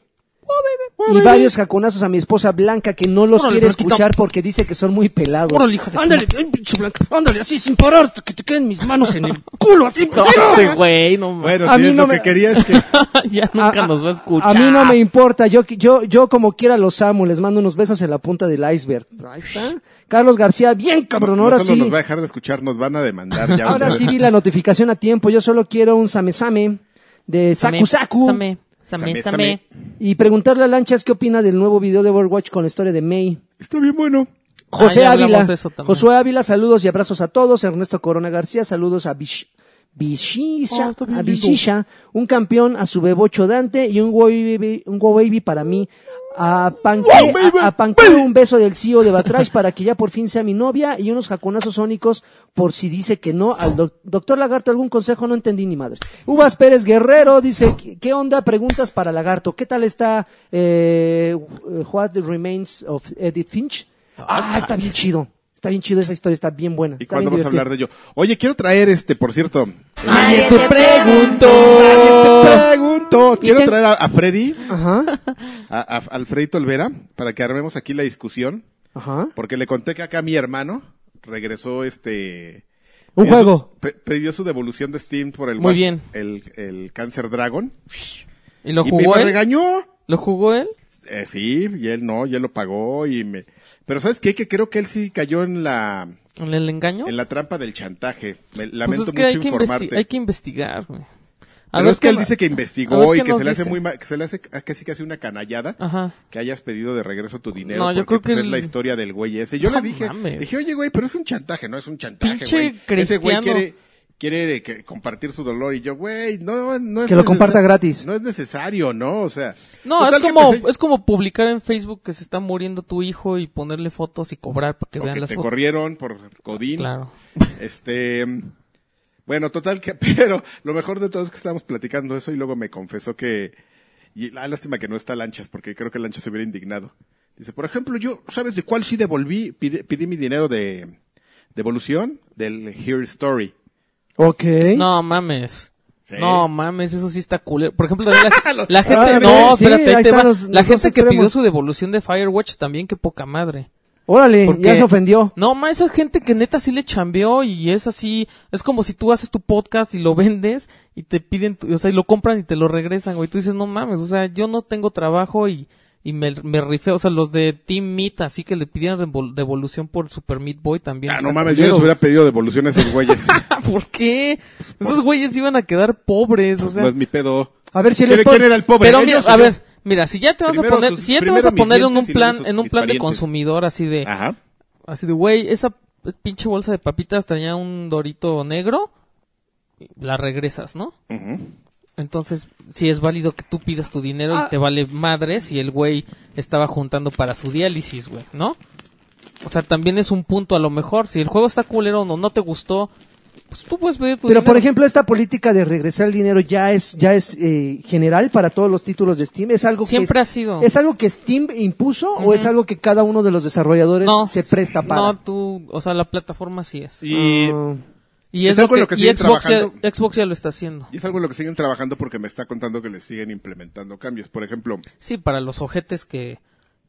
Speaker 1: Y varios jaconazos a mi esposa Blanca que no los
Speaker 3: Órale,
Speaker 1: quiere
Speaker 3: Blanquita.
Speaker 1: escuchar porque dice que son muy pelados.
Speaker 8: Órale, hijo de Ándale, ay, pinche blanca. Ándale, así sin parar, hasta que te queden mis manos en el culo, así.
Speaker 1: ¡ah!
Speaker 3: Este güey, no mames.
Speaker 5: Bueno,
Speaker 1: A
Speaker 5: si
Speaker 1: mí
Speaker 5: es
Speaker 1: no
Speaker 5: lo
Speaker 1: me-
Speaker 5: que quería es que...
Speaker 3: ya nunca
Speaker 1: a-
Speaker 3: nos va a
Speaker 1: A
Speaker 3: escuchar.
Speaker 1: mí no me importa, yo, yo, yo como quiera los amo, les mando unos besos en la punta del iceberg. Ahí está. Carlos García, bien cabrón,
Speaker 5: no
Speaker 1: ahora
Speaker 5: solo
Speaker 1: sí.
Speaker 5: nos va a dejar de escuchar, nos van a demandar. Ya
Speaker 1: Ahora
Speaker 5: ¿verdad?
Speaker 1: sí vi la notificación a tiempo. Yo solo quiero un samesame de Saku Saku
Speaker 3: Same, same,
Speaker 5: Same,
Speaker 3: same.
Speaker 1: y preguntarle a Lanchas qué opina del nuevo video de Overwatch con la historia de May.
Speaker 5: Está bien bueno.
Speaker 1: José
Speaker 3: ya hablamos
Speaker 1: Ávila.
Speaker 3: de eso también.
Speaker 1: Josué Ávila, saludos y abrazos a todos. Ernesto Corona García, saludos a Bish. Bishisha,
Speaker 2: Ah,
Speaker 3: Oh,
Speaker 2: está bien
Speaker 1: a
Speaker 2: lindo.
Speaker 1: Bishisha, un campeón a su bebocho Dante y un wow baby, un wow baby para mí. A Panque, a, a Panque un beso del CEO de Batrash para que ya por fin sea mi novia y unos jaconazos sónicos por si dice que no al doc- doctor Lagarto. ¿Algún consejo? No entendí ni madre. Uvas Pérez Guerrero dice, "¿Qué- ¿qué onda? Preguntas para Lagarto. ¿Qué tal está eh, What Remains of Edith Finch? Ah, está bien chido. Está bien chido esa historia, está bien buena.
Speaker 5: ¿Y
Speaker 1: está
Speaker 5: cuándo
Speaker 1: bien
Speaker 5: vas a hablar
Speaker 1: divertida.
Speaker 5: de ello? Oye, quiero traer este, por cierto.
Speaker 1: Oh.
Speaker 7: Nadie te preguntó.
Speaker 5: Nadie te pregunto. Quiero
Speaker 1: ten-
Speaker 5: traer a, a Freddy,
Speaker 1: Ajá,
Speaker 5: a, a Alfredito Olvera, para que armemos aquí la discusión.
Speaker 1: ajá.
Speaker 5: Porque le conté que acá mi hermano regresó este...
Speaker 1: Un
Speaker 5: pidió
Speaker 1: juego.
Speaker 5: su- pe- pidió su devolución de Steam por el,
Speaker 3: Muy
Speaker 5: One-
Speaker 3: bien.
Speaker 5: el, el Cancer Dragon.
Speaker 3: ¿Y lo
Speaker 5: y me-
Speaker 3: jugó
Speaker 5: me
Speaker 3: él?
Speaker 5: regañó.
Speaker 3: ¿Lo jugó él?
Speaker 5: Eh, sí, y él no, y él lo pagó y me... Pero ¿sabes qué? Que creo que él sí cayó en la
Speaker 3: ¿En el engaño?
Speaker 5: en la trampa del chantaje. Me
Speaker 3: Pues
Speaker 5: lamento
Speaker 3: es que
Speaker 5: mucho
Speaker 3: hay que,
Speaker 5: informarte.
Speaker 3: investi- hay que investigar, güey. A
Speaker 5: Pero
Speaker 3: ver
Speaker 5: es que
Speaker 3: qué
Speaker 5: él
Speaker 3: va-
Speaker 5: dice que
Speaker 3: a
Speaker 5: investigó
Speaker 3: ver
Speaker 5: y
Speaker 3: qué
Speaker 5: que
Speaker 3: nos
Speaker 5: se le hace
Speaker 3: dice.
Speaker 5: muy mal, que se le hace casi casi una canallada
Speaker 3: Ajá.
Speaker 5: que hayas pedido de regreso tu dinero
Speaker 3: No, yo
Speaker 5: porque
Speaker 3: creo que
Speaker 5: pues, es
Speaker 3: el-
Speaker 5: la historia del güey ese. Yo
Speaker 3: No
Speaker 5: le dije,
Speaker 3: mames.
Speaker 5: dije, "Oye, güey, pero es un chantaje, no es un chantaje,
Speaker 3: Pinche
Speaker 5: güey." Ese güey
Speaker 3: cristiano.
Speaker 5: quiere quiere de que compartir su dolor y yo, "Güey, no no es
Speaker 1: Que lo
Speaker 5: neces-
Speaker 1: comparta gratis.
Speaker 5: No es necesario, ¿no? O sea,
Speaker 3: No,
Speaker 5: total que
Speaker 3: es como
Speaker 5: te se-
Speaker 3: es como publicar en Facebook que se está muriendo tu hijo y ponerle fotos y cobrar para que
Speaker 5: o
Speaker 3: vean
Speaker 5: que
Speaker 3: las
Speaker 5: te
Speaker 3: fotos.
Speaker 5: corrieron por Godín.
Speaker 3: Claro.
Speaker 5: Este, bueno, total que, pero lo mejor de todo es que estábamos platicando eso y luego me confesó que, y la lástima que no está Lanchas, porque creo que Lanchas se hubiera indignado. Dice, por ejemplo, yo, ¿sabes de cuál sí devolví? Pide- Pedí, mi dinero de devolución del Here Story.
Speaker 1: Ok.
Speaker 3: No mames.
Speaker 5: Sí. Ah,
Speaker 3: No mames, eso sí está culero. Por ejemplo, la, la
Speaker 1: Ah,
Speaker 3: gente,
Speaker 1: mira,
Speaker 3: no,
Speaker 1: sí,
Speaker 3: espérate, ahí
Speaker 1: ahí
Speaker 3: te
Speaker 1: están
Speaker 3: va.
Speaker 1: los-
Speaker 3: la
Speaker 1: los
Speaker 3: gente
Speaker 1: dos
Speaker 3: que pidió
Speaker 1: extremos.
Speaker 3: su devolución de Firewatch también, qué poca madre.
Speaker 1: Órale,
Speaker 3: Porque-
Speaker 1: ya se ofendió.
Speaker 3: No, ma, esa gente que neta sí le chambeó y es así, es como si tú haces tu podcast y lo vendes y te piden, tu- o sea, y lo compran y te lo regresan, güey. Tú dices, no mames, o sea, yo no tengo trabajo y, y me, me rifé, o sea, los de Team Meat, así que le pidieron revol- devolución por Super Meat Boy también.
Speaker 5: Ah,
Speaker 3: está
Speaker 5: no mames, yo
Speaker 3: culero,
Speaker 5: les hubiera pedido devolución a esos güeyes.
Speaker 3: güey. ¿Por qué? Esos güeyes iban a quedar pobres, o sea.
Speaker 5: no es mi pedo.
Speaker 1: A ver si él
Speaker 5: ¿Quién,
Speaker 1: es
Speaker 5: quién
Speaker 1: por-
Speaker 5: era el pobre?
Speaker 3: Pero
Speaker 5: Pues, ¿Ellos
Speaker 3: mira,
Speaker 5: o
Speaker 3: a
Speaker 5: yo?
Speaker 3: ver, mira, si ya te vas
Speaker 5: Primero
Speaker 3: a poner,
Speaker 5: sus-
Speaker 3: si ya te
Speaker 5: primero
Speaker 3: vas a
Speaker 5: mis
Speaker 3: poner en
Speaker 5: dientes
Speaker 3: un
Speaker 5: y luego
Speaker 3: plan,
Speaker 5: sus-
Speaker 3: en un
Speaker 5: mis
Speaker 3: plan de
Speaker 5: parientes.
Speaker 3: consumidor así de,
Speaker 5: Ajá.
Speaker 3: Así de, güey, esa pinche bolsa de papitas tenía un dorito negro la regresas, ¿no?
Speaker 5: Ujú.
Speaker 3: Entonces, sí es válido que tú pidas tu dinero
Speaker 1: Ah.
Speaker 3: y te vale madres y el güey estaba juntando para su diálisis, güey, ¿no? O sea, también es un punto a lo mejor. Si el juego está culero o no, no te gustó, pues tú puedes pedir tu
Speaker 1: Pero
Speaker 3: dinero.
Speaker 1: por ejemplo, esta política de regresar el dinero ya es ya es eh, general para todos los títulos de Steam. Es algo
Speaker 3: Siempre
Speaker 1: que
Speaker 3: ha sido.
Speaker 1: es algo que Steam impuso
Speaker 3: Ujú.
Speaker 1: o es algo que cada uno de los desarrolladores
Speaker 3: No,
Speaker 1: se presta para.
Speaker 3: No, tú, o sea, la plataforma sí es.
Speaker 5: Y,
Speaker 1: Ah.
Speaker 3: Y es
Speaker 5: Es
Speaker 3: lo
Speaker 5: algo
Speaker 3: que,
Speaker 5: en lo que
Speaker 3: y
Speaker 5: siguen
Speaker 3: Xbox, ya,
Speaker 5: trabajando.
Speaker 3: Xbox ya lo está haciendo.
Speaker 5: y es algo en lo que siguen trabajando porque me está contando que le siguen implementando cambios. Por ejemplo,
Speaker 3: Sí, para los ojetes que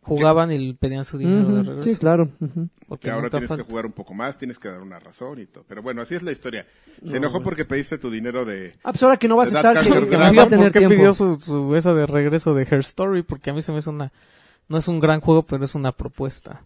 Speaker 3: jugaban y pedían su dinero de
Speaker 1: Ujú,
Speaker 3: regreso.
Speaker 1: sí, claro. ujú.
Speaker 3: Porque
Speaker 5: que ahora
Speaker 3: nunca
Speaker 5: tienes
Speaker 3: falta.
Speaker 5: que jugar un poco más, tienes que dar una razón y todo. Pero bueno, así es la historia. Se enojó porque pediste tu dinero de...
Speaker 1: Ah, pues ahora que no vas a
Speaker 5: Te da
Speaker 1: estar,
Speaker 5: cáncer
Speaker 1: que,
Speaker 5: de
Speaker 1: que
Speaker 5: la
Speaker 1: no
Speaker 5: mano.
Speaker 1: voy a
Speaker 5: Iba
Speaker 3: Diga
Speaker 1: tener
Speaker 3: por qué
Speaker 1: tiempo.
Speaker 3: pidió su, su esa de regreso de Her Story, porque a mí se me hace una... No es un gran juego, pero es una propuesta.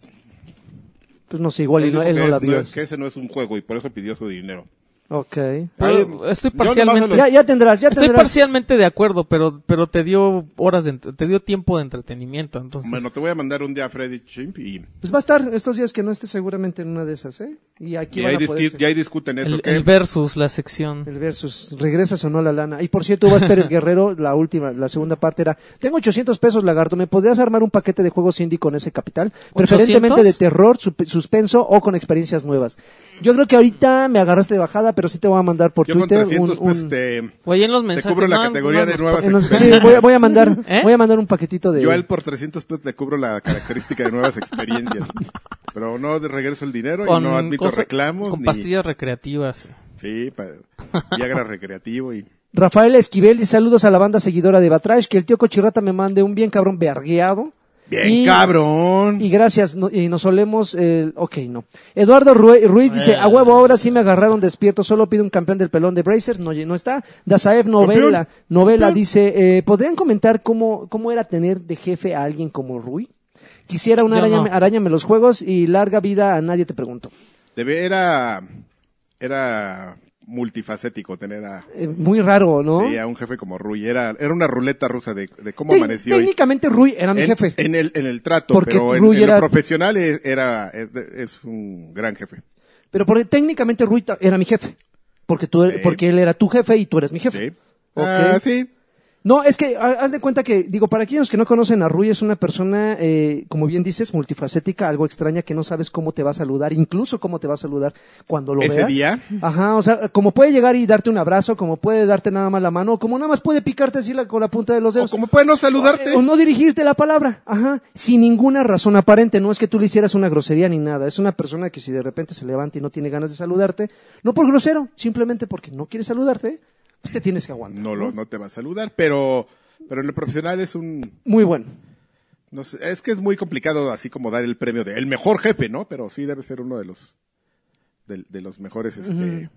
Speaker 1: Pues no sé, igual y
Speaker 5: Él
Speaker 1: no,
Speaker 5: dijo
Speaker 1: él
Speaker 5: que
Speaker 1: no
Speaker 5: es-
Speaker 1: la vio.
Speaker 5: es- que ese no es un juego y por eso pidió su dinero.
Speaker 1: Ok.
Speaker 3: Pero
Speaker 5: Ay,
Speaker 3: estoy
Speaker 5: yo nomás se
Speaker 3: parcialmente-
Speaker 5: los-
Speaker 1: Ya, ya tendrás, ya
Speaker 3: Estoy
Speaker 1: tendrás.
Speaker 3: parcialmente de acuerdo, pero, pero te dio horas de... ent- Te dio tiempo de entretenimiento, entonces...
Speaker 5: Bueno, te voy a mandar un día a Freddy Chimp y,
Speaker 1: Pues va a estar estos días que no esté seguramente en una de esas, ¿eh? Y aquí
Speaker 5: y
Speaker 1: van
Speaker 5: ahí,
Speaker 1: a poder...
Speaker 5: discu- y ahí discuten eso.
Speaker 3: el,
Speaker 5: ¿qué?
Speaker 3: el versus, la sección.
Speaker 1: El versus, regresas o no la lana. Y por cierto, Uvas Pérez Guerrero, la última, la segunda parte era, tengo 800 pesos, lagarto, ¿me podrías armar un paquete de juegos indie con ese capital? Preferentemente
Speaker 3: ¿800?
Speaker 1: de terror, sup- suspenso o con experiencias nuevas. Yo creo que ahorita me agarraste de bajada, pero sí te voy a mandar por
Speaker 5: Yo con
Speaker 1: Twitter
Speaker 5: 300
Speaker 1: un... un-
Speaker 5: pues te,
Speaker 3: Oye, en los
Speaker 5: te
Speaker 3: mensajes...
Speaker 5: cubro la
Speaker 3: no,
Speaker 5: categoría
Speaker 3: no
Speaker 5: de
Speaker 3: nos-
Speaker 5: nuevas
Speaker 1: en los- sí,
Speaker 5: experiencias.
Speaker 1: voy, a, voy a mandar,
Speaker 3: ¿Eh?
Speaker 1: voy a mandar un paquetito de...
Speaker 5: Yo a él por 300 pesos le cubro la característica de nuevas experiencias. Pero no de regreso el dinero y no admito
Speaker 3: cosa-
Speaker 5: reclamos.
Speaker 3: Con
Speaker 5: ni-
Speaker 3: pastillas recreativas.
Speaker 5: Sí, pa- Viagra recreativo y...
Speaker 1: Rafael Esquivel, y saludos a la banda seguidora de Batrash, que el tío Cochirrata me mande un bien cabrón vergueado.
Speaker 5: ¡Bien
Speaker 1: Y-
Speaker 5: cabrón!
Speaker 1: Y gracias, no- y nos solemos, eh, ok, no. Eduardo Rue- Ruiz dice, a huevo, ahora sí me agarraron despierto, solo pido un campeón del pelón de Brazers, no, no está. Dazaev Novela, Novela dice, eh, ¿podrían comentar cómo, cómo era tener de jefe a alguien como Rui? Quisiera una
Speaker 3: Yo
Speaker 1: araña,
Speaker 3: no.
Speaker 1: arañame los juegos y larga vida a nadie te pregunto.
Speaker 5: Debe- era... Era multifacético tener a...
Speaker 1: Eh, muy raro, ¿no?
Speaker 5: sí, a un jefe como Rui. Era, era una ruleta rusa de, de cómo
Speaker 1: Tec-
Speaker 5: amaneció. y-
Speaker 1: técnicamente Rui era mi
Speaker 5: en,
Speaker 1: jefe.
Speaker 5: en el, en el trato,
Speaker 1: Porque
Speaker 5: pero en,
Speaker 1: Rui
Speaker 5: en
Speaker 1: era-
Speaker 5: lo profesional es, era, es, es un gran jefe.
Speaker 1: Pero porque técnicamente Rui ta- era mi jefe. Porque tú,
Speaker 5: Sí.
Speaker 1: porque él era tu jefe y tú eres mi jefe.
Speaker 5: ¿Sí?
Speaker 1: Ok.
Speaker 5: Ah, sí.
Speaker 1: No, es que ha- haz de cuenta que, digo, para aquellos que no conocen a Rui, es una persona, eh, como bien dices, multifacética, algo extraña que no sabes cómo te va a saludar, incluso cómo te va a saludar cuando lo
Speaker 5: ¿Ese
Speaker 1: veas.
Speaker 5: día?
Speaker 1: Ajá, o sea, como puede llegar y darte un abrazo, como puede darte nada más la mano, o como nada más puede picarte así la- con la punta de los
Speaker 5: O
Speaker 1: dedos.
Speaker 5: como puede no saludarte.
Speaker 1: O, o no dirigirte la palabra, ajá, sin ninguna razón aparente, no es que tú le hicieras una grosería ni nada, es una persona que si de repente se levanta y no tiene ganas de saludarte, no por grosero, simplemente porque no quiere saludarte, te tienes que aguantar.
Speaker 5: No, lo, no te va a saludar, pero, pero en lo profesional es un...
Speaker 1: Muy bueno.
Speaker 5: No sé, es que es muy complicado así como dar el premio de el mejor jefe, ¿no? Pero sí debe ser uno de los, de, de los mejores este,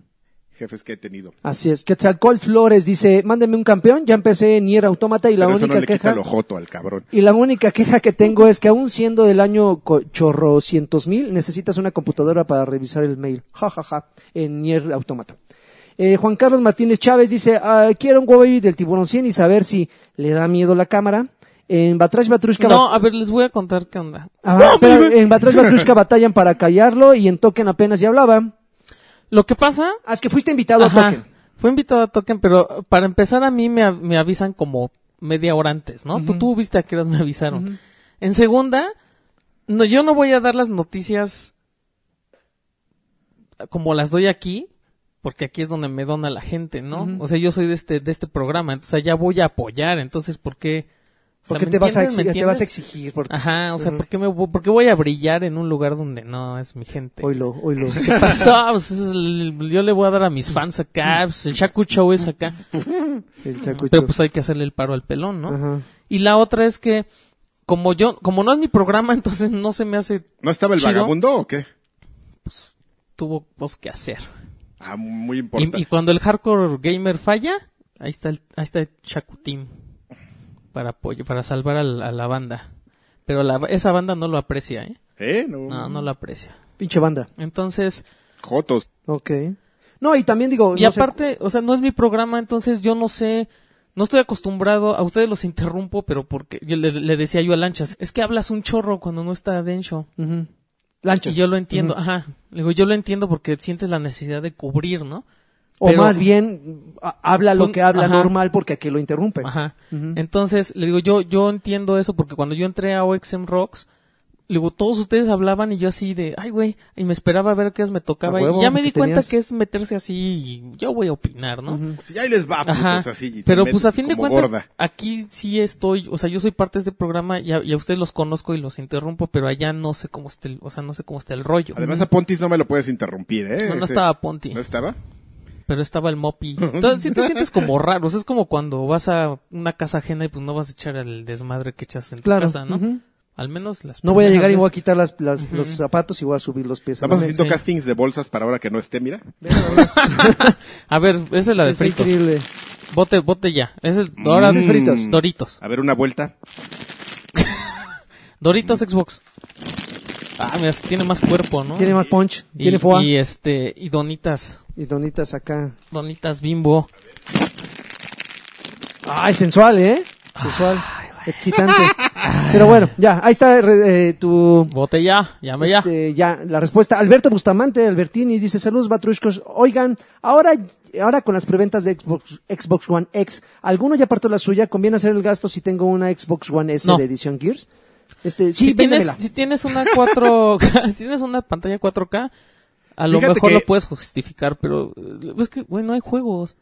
Speaker 5: jefes que he tenido.
Speaker 1: Así es. Quetzalcóatl Flores dice, mándenme un campeón, ya empecé en Nier Automata y la
Speaker 5: pero eso
Speaker 1: única
Speaker 5: no le quita
Speaker 1: queja...
Speaker 5: el ojoto al cabrón.
Speaker 1: Y la única queja que tengo es que aún siendo del año co- chorro cientos mil, necesitas una computadora para revisar el mail. Ja, ja, ja. En Nier Automata. Eh, Juan Carlos Martínez Chávez dice, ah, quiero un Huawei del tiburón 100 y saber si le da miedo la cámara. En Batrash Batrushka...
Speaker 3: No, a ver, les voy a contar qué onda.
Speaker 1: Ah, espera, en Batrash Batrushka batallan para callarlo y en Token apenas ya hablaba.
Speaker 3: Lo que pasa
Speaker 1: Ah, es que fuiste invitado
Speaker 3: Ajá.
Speaker 1: a Token.
Speaker 3: Fue invitado a Token, pero eh, para empezar a mí me, av- me avisan como media hora antes, ¿no? tú, tú viste a qué horas me avisaron. En segunda, no, yo no voy a dar las noticias como las doy aquí, porque aquí es donde me dona la gente, ¿no? O sea, yo soy de este, de este programa, entonces allá voy a apoyar, entonces ¿por qué? O sea,
Speaker 1: Porque
Speaker 3: ¿me
Speaker 1: te vas, a
Speaker 3: entiendes? ¿Me
Speaker 1: exigir, te vas a
Speaker 3: entiendes?
Speaker 1: exigir. Porque...
Speaker 3: Ajá, o sea,
Speaker 1: Ujú.
Speaker 3: ¿por qué, me, vo- por qué voy a brillar en un lugar donde no es mi gente?
Speaker 1: Oilo, oilo.
Speaker 3: ¿Qué pasó? Pues es el- yo le voy a dar a mis fans acá, pues el Shaku Show es acá.
Speaker 1: El chacucho.
Speaker 3: Pero pues hay que hacerle el paro al pelón, ¿no?
Speaker 1: Ajá.
Speaker 3: Y la otra es que, como yo, como no es mi programa, entonces no se me hace,
Speaker 5: ¿No estaba el
Speaker 3: Chido.
Speaker 5: vagabundo o qué?
Speaker 3: tuvo pues, que hacer.
Speaker 5: Ah, muy
Speaker 3: Y, y
Speaker 5: importante.
Speaker 3: cuando el hardcore gamer falla, ahí está el, ahí está el Shaku Team para apoyo, para salvar a la, a la banda. Pero la- esa banda no lo aprecia, ¿eh?
Speaker 5: ¿Eh? No.
Speaker 3: No, no lo aprecia.
Speaker 1: Pinche banda.
Speaker 3: Entonces,
Speaker 5: Jotos.
Speaker 1: Ok. No, y también digo...
Speaker 3: Y
Speaker 1: no sé-
Speaker 3: aparte, o sea, no es mi programa, entonces yo no sé, no estoy acostumbrado, a ustedes los interrumpo, pero porque yo le, le decía yo a Lanchas, es que hablas un chorro cuando no está Densho.
Speaker 1: Ujú. Lanchas.
Speaker 3: Y yo lo entiendo, ajá. Le digo, yo lo entiendo porque sientes la necesidad de cubrir, ¿no?
Speaker 1: O
Speaker 3: Pero-
Speaker 1: más bien, a- habla lo
Speaker 3: Pon-
Speaker 1: que habla
Speaker 3: ajá.
Speaker 1: normal porque aquí lo interrumpen.
Speaker 3: Ajá.
Speaker 1: Ujú.
Speaker 3: Entonces, le digo, yo, yo entiendo eso porque cuando yo entré a OXM Rocks, le digo, todos ustedes hablaban y yo así de, ay, güey, y me esperaba a ver qué es me tocaba.
Speaker 1: A huevo,
Speaker 3: y ya me di
Speaker 1: que tenías-
Speaker 3: cuenta que es meterse así y yo voy a opinar, ¿no?
Speaker 5: Sí, ahí les va,
Speaker 3: Ajá.
Speaker 5: putos, así. se
Speaker 3: Pero
Speaker 5: meten
Speaker 3: pues a fin de
Speaker 5: como
Speaker 3: cuentas,
Speaker 5: gorda.
Speaker 3: aquí sí estoy, o sea, yo soy parte de este programa y a, y a ustedes los conozco y los interrumpo, pero allá no sé cómo está el, o sea, no sé cómo está el rollo.
Speaker 5: Además, a Pontis no me lo puedes interrumpir, ¿eh?
Speaker 3: no, no
Speaker 5: Ese-
Speaker 3: estaba Ponti,
Speaker 5: ¿No estaba?
Speaker 3: pero estaba el Mopi. Entonces sí te sientes como raro, o sea, es como cuando vas a una casa ajena y pues no vas a echar el desmadre que echas en tu
Speaker 1: Claro.
Speaker 3: casa, ¿no?
Speaker 1: ujú.
Speaker 3: Al menos las
Speaker 1: No voy a
Speaker 3: primeras
Speaker 1: llegar y voy a
Speaker 3: veces.
Speaker 1: quitar las, las- los zapatos y voy a subir los pies. a la
Speaker 5: Estamos
Speaker 1: mesa.
Speaker 5: haciendo
Speaker 3: sí.
Speaker 5: castings de bolsas para ahora que no esté, mira.
Speaker 3: A ver, esa es la de
Speaker 1: Está
Speaker 3: fritos.
Speaker 1: increíble.
Speaker 3: Bote, bote ya. Es el, ahora
Speaker 5: Mm.
Speaker 3: es fritos. Doritos.
Speaker 5: A ver, una vuelta.
Speaker 3: Doritos Xbox. Ah, mira, tiene más cuerpo, ¿no?
Speaker 1: Tiene más punch,
Speaker 3: Y-
Speaker 1: tiene foie
Speaker 3: Y
Speaker 1: y,
Speaker 3: este, y donitas,
Speaker 1: donitas acá.
Speaker 3: donitas bimbo.
Speaker 1: Ay, sensual, ¿eh? Sensual. Excitante. Pero bueno, ya, ahí está re- eh, tu...
Speaker 3: Botella, llame ya.
Speaker 1: este, ya, la respuesta. Alberto Bustamante, Albertini, dice, saludos, Batrushkos. Oigan, ahora, ahora con las preventas de Xbox, Xbox One X, ¿alguno ya apartó la suya? ¿Conviene hacer el gasto si tengo una Xbox One S
Speaker 3: No.
Speaker 1: de edición Gears? Este, sí,
Speaker 3: si tienes,
Speaker 1: véndemela.
Speaker 3: si tienes una 4K, si tienes una pantalla 4K, a lo
Speaker 5: Fíjate
Speaker 3: mejor
Speaker 5: que-
Speaker 3: lo puedes justificar, pero eh, es que, güey, no hay juegos.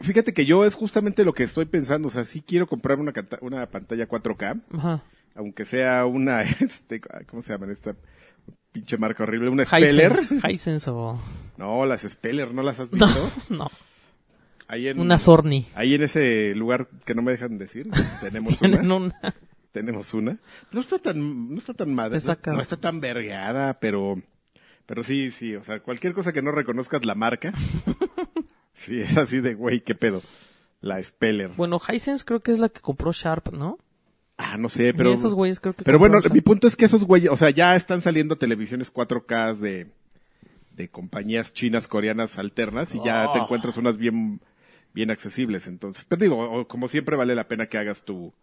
Speaker 5: Fíjate que yo es justamente lo que estoy pensando. O sea, sí quiero comprar una, canta- una pantalla 4K,
Speaker 3: Ajá.
Speaker 5: aunque sea una, este, ¿cómo se llaman esta pinche marca horrible? ¿Una Speller?
Speaker 3: Hisense, Hisense o...
Speaker 5: No, las Speller, ¿no las has
Speaker 3: No,
Speaker 5: visto?
Speaker 3: no.
Speaker 5: Ahí en,
Speaker 3: Una Sorni.
Speaker 5: Ahí en ese lugar que no me dejan decir, tenemos
Speaker 3: Tienen
Speaker 5: una.
Speaker 3: una.
Speaker 5: Tenemos una. No está tan, no está tan madre,
Speaker 3: Te
Speaker 5: no,
Speaker 3: saca.
Speaker 5: no está tan vergada, pero, pero sí, sí, o sea, cualquier cosa que no reconozcas la marca, sí, es así de, güey, qué pedo. La Speller.
Speaker 3: Bueno, Hisense creo que es la que compró Sharp, ¿no?
Speaker 5: Ah, no sé, pero.
Speaker 3: y esos güeyes creo que
Speaker 5: Pero bueno,
Speaker 3: compraron
Speaker 5: mi
Speaker 3: Sharp.
Speaker 5: punto es que esos güeyes, o sea, ya están saliendo televisiones 4K de, de compañías chinas, coreanas alternas y ya te encuentras unas bien, bien accesibles. Entonces, pero digo, o- como siempre vale la pena que hagas tu,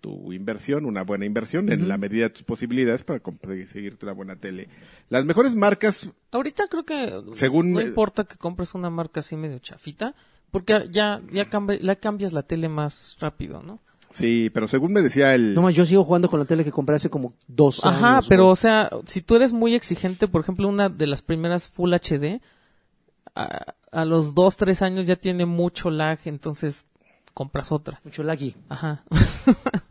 Speaker 5: tu inversión, una buena inversión en la medida de tus posibilidades para conseguirte una buena tele. Las mejores marcas,
Speaker 3: Ahorita creo que
Speaker 5: Según-
Speaker 3: no importa que compres una marca así medio chafita, porque ya ya, cambi- la cambias la tele más rápido, ¿no?
Speaker 5: sí, pero según me decía el...
Speaker 1: No, más, yo sigo jugando con la tele que compré hace como dos años.
Speaker 3: Ajá,
Speaker 1: güey.
Speaker 3: pero o sea, si tú eres muy exigente, por ejemplo, una de las primeras Full HD, a, a los 2, 3 años ya tiene mucho lag, entonces compras otra.
Speaker 1: Mucho laggy.
Speaker 3: Ajá.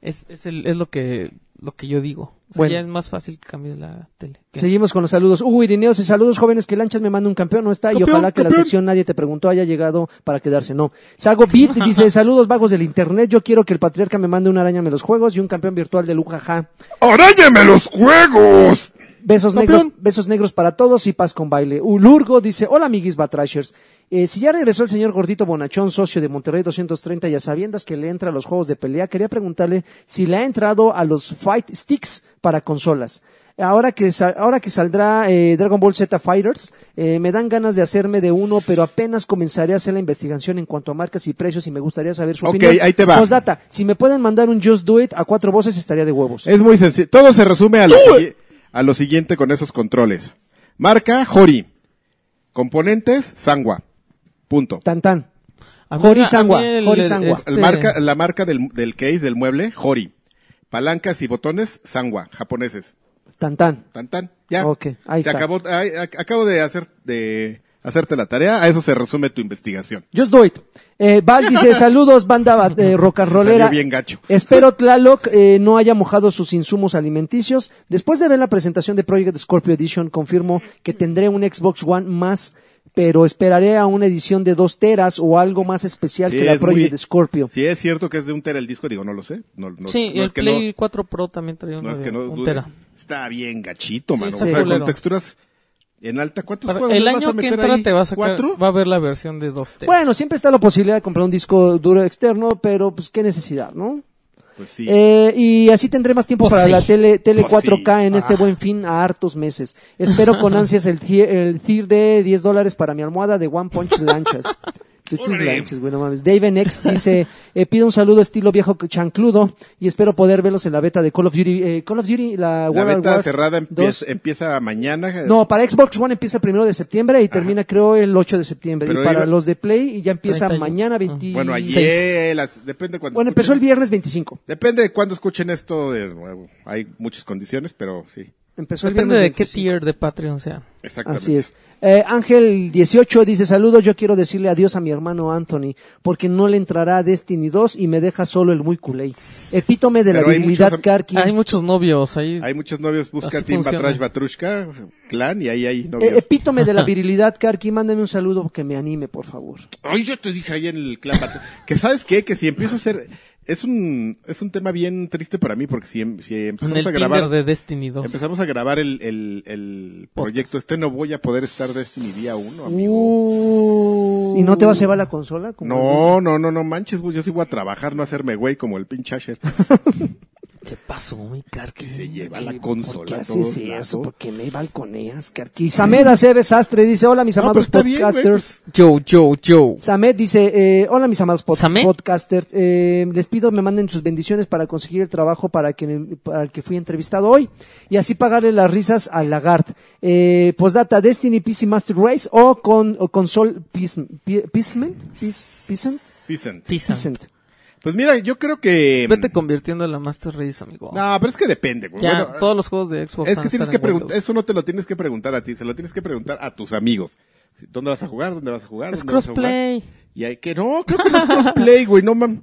Speaker 3: es es, el- es lo que lo que yo digo. O sea,
Speaker 1: Bueno.
Speaker 3: ya es más fácil que cambies la tele. ¿Qué?
Speaker 1: Seguimos con los saludos. Hugo Irineo, dice, saludos jóvenes que lanchas me manda un campeón, no está, y
Speaker 2: Campeón,
Speaker 1: ojalá que la
Speaker 2: campeón.
Speaker 1: sección nadie te preguntó haya llegado para quedarse, no. Sago Beat dice, saludos vagos del internet, yo quiero que el patriarca me mande una araña me los juegos y un campeón virtual de Lujaja.
Speaker 5: ¡Aráñame los juegos!
Speaker 1: Besos
Speaker 2: Campeón.
Speaker 1: negros, besos negros para todos y paz con baile. Ulurgo dice, hola amiguis batrashers. Eh, si ya regresó el señor gordito Bonachón, socio de Monterrey 230 y a sabiendas que le entra a los juegos de pelea, quería preguntarle si le ha entrado a los Fight Sticks para consolas. Ahora que, sa- ahora que saldrá eh, Dragon Ball Z Fighters, eh, me dan ganas de hacerme de uno, pero apenas comenzaré a hacer la investigación en cuanto a marcas y precios y me gustaría saber su
Speaker 5: Ok,
Speaker 1: opinión.
Speaker 5: ahí te va.
Speaker 1: Postdata, si me pueden mandar un Just Do It a cuatro voces estaría de huevos.
Speaker 5: Es muy sencillo. Todo se resume a lo, sigui- a lo siguiente con esos controles. Marca, Hori. Componentes, Sangwa. Punto.
Speaker 1: Tan tan.
Speaker 3: A mí-
Speaker 1: Jori
Speaker 3: a mí
Speaker 1: Sangua,
Speaker 3: el-
Speaker 1: Jori
Speaker 3: el-
Speaker 1: Sangua.
Speaker 5: El
Speaker 3: este-
Speaker 5: marca, la marca del, del case, del mueble, Hori. Palancas y botones, Sangwa, japoneses.
Speaker 1: Tan tan.
Speaker 5: Tan tan, ya.
Speaker 1: Ok, ahí
Speaker 5: Se
Speaker 1: está.
Speaker 5: acabó, ay, ac- acabo de hacer, de hacerte la tarea, a eso se resume tu investigación.
Speaker 1: Just do it. Eh, Val dice, saludos banda eh, rocarrolera.
Speaker 5: Salió bien gacho.
Speaker 1: Espero Tlaloc eh, no haya mojado sus insumos alimenticios. Después de ver la presentación de Project Scorpio Edition, confirmo que tendré un Xbox One más, pero esperaré a una edición de dos teras o algo más especial
Speaker 5: Sí,
Speaker 1: que la
Speaker 5: es muy-
Speaker 1: Project Scorpio.
Speaker 5: Si es cierto que es de un tera el disco, digo, no lo sé. No, no-
Speaker 3: Sí,
Speaker 5: no
Speaker 3: el
Speaker 5: es que
Speaker 3: Play
Speaker 5: no-
Speaker 3: 4 Pro también traía
Speaker 5: No
Speaker 3: uno
Speaker 5: es
Speaker 3: de
Speaker 5: que no
Speaker 3: un
Speaker 5: dude.
Speaker 3: tera.
Speaker 5: Está bien gachito,
Speaker 3: Sí,
Speaker 5: mano.
Speaker 3: está
Speaker 5: o sea,
Speaker 3: culero.
Speaker 5: con texturas en alta. ¿Cuántos
Speaker 3: Para-
Speaker 5: juegos
Speaker 3: el
Speaker 5: le vas
Speaker 3: año
Speaker 5: a
Speaker 3: que
Speaker 5: meter
Speaker 3: entra
Speaker 5: ahí?
Speaker 3: te va a sacar,
Speaker 5: ¿Cuatro?
Speaker 3: va a haber la versión de 2 teras.
Speaker 1: Bueno, siempre está la posibilidad de comprar un disco duro externo, pero pues qué necesidad, ¿no?
Speaker 5: Pues sí.
Speaker 1: Eh, y así tendré más tiempo
Speaker 3: Pues
Speaker 1: para
Speaker 3: sí. Ah.
Speaker 1: la tele, tele
Speaker 5: Pues sí.
Speaker 1: 4K en este buen fin a hartos meses. Espero con ansias el, tie- el TIR de 10 dólares para mi almohada de One Punch Lanchas. Estos lanches, güey, no mames. Dave Nex dice, eh, pido un saludo estilo viejo chancludo y espero poder verlos en la beta de Call of Duty. Eh, Call of Duty, la,
Speaker 5: La
Speaker 1: World at
Speaker 5: beta
Speaker 1: War
Speaker 5: cerrada
Speaker 1: 2.
Speaker 5: empieza, eh. empieza mañana.
Speaker 1: No, para Xbox One empieza el primero de septiembre y termina creo el 8 de septiembre.
Speaker 5: Pero
Speaker 1: y para
Speaker 5: iba-
Speaker 1: los de Play y ya empieza
Speaker 3: 31.
Speaker 1: mañana 26.
Speaker 5: Bueno, ayer, las- depende cuando
Speaker 1: Bueno, empezó el viernes 25.
Speaker 5: Depende de cuándo escuchen esto de nuevo. Hay muchas condiciones, pero sí,
Speaker 1: Empezó el
Speaker 3: Depende
Speaker 1: viernes
Speaker 3: de qué
Speaker 1: 25.
Speaker 3: tier de Patreon sea.
Speaker 5: exactamente.
Speaker 1: Así es. Eh, Ángel 18 dice saludos, yo quiero decirle adiós a mi hermano Anthony porque no le entrará a Destiny 2 y me deja solo el muy culé. Epítome de
Speaker 5: Pero
Speaker 1: la
Speaker 5: hay
Speaker 1: debilidad
Speaker 5: muchos-
Speaker 1: Karki.
Speaker 3: Hay muchos novios ahí.
Speaker 5: Hay muchos novios, busca
Speaker 3: Así
Speaker 5: Team
Speaker 3: funciona.
Speaker 5: Batrash Batrushka, clan, y ahí hay
Speaker 1: Eh,
Speaker 5: novios.
Speaker 1: epítome de la virilidad Karki, mándame un saludo que me anime, por favor.
Speaker 5: Ay, yo te dije ahí en el clan Batrushka. que sabes qué, que si empiezo a hacer, es un, es un tema bien triste para mí, porque si, em- si
Speaker 3: En
Speaker 5: empezamos
Speaker 3: el
Speaker 5: a
Speaker 3: Tinder
Speaker 5: grabar,
Speaker 3: de Destiny 2.
Speaker 5: empezamos a grabar el, el, el proyecto, este no voy a poder estar Destiny día uno, amigo.
Speaker 1: Uh, ¿Y no te va a cebar la consola? Como
Speaker 5: No, no, no, no manches, güey. Yo sí voy a trabajar, no hacerme güey como el pinche Asher.
Speaker 3: ¿Qué pasó, mi Karki?
Speaker 5: Que se lleva
Speaker 1: Sí,
Speaker 5: la
Speaker 1: ¿Por qué
Speaker 5: consola a
Speaker 1: haces
Speaker 5: todos
Speaker 1: eso?
Speaker 5: lados.
Speaker 1: ¿Por qué me balconeas, Karki? Sameda Cebes Sastre dice, hola mis
Speaker 5: No,
Speaker 1: amados
Speaker 5: pero está bien, güey, pues.
Speaker 1: podcasters.
Speaker 3: Yo, yo, yo.
Speaker 1: Samed dice, eh, hola mis amados pod-
Speaker 3: ¿Samed?
Speaker 1: podcasters, eh, les pido me manden sus bendiciones para conseguir el trabajo para, quien, para el que fui entrevistado hoy y así pagarle las risas al Lagart. Eh, postdata, Destiny PC Master Race o con o console Peace- Pe- Peacement? Peace- Peacent?
Speaker 5: Dicen.
Speaker 3: Pisa.
Speaker 1: Peacent.
Speaker 5: Pues mira, yo creo que.
Speaker 3: Vete convirtiendo en la Master Race, amigo.
Speaker 5: No, pero es que depende, güey.
Speaker 3: ya,
Speaker 5: Bueno,
Speaker 3: todos los juegos de Xbox.
Speaker 5: es
Speaker 3: van
Speaker 5: que
Speaker 3: a
Speaker 5: tienes
Speaker 3: estar
Speaker 5: que
Speaker 3: en
Speaker 5: preguntar.
Speaker 3: Windows.
Speaker 5: Eso no te lo tienes que preguntar a ti, se lo tienes que preguntar a tus amigos. ¿Dónde vas a jugar? ¿Dónde vas a jugar?
Speaker 3: Es
Speaker 5: ¿Dónde vas a jugar?
Speaker 3: crossplay.
Speaker 5: Y hay que. No, creo que no es crossplay, güey, no mam.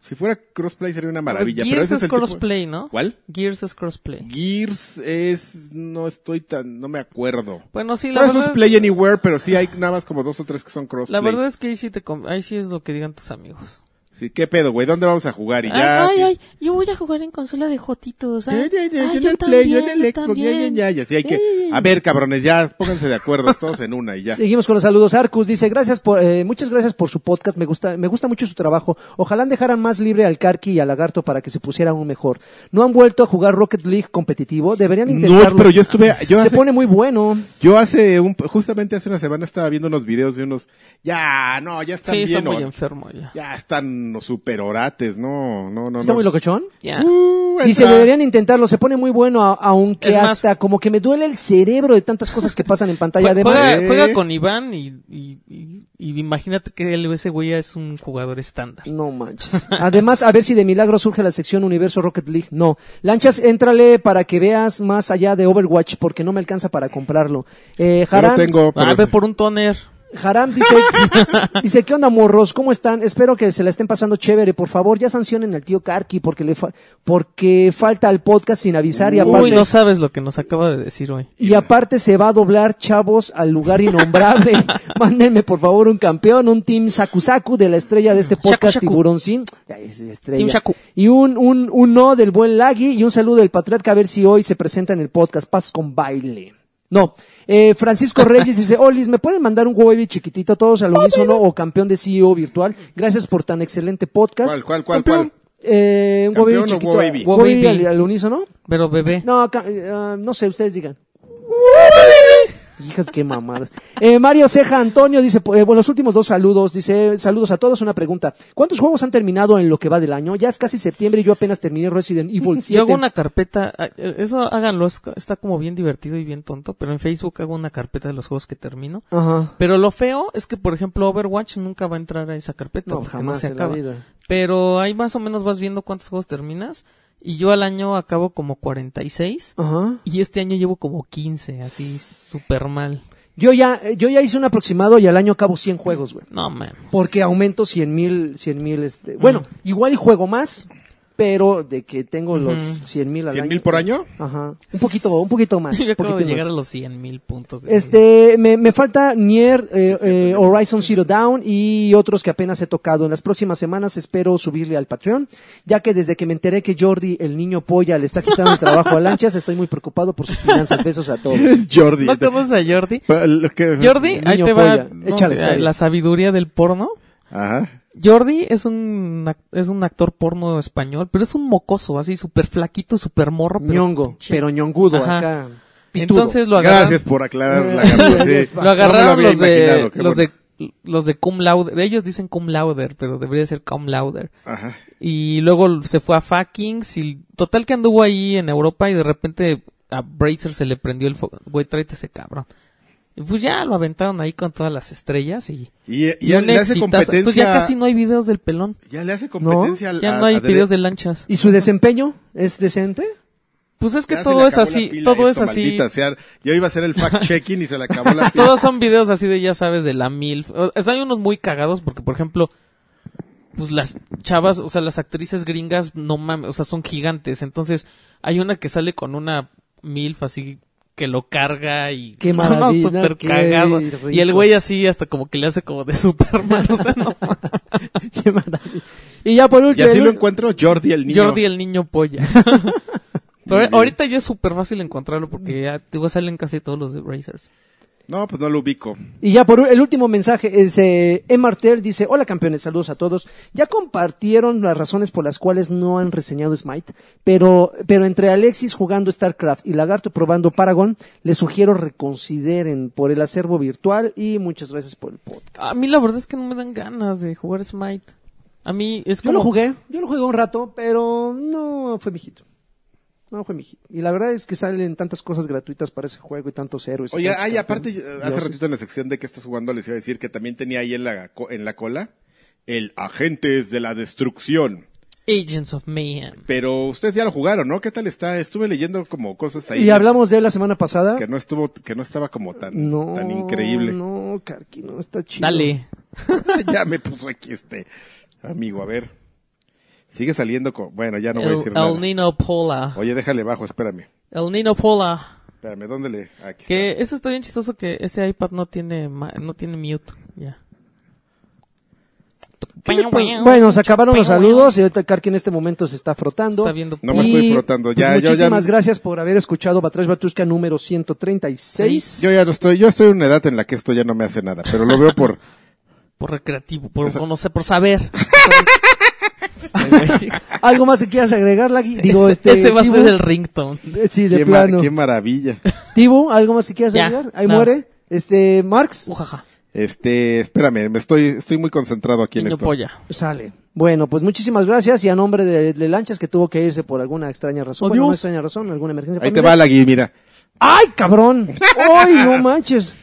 Speaker 5: Si fuera crossplay sería una maravilla.
Speaker 3: Ah. Gears
Speaker 5: pero ese
Speaker 3: es,
Speaker 5: es el tipo-
Speaker 3: crossplay, ¿no?
Speaker 5: ¿Cuál?
Speaker 3: Gears es crossplay.
Speaker 5: Gears es. No estoy tan. No me acuerdo.
Speaker 3: Bueno, sí, la
Speaker 5: No, eso es
Speaker 3: verdad,
Speaker 5: Play Anywhere, pero sí hay nada más como dos o tres que son crossplay.
Speaker 3: la verdad es que ahí sí, te, con- ahí sí es lo que digan tus amigos.
Speaker 5: Sí, ¿qué pedo, güey? ¿Dónde vamos a jugar? Y ya. sí.
Speaker 3: yo voy a jugar en consola de Jotitos. ¿eh?
Speaker 5: Ya, ya, ya, yo en el Play, yo en el Xbox, ya, ya, ya, y así hay que, a ver cabrones, ya, pónganse de acuerdo, todos en una y ya.
Speaker 1: Seguimos con los saludos. Arcus dice, gracias por, eh, muchas gracias por su podcast. Me gusta, me gusta mucho su trabajo. Ojalá dejaran más libre al Karki y al Lagarto para que se pusieran aún mejor. No han vuelto a jugar Rocket League competitivo. Deberían intentarlo.
Speaker 5: No, pero yo estuve, yo
Speaker 1: se
Speaker 5: hace,
Speaker 1: pone muy bueno.
Speaker 5: yo hace un, justamente hace una semana estaba viendo unos videos de unos, ya, no, ya están
Speaker 3: Sí,
Speaker 5: bien,
Speaker 3: está muy
Speaker 5: or-
Speaker 3: enfermo ya.
Speaker 5: ya están los superorates, no, no, no,
Speaker 1: Está
Speaker 5: no.
Speaker 1: muy locochón.
Speaker 3: Ya.
Speaker 5: Uh,
Speaker 1: Dice,
Speaker 5: entra.
Speaker 1: deberían intentarlo. Se pone muy bueno, a- aunque
Speaker 3: Es más-
Speaker 1: hasta como que me duele el cerebro de tantas cosas que pasan en pantalla.
Speaker 3: Jue-
Speaker 1: Además,
Speaker 3: Juega,
Speaker 5: Sí.
Speaker 3: juega con Iván y, y, y- y imagínate que el ese güey ya es un jugador estándar.
Speaker 5: Uh,
Speaker 1: No manches. Además, a ver si de milagro surge la sección Universo Rocket League. No. Lanchas, éntrale para que veas más allá de Overwatch, porque no me alcanza para comprarlo. Eh,
Speaker 5: Yo lo
Speaker 1: Haram,
Speaker 5: tengo, pero
Speaker 3: A ver, por un toner.
Speaker 1: Haram dice, dice, ¿qué onda, morros? ¿Cómo están? Espero que se la estén pasando chévere. Por favor, ya sancionen al tío Karki, porque le fa- porque falta al podcast sin avisar y aparte...
Speaker 3: Uy, no sabes lo que nos acaba de decir hoy.
Speaker 1: Y aparte se va a doblar, chavos, al lugar innombrable. Mándenme, por favor, un campeón, un Team Sakusaku de la estrella de este podcast,
Speaker 3: Shaku Shaku.
Speaker 1: Tiburoncín. Ay, es estrella.
Speaker 3: Team Shaku.
Speaker 1: Y un, un, un no del buen Lagui y un saludo del patriarca a ver si hoy se presenta en el podcast Paz con Baile. No, eh, Francisco Reyes dice, Olis, ¿me pueden mandar un huevo chiquitito todos al unísono o campeón de CEO virtual? Gracias por tan excelente podcast.
Speaker 5: ¿Cuál, cuál, cuál,
Speaker 1: Campeón.
Speaker 5: cuál?
Speaker 1: Eh, un huevo
Speaker 5: ¿Campeón o
Speaker 1: chiquito.
Speaker 5: Huevaby?
Speaker 1: Huevaby
Speaker 3: Huevaby.
Speaker 1: al, al unísono.
Speaker 3: Pero bebé.
Speaker 1: No, ca- eh, ah, no sé, ustedes digan. Hijas, qué mamadas. Eh, Mario Ceja Antonio dice, eh, bueno, los últimos dos saludos, dice, eh, saludos a todos, una pregunta. ¿Cuántos juegos han terminado en lo que va del año? Ya es casi septiembre y yo apenas terminé Resident Evil 7.
Speaker 3: Yo hago una carpeta, ah, eh, eso háganlo, es- está como bien divertido y bien tonto, pero en Facebook hago una carpeta de los juegos que termino.
Speaker 1: Ajá.
Speaker 3: Pero lo feo es que, por ejemplo, Overwatch nunca va a entrar a esa carpeta.
Speaker 1: No,
Speaker 3: porque
Speaker 1: jamás
Speaker 3: no se
Speaker 1: en la
Speaker 3: acaba.
Speaker 1: vida.
Speaker 3: Pero ahí más o menos vas viendo cuántos juegos terminas. Y yo al año acabo como 46.
Speaker 1: Ajá.
Speaker 3: Y este año llevo como 15, así súper mal.
Speaker 1: Yo ya, eh, yo ya hice un aproximado y al año acabo 100 juegos, güey.
Speaker 3: No, man.
Speaker 1: Porque aumento 100 mil, 100 mil, este, bueno, igual y juego más, pero de que tengo los 100 mil al
Speaker 5: ¿Cien
Speaker 1: año.
Speaker 5: mil por año?
Speaker 1: Ajá. Un poquito, un poquito más.
Speaker 3: Yo acabo de
Speaker 1: poquitín
Speaker 3: llegar
Speaker 1: más.
Speaker 3: a los 100 mil puntos. de-
Speaker 1: Este, me, me falta Nier, eh, eh, Horizon Zero Dawn y otros que apenas he tocado. En las próximas semanas espero subirle al Patreon, ya que desde que me enteré que Jordi, el niño polla, le está quitando el trabajo a Lanchas, estoy muy preocupado por sus finanzas. Besos a todos.
Speaker 5: Es Jordi.
Speaker 3: ¿No conoces a Jordi?
Speaker 5: Pa- lo que-
Speaker 3: Jordi, ahí
Speaker 1: Niño
Speaker 3: te va
Speaker 1: polla.
Speaker 3: ¿no?
Speaker 1: Échale, está bien.
Speaker 3: la sabiduría del porno.
Speaker 5: Ajá.
Speaker 3: Jordi es un ac- es un actor porno español, pero es un mocoso, así súper flaquito, súper morro. Pero
Speaker 1: Ñongo,
Speaker 3: pinche-
Speaker 1: pero ñongudo
Speaker 3: Ajá.
Speaker 1: acá. pitudo.
Speaker 3: Entonces lo agarran,
Speaker 5: Gracias por aclarar la sí.
Speaker 3: lo agarraron
Speaker 5: No me
Speaker 3: los,
Speaker 5: había
Speaker 3: de,
Speaker 5: imaginado, qué
Speaker 3: los
Speaker 5: bueno.
Speaker 3: de los de cum laude, ellos dicen cum lauder, pero debería ser cum lauder.
Speaker 5: Ajá.
Speaker 3: Y luego se fue a Fuckings y total que anduvo ahí en Europa y de repente a Bracer se le prendió el fuego. Güey, tráete ese cabrón. Y pues ya lo aventaron ahí con todas las estrellas y...
Speaker 5: Y, y ya
Speaker 3: un
Speaker 5: le hace
Speaker 3: exitazo.
Speaker 5: competencia.
Speaker 3: Entonces ya casi no hay videos del pelón.
Speaker 5: ya le hace competencia al.
Speaker 3: Ya
Speaker 5: a-
Speaker 3: no hay
Speaker 5: a Dele-
Speaker 3: videos de lanchas.
Speaker 1: ¿Y su desempeño es decente?
Speaker 3: Pues es que
Speaker 5: ya se le
Speaker 3: todo es
Speaker 5: acabó la
Speaker 3: así,
Speaker 5: pila
Speaker 3: todo es
Speaker 5: esto,
Speaker 3: así.
Speaker 5: maldita sea. Yo iba a hacer el fact-checking y se le acabó la pila.
Speaker 3: Todos son videos así de, ya sabes, de la MILF. O- es- hay unos muy cagados porque, por ejemplo, pues las chavas, o sea, las actrices gringas, no mames, o sea, son gigantes. Entonces, hay una que sale con una MILF así que lo carga y
Speaker 1: Qué
Speaker 3: no,
Speaker 1: maravilla,
Speaker 3: súper
Speaker 1: qué
Speaker 3: cagado.
Speaker 1: rico.
Speaker 3: Y el güey así hasta como que le hace como de Superman. O sea, no mames.
Speaker 1: Qué maravilla. Y ya por
Speaker 5: Y
Speaker 1: último.
Speaker 5: así
Speaker 1: el
Speaker 5: lo
Speaker 1: ul-
Speaker 5: encuentro Jordi el niño.
Speaker 3: Jordi el niño polla. Pero ahorita ya es súper fácil encontrarlo porque ya te salen casi todos los de Brazers.
Speaker 5: No, pues no lo ubico.
Speaker 1: Y ya por u- el último mensaje, es, eh, E. Martel dice, hola campeones, saludos a todos. Ya compartieron las razones por las cuales no han reseñado Smite, pero, pero entre Alexis jugando StarCraft y Lagarto probando Paragon, les sugiero reconsideren por el acervo virtual y muchas gracias por el podcast.
Speaker 3: A mí la verdad es que no me dan ganas de jugar Smite. A mí es
Speaker 1: Yo
Speaker 3: como...
Speaker 1: lo jugué, yo lo jugué un rato, pero no fue mi hit. No fue mi hit. Y la verdad es que salen tantas cosas gratuitas para ese juego y tantos héroes. y
Speaker 5: Oye,
Speaker 1: tantos
Speaker 5: ay, aparte,
Speaker 1: campeones.
Speaker 5: eh, hace
Speaker 1: Dioses.
Speaker 5: ratito en la sección de que estás jugando les iba a decir que también tenía ahí en la, co- en la cola el Agentes de la Destrucción.
Speaker 3: Agents of Mayhem.
Speaker 5: Pero ustedes ya lo jugaron, ¿no? ¿Qué tal está? Estuve leyendo como cosas ahí.
Speaker 1: Y hablamos de él la semana pasada.
Speaker 5: Que no estuvo, que no estaba como tan,
Speaker 1: No,
Speaker 5: tan increíble.
Speaker 1: No, Karki, no está chido.
Speaker 3: Dale.
Speaker 5: ya me puso aquí este amigo, a ver. Sigue saliendo con, bueno, ya no voy a
Speaker 3: el,
Speaker 5: decir
Speaker 3: el
Speaker 5: nada.
Speaker 3: Nino Pola.
Speaker 5: Oye, déjale bajo, espérame.
Speaker 3: El Nino Pola.
Speaker 5: Espérame, ¿dónde le? Aquí
Speaker 3: Que
Speaker 5: está.
Speaker 3: eso está bien chistoso que ese iPad no tiene ma- no tiene mute. Ya.
Speaker 1: ¿Qué le pon- Bueno, se acabarón los saludos y ahorita Karki en este momento se está frotando.
Speaker 3: Está viendo-
Speaker 5: No me
Speaker 1: Y,
Speaker 5: estoy frotando, ya,
Speaker 1: pues,
Speaker 5: yo ya-
Speaker 1: muchísimas gracias por haber escuchado Batrash Batrushka número 136.
Speaker 5: Yo ya no estoy, yo estoy en una edad en la que esto ya no me hace nada, pero lo veo por,
Speaker 3: Por recreativo, por
Speaker 5: Esa-
Speaker 3: conocer, por saber.
Speaker 5: Este,
Speaker 1: ¿Algo más que quieras agregar, Lagui? Digo,
Speaker 3: ese,
Speaker 1: este,
Speaker 3: ese va a
Speaker 1: Tibu.
Speaker 3: ser el ringtone.
Speaker 1: Eh, Sí, de
Speaker 5: qué, ma-
Speaker 1: plano.
Speaker 5: qué maravilla.
Speaker 1: Tibu, ¿algo más que quieras
Speaker 3: Ya,
Speaker 1: agregar? Ahí
Speaker 3: no.
Speaker 1: muere. Este, Marx,
Speaker 3: Ujaja.
Speaker 5: Este, espérame, me estoy, estoy muy concentrado aquí en
Speaker 3: Niño
Speaker 5: esto.
Speaker 3: polla.
Speaker 1: sale. Bueno, pues muchísimas gracias y a nombre de, de Lanchas que tuvo que irse por alguna extraña razón. Bueno, no extraña razón, alguna emergencia.
Speaker 5: Ahí te
Speaker 1: familiar.
Speaker 5: va la gui, mira.
Speaker 1: ¡Ay, cabrón! ¡Ay, no manches!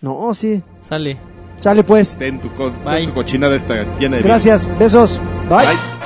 Speaker 1: No, sí.
Speaker 3: Sale.
Speaker 1: Sale pues.
Speaker 5: Ten tu, cos- ten
Speaker 3: Bye.
Speaker 5: tu cochinada esta llena de virus.
Speaker 1: Gracias, besos. Bye.
Speaker 5: Bye.